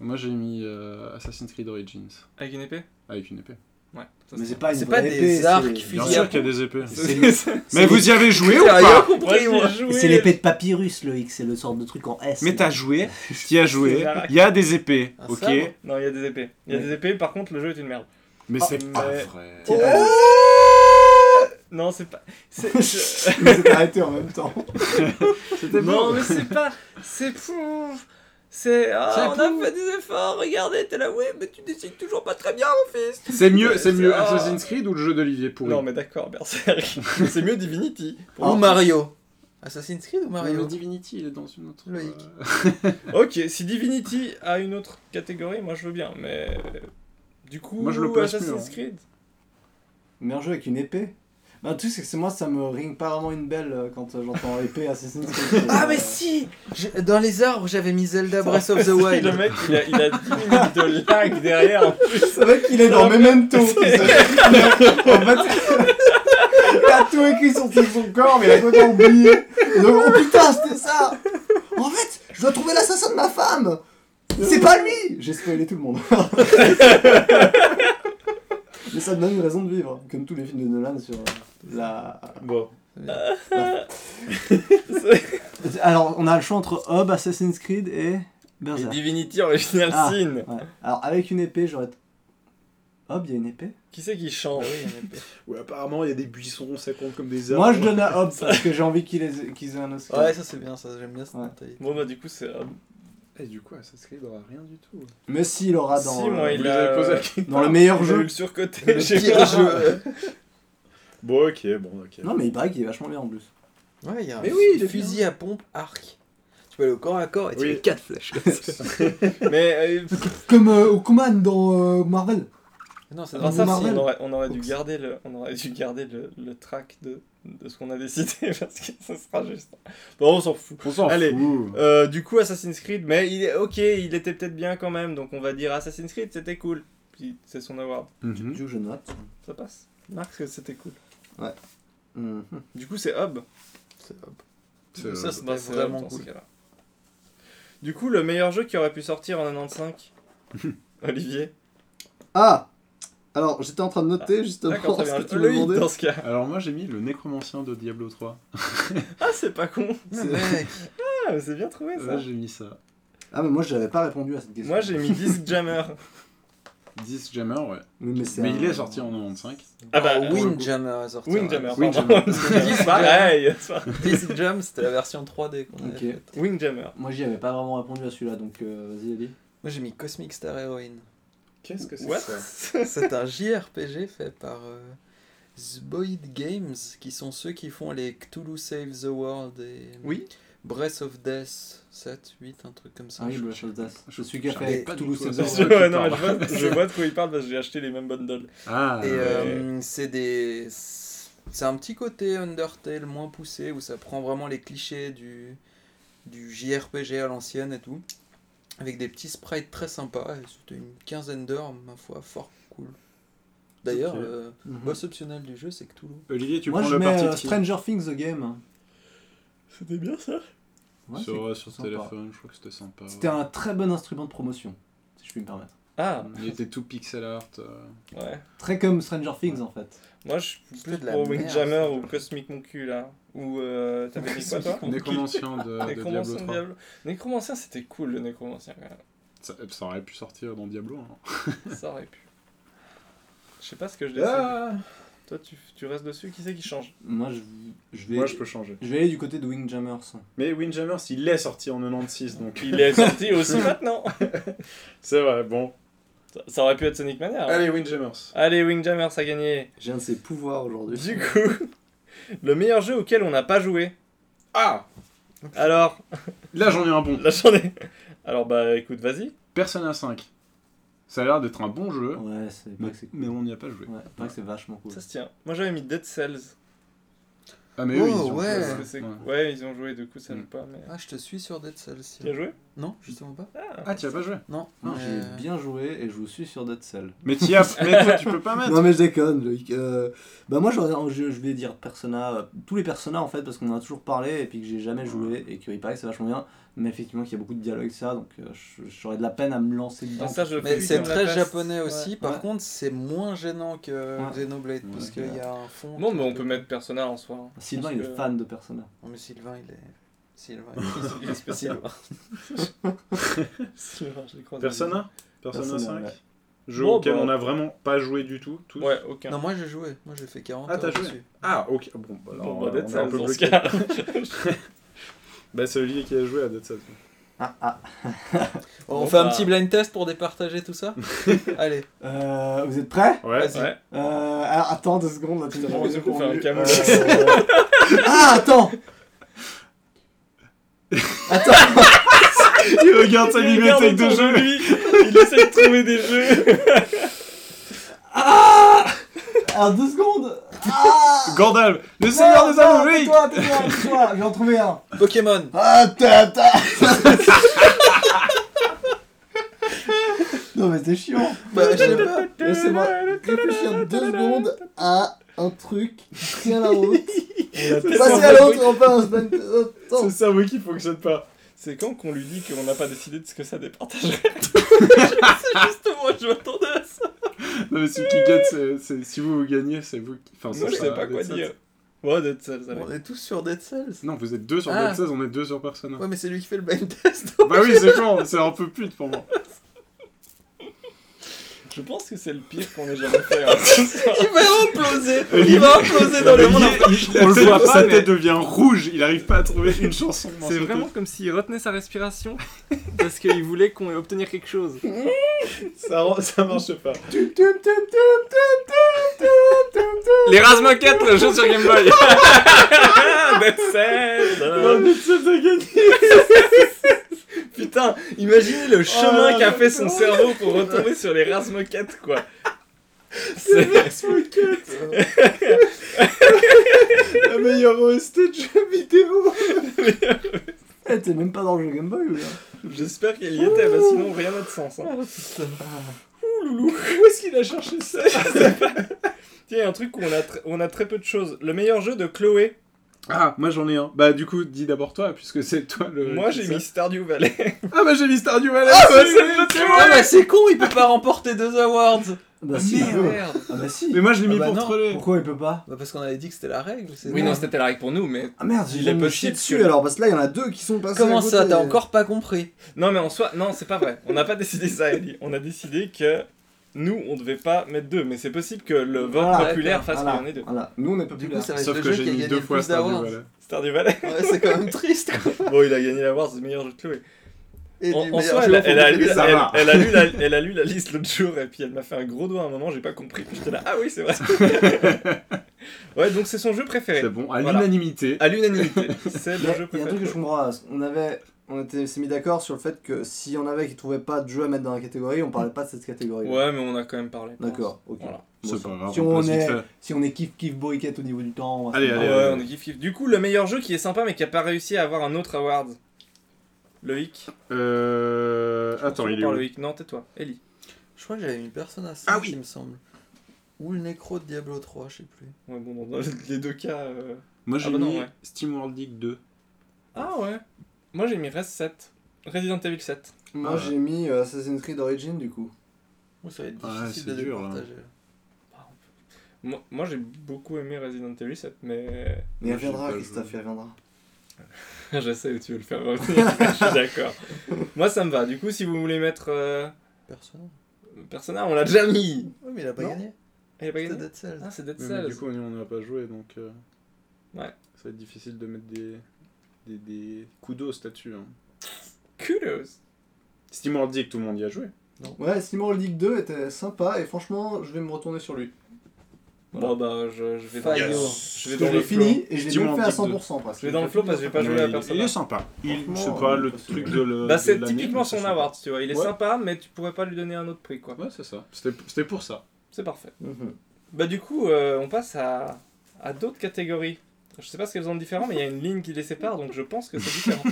Speaker 4: Moi j'ai mis euh, Assassin's Creed Origins
Speaker 3: Avec une épée
Speaker 4: Ah, avec une épée.
Speaker 3: Ouais. ça,
Speaker 25: Mais
Speaker 3: c'est-
Speaker 25: c'est pas une
Speaker 13: C'est
Speaker 25: vraie
Speaker 13: pas des
Speaker 25: épée, c'est-
Speaker 13: arcs,
Speaker 25: c'est-
Speaker 4: Bien
Speaker 13: Il y a-
Speaker 4: sûr qu'il y a des épées.
Speaker 25: c'est-
Speaker 4: Mais vous y avez joué ou
Speaker 13: J'ai rien
Speaker 4: pas
Speaker 3: Moi,
Speaker 13: compris,
Speaker 3: j'ai
Speaker 13: moi.
Speaker 3: joué.
Speaker 25: C'est l'épée de papyrus, le X, c'est le sort de truc en S.
Speaker 8: Mais
Speaker 25: là.
Speaker 8: t'as joué, qui a
Speaker 3: C'est
Speaker 8: joué,
Speaker 3: la-
Speaker 8: il y a des épées,
Speaker 13: Un
Speaker 8: ok
Speaker 13: sabre.
Speaker 3: Non, il y a des épées. Il y a
Speaker 25: Oui.
Speaker 3: des épées, par contre, le jeu est une merde. Ah,
Speaker 4: Mais c'est pas
Speaker 3: Mais-
Speaker 4: vrai.
Speaker 3: Non, c'est pas. c'est- je-
Speaker 5: Vous êtes arrêtés en même temps.
Speaker 3: non, mais c'est pas. C'est pouf. C'est. Ah, on a fait des efforts, regardez, t'es là, ouais, mais tu décides toujours pas très bien.
Speaker 4: C'est mieux, c'est mieux
Speaker 3: Ah.
Speaker 4: Assassin's Creed ou le jeu d'Olivier pourri
Speaker 3: Non, mais d'accord, Berserk. c'est mieux Divinity.
Speaker 13: Ou Mario. Assassin's Creed ou
Speaker 4: Mais
Speaker 13: Mario
Speaker 4: Divinity, il est dans une autre.
Speaker 13: Loïc.
Speaker 4: euh,
Speaker 3: Ok, si Divinity a une autre catégorie, moi je veux bien, mais. euh, Du coup,
Speaker 4: Moi, je le place
Speaker 3: Assassin's
Speaker 4: mieux, hein.
Speaker 3: Creed
Speaker 5: Mais un jeu avec une épée Bah, le truc, c'est que c'est moi, ça me ring pas vraiment une belle euh, quand euh, j'entends épée Assassin's Creed.
Speaker 13: Ah,
Speaker 5: Euh,
Speaker 13: mais si J'ai- Dans les arbres, j'avais mis Zelda Breath of the
Speaker 3: Le
Speaker 13: Wild.
Speaker 3: mec, il a, il a 10 minutes de lag derrière en plus.
Speaker 5: Ce mec, il est dans Memento. tu sais. en fait, il a tout écrit sur tout son corps, mais il a complètement oublié. Et donc, oh putain, c'était ça En fait, je dois trouver l'assassin de ma femme C'est pas lui J'ai spoilé tout le monde. mais ça me donne une raison de vivre, comme tous les films de Nolan sur euh, la...
Speaker 3: Bon.
Speaker 5: Alors, on a le choix entre Hob, Assassin's Creed et
Speaker 3: Et
Speaker 5: Berserk.
Speaker 3: Divinity Original
Speaker 5: Ah.
Speaker 3: Sin.
Speaker 5: Ouais. Alors, avec une épée, j'aurais... Hob, il y a une épée
Speaker 3: Qui c'est qui change
Speaker 4: Ouais, apparemment, il y a des buissons, ça compte comme des
Speaker 5: Moi, je donne à Hob parce que j'ai envie qu'il ait, qu'ils aient un Oscar.
Speaker 13: Ouais, ça c'est bien, ça j'aime bien cette
Speaker 5: Ouais.
Speaker 13: mentalité.
Speaker 3: Bon, bah, du coup, c'est. Hob.
Speaker 4: Et du coup, Assassin's Creed aura rien du tout.
Speaker 5: Mais si, il aura dans,
Speaker 3: si,
Speaker 5: euh,
Speaker 3: moi, il
Speaker 4: vous
Speaker 3: a.
Speaker 4: avez posé la question.
Speaker 5: dans le meilleur
Speaker 3: J'ai eu
Speaker 5: jeu.
Speaker 3: le surcoté,
Speaker 13: Le
Speaker 3: j'ai
Speaker 13: pire
Speaker 3: pas-
Speaker 13: jeu.
Speaker 4: Bon, ok, bon, ok.
Speaker 5: Non, mais il paraît qu'il est vachement bien en plus.
Speaker 13: Ouais, il y a un
Speaker 4: Mais oui, il est
Speaker 13: fusil à pompe, arc. Tu peux aller au corps à corps et
Speaker 4: Oui.
Speaker 13: tirer 4 flèches.
Speaker 3: Mais. euh,
Speaker 5: Comme euh, Okuman dans euh, Marvel.
Speaker 13: non, c'est
Speaker 5: Dans
Speaker 3: Alors ça,
Speaker 13: dans
Speaker 3: si,
Speaker 5: Marvel.
Speaker 3: on aurait, on aurait dû
Speaker 5: Oups.
Speaker 3: garder le, on aurait dû garder le, le track de, de ce qu'on a décidé parce que ça sera juste. Bon, on s'en fout.
Speaker 4: On s'en
Speaker 3: Allez.
Speaker 4: fout.
Speaker 3: Euh, du coup, Assassin's Creed, mais il est ok, il était peut-être bien quand même, donc on va dire Assassin's Creed, c'était cool. Puis c'est son award,
Speaker 4: Mhm.
Speaker 5: Du coup, je note.
Speaker 3: ça passe. Marc, que c'était cool.
Speaker 5: Mhm.
Speaker 3: Du coup, c'est Hob.
Speaker 4: C'est-
Speaker 13: Ça, c'est
Speaker 3: Bah, c'est Hob
Speaker 13: vraiment
Speaker 3: dans ce
Speaker 13: cool.
Speaker 3: cas-là. Du coup, le meilleur jeu qui aurait pu sortir en 95 Olivier.
Speaker 5: Ah Alors, j'étais en train de noter justement
Speaker 3: D'accord, très bien.
Speaker 5: ce que tu me
Speaker 3: Le hit
Speaker 5: demandais.
Speaker 3: dans ce cas.
Speaker 4: Alors, moi, j'ai mis le Nécromancien de Diablo 3.
Speaker 3: Ah, c'est pas con.
Speaker 13: Ah, mec.
Speaker 3: Ah, mais c'est bien trouvé ça.
Speaker 4: Là, j'ai mis ça.
Speaker 5: Ah, mais moi, j'avais pas répondu à cette question.
Speaker 3: Moi, j'ai mis Disc Jammer.
Speaker 4: 10 Jammer, ouais.
Speaker 5: Oui, mais, c'est
Speaker 4: Mais
Speaker 5: un-
Speaker 4: il est sorti en 95.
Speaker 3: Ah bah,
Speaker 13: Oh, Windjammer est sorti.
Speaker 3: Windjammer,
Speaker 4: Windjammer.
Speaker 3: pardon. Disc Pareil.
Speaker 13: Disc Jam, c'était la version 3D qu'on
Speaker 5: Ok.
Speaker 13: avait faite.
Speaker 3: Windjammer.
Speaker 5: Moi, j'y avais pas vraiment répondu à celui-là, donc euh, vas-y, allez.
Speaker 13: Moi j'ai mis Cosmic Star Heroine.
Speaker 4: Qu'est-ce que
Speaker 3: What
Speaker 13: C'est un JRPG fait par euh, Zboid Games, qui sont ceux qui font les Cthulhu Save the World et euh,
Speaker 3: Oui.
Speaker 13: Breath of Death 7, 8, un truc comme ça.
Speaker 5: Ah oui,
Speaker 13: je-
Speaker 5: Breath of Death.
Speaker 4: je-
Speaker 5: Je suis qui a
Speaker 4: je-
Speaker 5: fait
Speaker 4: pas du
Speaker 5: Toulouse
Speaker 4: tout à
Speaker 5: Save the
Speaker 4: ça.
Speaker 5: World.
Speaker 3: Ouais, non, mais je vois, je vois de quoi il parle parce que j'ai acheté les mêmes bundles.
Speaker 4: Ah,
Speaker 13: Et
Speaker 4: ouais.
Speaker 13: euh, c'est des. C'est un petit côté Undertale moins poussé où ça prend vraiment les clichés du, du JRPG à l'ancienne et tout. Avec des petits sprites très sympas. et C'était une quinzaine d'heures, ma foi, fort cool. D'ailleurs,
Speaker 4: Ok.
Speaker 13: le
Speaker 5: Mhm.
Speaker 13: boss optionnel du jeu, c'est Cthulhu.
Speaker 4: Olivier, tu
Speaker 5: Moi,
Speaker 4: prends
Speaker 5: je
Speaker 4: le
Speaker 5: mets
Speaker 4: parti
Speaker 5: euh,
Speaker 4: de qui
Speaker 5: Stranger Things The Game.
Speaker 3: C'était bien ça
Speaker 5: Ouais,
Speaker 4: Sur,
Speaker 5: c'est-
Speaker 4: euh, sur
Speaker 5: sympa.
Speaker 4: téléphone, je crois que c'était sympa. ouais.
Speaker 5: C'était un très bon instrument de promotion, si je puis me permettre.
Speaker 3: Ah,
Speaker 4: Il était tout pixel art. euh.
Speaker 3: ouais.
Speaker 5: Très comme Stranger Things, en fait.
Speaker 3: Moi je suis plus
Speaker 13: C'était de la
Speaker 3: pour
Speaker 13: merde,
Speaker 3: Windjammer
Speaker 13: ça.
Speaker 3: ou Cosmic Mon cul là. Ou euh, t'avais dit quoi toi
Speaker 4: Nécromancien de, de Diablo
Speaker 3: Nécromancien
Speaker 4: 3.
Speaker 3: Euh, Diablo. Nécromancien c'était cool le Nécromancien quand même.
Speaker 4: Ça, ça aurait pu sortir dans Diablo. hein.
Speaker 3: Ça aurait pu. Je sais pas ce que je décide.
Speaker 13: Ah.
Speaker 3: Toi tu, tu restes dessus, qui c'est qui change
Speaker 5: Moi, je, je vais...
Speaker 4: Moi, je peux changer.
Speaker 5: Je vais aller du côté de Windjammers.
Speaker 4: Mais Windjammers, il est sorti en 96, donc
Speaker 3: Il est sorti aussi maintenant
Speaker 4: c'est vrai, bon.
Speaker 3: ça, ça aurait pu être Sonic Mania. hein.
Speaker 4: Allez, Windjammers.
Speaker 3: Allez Windjammer, ça a gagné.
Speaker 5: J'ai un de ses pouvoirs aujourd'hui.
Speaker 3: Du coup, le meilleur jeu auquel on n'a pas joué.
Speaker 4: Ah
Speaker 3: Alors,
Speaker 4: Là, j'en ai un bon.
Speaker 3: la journée. Alors bah écoute, vas-y.
Speaker 4: Persona 5. Ça a l'air d'être un bon jeu,
Speaker 5: Ouais, c'est vrai
Speaker 4: mais,
Speaker 5: que c'est
Speaker 4: mais on n'y a pas joué.
Speaker 5: ouais, c'est vrai que c'est vachement cool.
Speaker 3: Ça se tient. Moi j'avais mis Dead Cells.
Speaker 4: Ah, mais
Speaker 13: Oh,
Speaker 4: eux, Ah, ils ont
Speaker 13: ouais.
Speaker 4: joué,
Speaker 3: Parce que Oh, c'est-
Speaker 4: Ouais.
Speaker 3: ouais. ils ont joué, du coup ça joue
Speaker 4: Mm.
Speaker 3: pas. Mais...
Speaker 13: Ah, je te suis sur Dead Cells.
Speaker 3: Tu as joué
Speaker 13: Non, justement pas.
Speaker 4: Ah, tu as pas joué
Speaker 13: Non.
Speaker 5: Non,
Speaker 13: mais-
Speaker 5: j'ai bien joué et je vous suis sur Dead Cell.
Speaker 4: Mais t'y as. mais toi, tu peux pas
Speaker 8: Ah,
Speaker 4: mettre.
Speaker 5: Non mais je déconne. Loïc. Euh, bah moi je, je, je vais dire Persona, euh, tous les Persona en fait parce qu'on en a toujours parlé et puis que j'ai jamais joué et qu'il paraît que c'est vachement bien. Mais effectivement qu'il y a beaucoup de dialogues ça donc euh, je- j'aurais de la peine à me lancer dedans.
Speaker 3: Ah, ça, je
Speaker 13: Mais
Speaker 3: fais
Speaker 13: c'est
Speaker 3: comme la
Speaker 13: très
Speaker 3: peste.
Speaker 13: japonais aussi. Par
Speaker 5: Ouais.
Speaker 13: contre, c'est moins gênant que
Speaker 5: Ouais.
Speaker 13: Xenoblade
Speaker 5: Ouais,
Speaker 13: parce
Speaker 5: ok.
Speaker 13: qu'il y a un fond.
Speaker 3: Bon,
Speaker 13: qui
Speaker 3: mais on
Speaker 13: te-
Speaker 3: peut mettre Persona en soi. hein.
Speaker 5: Sylvain
Speaker 3: Parce
Speaker 5: il est
Speaker 3: que-
Speaker 5: fan de Persona.
Speaker 13: Non, mais Sylvain, il est. Sylvain, il
Speaker 3: Il est
Speaker 13: est
Speaker 3: spécial.
Speaker 13: Sylvain.
Speaker 3: Je l'ai croisé.
Speaker 4: Persona Persona
Speaker 5: Persona,
Speaker 4: 5
Speaker 5: ouais.
Speaker 4: Jeu
Speaker 3: Bon,
Speaker 4: auquel
Speaker 3: bah.
Speaker 4: on a vraiment pas joué du tout, tous.
Speaker 3: Ouais, aucun.
Speaker 13: Non, moi j'ai joué. Moi j'ai fait 40
Speaker 4: Ah, t'as
Speaker 13: heures
Speaker 4: joué
Speaker 13: dessus.
Speaker 4: Ah, ok. Bon, bah, alors,
Speaker 3: Bon,
Speaker 4: on
Speaker 3: bah, Dead
Speaker 4: est
Speaker 3: Cells,
Speaker 4: un peu
Speaker 3: dans ce
Speaker 4: bloqué.
Speaker 3: cas.
Speaker 4: Bah, c'est Olivier qui a joué à Dead Cells.
Speaker 5: Ah ah.
Speaker 13: On
Speaker 3: Bon,
Speaker 13: fait un
Speaker 3: bah.
Speaker 13: petit blind test pour départager tout ça Allez.
Speaker 5: Euh, vous êtes prêts
Speaker 4: Ouais,
Speaker 13: Vas-y.
Speaker 3: Ouais.
Speaker 5: euh, Alors attends deux secondes là. tu me
Speaker 3: Bon,
Speaker 5: rappelles
Speaker 3: du coup, on fait un
Speaker 5: comment-
Speaker 3: Camoulox.
Speaker 5: Euh, Ah attends. Attends.
Speaker 4: il regarde sa
Speaker 3: Il regarde
Speaker 4: bibliothèque de
Speaker 3: autour
Speaker 4: jeux.
Speaker 3: lui, il essaie de trouver des jeux.
Speaker 5: Alors deux secondes. Ah.
Speaker 4: Gandalf, le Seigneur des Anneaux, oui
Speaker 5: Toi, toi, toi, j'en trouvais un.
Speaker 13: Pokémon
Speaker 5: Ah, ta, ta. non, mais c'est chiant.
Speaker 13: Bah, je sais pas.
Speaker 5: Laissez-moi réfléchir deux secondes à un truc qui tient la route. Passer à l'autre, enfin, on se donne-
Speaker 4: C'est
Speaker 5: Attends.
Speaker 4: le cerveau qui fonctionne pas.
Speaker 3: C'est quand qu'on lui dit qu'on n'a pas décidé de ce que ça départagerait C'est justement, je m'attendais à ça.
Speaker 4: Non, mais celui qui gagne, c'est- c'est- si vous, vous gagnez, c'est vous qui. Enfin, ce
Speaker 3: Moi, je
Speaker 4: sera
Speaker 3: sais pas
Speaker 4: Dead
Speaker 3: quoi
Speaker 4: Cells.
Speaker 3: dire. Ouais, d'être seul, ça va.
Speaker 13: On est tous sur Dead Cells.
Speaker 4: Non, vous êtes deux sur
Speaker 13: Ah.
Speaker 4: Dead Cells, on est deux sur Persona.
Speaker 13: Ouais, mais c'est lui qui fait le blind test.
Speaker 4: Bah oui, c'est con, c'est un peu pute pour moi.
Speaker 3: Je pense que c'est le pire qu'on ait jamais fait. hein.
Speaker 13: Il va imploser Il va imploser
Speaker 26: Oh,
Speaker 13: dans le monde
Speaker 4: on
Speaker 26: le voit pas,
Speaker 4: sa
Speaker 26: mais-
Speaker 4: tête devient rouge, il arrive pas à trouver une chanson.
Speaker 26: C'est vraiment comme s'il retenait sa respiration parce qu'il voulait qu'on obtenir quelque chose.
Speaker 4: Ça, ça marche pas.
Speaker 5: Tum, tum, tum, tum.
Speaker 26: Les Razmaket, le jeu sur Game Boy.
Speaker 3: Dead Cells, euh,
Speaker 4: Non, Dead Cells a gagné.
Speaker 3: Putain, imaginez le
Speaker 4: là
Speaker 3: chemin
Speaker 4: là.
Speaker 3: qu'a fait son cerveau pour retomber sur les Razmoket, quoi. C'est
Speaker 4: La meilleure OST de jeu vidéo.
Speaker 5: Eh, t'es même pas dans le jeu Game Boy ou là
Speaker 3: J'espère qu'elle y était, bah sinon rien n'a de sens. Hein. Ouh loulou, où est-ce qu'il a cherché ça Tiens, il y a un truc où on a, tr- on a très peu de choses. Le meilleur jeu de Chloé,
Speaker 4: Ah, moi j'en ai un. Bah, du coup, dis d'abord toi, puisque Euh, c'est toi le.
Speaker 3: moi j'ai mis Stardew Valley.
Speaker 4: Ah, bah j'ai mis Stardew Valley.
Speaker 13: Ah,
Speaker 4: aussi.
Speaker 13: c'est le Ah, bah c'est con, il peut pas remporter deux awards
Speaker 5: Bah, si, il peut.
Speaker 13: Merde
Speaker 5: Ah, bah, si.
Speaker 4: Mais moi euh, je l'ai
Speaker 13: Ah
Speaker 4: mis
Speaker 13: bah
Speaker 4: pour
Speaker 13: non.
Speaker 4: troller.
Speaker 5: Pourquoi il peut pas
Speaker 13: Bah parce qu'on avait dit que c'était la règle, c'est
Speaker 27: Oui, non, c'était la règle pour nous, mais
Speaker 5: Ah merde,
Speaker 27: Il
Speaker 5: j'ai
Speaker 27: est
Speaker 5: jamais
Speaker 27: possible
Speaker 5: chié
Speaker 27: que-
Speaker 5: dessus alors, parce que là, il y en a deux qui sont passés.
Speaker 13: Comment
Speaker 5: à côté.
Speaker 13: ça, t'as encore pas compris
Speaker 3: Non, mais en soi, non, c'est pas vrai. On n'a pas décidé ça, Ellie. On a décidé que nous, on devait pas mettre deux, mais c'est possible que le vote
Speaker 5: Voilà,
Speaker 3: populaire fasse
Speaker 5: Voilà,
Speaker 3: qu'il y en ait deux.
Speaker 5: voilà. Nous, on est
Speaker 13: Du
Speaker 5: populaires.
Speaker 13: coup, ça va être
Speaker 4: Sauf
Speaker 13: le
Speaker 4: que
Speaker 13: jeu qui
Speaker 4: j'ai
Speaker 13: a
Speaker 4: mis
Speaker 13: gagné
Speaker 4: deux
Speaker 13: le
Speaker 4: fois
Speaker 13: plus
Speaker 4: Stardew
Speaker 13: d'awards.
Speaker 4: Valley.
Speaker 3: Stardew Valley.
Speaker 13: Ouais, c'est quand même triste quoi.
Speaker 3: Bon, il a gagné l'award du meilleur jeu de Chloé.
Speaker 13: Et
Speaker 3: En,
Speaker 13: du
Speaker 3: en
Speaker 13: meilleur
Speaker 3: soi,
Speaker 13: jeu
Speaker 3: elle,
Speaker 13: au fond
Speaker 3: elle a
Speaker 13: de
Speaker 3: lu,
Speaker 13: la-
Speaker 3: elle, elle a lu la, elle a lu la liste l'autre jour et puis elle m'a fait un gros doigt à un moment, j'ai pas compris. Puis J'étais là, ah oui, c'est vrai. ouais, donc c'est son jeu préféré.
Speaker 4: C'est bon, à
Speaker 3: Voilà.
Speaker 4: l'unanimité.
Speaker 3: À l'unanimité. C'est
Speaker 5: Il y
Speaker 3: le
Speaker 5: a-
Speaker 3: jeu
Speaker 5: il y a un
Speaker 3: préféré.
Speaker 5: truc que je comprends pas. On avait, on était, s'est mis d'accord sur le fait que s'il y en avait qui trouvaient pas de jeu à mettre dans la catégorie, on parlait pas de cette catégorie.
Speaker 3: Ouais, mais on a quand même parlé. je pense.
Speaker 5: D'accord. Ok.
Speaker 3: Voilà.
Speaker 5: Bon,
Speaker 4: C'est
Speaker 5: ça-
Speaker 4: pas grave,
Speaker 5: Si
Speaker 4: on
Speaker 5: on
Speaker 4: passe vite
Speaker 5: est,
Speaker 4: fait.
Speaker 5: si on est kiff kiff boycott au niveau du temps. on va se
Speaker 4: Allez,
Speaker 5: faire-
Speaker 4: allez,
Speaker 3: Ouais,
Speaker 4: allez.
Speaker 3: on est kiff kiff. Du coup, le meilleur jeu qui est sympa mais qui a pas réussi à avoir un autre award. Loïc.
Speaker 4: Euh. Attends, il est
Speaker 3: Par
Speaker 4: où
Speaker 3: Loïc. Non, tais-toi. Ellie.
Speaker 13: Je crois que j'avais mis Persona 5,
Speaker 4: Ah oui.
Speaker 13: il me semble. Ou le Necro de Diablo 3, je sais plus.
Speaker 3: Ouais, bon, dans les deux cas. euh,
Speaker 4: Moi
Speaker 3: Ah
Speaker 4: j'ai
Speaker 3: bah non,
Speaker 4: mis
Speaker 3: ouais.
Speaker 4: Steam World League 2.
Speaker 3: Ah ouais. Moi j'ai mis Res 7. Resident Evil 7.
Speaker 5: Moi,
Speaker 4: Ah.
Speaker 5: j'ai mis euh, Assassin's Creed Origin du coup.
Speaker 13: Ouh, ça va être
Speaker 4: Ouais,
Speaker 13: difficile
Speaker 4: c'est
Speaker 13: de
Speaker 4: dur, hein. là.
Speaker 13: départager.
Speaker 3: Moi, moi, j'ai beaucoup aimé Resident Evil 7, mais.
Speaker 5: Mais il
Speaker 4: Moi, j'ai
Speaker 5: reviendra,
Speaker 4: pas
Speaker 5: Christophe, il reviendra.
Speaker 3: Je sais où tu veux le faire revenir, je suis d'accord. Moi ça me va. Du coup, si vous voulez mettre euh,
Speaker 13: Persona
Speaker 3: Persona, on l'a déjà mis.
Speaker 13: Ouais, mais il a pas
Speaker 3: Non.
Speaker 13: gagné.
Speaker 3: Il a pas
Speaker 13: C'était
Speaker 3: gagné
Speaker 13: Dead Cells.
Speaker 3: Ah, c'est Dead
Speaker 4: Ouais, mais
Speaker 3: Cells.
Speaker 4: du coup, on y- on n'a pas joué, donc euh,
Speaker 3: Ouais.
Speaker 4: ça va être difficile de mettre des, des, des coups d'os là-dessus. Hein.
Speaker 3: Kudos.
Speaker 4: Steam World Dig, tout le monde y a joué.
Speaker 5: Ouais, Simon League 2 était sympa et franchement, je vais me retourner sur lui.
Speaker 3: Bon, bah, je, je vais dans
Speaker 13: Faillot.
Speaker 3: le-
Speaker 4: Je
Speaker 5: Parce que
Speaker 3: vais dans
Speaker 5: je
Speaker 3: le
Speaker 5: l'ai
Speaker 3: flow.
Speaker 5: fini et je l'ai
Speaker 4: Steam
Speaker 5: même fait à
Speaker 4: World Dig
Speaker 5: 100% parce que
Speaker 3: Je vais dans le flow parce que j'ai pas
Speaker 4: Mais
Speaker 3: joué à
Speaker 4: il-
Speaker 3: Persona.
Speaker 4: Il est sympa. Il,
Speaker 5: Franchement,
Speaker 4: c'est pas
Speaker 5: euh,
Speaker 4: le
Speaker 5: parce que-
Speaker 4: truc de le.
Speaker 3: Bah,
Speaker 4: de
Speaker 3: c'est
Speaker 4: l'année,
Speaker 3: typiquement
Speaker 4: mais c'est
Speaker 3: son
Speaker 4: sympa.
Speaker 3: award, tu vois. Il est
Speaker 4: Ouais.
Speaker 3: sympa, mais tu pourrais pas lui donner un autre prix, quoi.
Speaker 4: Ouais, c'est ça. C'était c'était pour ça.
Speaker 3: C'est parfait.
Speaker 5: Mhm.
Speaker 3: Bah, du coup, euh, on passe à, à d'autres catégories. Je sais pas ce qu'elles ont de différent, mais il y a une ligne qui les sépare, donc je pense que c'est différent.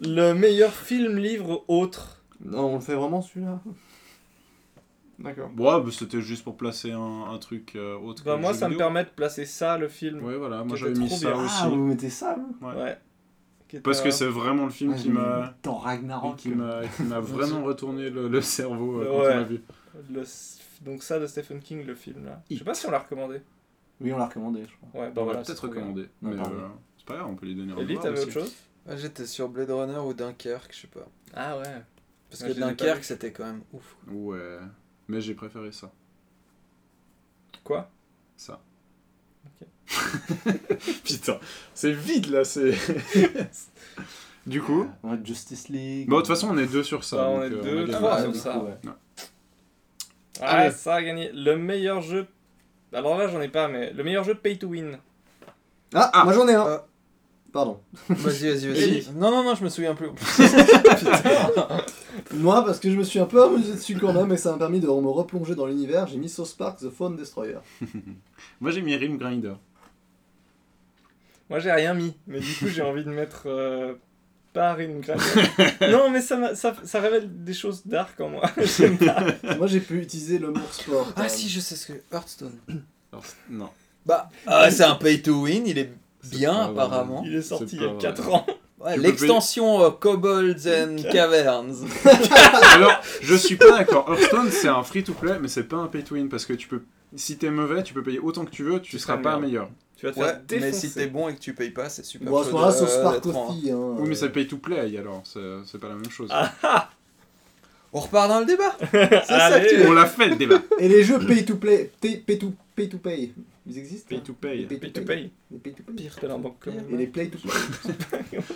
Speaker 3: le meilleur film, livre, autre.
Speaker 5: Non, on le fait vraiment celui-là. Ah,
Speaker 4: D'accord. Ouais, bah, c'était juste pour placer un, un truc euh, autre.
Speaker 3: Bah,
Speaker 4: que le
Speaker 3: moi,
Speaker 4: jeu
Speaker 3: ça me
Speaker 4: vidéo.
Speaker 3: permet de placer ça, le film.
Speaker 4: Ouais, voilà, moi
Speaker 3: Qui
Speaker 4: j'avais
Speaker 3: était
Speaker 4: mis
Speaker 3: trop
Speaker 4: ça
Speaker 3: bien. Euh,
Speaker 4: aussi.
Speaker 5: Ah, vous mettez ça, vous
Speaker 4: Ouais.
Speaker 3: Ouais. Qui est
Speaker 4: Parce
Speaker 3: un-
Speaker 4: que c'est vraiment le film
Speaker 5: Ah,
Speaker 4: qui
Speaker 5: j'ai mis
Speaker 4: m'a
Speaker 5: Dans Ragnarok.
Speaker 4: qui m'a qui m'a vraiment retourné le, le cerveau euh, quand
Speaker 3: Ouais.
Speaker 4: on l'a vu.
Speaker 3: le- Donc ça de Stephen King, le film là. Je sais pas si on l'a recommandé.
Speaker 5: Oui, on l'a recommandé, je crois.
Speaker 3: Ouais, bah
Speaker 4: On
Speaker 3: voilà.
Speaker 4: va
Speaker 3: c'est
Speaker 4: peut-être
Speaker 3: trop bien.
Speaker 4: recommander.
Speaker 5: Non,
Speaker 4: Mais
Speaker 5: pardon.
Speaker 4: euh, c'est pas grave, on peut lui donner un
Speaker 3: Ellie,
Speaker 4: revoir
Speaker 3: t'avais
Speaker 4: aussi.
Speaker 3: autre chose
Speaker 13: Ah, J'étais sur Blade Runner ou Dunkerque, je sais pas.
Speaker 3: Ah ouais.
Speaker 13: Parce
Speaker 3: Ah,
Speaker 13: que
Speaker 3: je les ai pas
Speaker 13: Dunkerque,
Speaker 3: vus.
Speaker 13: c'était quand même ouf.
Speaker 4: Ouais. Mais j'ai préféré ça.
Speaker 3: Quoi
Speaker 4: Ça.
Speaker 3: Ok.
Speaker 4: Putain, c'est vide là, c'est. du coup.
Speaker 5: Ouais, Justice League.
Speaker 4: Bon, Bah, de toute façon, on est deux sur ça.
Speaker 3: Bah, on
Speaker 4: donc,
Speaker 3: est
Speaker 4: euh,
Speaker 3: deux,
Speaker 4: a gagné.
Speaker 3: trois
Speaker 5: Ouais,
Speaker 3: sur
Speaker 5: du
Speaker 3: ça.
Speaker 5: coup, ouais.
Speaker 3: Ah,
Speaker 4: Allez.
Speaker 3: ça a gagné. Le meilleur jeu. Alors là, j'en ai pas, mais le meilleur jeu pay to win.
Speaker 5: Ah, moi j'en ai un.
Speaker 13: Ah.
Speaker 5: Pardon.
Speaker 13: Vas-y, vas-y, vas-y. Non, non, non, je me souviens plus.
Speaker 5: Moi, parce que je me suis un peu amusé dessus quand même, et ça m'a permis de me replonger dans l'univers, j'ai mis Sauce Park The Phone Destroyer.
Speaker 4: Moi, j'ai mis Rim Grinder.
Speaker 3: Moi, j'ai rien mis, mais du coup, j'ai envie de mettre euh, par une grade. non, mais ça, m'a- ça, ça révèle des choses dark en moi. J'aime pas.
Speaker 5: moi j'ai pu utiliser le mot sport. quand
Speaker 13: Ah
Speaker 5: même.
Speaker 13: si, je sais ce que... Hearthstone.
Speaker 4: Alors, c'est- non.
Speaker 13: Bah, ah, c'est un pay to win, il est
Speaker 4: C'est
Speaker 13: bien
Speaker 4: pas vrai.
Speaker 13: apparemment.
Speaker 3: Il est sorti
Speaker 4: C'est
Speaker 3: il y a
Speaker 4: pas
Speaker 3: 4 ans.
Speaker 13: Ouais,
Speaker 4: Tu peux
Speaker 13: L'extension euh, Kobolds and Caverns.
Speaker 4: Alors, je suis pas d'accord. Hearthstone, c'est un free-to-play, mais c'est pas un pay-to-win parce que tu peux. Si t'es mauvais, tu peux payer autant que tu veux, tu,
Speaker 3: Tu
Speaker 4: seras
Speaker 3: seras
Speaker 4: pas meilleur.
Speaker 3: Tu vas te
Speaker 13: Ouais,
Speaker 3: faire
Speaker 13: mais
Speaker 3: défoncer.
Speaker 13: si t'es bon et que tu payes pas, c'est super
Speaker 5: Bon, à ce
Speaker 13: chaud
Speaker 5: moment-là,
Speaker 13: de-
Speaker 5: Sauce Park
Speaker 13: d'être en-
Speaker 5: aussi. Hein,
Speaker 4: Oui, mais
Speaker 5: euh,
Speaker 4: c'est pay-to-play alors, c'est c'est pas la même chose.
Speaker 3: Ah,
Speaker 13: On repart dans le débat.
Speaker 3: c'est ça
Speaker 4: Et On l'a fait le débat.
Speaker 5: Et les jeux pay to play, t- pay to, pay to pay, ils existent hein
Speaker 4: Pay-to-pay.
Speaker 5: Les
Speaker 3: Pay to pay.
Speaker 5: Les pay to pay.
Speaker 3: Pire que la banque
Speaker 5: Et les play to play.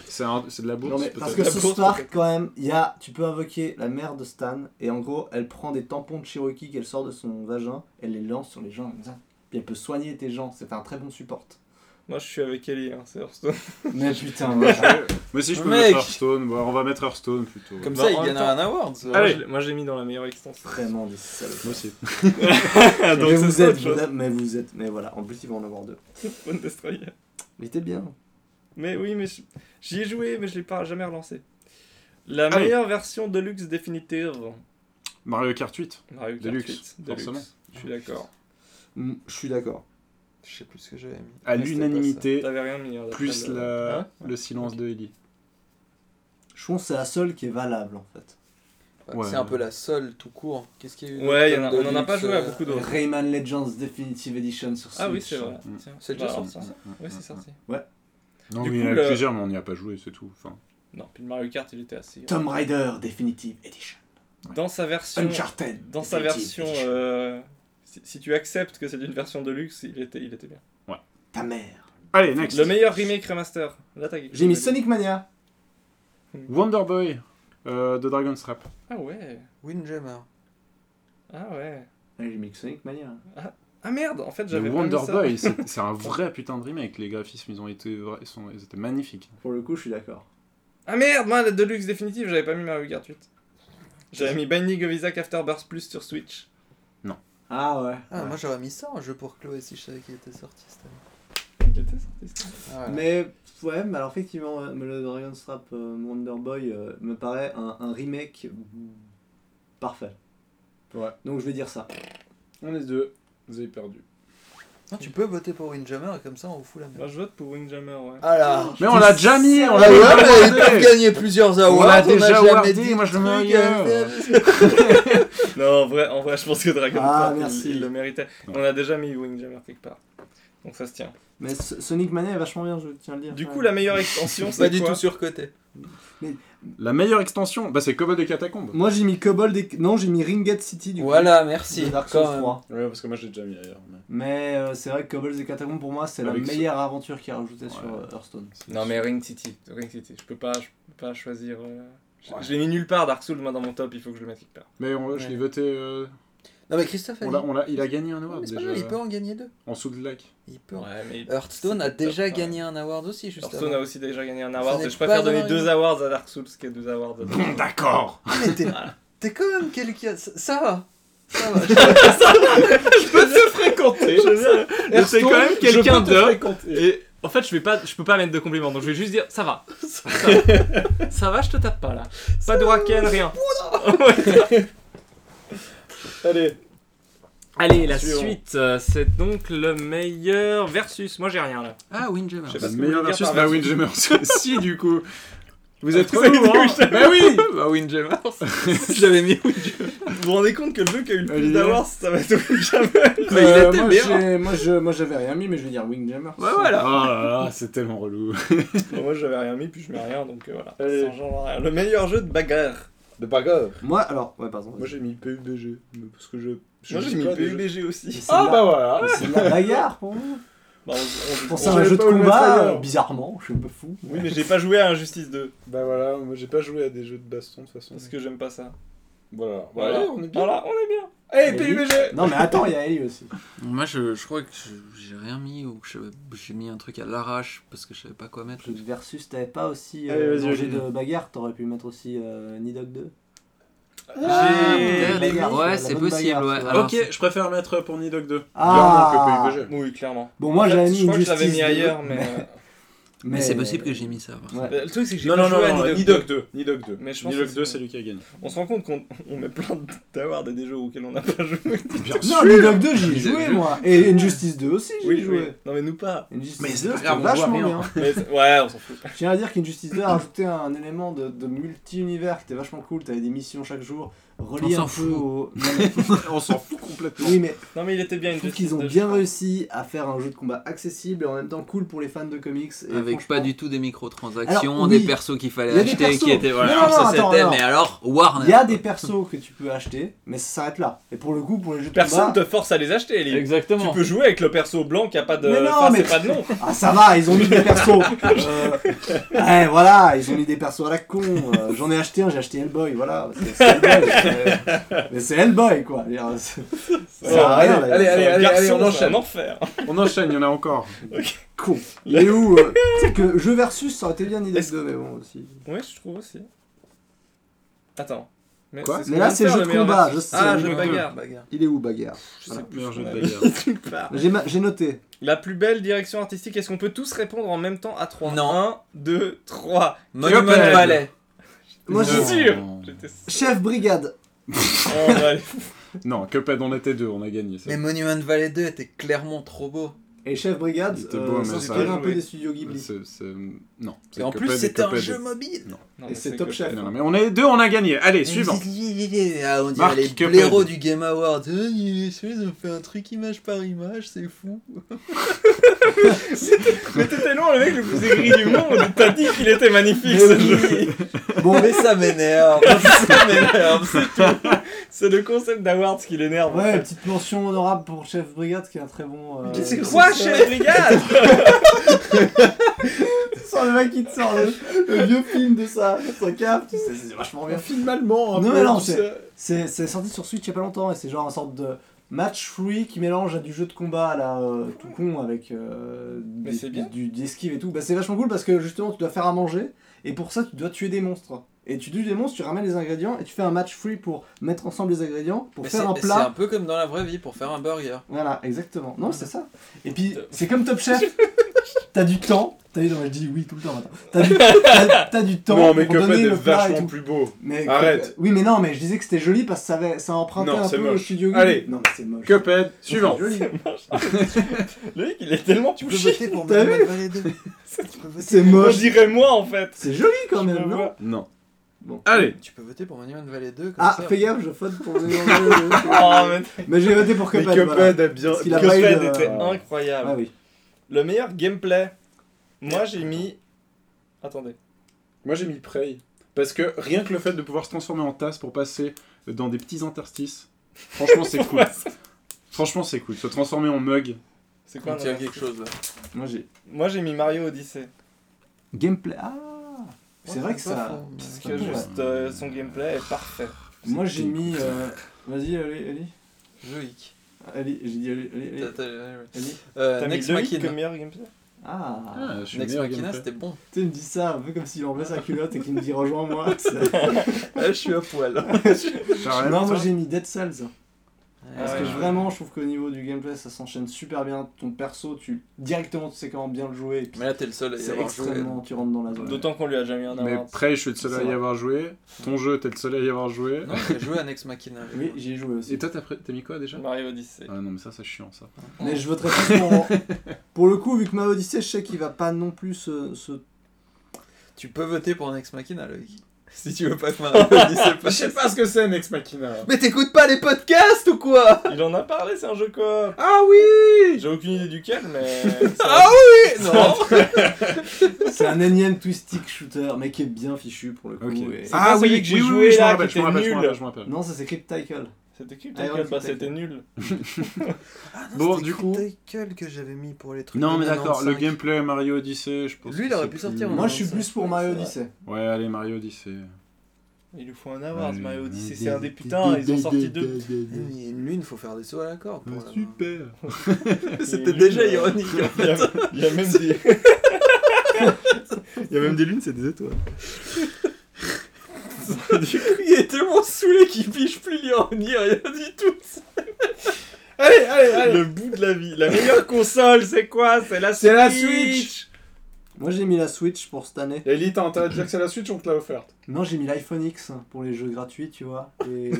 Speaker 4: C'est un- c'est de la bourse.
Speaker 5: Non mais parce que
Speaker 3: La
Speaker 4: peut-être.
Speaker 5: South
Speaker 3: bourse,
Speaker 5: Park
Speaker 3: peut-être.
Speaker 5: quand même, il y a, tu peux invoquer la mère de Stan et en gros elle prend des tampons de Cherokee qu'elle sort de son vagin, elle les lance sur les gens comme ça. Puis elle peut soigner tes gens, c'est un très bon support.
Speaker 3: Moi, je suis avec Ellie, hein, c'est Hearthstone.
Speaker 5: Mais putain, ouais.
Speaker 4: Moi aussi, je peux
Speaker 13: Mec.
Speaker 4: mettre Hearthstone. Bon, on va mettre Hearthstone plutôt.
Speaker 13: Comme
Speaker 3: Bah,
Speaker 13: ça, il
Speaker 3: en même
Speaker 13: gagnera un award. ça.
Speaker 3: Moi, je l'ai- Moi, j'ai mis dans la meilleure extension.
Speaker 5: vraiment des salauds.
Speaker 4: Moi aussi.
Speaker 3: Ah, donc
Speaker 5: mais
Speaker 3: c'est
Speaker 5: vous
Speaker 3: ça,
Speaker 5: êtes,
Speaker 3: autre chose.
Speaker 5: vous êtes- mais vous êtes, mais voilà, en plus ils vont en avoir deux.
Speaker 3: Spawn Destroyer.
Speaker 5: Mais t'es bien.
Speaker 3: Mais oui, mais je- j'y ai joué, mais je l'ai pas jamais relancé. La
Speaker 4: Allez.
Speaker 3: meilleure version Deluxe définitive.
Speaker 4: Mario Kart 8.
Speaker 3: Mario Kart
Speaker 4: Deluxe,
Speaker 3: 8,
Speaker 4: forcément.
Speaker 3: Je suis d'accord.
Speaker 5: Mm, Je suis d'accord.
Speaker 13: Je sais plus ce que j'avais mis.
Speaker 4: À
Speaker 13: Mais c'était
Speaker 4: l'unanimité,
Speaker 3: T'avais rien mis. hein, d'après
Speaker 4: plus
Speaker 3: le-
Speaker 4: la-
Speaker 3: Hein
Speaker 4: le silence de Ellie.
Speaker 5: Je pense que c'est la seule qui est valable en fait.
Speaker 13: pas ça. Bah,
Speaker 4: Ouais.
Speaker 13: C'est un peu la seule tout court. Qu'est-ce qu'il y a eu d'autre
Speaker 3: Ouais, y en
Speaker 13: comme
Speaker 3: a- on en a
Speaker 13: Deluxe,
Speaker 3: pas joué à
Speaker 13: euh,
Speaker 3: beaucoup d'autres.
Speaker 5: Rayman Legends Definitive Edition sur Switch.
Speaker 3: Ah oui, c'est vrai.
Speaker 4: Mm.
Speaker 3: Tiens,
Speaker 13: C'est
Speaker 3: on
Speaker 13: déjà
Speaker 3: va
Speaker 13: sorti,
Speaker 3: voir ça. Oui, c'est sorti.
Speaker 4: Non,
Speaker 3: Du
Speaker 4: mais il
Speaker 3: coup,
Speaker 4: y en a
Speaker 3: le-
Speaker 4: plusieurs, mais on n'y a pas joué, c'est tout. Enfin,
Speaker 3: Non, puis le Mario Kart, il était assez.
Speaker 5: Tomb Raider Definitive Edition.
Speaker 3: Dans sa version.
Speaker 5: Uncharted.
Speaker 3: Dans sa
Speaker 5: Definitive
Speaker 3: version.
Speaker 5: Edition.
Speaker 3: euh, Si, si tu acceptes que c'est une version Deluxe, il était, il était bien.
Speaker 5: Ta mère.
Speaker 4: Allez, next.
Speaker 3: Le meilleur remake remaster. Là, t'as quelque
Speaker 5: J'ai mis
Speaker 3: chose à dire.
Speaker 5: Sonic Mania.
Speaker 4: Wonder Boy euh, de Dragon's Trap.
Speaker 3: Ah ouais.
Speaker 13: euh, Windjammer.
Speaker 3: Ah ouais.
Speaker 5: Ouais, J'ai mis Sonic Mania.
Speaker 3: Ah merde, en fait,
Speaker 4: Le
Speaker 3: j'avais pas
Speaker 4: Wonder
Speaker 3: mis ça.
Speaker 4: Boy, c'est c'est un vrai putain de remake. Les graphismes, ils ont été, vra- ils sont, ils étaient magnifiques.
Speaker 5: Pour le coup, je suis d'accord.
Speaker 3: Ah merde, moi, la Deluxe définitive, j'avais pas mis Mario Kart 8. J'avais mis Binding of Isaac Afterbirth Plus sur Switch.
Speaker 5: Ah ouais.
Speaker 13: Ah,
Speaker 5: Ouais.
Speaker 13: moi j'aurais mis ça, un jeu pour Chloé si je savais qu'il était sorti cette année.
Speaker 3: Il était sorti, ça.
Speaker 13: Ah, voilà.
Speaker 5: Mais ouais, mais alors effectivement, ouais, mais le Dragon's Trap euh, Wonder Boy euh, me paraît un, un remake parfait.
Speaker 4: Ouais.
Speaker 5: Donc je vais dire ça.
Speaker 4: On est deux. Vous avez perdu.
Speaker 13: Non, tu peux voter pour Windjammer et comme ça on fout la merde.
Speaker 3: Moi, je vote pour Windjammer, ouais.
Speaker 13: Ah là
Speaker 4: Mais on l'a déjà mis, on l'a
Speaker 13: Ouais,
Speaker 4: déjà
Speaker 13: mais ils
Speaker 4: regardé.
Speaker 13: peuvent gagner plusieurs awards.
Speaker 4: On l'a
Speaker 13: n'a
Speaker 4: déjà
Speaker 13: jamais
Speaker 4: awardé,
Speaker 13: dit
Speaker 4: moi, je
Speaker 13: le
Speaker 4: me
Speaker 13: truc,
Speaker 4: régale.
Speaker 13: euh,
Speaker 3: Non, en vrai, en vrai, je pense que Dragon
Speaker 5: Ah,
Speaker 3: Ball, il-
Speaker 5: merci.
Speaker 3: il, le méritait.
Speaker 4: Ouais.
Speaker 3: On a déjà mis Windjammer quelque part. Donc ça se tient.
Speaker 5: Mais S- Sonic Mania est vachement bien, je tiens à le dire.
Speaker 3: Du
Speaker 5: Ouais.
Speaker 3: coup, la meilleure extension,
Speaker 13: Pas
Speaker 3: c'est
Speaker 13: du
Speaker 3: quoi
Speaker 13: tout surcoté.
Speaker 4: La meilleure extension, bah, c'est Cobalt des Catacombes.
Speaker 5: Moi j'ai mis Cobalt et... Non, j'ai mis Ringgate City du
Speaker 13: Voilà,
Speaker 5: coup.
Speaker 13: merci.
Speaker 5: de Dark Souls
Speaker 13: quand même.
Speaker 5: 3.
Speaker 4: Ouais, parce que moi, j'ai déjà mis ailleurs. mais
Speaker 5: Mais euh, c'est vrai que Cobalt et Catacombs pour moi c'est la
Speaker 4: Avec ce-
Speaker 5: meilleure aventure qui a rajouté
Speaker 4: Ouais.
Speaker 5: sur euh, Hearthstone.
Speaker 4: c'est-
Speaker 3: Non, mais Ring City. Ring City. Je peux pas, je peux pas choisir. euh, Je, je l'ai mis nulle part, Dark Souls, moi, dans mon top. Il faut que je le mette quelque part.
Speaker 4: Mais on- je l'ai voté. euh,
Speaker 13: Non mais Christophe a
Speaker 4: on
Speaker 13: dit-
Speaker 4: l'a- on l'a- il a gagné un award
Speaker 13: Mais c'est pas
Speaker 4: déjà.
Speaker 13: grave, il peut en gagner deux.
Speaker 4: En dessous de lac.
Speaker 13: Il peut. en-
Speaker 3: mais.
Speaker 13: Hearthstone a
Speaker 3: c'est pas
Speaker 13: déjà
Speaker 3: top,
Speaker 13: gagné un award aussi, juste
Speaker 3: Euh, Hearthstone a
Speaker 13: avant.
Speaker 3: aussi déjà gagné un
Speaker 13: Ce
Speaker 3: award.
Speaker 13: n'est
Speaker 3: et Je préfère
Speaker 13: pas
Speaker 3: donner
Speaker 13: dans-
Speaker 3: deux awards à Dark Souls que deux awards à Dark Souls.
Speaker 4: D'accord.
Speaker 13: Ah, mais t'es- T'es quand même quelqu'un. Ça, ça va. Ça va.
Speaker 4: Je peux te fréquenter. Je sais quand même quelqu'un d'homme. Et
Speaker 28: En fait, je vais pas, je peux pas mettre de compliments, donc je vais juste dire ça va. Ça va, Ça va, je te tape pas là. Pas de raken, rien.
Speaker 3: Allez,
Speaker 28: Allez, la
Speaker 3: Suivant.
Speaker 28: suite, euh, c'est donc le meilleur versus. Moi, j'ai rien là.
Speaker 8: Ah, Windjammer.
Speaker 3: je sais pas
Speaker 4: La
Speaker 3: ce que vous
Speaker 4: meilleure
Speaker 3: voulez dire
Speaker 4: versus
Speaker 3: par
Speaker 4: la
Speaker 3: versus.
Speaker 4: Windjammer. si, du coup. Vous êtes
Speaker 3: avez
Speaker 4: relous,
Speaker 3: dit
Speaker 4: hein Bah oui
Speaker 8: Bah, Windjammer. J'avais mis Windjammer.
Speaker 3: Vous vous rendez compte que le jeu qui a eu le
Speaker 4: Allez,
Speaker 3: plus d'awards, ça va être Windjammer
Speaker 8: Mais
Speaker 29: Euh,
Speaker 8: il était
Speaker 29: moi,
Speaker 8: bien.
Speaker 29: j'ai- moi, je- moi, j'avais rien mis, mais je vais dire Wingjammer.
Speaker 8: Ouais, voilà.
Speaker 4: Oh là là, c'est tellement relou.
Speaker 3: Bon, Moi j'avais rien mis, puis je mets rien, donc euh, voilà. Ça engendre rien. Le meilleur jeu de bagarre.
Speaker 4: De bagarre.
Speaker 29: Moi, alors, ouais, pardon.
Speaker 4: Moi j'ai mis PUBG. mais Parce que je. je
Speaker 3: Moi j'ai
Speaker 4: sais
Speaker 3: mis
Speaker 4: pas, déjà.
Speaker 3: PUBG aussi.
Speaker 4: Ah bah voilà
Speaker 5: Mais C'est de la bagarre pour moi.
Speaker 3: Bah, on- on-
Speaker 5: Pour
Speaker 3: on-
Speaker 5: ça,
Speaker 4: savait
Speaker 5: un jeu de
Speaker 4: pas où le mettre
Speaker 5: combat,
Speaker 4: ailleurs.
Speaker 5: euh, bizarrement, je suis un peu fou.
Speaker 3: Oui, mais j'ai pas joué à Injustice 2
Speaker 4: Bah voilà, moi j'ai pas joué à des jeux de baston de toute façon.
Speaker 3: parce que j'aime pas ça.
Speaker 4: Voilà.
Speaker 3: Voilà.
Speaker 4: Allez, on est bien.
Speaker 3: Voilà, on est bien. Hey,
Speaker 5: Oui.
Speaker 3: PUBG
Speaker 5: Non, mais attends, il y a Ellie aussi.
Speaker 8: Moi, je, je crois que je- j'ai rien mis ou que je- j'ai mis un truc à l'arrache parce que je savais pas quoi mettre.
Speaker 5: Versus, t'avais pas aussi
Speaker 3: Allez,
Speaker 5: euh,
Speaker 3: vas-y,
Speaker 5: dans le jeu
Speaker 3: Olivier.
Speaker 5: de bagarre, t'aurais pu mettre aussi euh, Nidog 2.
Speaker 8: Ah,
Speaker 3: J'ai
Speaker 8: peut-être.
Speaker 5: les bagarres,
Speaker 8: ouais,
Speaker 5: la
Speaker 8: c'est
Speaker 5: bonne
Speaker 8: possible.
Speaker 5: bagarre,
Speaker 8: Ouais.
Speaker 5: tu vois.
Speaker 8: Alors,
Speaker 4: ok, je préfère mettre pour Nidog 2.
Speaker 5: Ah
Speaker 4: Clairement que PUBG.
Speaker 3: Oui, clairement.
Speaker 5: Bon, moi j'avais mis
Speaker 3: je crois que je
Speaker 5: Injustice
Speaker 3: l'avais mis
Speaker 5: 2,
Speaker 3: ailleurs, mais. euh,
Speaker 8: Mais c'est possible que j'ai mis ça. par contre.
Speaker 5: Ouais.
Speaker 3: Bah, Le truc, c'est que j'ai
Speaker 4: Non,
Speaker 3: pas
Speaker 4: non,
Speaker 3: joué
Speaker 4: non,
Speaker 3: à
Speaker 4: non,
Speaker 3: Nidhogg.
Speaker 4: Nidog 2. Nidog 2.
Speaker 3: Mais je pense
Speaker 4: Nidog
Speaker 3: que
Speaker 4: 2,
Speaker 3: c'est-
Speaker 4: c'est lui qui a gagné.
Speaker 3: On se rend compte qu'on on met plein d'awards à des jeux auxquels on n'a pas joué.
Speaker 4: Bien
Speaker 5: Non, Nidog 2, j'y ai
Speaker 8: Nidhogg
Speaker 5: joué
Speaker 8: 2.
Speaker 5: moi. Et Injustice 2 aussi, j'y ai joué.
Speaker 3: Non, mais nous pas.
Speaker 5: Injustice
Speaker 29: Mais c'est
Speaker 5: 2,
Speaker 29: pas
Speaker 5: c'était
Speaker 29: grave, on voit
Speaker 5: vachement
Speaker 29: rien.
Speaker 5: bien.
Speaker 3: Mais c'est- ouais, on s'en fout.
Speaker 5: Je tiens à dire qu'Injustice 2 a rajouté un élément de, de multi-univers qui était vachement cool. T'avais des missions chaque jour, reliées
Speaker 8: On
Speaker 5: un
Speaker 8: s'en
Speaker 5: peu
Speaker 8: fout.
Speaker 5: au. Non, mais-
Speaker 4: On s'en fout complètement.
Speaker 5: oui, mais
Speaker 3: Non, mais il était bien Ah,
Speaker 5: Je
Speaker 3: une
Speaker 5: trouve qu'ils ont bien réussi à faire un jeu de combat accessible et en même temps cool pour les fans de comics. Et
Speaker 8: Avec
Speaker 5: franchement,
Speaker 8: pas du tout des microtransactions,
Speaker 5: Alors, oui.
Speaker 8: des persos qu'il
Speaker 5: Il y
Speaker 8: fallait
Speaker 5: a des
Speaker 8: acheter, qui
Speaker 5: persos.
Speaker 8: étaient voilà,
Speaker 5: Non,
Speaker 8: alors
Speaker 5: non,
Speaker 8: ça
Speaker 5: attends,
Speaker 8: c'était,
Speaker 5: non.
Speaker 8: mais alors Warner.
Speaker 5: Il y a des persos que tu peux acheter, mais ça s'arrête là. Et pour le coup, pour les jeux de
Speaker 3: Personne
Speaker 5: combat.
Speaker 3: te force à les acheter, Ellie. Tu
Speaker 8: Exactement.
Speaker 3: peux jouer avec le perso blanc qui a pas de.
Speaker 5: Mais non,
Speaker 3: enfin, c'est
Speaker 5: mais-
Speaker 3: pas de nom.
Speaker 5: Ah, ça va, ils ont mis des persos Euh, Ouais, voilà, ils ont mis des persos à la con. Euh, J'en ai acheté un, j'ai acheté Hellboy, voilà. C'est c'est Hellboy. c'est- Mais c'est Hellboy, quoi. Je veux dire, c'est- Ça sert à rien, là.
Speaker 4: allez, allez, allez,
Speaker 3: Garçon,
Speaker 4: allez, on
Speaker 3: c'est
Speaker 4: enchaîne.
Speaker 3: un enfer.
Speaker 4: On enchaîne, il y en a encore.
Speaker 5: Con. Il est où euh, Tu sais que jeu versus, ça aurait été bien une idée de mais bon aussi.
Speaker 3: Ouais, je trouve aussi. Attends. Mais,
Speaker 4: Quoi
Speaker 3: c'est ce
Speaker 5: Mais
Speaker 3: qu'on
Speaker 5: là,
Speaker 3: vient de
Speaker 5: c'est
Speaker 3: faire,
Speaker 5: jeu
Speaker 3: le
Speaker 5: de
Speaker 3: meilleur
Speaker 5: combat,
Speaker 3: match.
Speaker 5: je sais.
Speaker 3: Ah,
Speaker 5: je
Speaker 3: jeu de
Speaker 5: sais.
Speaker 3: bagarre.
Speaker 5: Il est où, bagarre
Speaker 4: Je sais plus.
Speaker 3: jeu de
Speaker 4: bagarre.
Speaker 5: J'ai ma- j'ai noté.
Speaker 3: La plus belle direction artistique, est-ce qu'on peut tous répondre en même temps à 3
Speaker 8: Non.
Speaker 3: 1, 2, 3.
Speaker 8: Monument
Speaker 3: Cuphead.
Speaker 8: Valley.
Speaker 5: Moi,
Speaker 3: je suis
Speaker 5: j'ai
Speaker 3: sûr J'étais sûr.
Speaker 5: Chef Brigade.
Speaker 3: Oh, ouais.
Speaker 4: Non, Cuphead, on était deux, on a gagné. c'est
Speaker 8: Mais Monument Valley 2 était clairement trop beau.
Speaker 5: Et Chef Brigade,
Speaker 4: Il était beau,
Speaker 5: euh,
Speaker 4: mais
Speaker 5: s'inspirait
Speaker 4: ça-
Speaker 5: un peu
Speaker 3: joué.
Speaker 5: des studios Ghibli.
Speaker 4: C'est- c'est- euh, Non.
Speaker 8: Et en plus,
Speaker 4: Cuphead
Speaker 8: c'était un
Speaker 4: Cuphead
Speaker 8: jeu
Speaker 4: est-
Speaker 8: mobile.
Speaker 3: Non,
Speaker 5: Et
Speaker 3: mais
Speaker 5: c'est Top
Speaker 3: que-
Speaker 5: Chef.
Speaker 4: Non, mais on est deux, on a gagné. Allez, suivant.
Speaker 8: Ah, on dirait
Speaker 4: Marc
Speaker 8: les
Speaker 4: Cuphead.
Speaker 8: blaireaux du Game Awards.
Speaker 13: Eh,
Speaker 8: Ah, ils ils ont fait un truc image par image, c'est fou.
Speaker 3: Mais t'étais loin, le mec le plus aigri du monde. T'as dit qu'il était magnifique ce jeu.
Speaker 8: Bon, mais ça m'énerve. ça m'énerve.
Speaker 3: C'est le concept d'Awards qui l'énerve.
Speaker 5: Ouais, petite mention honorable pour Chef Brigade qui est un très bon. euh,
Speaker 3: C'est quoi, chez Brigade
Speaker 5: sort le mec qui te sort le, le vieux film de sa, sa cave, tu sais, c'est vachement bien.
Speaker 4: film allemand.
Speaker 5: un Non, peu, mais non, tout c'est- C'est c'est sorti sur Switch il y a pas longtemps et c'est genre une sorte de match free qui mélange à du jeu de combat là, euh, tout con avec euh,
Speaker 3: Mais
Speaker 5: des-
Speaker 3: c'est bien.
Speaker 5: du, des esquives et tout. Bah, c'est vachement cool parce que justement tu dois faire à manger et pour ça tu dois tuer des monstres. Et tu tues des monstres, tu ramènes les ingrédients et tu fais un match free pour mettre ensemble les ingrédients pour
Speaker 8: Mais C'est
Speaker 5: faire un
Speaker 8: c'est
Speaker 5: plat.
Speaker 8: un peu comme dans la vraie vie pour faire un burger.
Speaker 5: Voilà, exactement. Non, c'est ça. Et puis, c'est comme Top Chef. T'as du temps. T'as vu, non, mais je dis oui tout le temps maintenant. T'as du, t'as- t'as du temps.
Speaker 4: Non, mais
Speaker 5: pour donner
Speaker 4: Cuphead est
Speaker 5: le plat et
Speaker 4: vachement
Speaker 5: tout.
Speaker 4: plus beau.
Speaker 5: Mais
Speaker 4: Arrête.
Speaker 5: Oui, mais non, mais je disais que c'était joli parce que ça, avait, ça empruntait
Speaker 4: Non,
Speaker 5: un
Speaker 4: c'est
Speaker 5: peu le
Speaker 4: moche.
Speaker 5: studio Ghibli.
Speaker 4: Allez.
Speaker 5: Non, mais c'est moche.
Speaker 4: Cuphead, suivant.
Speaker 5: C'est joli.
Speaker 3: Le mec il est tellement touché.
Speaker 8: pour
Speaker 5: T'as
Speaker 8: Monument Valley 2.
Speaker 5: C'est
Speaker 3: On
Speaker 5: moche.
Speaker 3: dirait moi en fait.
Speaker 5: C'est joli quand
Speaker 3: Je
Speaker 5: même,
Speaker 3: me
Speaker 5: non
Speaker 3: vois.
Speaker 4: Non.
Speaker 5: Bon.
Speaker 4: Allez,
Speaker 8: Tu peux voter pour Monument Valley 2 comme
Speaker 5: Ah,
Speaker 8: ça.
Speaker 5: fais gaffe, je faute pour les
Speaker 3: Oh, mais
Speaker 5: Ah, Mais j'ai voté pour
Speaker 4: mais
Speaker 5: Cuphead.
Speaker 4: Cuphead
Speaker 5: voilà.
Speaker 4: a bien.
Speaker 5: Parce qu'il a pas eu
Speaker 3: Cuphead
Speaker 5: de-
Speaker 3: était incroyable.
Speaker 5: Ah oui.
Speaker 3: Le meilleur gameplay. Moi j'ai mis. Attendez.
Speaker 4: Moi j'ai mis Prey. Parce que rien que le fait de pouvoir se transformer en tasse pour passer dans des petits interstices, franchement c'est cool. Franchement c'est cool. Se transformer en mug.
Speaker 3: C'est quoi
Speaker 8: On
Speaker 3: un
Speaker 8: tire
Speaker 3: autre
Speaker 8: quelque chose là.
Speaker 5: Moi j'ai.
Speaker 3: Moi j'ai mis Mario Odyssey.
Speaker 5: Gameplay. Ah C'est vrai que ça.
Speaker 3: Parce
Speaker 5: Ah Ouais.
Speaker 3: que juste euh, son gameplay est parfait.
Speaker 5: Moi j'ai mis. euh, Vas-y, allez, allez.
Speaker 8: Loïc.
Speaker 5: Allez, j'ai dit allez, allez,
Speaker 8: T'as-
Speaker 5: allez.
Speaker 8: t'as- euh,
Speaker 5: allez.
Speaker 3: T'as
Speaker 8: Euh,
Speaker 3: mis
Speaker 8: Next
Speaker 3: Loïc comme
Speaker 8: Machina.
Speaker 3: meilleur gameplay
Speaker 5: Ah.
Speaker 4: Ah, je suis
Speaker 8: Next
Speaker 4: meilleur
Speaker 8: Machina,
Speaker 4: gameplay.
Speaker 8: c'était bon.
Speaker 5: Tu sais, il me dit ça un peu comme s'il enlevait sa culotte et qu'il me dit rejoins-moi. tu sais.
Speaker 3: Je suis à poil.
Speaker 4: T'as rien
Speaker 5: non,
Speaker 4: pour
Speaker 5: moi
Speaker 4: ça
Speaker 5: j'ai mis Dead Cells.
Speaker 3: Ah
Speaker 5: Parce que vraiment, je trouve qu'au niveau du gameplay, ça s'enchaîne super bien. Ton perso, tu directement tu sais comment bien le jouer. et puis
Speaker 13: Mais là, t'es le seul à y
Speaker 5: C'est
Speaker 13: avoir joué.
Speaker 5: extrêmement, tu rentres dans la zone.
Speaker 3: D'autant qu'on lui a jamais rien
Speaker 4: Mais
Speaker 3: inventé.
Speaker 4: après, je suis le seul à
Speaker 5: C'est
Speaker 4: y
Speaker 5: vrai.
Speaker 4: avoir joué. Ton jeu, t'es le seul à y avoir joué.
Speaker 13: Non, j'ai joué à hein. Nex Machina. avec
Speaker 5: Oui,
Speaker 13: moi.
Speaker 5: j'y ai joué aussi.
Speaker 4: Et toi, t'as pr- t'as mis quoi déjà
Speaker 3: Mario Odyssey.
Speaker 4: Ah non, mais ça, c'est chiant ça.
Speaker 5: Mais je voterai plus pour. pour le coup, vu que ma Odyssey, je sais qu'il va pas non plus se. se-
Speaker 13: Tu peux voter pour Nex Machina, Loïc. Si tu veux pas que Mario Odyssey
Speaker 4: Je
Speaker 13: passe.
Speaker 4: sais pas ce que c'est, Nex Machina.
Speaker 13: Mais t'écoutes pas les podcasts ou quoi
Speaker 3: Il en a parlé, c'est un jeu coop.
Speaker 13: Ah oui
Speaker 3: J'ai aucune idée duquel, mais.
Speaker 13: Ah oui Non
Speaker 5: C'est un énième twistic shooter, mais qui est bien fichu pour le coup.
Speaker 4: Ok.
Speaker 5: et-
Speaker 3: Ah
Speaker 4: Ah
Speaker 3: pas celui
Speaker 4: oui,
Speaker 3: que j'ai
Speaker 4: oui,
Speaker 3: joué,
Speaker 4: oui, je
Speaker 3: là,
Speaker 4: m'en
Speaker 3: qui
Speaker 4: rappelle, je m'en
Speaker 3: était
Speaker 4: rappelle, je m'en
Speaker 3: nul.
Speaker 4: rappelle, je m'en rappelle.
Speaker 5: Non, ça s'écrit Tackle.
Speaker 3: C'était qui
Speaker 5: Ah, ouais,
Speaker 3: bah,
Speaker 5: c'était-
Speaker 3: c'était nul.
Speaker 4: Bon, du coup.
Speaker 13: gueule que j'avais mis pour les trucs.
Speaker 4: Non,
Speaker 13: de
Speaker 4: mais d'accord, le
Speaker 13: 95.
Speaker 4: gameplay Mario Odyssey, je pense.
Speaker 13: Lui, il
Speaker 4: que
Speaker 13: aurait
Speaker 4: c'est
Speaker 13: pu sortir hein.
Speaker 4: plus-
Speaker 5: Moi, je suis
Speaker 13: ça,
Speaker 5: plus pour
Speaker 13: c'est
Speaker 5: Mario
Speaker 13: vrai.
Speaker 5: Odyssey.
Speaker 4: Ouais, allez, Mario Odyssey.
Speaker 3: Il nous faut un award,
Speaker 4: Ouais,
Speaker 3: Mario
Speaker 4: ouais,
Speaker 3: Odyssey.
Speaker 4: des-
Speaker 3: C'est un des putains, ils ont sorti deux.
Speaker 13: Mais L'une, faut faire des sauts à la corde. pour
Speaker 4: Ah,
Speaker 13: l'avoir.
Speaker 4: Super.
Speaker 13: C'était déjà ironique.
Speaker 3: Il y a- il y a même des.
Speaker 4: Il y a même des lunes, c'est des étoiles.
Speaker 13: il est tellement saoulé qu'il pige plus l'ironie, rien du tout.
Speaker 3: Allez, allez, allez. Le bout de la vie. La meilleure console, c'est quoi C'est la Switch.
Speaker 4: C'est la Switch
Speaker 5: Moi, j'ai mis la Switch pour cette année.
Speaker 4: Ellie, t'as intérêt à dire que c'est la Switch, on te l'a offerte.
Speaker 5: Non, j'ai mis l'iPhone X pour les jeux gratuits, tu vois. Et...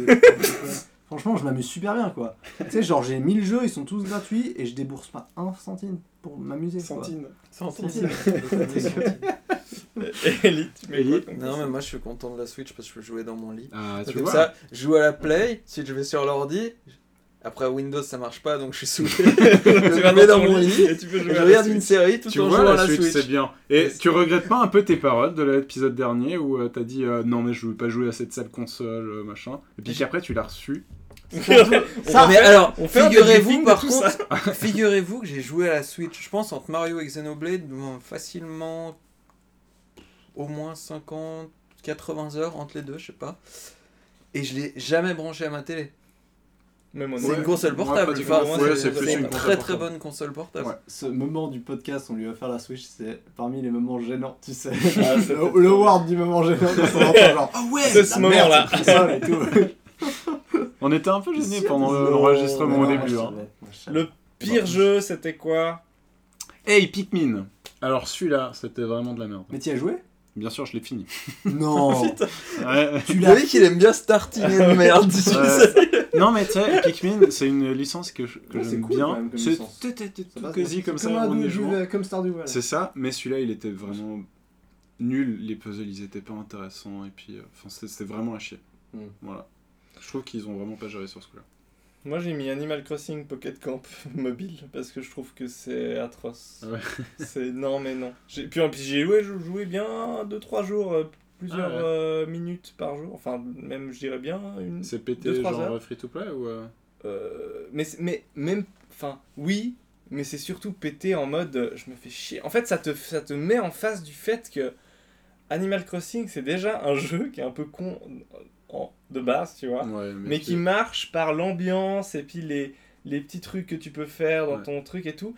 Speaker 5: Franchement, je m'amuse super bien, quoi. Tu sais, genre, j'ai 1000 jeux, ils sont tous gratuits, et je débourse pas un centime pour m'amuser, quoi.
Speaker 4: Santine.
Speaker 5: Centime.
Speaker 3: Elite, mais
Speaker 4: Elite.
Speaker 13: Non, mais moi je suis content de la Switch parce que je peux jouer dans mon lit.
Speaker 4: Ah, tu
Speaker 13: Comme
Speaker 4: vois.
Speaker 13: ça, je joue à la Play, si je vais sur l'ordi. Après Windows ça marche pas donc je suis saoulé.
Speaker 3: tu
Speaker 13: je
Speaker 3: vas
Speaker 13: me mets
Speaker 3: dans
Speaker 13: dans
Speaker 3: ton
Speaker 13: mon
Speaker 3: lit,
Speaker 13: lit,
Speaker 3: et tu peux jouer
Speaker 13: je
Speaker 3: à la
Speaker 13: regarde
Speaker 3: Switch.
Speaker 13: une série tout
Speaker 4: Tu
Speaker 13: en
Speaker 4: vois,
Speaker 13: jouant
Speaker 4: la,
Speaker 13: à la
Speaker 4: Switch, c'est
Speaker 13: Switch.
Speaker 4: bien. Et tu regrettes pas un peu tes paroles de l'épisode dernier où euh, t'as dit euh, non, mais je veux pas jouer à cette sale console, euh, machin. Et puis qu'après, tu l'as reçu.
Speaker 3: Ça,
Speaker 13: mais alors,
Speaker 3: on fait un
Speaker 13: figurez-vous
Speaker 3: debriefing
Speaker 13: par
Speaker 3: de tout ça.
Speaker 13: contre, figurez-vous que j'ai joué à la Switch, je pense entre Mario et Xenoblade, bon, facilement au moins 50, 80 heures entre les deux, je sais pas. Et je l'ai jamais branché à ma télé.
Speaker 3: Même
Speaker 13: C'est
Speaker 3: honnêtement.
Speaker 13: une console
Speaker 4: moi,
Speaker 13: portable,
Speaker 4: pas du
Speaker 13: enfin,
Speaker 4: tout. Ouais, c'est plus une
Speaker 13: très
Speaker 4: console
Speaker 13: très
Speaker 4: portable.
Speaker 13: bonne console portable.
Speaker 4: Ouais.
Speaker 5: Ce moment du podcast, on lui a faire la Switch, c'est parmi les moments gênants, tu sais.
Speaker 3: Ah, c'est
Speaker 5: le le word du moment gênant, quand on entend genre, ah ouais,
Speaker 3: C'est ce
Speaker 5: la merde,
Speaker 3: moment-là.
Speaker 5: cette console et tout.
Speaker 4: On était un peu gênés pendant
Speaker 5: Non,
Speaker 4: euh, l'enregistrement au
Speaker 5: non,
Speaker 4: début.
Speaker 5: je
Speaker 4: hein.
Speaker 5: savais, moi, je savais.
Speaker 3: Le pire jeu, c'était quoi
Speaker 4: Hey, Pikmin Alors celui-là, c'était vraiment de la merde.
Speaker 5: Mais t'y as joué
Speaker 4: Bien sûr, je l'ai fini.
Speaker 5: Non
Speaker 4: Ouais.
Speaker 5: Tu
Speaker 13: Vous
Speaker 5: l'as
Speaker 13: voyez qu'il aime bien startiner de merde. tu sais.
Speaker 4: non, mais tu sais, Pikmin, c'est une licence que je- que
Speaker 5: Ouais, c'est
Speaker 4: j'aime
Speaker 5: cool, quand
Speaker 4: bien.
Speaker 5: même, comme
Speaker 4: C'est
Speaker 5: licence.
Speaker 4: tout- tout- tout- tout
Speaker 5: passe
Speaker 4: cosy
Speaker 5: bien.
Speaker 4: comme ça,
Speaker 5: un
Speaker 4: on y
Speaker 5: doux
Speaker 4: joue.
Speaker 5: duvet, Comme Star du Val.
Speaker 4: C'est ça, mais celui-là, il était vraiment nul. Les puzzles, ils étaient pas intéressants. Et puis, euh, enfin, c'était- c'était vraiment à chier.
Speaker 3: Hmm.
Speaker 5: Mm.
Speaker 4: Voilà. Je trouve qu'ils ont vraiment pas géré sur ce coup-là.
Speaker 3: Moi j'ai mis Animal Crossing Pocket Camp mobile parce que je trouve que c'est atroce.
Speaker 4: Ah ouais.
Speaker 3: c'est non mais non. J'ai- Puis, puis j'ai joué, je jouais bien 2-3 jours, euh, plusieurs
Speaker 4: Ah ouais.
Speaker 3: euh, minutes par jour. Enfin même je dirais bien une...
Speaker 4: C'est
Speaker 3: Deux,
Speaker 4: pété,
Speaker 3: trois
Speaker 4: genre
Speaker 3: heures.
Speaker 4: free to play ou. euh,
Speaker 3: Euh, mais, c'est- mais même... Enfin oui, mais c'est surtout pété en mode euh, je me fais chier. En fait ça te, ça te met en face du fait que Animal Crossing c'est déjà un jeu qui est un peu con euh, en- de base, tu vois.
Speaker 4: ouais,
Speaker 3: Ah. mais qui marche par l'ambiance et puis les, les petits trucs que tu peux faire dans
Speaker 4: Ouais.
Speaker 3: ton truc et tout.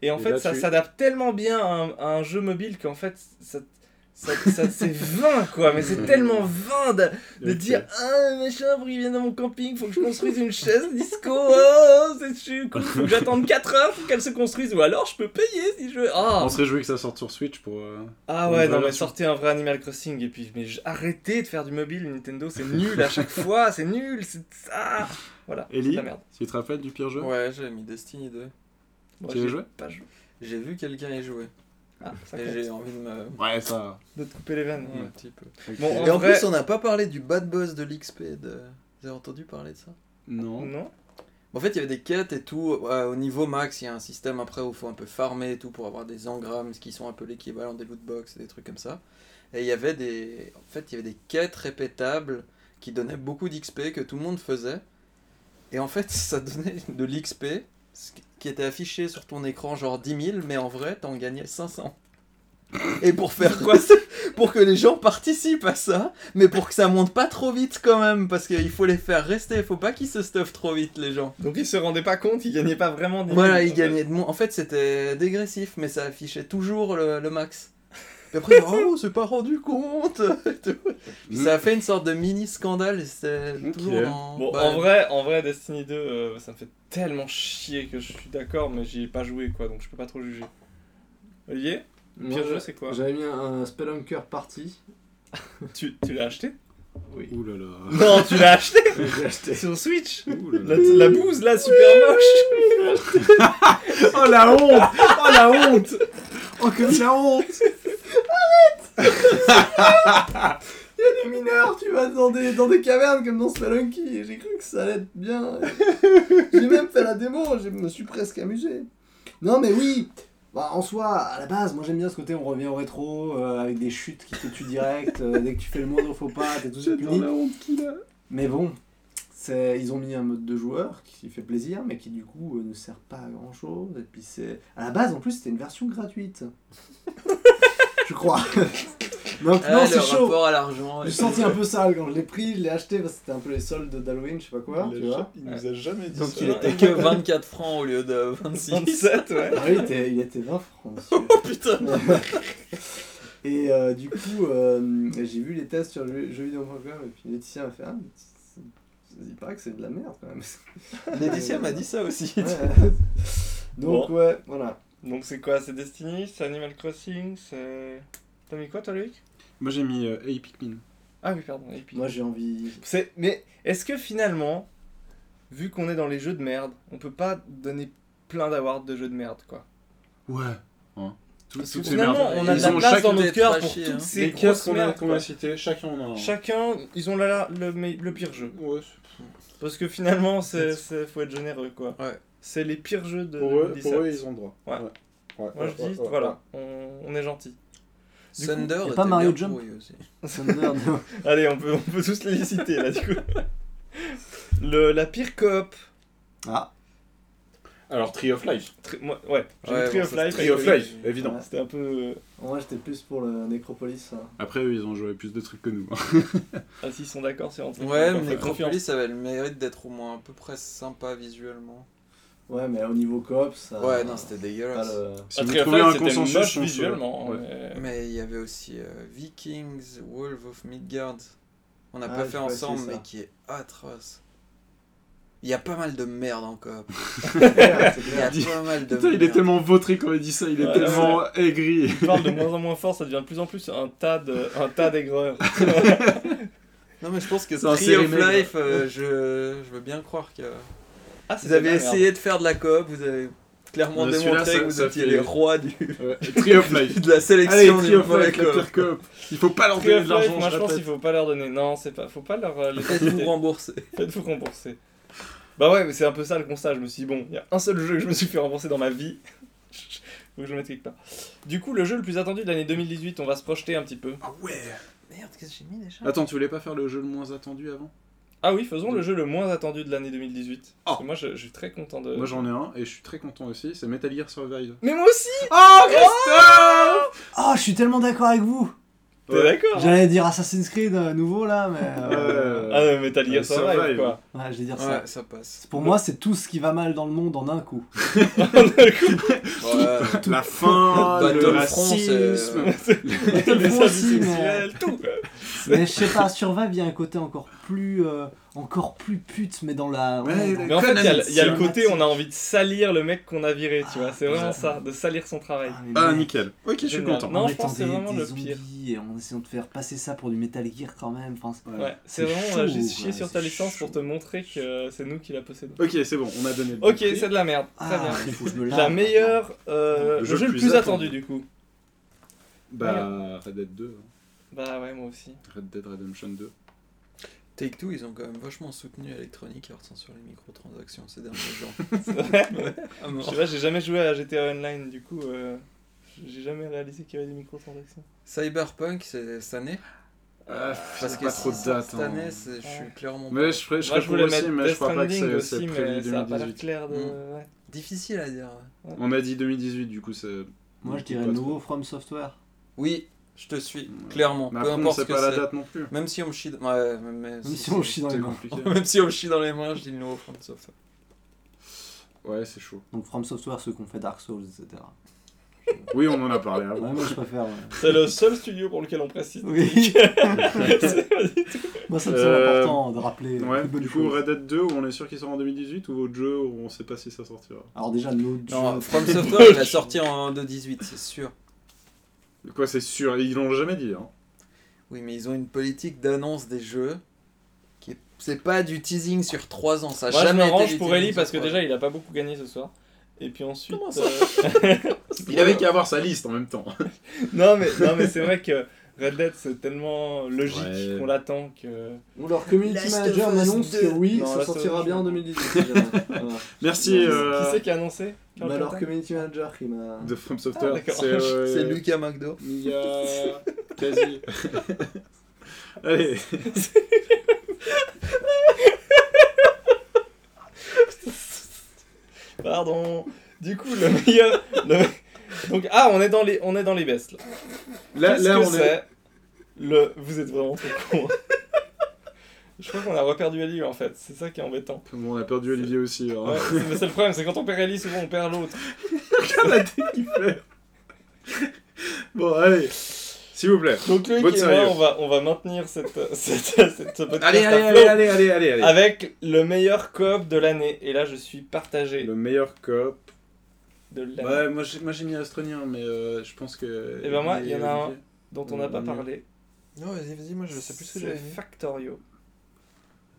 Speaker 3: Et en
Speaker 4: Et
Speaker 3: fait,
Speaker 4: là,
Speaker 3: ça
Speaker 4: tu-
Speaker 3: s'adapte tellement bien à un, à un jeu mobile qu'en fait, ça, ça, ça- c'est vain quoi. Mais c'est tellement vain de, de
Speaker 4: Ok.
Speaker 3: dire Ah, machin, pour qu'il vienne dans mon camping, faut que je construise une chaise disco. Oh, c'est cool, faut que j'attende 4 heures pour qu'elle se construise. Ou alors, je peux payer si je veux. Ah.
Speaker 4: On serait joué que ça sorte sur Switch pour. euh,
Speaker 3: Ah
Speaker 4: Une
Speaker 3: ouais,
Speaker 4: vraie
Speaker 3: non mais
Speaker 4: version.
Speaker 3: sortez un vrai Animal Crossing et puis mais j- arrêtez de faire du mobile Nintendo, c'est nul à chaque fois, c'est nul, c'est ça. Voilà, c'est de
Speaker 4: Ellie,
Speaker 3: la merde.
Speaker 4: tu te rappelles du pire jeu
Speaker 13: Ouais, j'avais mis Destiny 2.
Speaker 3: Moi,
Speaker 4: tu l'as
Speaker 3: j'ai
Speaker 4: joué
Speaker 3: pas joué.
Speaker 13: J'ai vu quelqu'un y jouer.
Speaker 3: Ah, ça
Speaker 13: Et
Speaker 3: compte.
Speaker 13: j'ai envie de me.
Speaker 4: Ouais, ça.
Speaker 3: De te couper les vannes.
Speaker 13: Un petit peu.
Speaker 3: Bon,
Speaker 13: Et en
Speaker 3: vrai-
Speaker 13: plus, on n'a pas parlé du bad boss de l'XP. De... Vous avez entendu parler de ça
Speaker 4: Non.
Speaker 3: Non.
Speaker 13: En fait, il y avait des quêtes et tout. euh, au niveau max, il y a un système après où il faut un peu farmer et tout pour avoir des engrammes qui sont un peu l'équivalent des loot box et des trucs comme ça. Et il y avait des, en fait, il y avait des quêtes répétables qui donnaient beaucoup d'XP que tout le monde faisait. Et en fait, ça donnait de l'XP qui était affiché sur ton écran genre 10 000, mais en vrai, t'en gagnais 500. Et pour faire quoi Pour que les gens participent à ça, mais pour que ça monte pas trop vite quand même, parce qu'il faut les faire rester, il faut pas qu'ils se stuffent trop vite les gens.
Speaker 3: Donc il se rendait pas compte, il gagnait pas vraiment des
Speaker 13: Voilà,
Speaker 3: mille,
Speaker 13: il
Speaker 3: en fait.
Speaker 13: gagnait de moins. En fait, c'était dégressif, mais ça affichait toujours le, le max. Puis après, oh, c'est pas rendu compte et tout. Puis
Speaker 4: Mm.
Speaker 13: ça a fait une sorte de mini scandale. et C'était toujours dans.
Speaker 3: Bon,
Speaker 13: bah,
Speaker 3: en vrai, en vrai, Destiny 2, euh, ça me fait tellement chier que je suis d'accord, mais j'y ai pas joué, quoi, donc je peux pas trop juger. Olivier, le pire
Speaker 30: Moi,
Speaker 3: jeu, c'est quoi
Speaker 30: J'avais mis un, un Spelunker Party.
Speaker 3: tu, tu l'as acheté
Speaker 30: Oui.
Speaker 4: Ouh là là.
Speaker 3: Non, tu l'as acheté
Speaker 30: J'ai acheté.
Speaker 3: Sur Switch
Speaker 4: Ouh là
Speaker 3: la,
Speaker 4: là.
Speaker 3: la bouse, là, super moche
Speaker 30: Oh la honte Oh la honte Oh que la honte
Speaker 5: Il y a des mineurs, tu vas dans des, dans des cavernes comme dans Spelunky, et j'ai cru que ça allait être bien. J'ai même fait la démo, je me suis presque amusé. Non mais oui, bah, en soi, à la base, moi j'aime bien ce côté, on revient au rétro, euh, avec des chutes qui te tuent direct, euh, dès que tu fais le moindre faux pas, t'es tout de suite puni. Mais bon, c'est, ils ont mis un mode de joueur qui fait plaisir, mais qui du coup euh, ne sert pas à grand chose. Et puis c'est... À la base, en plus, c'était une version gratuite. je crois. Donc
Speaker 13: ah,
Speaker 5: non,
Speaker 13: le
Speaker 5: c'est chaud.
Speaker 13: rapport à l'argent.
Speaker 5: Je me suis senti un peu sale quand je l'ai pris, je l'ai acheté parce que c'était un peu les soldes d'Halloween, je sais pas quoi, tu vois.
Speaker 3: Ouais.
Speaker 4: nous a jamais dit
Speaker 13: Donc
Speaker 4: ça.
Speaker 13: il
Speaker 3: euh,
Speaker 13: était que 24 francs au lieu de 26.
Speaker 3: 27, ouais.
Speaker 5: Ah oui, il était, il était 20 francs. monsieur.
Speaker 13: Oh, Putain.
Speaker 5: et euh, du coup, euh, j'ai vu les tests sur le- jeuxvideo.com et puis Laetitia m'a fait Ah, mais c'est- c'est- il paraît que c'est de la merde quand même.
Speaker 13: Laetitia m'a dit ça aussi.
Speaker 5: Ouais. Donc, ouais, voilà.
Speaker 3: Donc c'est quoi C'est Destiny C'est Animal Crossing C'est... T'as mis quoi, toi, Loïc
Speaker 4: Moi j'ai mis euh, Hey Pikmin.
Speaker 3: Ah oui, pardon, et puis...
Speaker 5: Moi j'ai envie.
Speaker 3: C'est... Mais est-ce que finalement, vu qu'on est dans les jeux de merde, on peut pas donner plein d'awards de jeux de merde, quoi
Speaker 4: Ouais. Hein. Tout,
Speaker 3: Parce que
Speaker 4: toutes ces
Speaker 3: finalement,
Speaker 4: merdes.
Speaker 3: on a de
Speaker 4: Ils
Speaker 3: la
Speaker 4: ont
Speaker 3: place
Speaker 4: chacun
Speaker 3: dans notre
Speaker 13: des
Speaker 3: cœur
Speaker 13: trashs,
Speaker 3: pour
Speaker 13: hein.
Speaker 3: toutes ces
Speaker 4: Les
Speaker 3: grosses
Speaker 4: casques qu'on a,
Speaker 3: merdes,
Speaker 4: qu'on
Speaker 3: quoi.
Speaker 4: a cités, chacun en a un.
Speaker 3: Chacun, ils ont la, la- le, me- le pire jeu.
Speaker 4: Ouais, c'est-
Speaker 3: Parce que finalement, c'est, c'est- faut être généreux, quoi.
Speaker 13: Ouais.
Speaker 3: C'est les pires jeux de
Speaker 4: pour, eux,
Speaker 3: 2017.
Speaker 4: pour eux, ils ont le droit.
Speaker 3: Ouais.
Speaker 4: Ouais,
Speaker 3: Moi,
Speaker 4: ouais,
Speaker 3: je dis,
Speaker 4: ouais, ouais,
Speaker 3: voilà, on, on est gentil. Du coup,
Speaker 13: Thunder.
Speaker 5: y a
Speaker 13: était
Speaker 5: pas Mario
Speaker 13: bien
Speaker 5: Jump
Speaker 13: pourri aussi.
Speaker 5: Thunder, non.
Speaker 3: Allez, on peut, on peut tous les citer, là, du coup. Le, la pire coop.
Speaker 4: ouais. Alors, Tree of Life.
Speaker 3: Tri- moi- ouais, j'ai
Speaker 13: Ouais,
Speaker 3: mis Tree
Speaker 13: bon,
Speaker 3: of
Speaker 13: ça,
Speaker 3: Life.
Speaker 4: Tree of
Speaker 3: parce que
Speaker 4: Life, évident.
Speaker 5: Ouais.
Speaker 3: C'était un peu... euh,
Speaker 5: Moi j'étais plus pour le Necropolis. hein.
Speaker 4: Après, eux, ils ont joué plus de trucs que nous. hein.
Speaker 3: Ah, s'ils sont d'accord, c'est entre
Speaker 13: Ouais,
Speaker 3: on
Speaker 13: mais
Speaker 3: fait confiance.
Speaker 13: Necropolis avait le mérite d'être au moins à peu près sympa visuellement.
Speaker 5: Ouais, mais au niveau coop, ça.
Speaker 13: Ouais, non, c'était
Speaker 5: pas
Speaker 13: dégueulasse.
Speaker 5: le-
Speaker 4: Si
Speaker 3: Ah,
Speaker 4: vous
Speaker 3: Tree of
Speaker 4: trouvez
Speaker 3: Life,
Speaker 4: un
Speaker 3: c'était
Speaker 4: consensus,
Speaker 3: moche
Speaker 4: on se-
Speaker 3: visuellement.
Speaker 4: ouais.
Speaker 3: mais-
Speaker 13: Mais il y avait aussi euh, Vikings, Wolf of Midgard. On n'a
Speaker 5: Ah,
Speaker 13: pas
Speaker 5: j'ai
Speaker 13: fait
Speaker 5: pas essayé
Speaker 13: ensemble,
Speaker 5: ça.
Speaker 13: mais qui est atroce. Il y a pas mal de merde encore.
Speaker 5: c'est
Speaker 13: Il y a
Speaker 5: clair.
Speaker 13: pas mal de
Speaker 4: euh, Putain, il
Speaker 13: merde.
Speaker 4: est tellement vautré quand il dit ça, il est
Speaker 3: Ouais,
Speaker 4: tellement aigri.
Speaker 3: Il parle de moins en moins fort, ça devient de plus en plus un tas de, un tas d'aigreurs.
Speaker 13: Non, mais je pense que
Speaker 4: C'est un
Speaker 13: Tree of
Speaker 4: série mail.
Speaker 13: Life, euh, je... je veux bien croire que.
Speaker 3: Ah,
Speaker 13: Vous avez essayé de faire de la coop, vous avez clairement
Speaker 4: Mais celui-là,
Speaker 13: démontré
Speaker 4: ça-
Speaker 13: que vous
Speaker 4: ça
Speaker 13: étiez
Speaker 4: fait-
Speaker 13: les rois du...
Speaker 4: Ouais, Tree of Life.
Speaker 13: de la
Speaker 4: Allez,
Speaker 13: sélection
Speaker 4: Tree
Speaker 13: du
Speaker 4: of
Speaker 13: moment
Speaker 4: Life,
Speaker 13: avec
Speaker 4: la
Speaker 13: le-
Speaker 4: pire coop. Il faut pas leur
Speaker 3: Tree
Speaker 4: donner
Speaker 3: of
Speaker 4: de
Speaker 3: Life,
Speaker 4: l'argent,
Speaker 3: moi je
Speaker 4: je
Speaker 3: pense qu'il
Speaker 4: répète.
Speaker 3: faut pas leur donner. Non, c'est pas, faut pas leur euh, les
Speaker 13: Faites-vous rembourser.
Speaker 3: Faites-vous rembourser. Bah ouais, mais c'est un peu ça le constat. Je me suis dit, bon, il y a un seul jeu que je me suis fait rembourser dans ma vie. Faut que je le mette quelque part. Du coup, le jeu le plus attendu de l'année 2018, on va se projeter un petit peu.
Speaker 4: Ah ouais
Speaker 13: Merde, qu'est-ce que j'ai mis déjà
Speaker 4: Attends, tu voulais pas faire le jeu le moins attendu avant
Speaker 3: Ah oui, faisons le jeu le moins attendu de l'année 2018. Parce que moi, je, je suis très content de.
Speaker 4: Moi j'en ai un et je suis très content aussi, c'est Metal Gear Survive.
Speaker 3: Mais moi aussi
Speaker 4: Oh Christophe
Speaker 5: Oh, je suis tellement d'accord avec vous!
Speaker 3: T'es
Speaker 4: Ouais.
Speaker 3: d'accord
Speaker 5: J'allais dire Assassin's Creed euh, nouveau là, mais. euh,
Speaker 3: Ah
Speaker 4: Euh,
Speaker 3: non, mais t'as lié
Speaker 4: Ouais,
Speaker 3: ça,
Speaker 4: Survive.
Speaker 3: quoi.
Speaker 5: Ouais, je vais dire ça.
Speaker 13: Ouais, ça passe.
Speaker 5: Pour moi, c'est tout ce qui va mal dans le monde en un coup.
Speaker 13: Ouais.
Speaker 3: Ah.
Speaker 4: La fin, le
Speaker 13: Battlefront, c'est-
Speaker 4: racisme.
Speaker 3: Les
Speaker 5: Moi
Speaker 3: services
Speaker 5: aussi, mais-
Speaker 3: sexuels, tout
Speaker 5: Mais je sais pas, Survive, il y a un côté encore plus, euh, encore plus pute, mais dans la.
Speaker 4: Ouais,
Speaker 5: ouais,
Speaker 4: le-
Speaker 5: dans-
Speaker 3: Mais en fait, il y a- il y, a le côté, on a envie de salir le mec qu'on a viré, tu vois. C'est vraiment ça, de salir son travail.
Speaker 5: Ah, mais
Speaker 4: Ah
Speaker 5: mec,
Speaker 4: nickel. Ok, je suis
Speaker 3: Génial.
Speaker 4: content.
Speaker 3: Non,
Speaker 5: en
Speaker 3: je pense
Speaker 5: mettant
Speaker 3: que c'est
Speaker 5: des-
Speaker 3: vraiment
Speaker 5: des
Speaker 3: le pire.
Speaker 5: zombies et en essayant de faire passer ça pour du Metal Gear quand même. Enfin, c'est-
Speaker 3: Ouais, c'est
Speaker 5: C'est
Speaker 3: vraiment, on a
Speaker 5: chaud,
Speaker 3: juste chié
Speaker 5: ouais,
Speaker 3: sur ta
Speaker 5: c'est
Speaker 3: licence
Speaker 5: chaud.
Speaker 3: pour te montrer que euh, c'est nous qui la possédons.
Speaker 4: Ok, c'est bon, on a donné le bon
Speaker 3: Ok,
Speaker 4: prix.
Speaker 3: c'est de la merde, très
Speaker 5: ah,
Speaker 3: bien.
Speaker 5: il faut que je me lave.
Speaker 3: La meilleure, euh,
Speaker 4: Le
Speaker 3: le
Speaker 4: jeu
Speaker 3: jeu le plus attendu du coup.
Speaker 4: Bah, Red Dead 2. hein.
Speaker 3: Bah ouais, moi aussi.
Speaker 4: Red Dead Redemption 2.
Speaker 13: Take Two, ils ont quand même vachement soutenu Electronic Arts hein, sur les microtransactions ces derniers jours.
Speaker 3: C'est vrai.
Speaker 13: Ah,
Speaker 3: Je
Speaker 13: mort.
Speaker 3: sais pas, j'ai jamais joué à GTA Online, du coup, euh, j'ai jamais réalisé qu'il y avait des microtransactions.
Speaker 13: Cyberpunk, c'est cette année
Speaker 4: Euh,
Speaker 13: Parce
Speaker 4: c'est
Speaker 13: que
Speaker 4: pas
Speaker 13: si
Speaker 4: trop de
Speaker 13: c'est
Speaker 4: dates.
Speaker 13: Cette
Speaker 4: hein.
Speaker 13: année, c'est- je suis clairement
Speaker 4: Mais
Speaker 13: pas-
Speaker 4: je ferais, je
Speaker 3: Moi,
Speaker 4: serais
Speaker 3: je
Speaker 4: pour
Speaker 3: voulais mettre
Speaker 4: aussi, mais je
Speaker 3: Death
Speaker 4: crois pas que
Speaker 3: Stranding
Speaker 4: c'est- c'est
Speaker 3: aussi, mais
Speaker 4: prévu
Speaker 3: ça a pas l'air
Speaker 4: 2018.
Speaker 3: clair de...
Speaker 13: Mm.
Speaker 3: ouais.
Speaker 13: difficile à dire. ouais.
Speaker 4: On a dit 2018, du coup, c'est.
Speaker 5: Moi, je dirais
Speaker 4: Pas
Speaker 5: le
Speaker 4: trop.
Speaker 5: nouveau From Software.
Speaker 13: Oui, je te suis,
Speaker 4: Ouais.
Speaker 13: clairement.
Speaker 4: Mais
Speaker 13: Peu
Speaker 4: après, on
Speaker 13: importe ce
Speaker 4: sait
Speaker 13: que
Speaker 4: pas la
Speaker 13: c'est.
Speaker 4: date non plus.
Speaker 13: Même si on me chie... dans- ouais, mais- mais-
Speaker 5: Même si on chie dans les
Speaker 4: C'est
Speaker 5: mains.
Speaker 4: compliqué.
Speaker 13: Même si on me chie dans les mains, je dis le nouveau From Software.
Speaker 4: Ouais, c'est chaud.
Speaker 5: Donc, From Software, ceux qu'on fait Dark Souls, etc.
Speaker 4: Oui, on en a parlé avant.
Speaker 31: Ouais, moi je préfère. ouais.
Speaker 3: C'est le seul studio pour lequel on précise.
Speaker 31: Oui.
Speaker 3: C'est pas du tout-
Speaker 31: Moi ça me semble
Speaker 4: Euh,
Speaker 31: important de rappeler.
Speaker 4: Ouais,
Speaker 31: les bonnes
Speaker 4: du coup,
Speaker 31: choses.
Speaker 4: Red Dead 2, où on est sûr qu'il sort en 2018 ou autre jeu où on sait pas si ça sortira
Speaker 31: Alors déjà nos
Speaker 13: Non,
Speaker 31: jeux-
Speaker 13: From Software, il va sortir en 2018, c'est sûr.
Speaker 4: Quoi, c'est sûr, ils l'ont jamais dit. Hein.
Speaker 13: Oui, mais ils ont une politique d'annonce des jeux qui est... C'est pas du teasing sur 3 ans, ça a
Speaker 3: Moi je
Speaker 13: jamais été
Speaker 3: m'arrange
Speaker 13: du
Speaker 3: pour
Speaker 13: teasing
Speaker 3: Ellie
Speaker 13: sur
Speaker 3: parce que
Speaker 13: trois ans.
Speaker 3: déjà il a pas beaucoup gagné ce soir. Et puis ensuite.
Speaker 13: Comment ça
Speaker 3: euh,
Speaker 4: Il avait qu'à avoir sa liste en même temps.
Speaker 3: non mais, non, mais c'est vrai que Red Dead c'est tellement logique
Speaker 4: Ouais.
Speaker 3: qu'on l'attend que.
Speaker 5: Ou leur community
Speaker 13: Last
Speaker 5: manager
Speaker 13: of Us
Speaker 5: m'annonce que
Speaker 13: 2.
Speaker 5: oui,
Speaker 3: Non,
Speaker 5: ça
Speaker 3: Last of
Speaker 5: sortira
Speaker 3: Us,
Speaker 5: bien en
Speaker 3: je-
Speaker 5: 2018. évidemment. Voilà.
Speaker 4: Merci euh,
Speaker 3: Qui c'est qui a annoncé Carl
Speaker 5: Bah, leur
Speaker 3: Clinton
Speaker 5: community manager qui m'a.
Speaker 4: de From Software.
Speaker 3: Ah, d'accord.
Speaker 4: c'est euh,
Speaker 13: C'est Lucas McDo.
Speaker 4: Mia. Quasi. Allez,
Speaker 3: Pardon. Du coup le meilleur. le- Donc ah on est dans les on est dans les bestes là.
Speaker 4: là,
Speaker 3: Qu'est-ce
Speaker 4: là,
Speaker 3: que
Speaker 4: on est.
Speaker 3: c'est Le vous êtes vraiment trop con. Je crois qu'on a reperdu Ellie en fait. C'est ça qui est embêtant.
Speaker 4: Bon, on a perdu Olivier aussi. hein.
Speaker 3: Ouais, c'est- mais c'est le problème, c'est quand on perd Ellie, souvent on perd l'autre.
Speaker 4: Regarde la tête qu'il fait. Bon, allez, s'il vous plaît.
Speaker 3: Donc Loïc
Speaker 4: Bonne
Speaker 3: et
Speaker 4: sérieux.
Speaker 3: moi, on va, on va maintenir cette, euh, cette, euh, cette- ce podcast
Speaker 4: Allez,
Speaker 3: à
Speaker 4: allez,
Speaker 3: flot
Speaker 4: allez, allez, allez, allez, allez.
Speaker 3: avec le meilleur coop de l'année. Et là, je suis partagé
Speaker 4: Le meilleur cop.
Speaker 3: de l'année
Speaker 4: Ouais, moi j'ai moi, j'ai mis Astronien, mais euh, je pense que.
Speaker 3: Eh ben, moi, il y en a
Speaker 4: Olivier-
Speaker 3: dont on n'a pas
Speaker 4: le
Speaker 3: parlé.
Speaker 13: Non, vas-y, vas-y, moi je sais plus ce que
Speaker 3: C'est
Speaker 13: j'avais mis.
Speaker 3: Factorio.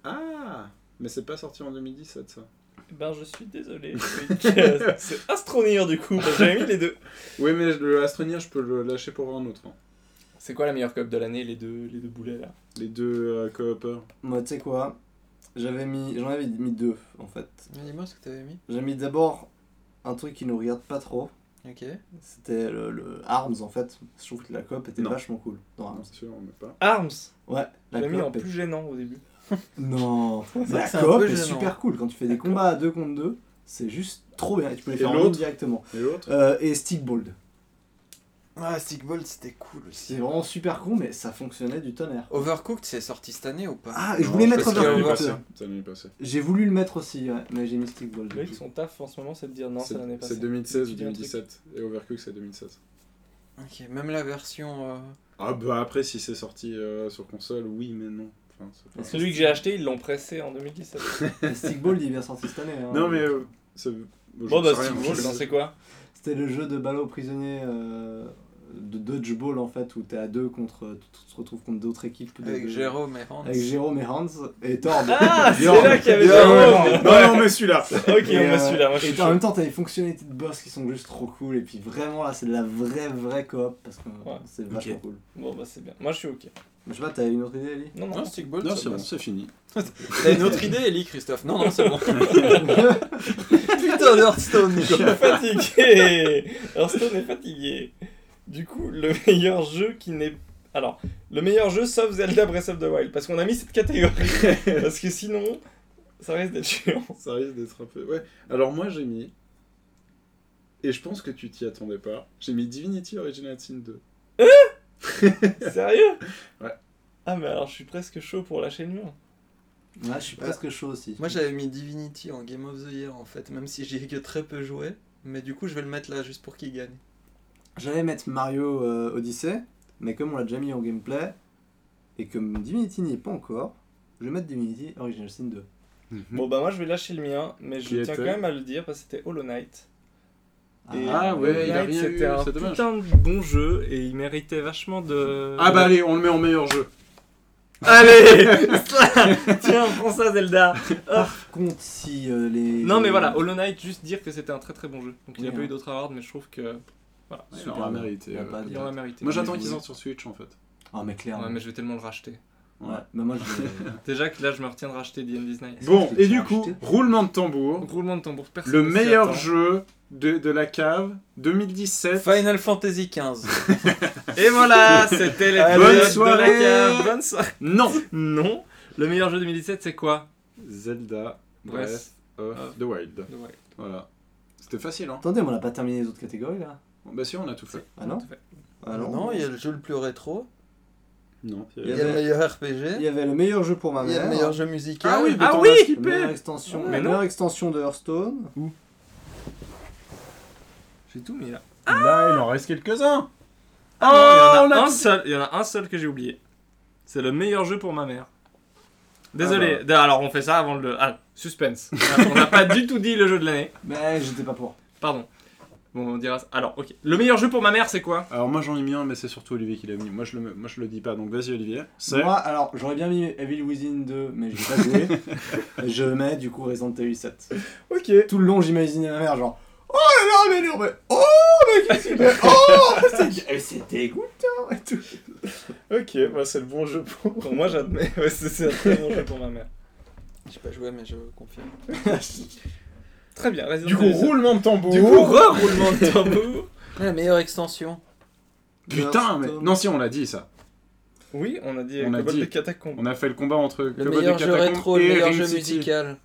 Speaker 4: Ah Mais c'est pas sorti en 2017 ça.
Speaker 3: Eh Ben, je suis désolé. Loïc. Euh, c'est Astroneer du coup, parce que j'avais mis les deux.
Speaker 4: Oui, mais le Astronien, je peux le lâcher pour un autre. hein.
Speaker 3: C'est quoi la meilleure coop de l'année, les deux, les deux boulets là
Speaker 4: Les deux euh, coopers.
Speaker 5: Moi, tu sais quoi J'avais mis, j'en avais mis deux en fait.
Speaker 13: Mais Dis-moi ce que t'avais mis.
Speaker 5: J'ai mis d'abord un truc qui nous regarde pas trop.
Speaker 13: Ok.
Speaker 5: C'était le, le Arms en fait. Je trouve que la coop était
Speaker 4: Non.
Speaker 5: vachement cool dans Arms.
Speaker 4: Bien sûr, on met pas.
Speaker 3: Arms
Speaker 5: Ouais, la
Speaker 3: J'avais mis en
Speaker 5: coop. est-
Speaker 3: plus gênant au début.
Speaker 5: Non,
Speaker 13: vrai
Speaker 5: la
Speaker 13: que c'est un
Speaker 5: coop
Speaker 13: peu
Speaker 5: est
Speaker 13: gênant.
Speaker 5: super cool quand tu fais des combats à 2 contre 2. C'est juste trop bien. Et tu peux les
Speaker 4: Et
Speaker 5: faire en
Speaker 4: l'autre
Speaker 5: ligne directement.
Speaker 4: Et l'autre
Speaker 5: Euh, et Stickball.
Speaker 13: Ah, Stickball, c'était cool
Speaker 5: C'est vraiment super con, mais ça fonctionnait du tonnerre.
Speaker 13: Overcooked, c'est sorti cette année ou pas
Speaker 5: Ah, et je
Speaker 4: Non,
Speaker 5: voulais mettre
Speaker 13: parce qu'il y a
Speaker 5: Overcooked.
Speaker 4: Ça l'année passée.
Speaker 5: J'ai voulu le mettre aussi, ouais, mais j'ai mis Stickball. du
Speaker 3: Loïc,
Speaker 5: coup.
Speaker 3: son taf en ce moment, c'est de dire non, c'est l'année passée.
Speaker 4: C'est 2016
Speaker 3: Tu
Speaker 4: ou
Speaker 3: dis un truc.
Speaker 4: 2017. Et Overcooked, c'est 2016.
Speaker 13: Ok, même la version. euh,
Speaker 4: Ah bah après, si c'est sorti euh, sur console, oui, mais non. Enfin, c'est pas-
Speaker 3: Celui que j'ai acheté, ils l'ont pressé en 2017.
Speaker 5: Et Stickball, il est bien sorti cette année. hein.
Speaker 4: Non, mais. euh, c'est-
Speaker 3: Bon,
Speaker 4: j'en
Speaker 3: bah,
Speaker 4: sais
Speaker 3: si
Speaker 4: rien,
Speaker 3: vous
Speaker 4: je hein,
Speaker 3: voulez,
Speaker 4: sais
Speaker 3: c'est quoi
Speaker 5: C'était le jeu de ballot prisonnier euh, de dodgeball en fait où t'es à deux contre tu te retrouves contre d'autres équipes de-
Speaker 13: Avec
Speaker 5: de-
Speaker 13: Jérôme et Hans.
Speaker 5: avec Jérôme et Hans et Thor.
Speaker 3: Ah, c'est
Speaker 5: Bjorn.
Speaker 3: là qu'il y avait
Speaker 5: Bjorn.
Speaker 3: Jérôme
Speaker 4: pas. Non, non, mais celui-là
Speaker 3: Ok,
Speaker 5: Et,
Speaker 3: on va
Speaker 5: euh,
Speaker 3: celui-là, moi je
Speaker 5: et
Speaker 3: suis
Speaker 5: en
Speaker 3: chaud.
Speaker 5: même temps, t'as les fonctionnalités de boss qui sont juste trop cool. Et puis vraiment, là, c'est de la vraie, vraie coop parce que euh,
Speaker 3: Ouais.
Speaker 5: c'est vachement cool.
Speaker 3: Bon bah c'est bien, moi je suis ok.
Speaker 5: Je sais pas, t'avais une autre idée, Ali
Speaker 3: Non, non,
Speaker 13: Non, Stickball,
Speaker 4: Non,
Speaker 13: ça
Speaker 4: c'est bon,
Speaker 13: passe.
Speaker 4: c'est fini.
Speaker 13: T'as une autre idée, Ellie, Christophe Non, non, c'est bon. Putain d'Hearthstone,
Speaker 3: je suis fatigué Hearthstone est fatigué. Du coup, le meilleur jeu qui n'est... Alors, le meilleur jeu sauf Zelda Breath of the Wild, parce qu'on a mis cette catégorie, parce que sinon, ça risque d'être chiant.
Speaker 4: Ça risque d'être un peu. Ouais. Alors moi j'ai mis. Et je pense que tu t'y attendais pas. J'ai mis Divinity Original Sin 2.
Speaker 3: Sérieux
Speaker 4: Ouais.
Speaker 3: Ah mais alors je suis presque chaud pour lâcher le mur.
Speaker 5: Ouais, je suis presque chaud aussi.
Speaker 13: Moi j'avais mis Divinity en Game of the Year en fait, même si j'y ai que très peu joué. Mais du coup, je vais le mettre là juste pour qu'il gagne.
Speaker 5: J'allais mettre Mario euh, Odyssey, mais comme on l'a déjà mis en gameplay, et comme Divinity n'y est pas encore, je vais mettre Divinity Original Sin 2.
Speaker 3: Bon bah moi je vais lâcher le mien, mais je
Speaker 4: Mhm. Qui
Speaker 3: tiens
Speaker 4: était
Speaker 3: quand même à le dire parce que c'était Hollow Knight. Et
Speaker 4: Ah ouais,
Speaker 5: euh,
Speaker 3: Hollow
Speaker 4: il a
Speaker 3: Knight,
Speaker 4: rien eu,
Speaker 3: C'était un
Speaker 4: c'est dommage.
Speaker 3: putain de bon jeu et il méritait vachement de.
Speaker 4: Ah bah allez, on le met en meilleur jeu.
Speaker 3: Allez Tiens, prends ça Zelda
Speaker 5: Par contre, si euh, les.
Speaker 3: Non mais voilà, Hollow Knight, juste dire que c'était un très très bon jeu. Donc il n'y a
Speaker 5: Oui,
Speaker 3: pas
Speaker 5: hein.
Speaker 3: eu d'autres awards, mais je trouve que voilà,
Speaker 4: Ouais,
Speaker 5: Super
Speaker 4: il aura
Speaker 5: bon.
Speaker 4: mérité.
Speaker 5: On va
Speaker 4: euh,
Speaker 5: pas
Speaker 3: il
Speaker 5: dire.
Speaker 3: en a mérité.
Speaker 4: Moi j'attends
Speaker 5: Mais
Speaker 4: qu'ils
Speaker 5: oui.
Speaker 4: sortent sur Switch en fait.
Speaker 5: Ah, mais clairement.
Speaker 3: Ouais, mais je vais tellement le racheter.
Speaker 5: Ouais, bah moi, je vais-
Speaker 3: Déjà que là, je me retiens de racheter The Envy's Night.
Speaker 4: Bon,
Speaker 5: Je
Speaker 4: et
Speaker 5: l'ai
Speaker 4: du
Speaker 5: acheté.
Speaker 4: coup, roulement de tambour.
Speaker 3: Roulement de tambour, personne
Speaker 4: Le
Speaker 3: ne s'y
Speaker 4: meilleur
Speaker 3: attend.
Speaker 4: jeu de, de la cave 2017.
Speaker 13: Final Fantasy XV.
Speaker 3: Et voilà, c'était les
Speaker 4: Bonne
Speaker 3: bonnes
Speaker 4: soirée.
Speaker 3: de la cave. Bonne soirée.
Speaker 4: Non
Speaker 3: Non, le meilleur jeu 2017, c'est quoi
Speaker 4: Zelda Breath
Speaker 3: Bref.
Speaker 4: of
Speaker 3: Of.
Speaker 4: the Wild.
Speaker 3: Ouais.
Speaker 4: Voilà. C'était facile hein.
Speaker 5: Attendez, mais on n'a pas terminé les autres catégories là
Speaker 4: Bon, Bah si, on a tout fait.
Speaker 5: Ah non
Speaker 3: Tout à fait.
Speaker 5: Ah
Speaker 13: non, il y a le jeu le plus rétro,
Speaker 4: Non.
Speaker 13: il y a le meilleur RPG,
Speaker 5: Il y avait le meilleur jeu pour ma
Speaker 13: il y
Speaker 5: mère.
Speaker 13: a le meilleur jeu musical.
Speaker 4: Ah oui, mais
Speaker 3: Ah
Speaker 4: t'en
Speaker 3: oui
Speaker 4: as
Speaker 5: La meilleure
Speaker 4: skippé
Speaker 5: extension,
Speaker 3: Mais
Speaker 5: la
Speaker 3: non.
Speaker 5: meilleure extension de Hearthstone.
Speaker 3: J'ai tout mis là.
Speaker 4: Ah Là, il en reste
Speaker 3: Oh,
Speaker 4: quelques-uns.
Speaker 32: Ah, il, y en a un seul, il y en a un seul que j'ai oublié. C'est le meilleur jeu pour ma mère.
Speaker 3: Ah
Speaker 32: Désolé,
Speaker 3: bah.
Speaker 32: D- alors on fait ça avant le. Ah, suspense. on n'a pas du tout dit le jeu de l'année.
Speaker 5: Mais j'étais pas pour.
Speaker 32: Pardon. Bon, on dira ça. Alors, ok. Le meilleur jeu pour ma mère, c'est quoi
Speaker 4: Alors moi j'en ai mis un, mais c'est surtout Olivier qui l'a mis. Moi je le, moi, je le dis pas, donc vas-y Olivier. C'est
Speaker 5: Moi, alors, j'aurais bien mis Evil Within 2, mais j'ai pas joué. je mets du coup Resident Evil 7.
Speaker 4: Ok.
Speaker 5: Tout le long, j'imaginais ma mère, genre. Oh là là, mais non, mais. Oh, mais qu'est-ce que Oh, c'est- eh, c'est dégoûtant et tout.
Speaker 3: Ok, bah c'est le bon jeu pour, pour moi, j'admets. Ouais, c'est c'est un très bon jeu pour ma mère.
Speaker 13: J'ai pas joué, mais je confirme.
Speaker 3: Très bien, Resident
Speaker 4: Du coup,
Speaker 3: Evil sept.
Speaker 4: roulement de tambour.
Speaker 3: Du coup, re-roulement de tambour.
Speaker 13: La meilleure extension.
Speaker 4: Putain, mais... Non, si, on l'a dit ça.
Speaker 3: Oui, on a dit
Speaker 4: On a
Speaker 3: Cobalt
Speaker 4: dit.
Speaker 3: de Catacombe.
Speaker 4: On a fait le combat entre
Speaker 13: Le
Speaker 4: Cobalt
Speaker 13: meilleur
Speaker 4: des
Speaker 13: jeu
Speaker 4: Catacombes
Speaker 13: rétro, le
Speaker 4: et
Speaker 13: meilleur
Speaker 4: Ring
Speaker 13: jeu
Speaker 4: City.
Speaker 13: musical.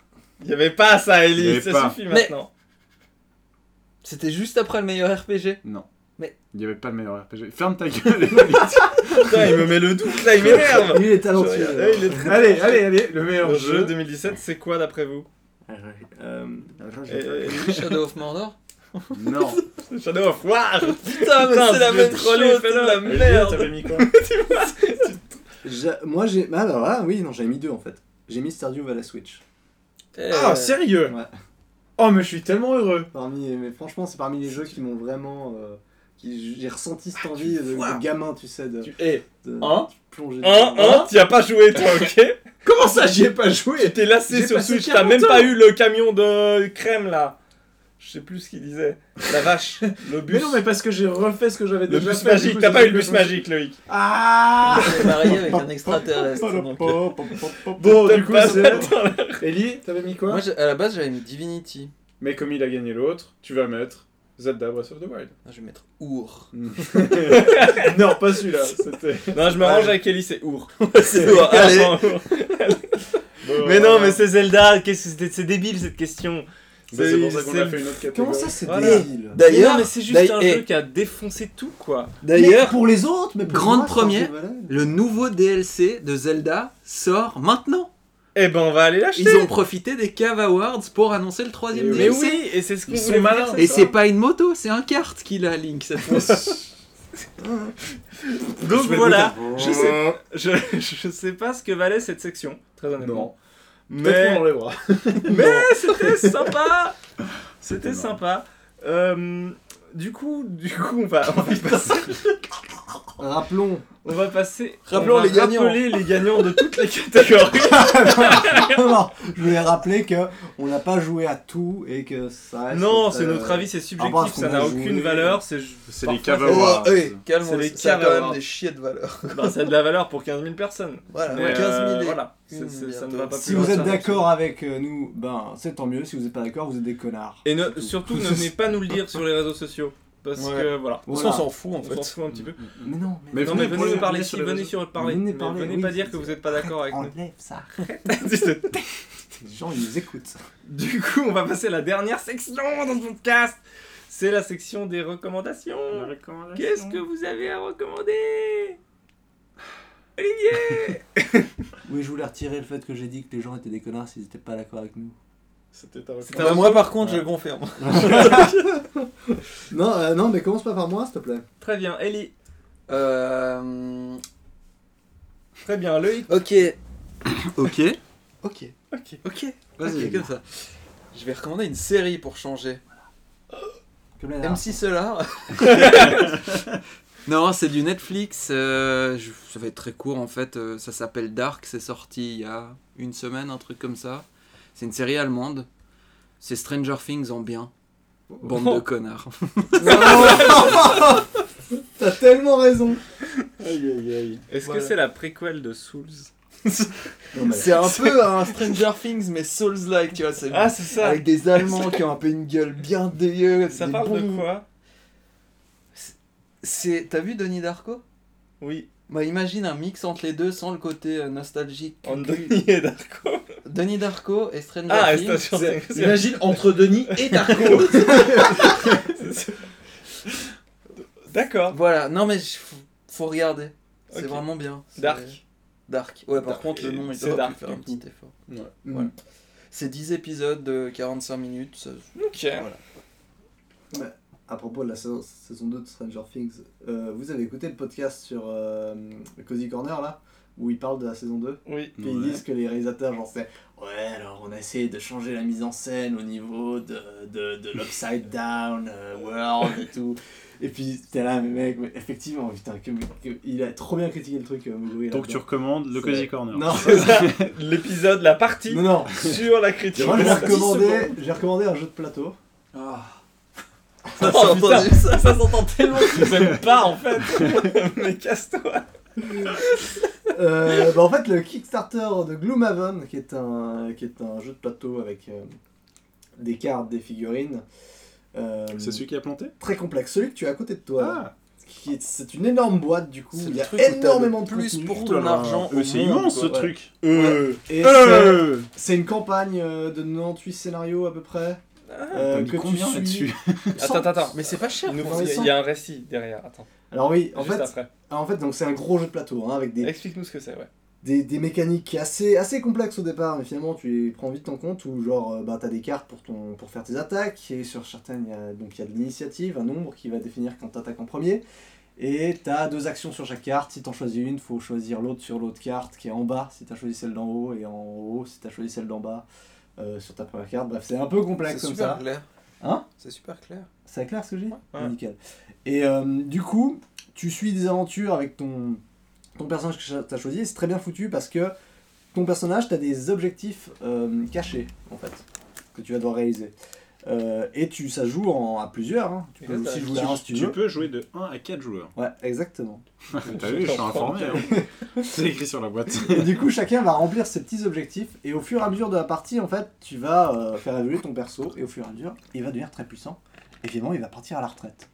Speaker 3: Il y avait pas ça,
Speaker 4: Il y
Speaker 3: Ellie,
Speaker 4: avait
Speaker 3: ça
Speaker 4: pas.
Speaker 3: suffit
Speaker 13: Mais-
Speaker 3: maintenant.
Speaker 13: C'était juste après le meilleur RPG.
Speaker 4: Non.
Speaker 13: Mais-
Speaker 4: Il n'y avait pas le meilleur RPG. Ferme ta gueule, Olivier.
Speaker 3: Putain, il me met le doute là, il m'énerve.
Speaker 5: Il est
Speaker 3: Je
Speaker 5: talentueux.
Speaker 3: regarde,
Speaker 4: Eh,
Speaker 3: ouais, il est très-
Speaker 4: allez, allez, allez, le meilleur
Speaker 3: Le
Speaker 4: jeu.
Speaker 3: jeu 2017, c'est quoi d'après vous
Speaker 33: Euh,
Speaker 3: Eh, eh,
Speaker 13: Shadow of Mordor.
Speaker 4: Non.
Speaker 3: eh, Shadow of War
Speaker 13: Putain, mais c'est la même chose, c'est de la merde.
Speaker 3: T'avais mis quoi
Speaker 5: J'a- Moi, j'ai. Ah, bah voilà, oui, non, j'avais mis deux en fait. J'ai mis Stardew Valley Switch.
Speaker 13: Eh,
Speaker 4: Ah, sérieux
Speaker 5: Ouais.
Speaker 4: Oh, mais je suis tellement heureux.
Speaker 5: Parmi, mais franchement, c'est parmi les jeux qui m'ont vraiment. euh, qui j'ai ressenti
Speaker 3: Ah,
Speaker 5: cette envie de, de gamin, tu sais, de,
Speaker 4: Tu- Eh,
Speaker 5: de
Speaker 4: Hein
Speaker 5: plonger.
Speaker 3: Hein, hein, t'y as pas joué toi, ok
Speaker 4: comment ça, j'y ai pas joué
Speaker 3: T'es lassé
Speaker 4: J'ai
Speaker 3: sur
Speaker 4: passé
Speaker 3: Switch, t'as
Speaker 4: 40
Speaker 3: même
Speaker 4: ans.
Speaker 3: pas eu le camion de crème là. Je sais plus ce qu'il disait. La vache, le bus.
Speaker 4: Mais non, mais parce que j'ai refait ce que j'avais
Speaker 3: Le
Speaker 4: déjà
Speaker 3: bus
Speaker 4: fait. du
Speaker 3: magique,
Speaker 4: coup,
Speaker 3: t'as
Speaker 4: j'ai
Speaker 3: pas
Speaker 4: dit
Speaker 3: eu le
Speaker 4: que
Speaker 3: bus
Speaker 4: je-
Speaker 3: magique, Loïc.
Speaker 4: Ah
Speaker 13: il est marié avec un extraterrestre. donc.
Speaker 4: Bon,
Speaker 3: T'aimes
Speaker 4: du coup,
Speaker 3: pas
Speaker 4: c'est...
Speaker 3: Attends, là.
Speaker 4: Ellie, t'avais mis quoi
Speaker 13: Moi, j'ai- à la base, j'avais mis Divinity.
Speaker 4: Mais comme il a gagné l'autre, tu vas mettre Zelda Breath of the Wild.
Speaker 13: Ah, Je vais mettre Our.
Speaker 4: non, pas celui-là. C'était...
Speaker 3: Non, je m'arrange avec Ellie, c'est Our.
Speaker 13: C'est Our, allez.
Speaker 3: Clairement Our. Mais non, mais c'est Zelda, qu'est-ce que c'était- c'est débile cette question.
Speaker 4: Bah, c'est pour ça qu'on
Speaker 3: c'est-
Speaker 4: a fait une autre catégorie.
Speaker 5: Comment ça, c'est
Speaker 3: bah Voilà.
Speaker 5: débile
Speaker 3: Mais
Speaker 13: D'ailleurs,
Speaker 3: non, mais c'est juste
Speaker 13: d'ailleurs-
Speaker 3: un
Speaker 13: eh,
Speaker 3: jeu qui a défoncé tout quoi.
Speaker 13: d'ailleurs,
Speaker 5: Mais pour les autres, mais pour
Speaker 8: grande
Speaker 5: moi, Stardew
Speaker 8: première.
Speaker 5: Valley.
Speaker 8: Le nouveau DLC de Zelda sort maintenant.
Speaker 3: Eh ben, on va aller l'acheter.
Speaker 8: Ils ont profité des Cave Awards pour annoncer le troisième
Speaker 3: Mais
Speaker 8: DLC.
Speaker 3: oui, et c'est ce qu'on
Speaker 4: Ils sont
Speaker 3: voulait
Speaker 4: malins.
Speaker 3: dire,
Speaker 8: Et
Speaker 3: ça.
Speaker 8: c'est pas une moto, c'est un kart qu'il a, Link. cette fois.
Speaker 3: Donc voilà, je sais, je, je sais pas ce que valait cette section, très honnêtement.
Speaker 4: Peut-être qu'on
Speaker 3: Mais,
Speaker 4: l'enlèvera.
Speaker 3: mais c'était sympa C'était
Speaker 4: C'était marrant.
Speaker 3: sympa. Euh, du coup, du coup, on va, on va passer,
Speaker 5: Rappelons.
Speaker 3: on va passer-
Speaker 13: Rappelons
Speaker 3: on va
Speaker 13: les gagnants.
Speaker 3: rappeler les gagnants de toutes les catégories.
Speaker 5: Non, non, je voulais rappeler que on n'a pas joué à tout et que ça. reste,
Speaker 3: non, c'est
Speaker 5: euh,
Speaker 3: notre avis, c'est
Speaker 5: ah, bah,
Speaker 3: subjectif,
Speaker 5: ce
Speaker 3: ça
Speaker 5: qu'on
Speaker 3: n'a
Speaker 5: a
Speaker 3: aucune
Speaker 5: joué.
Speaker 3: valeur. C'est
Speaker 4: C'est
Speaker 3: parfois,
Speaker 4: les Cave
Speaker 13: Oh,
Speaker 4: Awards.
Speaker 13: hey, calme,
Speaker 3: C'est les
Speaker 13: ça a
Speaker 3: Cave
Speaker 13: quand même
Speaker 3: Awards.
Speaker 13: des chiés de valeur.
Speaker 3: bah, ça a de la valeur pour 15 000 personnes.
Speaker 13: Voilà,
Speaker 3: Mais,
Speaker 13: 15 000
Speaker 3: euh,
Speaker 13: Ah, et-
Speaker 3: voilà,
Speaker 13: une
Speaker 3: C'est- c'est- ça ne
Speaker 13: bientôt.
Speaker 3: va pas
Speaker 5: Si
Speaker 3: plus
Speaker 5: vous
Speaker 3: loin.
Speaker 5: êtes d'accord avec euh, nous, ben c'est tant mieux. Si vous n'êtes pas d'accord, vous êtes des connards.
Speaker 3: Et ne-
Speaker 5: C'est tout.
Speaker 3: surtout, ne venez pas nous le dire sur les réseaux sociaux. Parce
Speaker 13: Ouais.
Speaker 3: que voilà,
Speaker 5: Voilà.
Speaker 13: On s'en fout en
Speaker 3: on s'en
Speaker 13: fait.
Speaker 3: fout un petit peu.
Speaker 5: Mais non, mais,
Speaker 4: Mais
Speaker 3: non,
Speaker 4: venez
Speaker 3: mais venez
Speaker 4: parler-
Speaker 3: nous parler
Speaker 4: venez
Speaker 3: ici,
Speaker 4: sur les
Speaker 3: venez
Speaker 4: réseaux.
Speaker 3: sur le parler.
Speaker 5: Venez
Speaker 3: Venez,
Speaker 5: parler,
Speaker 3: venez
Speaker 5: oui,
Speaker 3: pas
Speaker 5: c'est
Speaker 3: dire que
Speaker 5: ça.
Speaker 3: vous n'êtes pas d'accord avec nous.
Speaker 5: enlève ça.
Speaker 3: Dites-le.
Speaker 5: Les gens ils nous écoutent.
Speaker 3: du coup, on va passer à la dernière section dans ce podcast. C'est la section des recommandations. Qu'est-ce que vous avez à recommander Olivier
Speaker 5: Oui, je voulais retirer le fait que j'ai dit que les gens étaient des connards s'ils n'étaient pas d'accord avec nous.
Speaker 4: C'était ta
Speaker 3: C'est
Speaker 13: Bah,
Speaker 3: un-
Speaker 13: moi par contre, je confirme.
Speaker 5: Non, euh, non, mais commence pas par moi, s'il te plaît.
Speaker 3: Très bien, Ellie.
Speaker 13: Euh,
Speaker 3: Très bien, Loïc.
Speaker 13: Ok,
Speaker 8: ok.
Speaker 5: Ok.
Speaker 8: Ok. Vas-y,
Speaker 5: Ok.
Speaker 8: comme ça.
Speaker 13: je vais recommander une série pour changer.
Speaker 5: Comme la dernière.
Speaker 13: MC Solar.
Speaker 8: Non, c'est du Netflix. euh, je- ça va être très court en fait. euh, ça s'appelle Dark. C'est sorti il y a une semaine, un truc comme ça. C'est une série allemande. C'est Stranger Things en bien. Bande
Speaker 13: Oh.
Speaker 8: de connards.
Speaker 5: T'as tellement raison.
Speaker 4: Aïe, aïe, aïe.
Speaker 3: Est-ce
Speaker 13: Voilà.
Speaker 3: que c'est la préquelle de Souls
Speaker 13: C'est un peu un Stranger Things mais Souls-like, tu vois. C'est
Speaker 3: Ah, c'est ça.
Speaker 13: avec des Allemands qui ont un peu une gueule bien dégueu.
Speaker 3: Ça
Speaker 13: des
Speaker 3: parle
Speaker 13: bons-
Speaker 3: de quoi
Speaker 13: C'est, t'as vu Denis Darko
Speaker 3: Oui,
Speaker 13: Bah imagine un mix entre les deux sans le côté euh, nostalgique.
Speaker 3: Anthony et Darko.
Speaker 13: Denis Darko et Stranger
Speaker 3: Ah,
Speaker 13: Things.
Speaker 3: Stranger Things.
Speaker 4: Imagine entre Denis et Darko.
Speaker 3: D'accord.
Speaker 13: Voilà, non mais je- faut- faut regarder. C'est
Speaker 3: Ok.
Speaker 13: vraiment bien. C'est-
Speaker 3: Dark.
Speaker 13: Dark. Ouais, par
Speaker 3: Dark.
Speaker 13: contre, le nom, il
Speaker 3: C'est
Speaker 13: doit
Speaker 3: Dark,
Speaker 13: faire
Speaker 3: du
Speaker 13: un petit effort.
Speaker 4: Ouais.
Speaker 13: Voilà. C'est 10 épisodes de 45 minutes. ça-
Speaker 3: Ok.
Speaker 5: Ah à propos de la saison, saison 2 de Stranger Things, euh, vous avez écouté le podcast sur euh, Cozy Corner là où ils parlent de la saison 2
Speaker 19: Oui.
Speaker 5: Puis ils disent que les réalisateurs, genre, c'est Ouais, alors on a essayé de changer la mise en scène au niveau de, de, de l'upside down euh, world et tout. Et puis t'es là, mais mec, mais effectivement, putain, que, que- il a trop bien critiqué le truc, euh, Muguri.
Speaker 34: Donc tu
Speaker 5: là-dedans.
Speaker 34: recommandes le
Speaker 5: C'est-
Speaker 34: Cozy Corner.
Speaker 5: Non,
Speaker 19: L'épisode, la partie
Speaker 5: non, non.
Speaker 19: sur la critique.
Speaker 5: Moi, j'ai
Speaker 19: Dix secondes.
Speaker 5: recommandé, j'ai recommandé un jeu de plateau. Oh,
Speaker 19: Ça s'entend Oh, ça, ça s'entend tellement que je n'aime pas en fait. Mais casse-toi.
Speaker 5: Euh, bah, en fait, le Kickstarter de Gloomhaven, qui est un, qui est un jeu de plateau avec euh, des cartes, des figurines. euh,
Speaker 4: C'est celui qui a planté
Speaker 5: très complexe, celui que tu as à côté de toi. là.
Speaker 4: Ah,
Speaker 5: Qui est- C'est une énorme boîte du coup,
Speaker 13: C'est
Speaker 5: il
Speaker 13: le
Speaker 5: y
Speaker 13: truc
Speaker 5: a
Speaker 13: où t'as le
Speaker 5: énormément de
Speaker 13: plus
Speaker 5: contenu.
Speaker 13: pour
Speaker 5: Ouh
Speaker 13: ton
Speaker 5: là là.
Speaker 13: argent
Speaker 34: Euh, C'est
Speaker 5: au monde,
Speaker 34: immense ce
Speaker 5: quoi, ouais.
Speaker 34: truc.
Speaker 19: Euh,
Speaker 5: Et c'est-
Speaker 34: Euh.
Speaker 5: c'est une campagne euh, de 98 scénarios à peu près. euh,
Speaker 34: T'as mis combien
Speaker 5: suis-
Speaker 34: là-dessus
Speaker 19: Attends, attends, attends.
Speaker 13: Mais c'est pas cher.
Speaker 19: Il nous
Speaker 5: pour
Speaker 19: faut-
Speaker 5: les
Speaker 19: il y a- il y a un récit derrière. Attends.
Speaker 5: Alors oui, en
Speaker 19: Juste
Speaker 5: fait,
Speaker 19: après.
Speaker 5: alors, en fait donc c'est un gros jeu de plateau hein, avec des
Speaker 19: Explique-nous ce que c'est, ouais.
Speaker 5: des, des mécaniques assez, assez complexes au départ, mais finalement tu les prends vite en compte, où genre euh, bah, tu as des cartes pour, ton, pour faire tes attaques, et sur certaines il y a- donc il y a de l'initiative, un nombre qui va définir quand tu attaques en premier, et tu as deux actions sur chaque carte, si tu en choisis une, faut choisir l'autre sur l'autre carte qui est en bas, si tu as choisi celle d'en haut, et en haut si tu as choisi celle d'en bas euh, sur ta première carte, bref c'est un peu
Speaker 13: C'est
Speaker 5: complexe comme
Speaker 13: super
Speaker 5: ça.
Speaker 13: clair.
Speaker 5: Hein
Speaker 13: C'est super clair.
Speaker 5: C'est clair ce que j'ai dit
Speaker 19: Ouais.
Speaker 5: Nickel. Et euh, du coup, tu suis des aventures avec ton, ton personnage que t'as choisi. et C'est très bien foutu parce que ton personnage, t'as des objectifs euh, cachés, en fait, que tu vas devoir réaliser. Euh, et tu, ça se joue en, à plusieurs. hein. Tu peux
Speaker 19: Et là,
Speaker 5: aussi
Speaker 19: t'as-
Speaker 5: jouer à un si tu
Speaker 34: Tu
Speaker 5: veux.
Speaker 34: peux jouer de 1 à 4 joueurs.
Speaker 5: Ouais, exactement.
Speaker 34: T'as vu, je suis informé. hein. C'est écrit sur la boîte.
Speaker 5: Et du coup, chacun va remplir ses petits objectifs. Et au fur et à mesure de la partie, en fait, tu vas euh, faire évoluer ton perso. Et au fur et à mesure, il va devenir très puissant. Et finalement, il va partir à la retraite.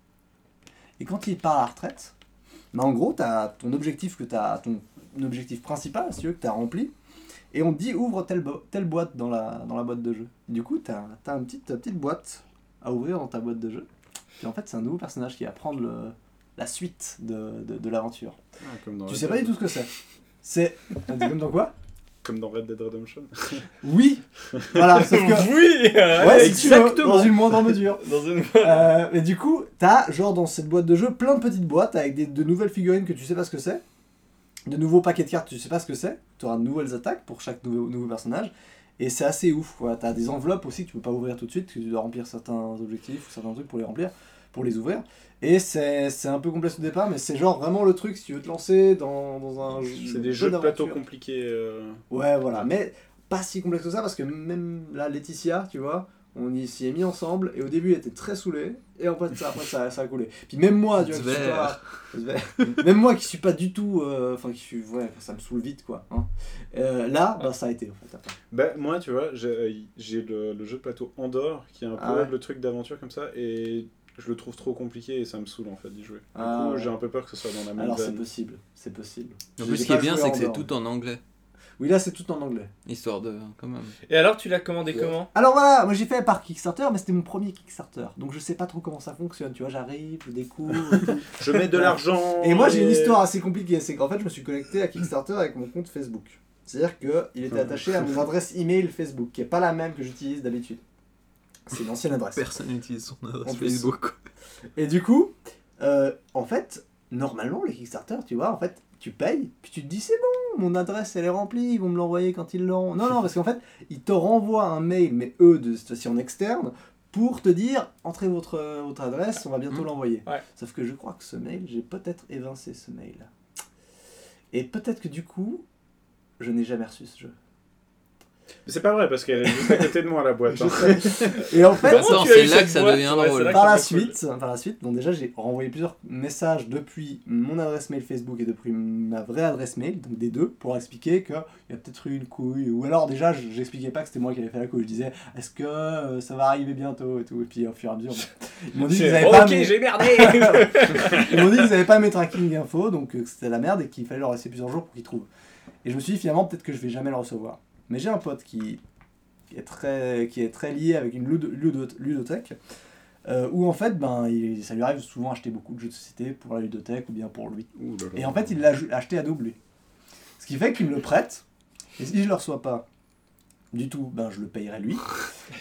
Speaker 5: Et quand il part à la retraite, bah, en gros, tu as ton objectif, que t'as, ton objectif principal, si tu veux, que tu as rempli. Et on te dit, ouvre telle, bo- telle boîte dans la, dans la boîte de jeu. Du coup, tu as, une petite, petite boîte à ouvrir dans ta boîte de jeu. Puis en fait, c'est un nouveau personnage qui va prendre le- la suite de- de- de l'aventure.
Speaker 34: Ah, comme dans
Speaker 5: Tu
Speaker 34: Red
Speaker 5: sais pas
Speaker 34: Dead.
Speaker 5: du tout ce que c'est. C'est. On dit comme dans quoi
Speaker 34: Comme dans Red Dead Redemption.
Speaker 5: Oui Voilà, sauf que.
Speaker 19: Oui euh,
Speaker 5: Ouais, si tu veux,
Speaker 19: Exactement
Speaker 5: dans une moindre mesure.
Speaker 19: Dans une...
Speaker 5: Euh, mais du coup, t'as, genre, dans cette boîte de jeu, plein de petites boîtes avec des, de nouvelles figurines que tu sais pas ce que c'est, de nouveaux paquets de cartes, tu sais pas ce que c'est, t'auras de nouvelles attaques pour chaque nouveau, nouveau personnage, et c'est assez ouf, quoi. T'as des enveloppes aussi que tu peux pas ouvrir tout de suite, que tu dois remplir certains objectifs ou certains trucs pour les remplir, pour les ouvrir, et c'est, c'est un peu complexe au départ, mais c'est genre vraiment le truc si tu veux te lancer dans, dans un jeu.
Speaker 34: C'est
Speaker 5: jeu
Speaker 34: des jeux de plateau
Speaker 5: d'aventure.
Speaker 34: compliqués. euh,
Speaker 5: Ouais, voilà, mais pas si complexe que ça parce que même là, Laetitia, tu vois, on y s'y est mis ensemble et au début elle était très saoulée et en fait, ça, après ça, ça a coulé. Puis même moi, tu vois, qui suis pas- même moi qui suis pas du tout, euh, enfin qui suis, ouais, ça me saoule vite quoi. hein. Euh, là, bah ça a été en fait. après.
Speaker 34: Bah, moi, tu vois, j'ai euh, j'ai le, le jeu de plateau Andorre qui est un peu
Speaker 5: Ah ouais.
Speaker 34: le truc d'aventure comme ça et je le trouve trop compliqué et ça me saoule en fait d'y jouer. Du
Speaker 5: Ah
Speaker 34: coup,
Speaker 5: ouais.
Speaker 34: j'ai un peu peur que ce soit dans
Speaker 4: Ah,
Speaker 34: la même
Speaker 5: Alors c'est
Speaker 34: veine.
Speaker 5: possible, c'est possible.
Speaker 8: En
Speaker 5: Je
Speaker 8: plus,
Speaker 5: l'ai
Speaker 8: ce qui est
Speaker 5: pas
Speaker 8: bien,
Speaker 5: joué
Speaker 8: c'est que c'est
Speaker 5: encore.
Speaker 8: tout en anglais.
Speaker 5: Oui, là c'est tout en anglais.
Speaker 8: Histoire de. quand même.
Speaker 19: Et alors, tu l'as commandé comment
Speaker 5: Alors voilà, moi j'ai fait par Kickstarter, mais c'était mon premier Kickstarter, donc je sais pas trop comment ça fonctionne. Tu vois, j'arrive, je découvre. et tout.
Speaker 34: Je mets de l'argent.
Speaker 5: Et moi j'ai
Speaker 4: Euh,
Speaker 5: une histoire assez compliquée, c'est qu'en fait je me suis connecté à Kickstarter avec mon compte Facebook. C'est-à-dire qu'il était attaché à mon adresse email Facebook, qui est pas la même que j'utilise d'habitude. C'est une ancienne adresse.
Speaker 8: Personne n'utilise son adresse
Speaker 5: En plus.
Speaker 8: Facebook. quoi.
Speaker 5: Et du coup, euh, en fait, normalement les Kickstarter, tu vois, en fait, tu payes, puis tu te dis c'est bon, mon adresse elle est remplie, ils vont me l'envoyer quand ils l'auront. Non, non, parce qu'en fait, ils te renvoient un mail, mais eux, de cette fois-ci en externe, pour te dire entrez votre, votre adresse, on va bientôt
Speaker 8: Mhm.
Speaker 5: l'envoyer.
Speaker 19: Ouais.
Speaker 5: Sauf que je crois que ce mail, j'ai peut-être évincé ce mail. Et peut-être que du coup, je n'ai jamais reçu ce jeu.
Speaker 34: Mais C'est pas vrai parce qu'elle est juste à côté de moi la boîte.
Speaker 5: Je
Speaker 34: hein.
Speaker 5: sais. Et en fait,
Speaker 19: Comment
Speaker 8: Attends,
Speaker 19: tu as
Speaker 8: c'est
Speaker 19: eu
Speaker 8: là
Speaker 19: cette
Speaker 8: que ça
Speaker 19: boîte
Speaker 8: devient
Speaker 19: Ouais, c'est
Speaker 8: drôle.
Speaker 19: là que
Speaker 5: par la
Speaker 19: c'est cool.
Speaker 5: suite, par la suite, bon déjà j'ai renvoyé plusieurs messages depuis mon adresse mail Facebook et depuis ma vraie adresse mail, donc des deux, pour expliquer qu'il y a peut-être eu une couille, ou alors déjà je- j'expliquais pas que c'était moi qui avais fait la couille, je disais est-ce que euh, ça va arriver bientôt et tout, et puis au fur et à mesure, bon, ils m'ont dit qu'ils avaient
Speaker 19: Ok,
Speaker 5: pas mes-
Speaker 19: j'ai merdé
Speaker 5: ils m'ont dit qu'ils avaient pas mes tracking info, donc euh, que c'était la merde et qu'il fallait leur laisser plusieurs jours pour qu'ils trouvent. Et je me suis dit finalement peut-être que je vais jamais le recevoir. Mais j'ai un pote qui, qui est, très, qui est très lié avec une ludo- ludo- ludothèque, euh, où en fait ben, il- ça lui arrive souvent d'acheter beaucoup de jeux de société pour la ludothèque ou bien pour lui.
Speaker 34: Ouh là là.
Speaker 5: Et en fait il l'a ju- acheté à double lui. Ce qui fait qu'il me le prête, et si je le reçois pas du tout, ben je le payerai lui.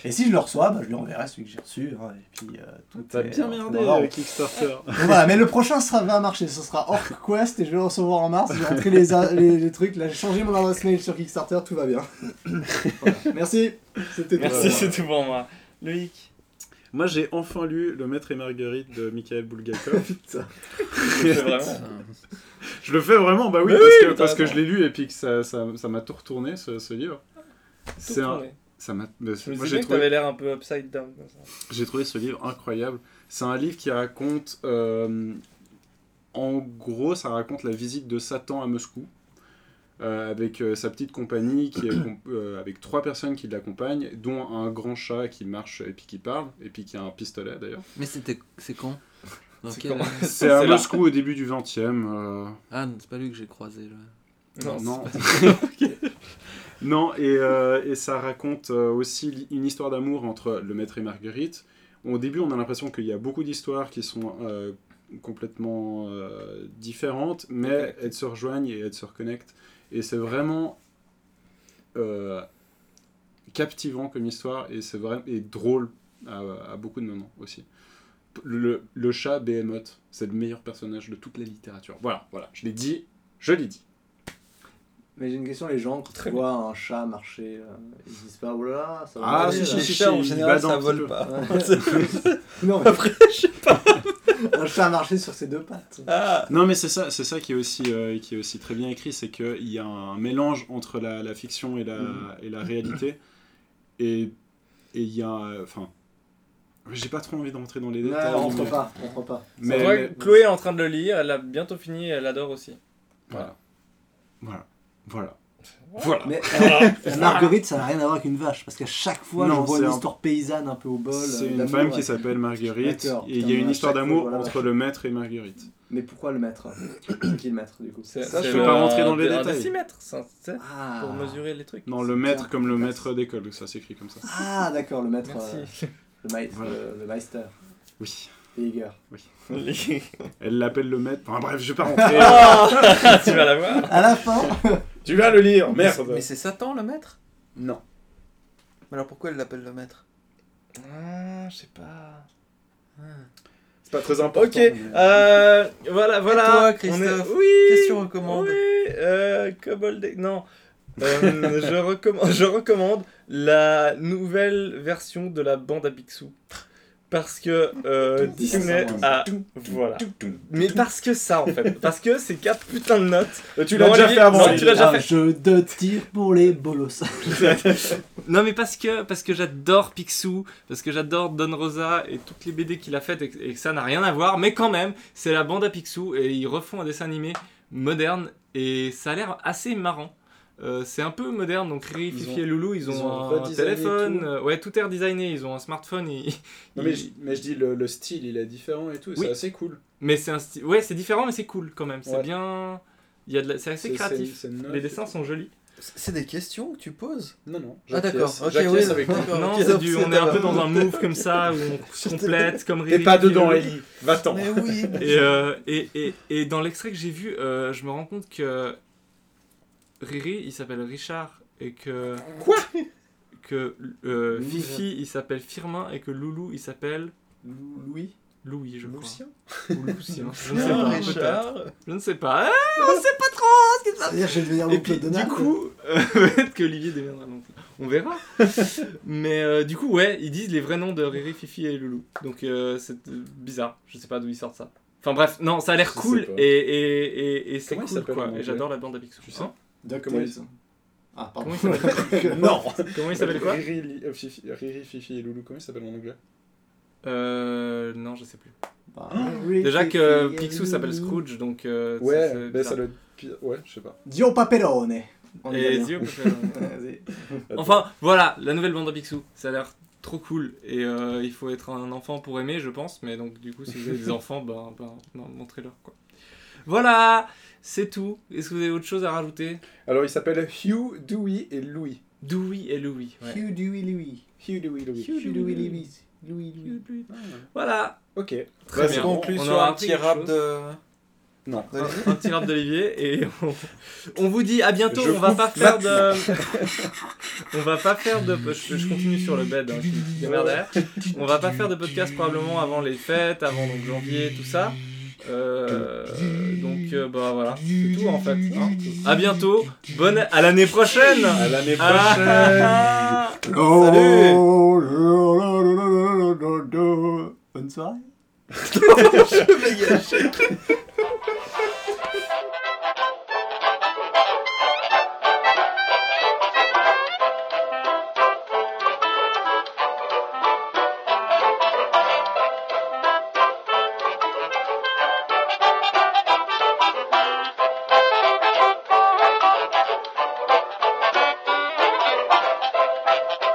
Speaker 5: Et si je le reçois, bah, je lui enverrai celui que j'ai reçu. hein, et puis, euh, tout
Speaker 4: T'as
Speaker 5: est
Speaker 4: bien
Speaker 5: en
Speaker 4: merdé
Speaker 5: ordre.
Speaker 4: euh, Kickstarter.
Speaker 5: Donc voilà, mais le prochain sera, va marcher, ce sera Orc Quest et je vais le recevoir en mars. J'ai rentré les, a- les, les trucs, là j'ai changé mon adresse mail sur Kickstarter, tout va bien. Voilà. Merci, c'était tout.
Speaker 35: Merci, c'est tout pour moi. Loïc.
Speaker 4: Moi, j'ai enfin lu Le Maître et Marguerite de Mikhail Bulgakov.
Speaker 35: C'est vraiment.
Speaker 4: Je le fais vraiment, bah oui, parce, que, parce que je l'ai lu et puis que ça, ça, ça m'a tout retourné ce, ce livre. C'est un.
Speaker 35: retourné.
Speaker 4: Ça m'a. mais
Speaker 35: Je me
Speaker 4: Moi,
Speaker 35: disais
Speaker 4: j'ai
Speaker 35: que
Speaker 4: trouvé,
Speaker 35: t'avais l'air un peu upside down. comme ça.
Speaker 4: j'ai trouvé ce livre incroyable. C'est un livre qui raconte. euh, en gros, ça raconte la visite de Satan à Moscou. euh, avec euh, sa petite compagnie, qui est com- euh, avec trois personnes qui l'accompagnent, dont un grand chat qui marche et puis qui parle, et puis qui a un pistolet d'ailleurs.
Speaker 8: Mais c'était. C'est euh, quand Dans
Speaker 35: C'est
Speaker 8: quel-
Speaker 35: quand
Speaker 4: C'est à
Speaker 35: là.
Speaker 4: Moscou au début du 20 e
Speaker 8: Ah, non, c'est pas lui que j'ai croisé. Là.
Speaker 35: Non,
Speaker 4: Non. non, et, euh, et ça raconte euh, aussi li- une histoire d'amour entre le maître et Marguerite. Au début, on a l'impression qu'il y a beaucoup d'histoires qui sont euh, complètement euh, différentes, mais elles se rejoignent et elles se reconnectent. Et c'est vraiment euh, captivant comme histoire et c'est vrai et drôle à, à beaucoup de moments aussi. Le, le chat Behemoth, c'est le meilleur personnage de toute la littérature. Voilà, voilà, je l'ai dit, je l'ai dit.
Speaker 5: Mais j'ai une question, les gens, quand
Speaker 35: Très
Speaker 5: ils voient un chat marcher, euh, ils se disent pas, oh là là, ça va
Speaker 4: Ah,
Speaker 5: aller,
Speaker 4: si,
Speaker 5: là.
Speaker 4: si,
Speaker 13: en
Speaker 4: il
Speaker 13: général,
Speaker 4: badant
Speaker 13: ça
Speaker 4: un petit
Speaker 13: vole
Speaker 4: peu.
Speaker 13: pas.
Speaker 5: Ouais. non, mais
Speaker 13: Après, je sais pas.
Speaker 5: un chat marcher sur ses deux pattes.
Speaker 13: Ah,
Speaker 4: Non, mais c'est ça, c'est ça qui est aussi euh, qui est aussi très bien écrit, c'est qu'il y a un mélange entre la, la fiction et la,
Speaker 5: Mm.
Speaker 4: et la réalité, et et il y a, euh, enfin, j'ai pas trop envie de rentrer dans les
Speaker 5: Non,
Speaker 4: détails,
Speaker 5: on rentre
Speaker 4: mais,
Speaker 5: pas, on rentre pas.
Speaker 35: C'est
Speaker 4: mais-
Speaker 35: vrai
Speaker 4: mais-
Speaker 35: que Chloé est en train de le lire, elle a bientôt fini et elle adore aussi.
Speaker 4: voilà, voilà, voilà.
Speaker 35: Voilà.
Speaker 5: Mais euh, la Marguerite, ça n'a rien à voir qu'une vache, parce qu'à chaque fois,
Speaker 4: Non,
Speaker 5: j'en vois
Speaker 4: c'est
Speaker 5: une
Speaker 4: un-
Speaker 5: histoire paysanne un peu au bol.
Speaker 4: C'est
Speaker 5: euh,
Speaker 4: une
Speaker 5: d'amour,
Speaker 4: femme
Speaker 5: ouais.
Speaker 4: qui s'appelle Marguerite,
Speaker 5: D'accord,
Speaker 4: et il y
Speaker 5: putain,
Speaker 4: a une
Speaker 5: à
Speaker 4: histoire
Speaker 5: chaque
Speaker 4: d'amour
Speaker 5: fois, voilà.
Speaker 4: entre le maître et Marguerite.
Speaker 5: Mais pourquoi le maître C'est qui le maître du coup
Speaker 35: C'est-
Speaker 4: Ça, je
Speaker 35: c'est
Speaker 4: peux pas
Speaker 35: le-
Speaker 4: rentrer dans les
Speaker 35: un
Speaker 4: détails.
Speaker 35: décimètre, c'est un- c'est
Speaker 5: Ah,
Speaker 35: pour mesurer les trucs.
Speaker 4: Non, le maître comme le maître d'école, ça s'écrit comme ça.
Speaker 5: ah d'accord, le maître. euh,
Speaker 35: Merci.
Speaker 5: le, maître euh,
Speaker 4: Voilà.
Speaker 5: le, le Meister,
Speaker 4: Oui.
Speaker 5: le Jäger.
Speaker 4: Elle l'appelle le maître. Enfin bref, je vais pas rentrer.
Speaker 35: tu vas la voir.
Speaker 5: À la fin,
Speaker 4: tu vas le lire,
Speaker 13: Mais c'est Satan le maître
Speaker 4: Non.
Speaker 13: Mais alors pourquoi elle l'appelle le maître
Speaker 35: Ah, je sais pas.
Speaker 4: C'est pas très important.
Speaker 35: Ok, euh, voilà, voilà.
Speaker 13: toi,
Speaker 35: on est-
Speaker 13: Christophe,
Speaker 35: oui,
Speaker 13: qu'est-ce que tu recommandes
Speaker 35: Oui, euh, Kobold- Non, Euh, je, recommande, je recommande la nouvelle version de la bande à Picsou. Parce que euh, Disney a. Voilà. Mais parce que ça en fait. Parce que ces quatre putains de notes.
Speaker 4: Euh, Tu l'as
Speaker 35: Non,
Speaker 4: déjà
Speaker 35: Olivier,
Speaker 4: fait avant.
Speaker 35: non, tu l'as déjà fait.
Speaker 5: un jeu de tir pour les bolos.
Speaker 3: Non mais parce que parce que j'adore Picsou, parce que j'adore Don Rosa et toutes les BD qu'il a faites et, que- et que ça n'a rien à voir, mais quand même, c'est la bande à Picsou et ils refont un dessin animé moderne et ça a l'air assez marrant. Euh, c'est un peu moderne, donc Riri,
Speaker 4: Ils
Speaker 3: Fifi et Loulou, ils ont,
Speaker 4: ils ont
Speaker 3: un
Speaker 4: redesigné
Speaker 3: téléphone,
Speaker 4: tout.
Speaker 3: euh, ouais tout est redesigné, ils ont un smartphone, ils-
Speaker 4: Non, mais, je, mais je dis le, le style, il est différent et tout, et
Speaker 3: Oui.
Speaker 4: c'est assez cool.
Speaker 3: mais c'est un style, ouais c'est différent mais c'est cool quand même, c'est
Speaker 4: Ouais.
Speaker 3: bien, il y a de la- c'est assez créatif,
Speaker 4: c'est neuf
Speaker 3: les
Speaker 4: et
Speaker 3: dessins
Speaker 4: tout.
Speaker 3: sont jolis.
Speaker 13: C'est c'est des questions que tu poses
Speaker 4: Non, non.
Speaker 13: Ah d'accord,
Speaker 4: j'acquiesce.
Speaker 13: ok,
Speaker 4: J'acquiesce
Speaker 13: oui,
Speaker 4: avec toi.
Speaker 13: d'accord,
Speaker 3: non,
Speaker 13: ok,
Speaker 3: c'est du- on est un peu
Speaker 13: d'accord.
Speaker 3: dans un move comme ça où on complète comme Riri.
Speaker 4: T'es pas
Speaker 3: Fifi et
Speaker 4: dedans,
Speaker 3: Loulou.
Speaker 4: Ellie. Va-t'en.
Speaker 13: Mais oui
Speaker 3: Et, euh, et, et, et dans l'extrait que j'ai vu, euh, je me rends compte que Riri, il s'appelle Richard et que...
Speaker 4: Quoi
Speaker 3: Que euh,
Speaker 5: Louis.
Speaker 3: Fifi, il s'appelle Firmin et que Loulou, il s'appelle
Speaker 5: Louis
Speaker 3: Louis, je crois.
Speaker 4: Lucien
Speaker 3: Ou Lucien. Je ne sais
Speaker 13: Non,
Speaker 3: pas, peut-être.
Speaker 13: Richard,
Speaker 3: Je ne sais pas. Ah,
Speaker 5: C'est-à-dire, je vais devenir
Speaker 3: et
Speaker 5: l'oncle
Speaker 3: puis,
Speaker 5: de
Speaker 3: du
Speaker 5: Donald.
Speaker 3: coup, euh, peut-être que Olivier deviendra l'oncle. On verra. Mais euh, du coup, ouais, ils disent les vrais noms de Riri, Fifi et Loulou. Donc euh, c'est euh, bizarre. Je sais pas d'où ils sortent ça. Enfin bref, non, ça a l'air
Speaker 4: Je sais
Speaker 3: cool
Speaker 4: pas.
Speaker 3: et, et, et, et c'est
Speaker 4: Comment il
Speaker 3: cool
Speaker 4: s'appelle en
Speaker 3: quoi.
Speaker 4: anglais
Speaker 3: Et j'adore la bande à Picsou.
Speaker 4: Tu sais
Speaker 3: Hein
Speaker 4: Comment ils
Speaker 5: DuckTales. Ah, pardon.
Speaker 3: Comment il s'appelle
Speaker 4: Non
Speaker 3: Comment il s'appelle quoi
Speaker 4: Riri, Li- euh, Fifi, Riri, Fifi et Loulou, comment ils s'appellent en anglais
Speaker 3: Euh. Non, je sais plus.
Speaker 5: Bah,
Speaker 3: Déjà que euh, Picsou s'appelle Scrooge, donc. euh, ça,
Speaker 4: Ouais,
Speaker 3: c'est
Speaker 4: ben
Speaker 3: bizarre.
Speaker 4: ça doit être pire. Ouais, je sais pas.
Speaker 5: Dio Paperone. On y va
Speaker 3: Et
Speaker 5: bien.
Speaker 3: Zio peut faire-
Speaker 5: Vas-y.
Speaker 3: Enfin, voilà, la nouvelle bande à Picsou. Ça a l'air trop cool. Et euh, il faut être un enfant pour aimer, je pense. Mais donc, du coup, si vous avez des enfants, ben, ben, non, montrez-leur, quoi. Voilà, c'est tout. Est-ce que vous avez autre chose à rajouter
Speaker 4: Alors, ils s'appellent Hugh, Dewey et Louis.
Speaker 3: Dewey et Louis. ouais.
Speaker 5: Hugh Dewey Louis.
Speaker 4: Hugh, Dewey, Louis.
Speaker 5: Hugh Dewey Louis. Louis Louis.
Speaker 3: Voilà.
Speaker 4: Ok.
Speaker 3: Très
Speaker 4: Bah, c'est
Speaker 3: bien.
Speaker 4: bon.
Speaker 13: conclut
Speaker 3: on
Speaker 13: sur
Speaker 3: aura
Speaker 13: un
Speaker 3: appris
Speaker 13: petit
Speaker 3: quelque
Speaker 13: rap
Speaker 3: chose.
Speaker 13: de...
Speaker 3: Non. Un, un petit rap d'Olivier et on, on, vous dit à bientôt.
Speaker 36: Je
Speaker 3: on va pas faire
Speaker 36: la-
Speaker 3: de. on va pas faire de. Je, je continue sur le bed. hein, je me suis démerdé. On va pas faire de podcast probablement avant les fêtes, avant donc janvier, tout ça. Euh, donc euh, bah voilà, c'est tout en fait. hein. À bientôt. Bonne à l'année prochaine. Ah. À l'année prochaine.
Speaker 5: Bonne soirée.
Speaker 37: Thank you.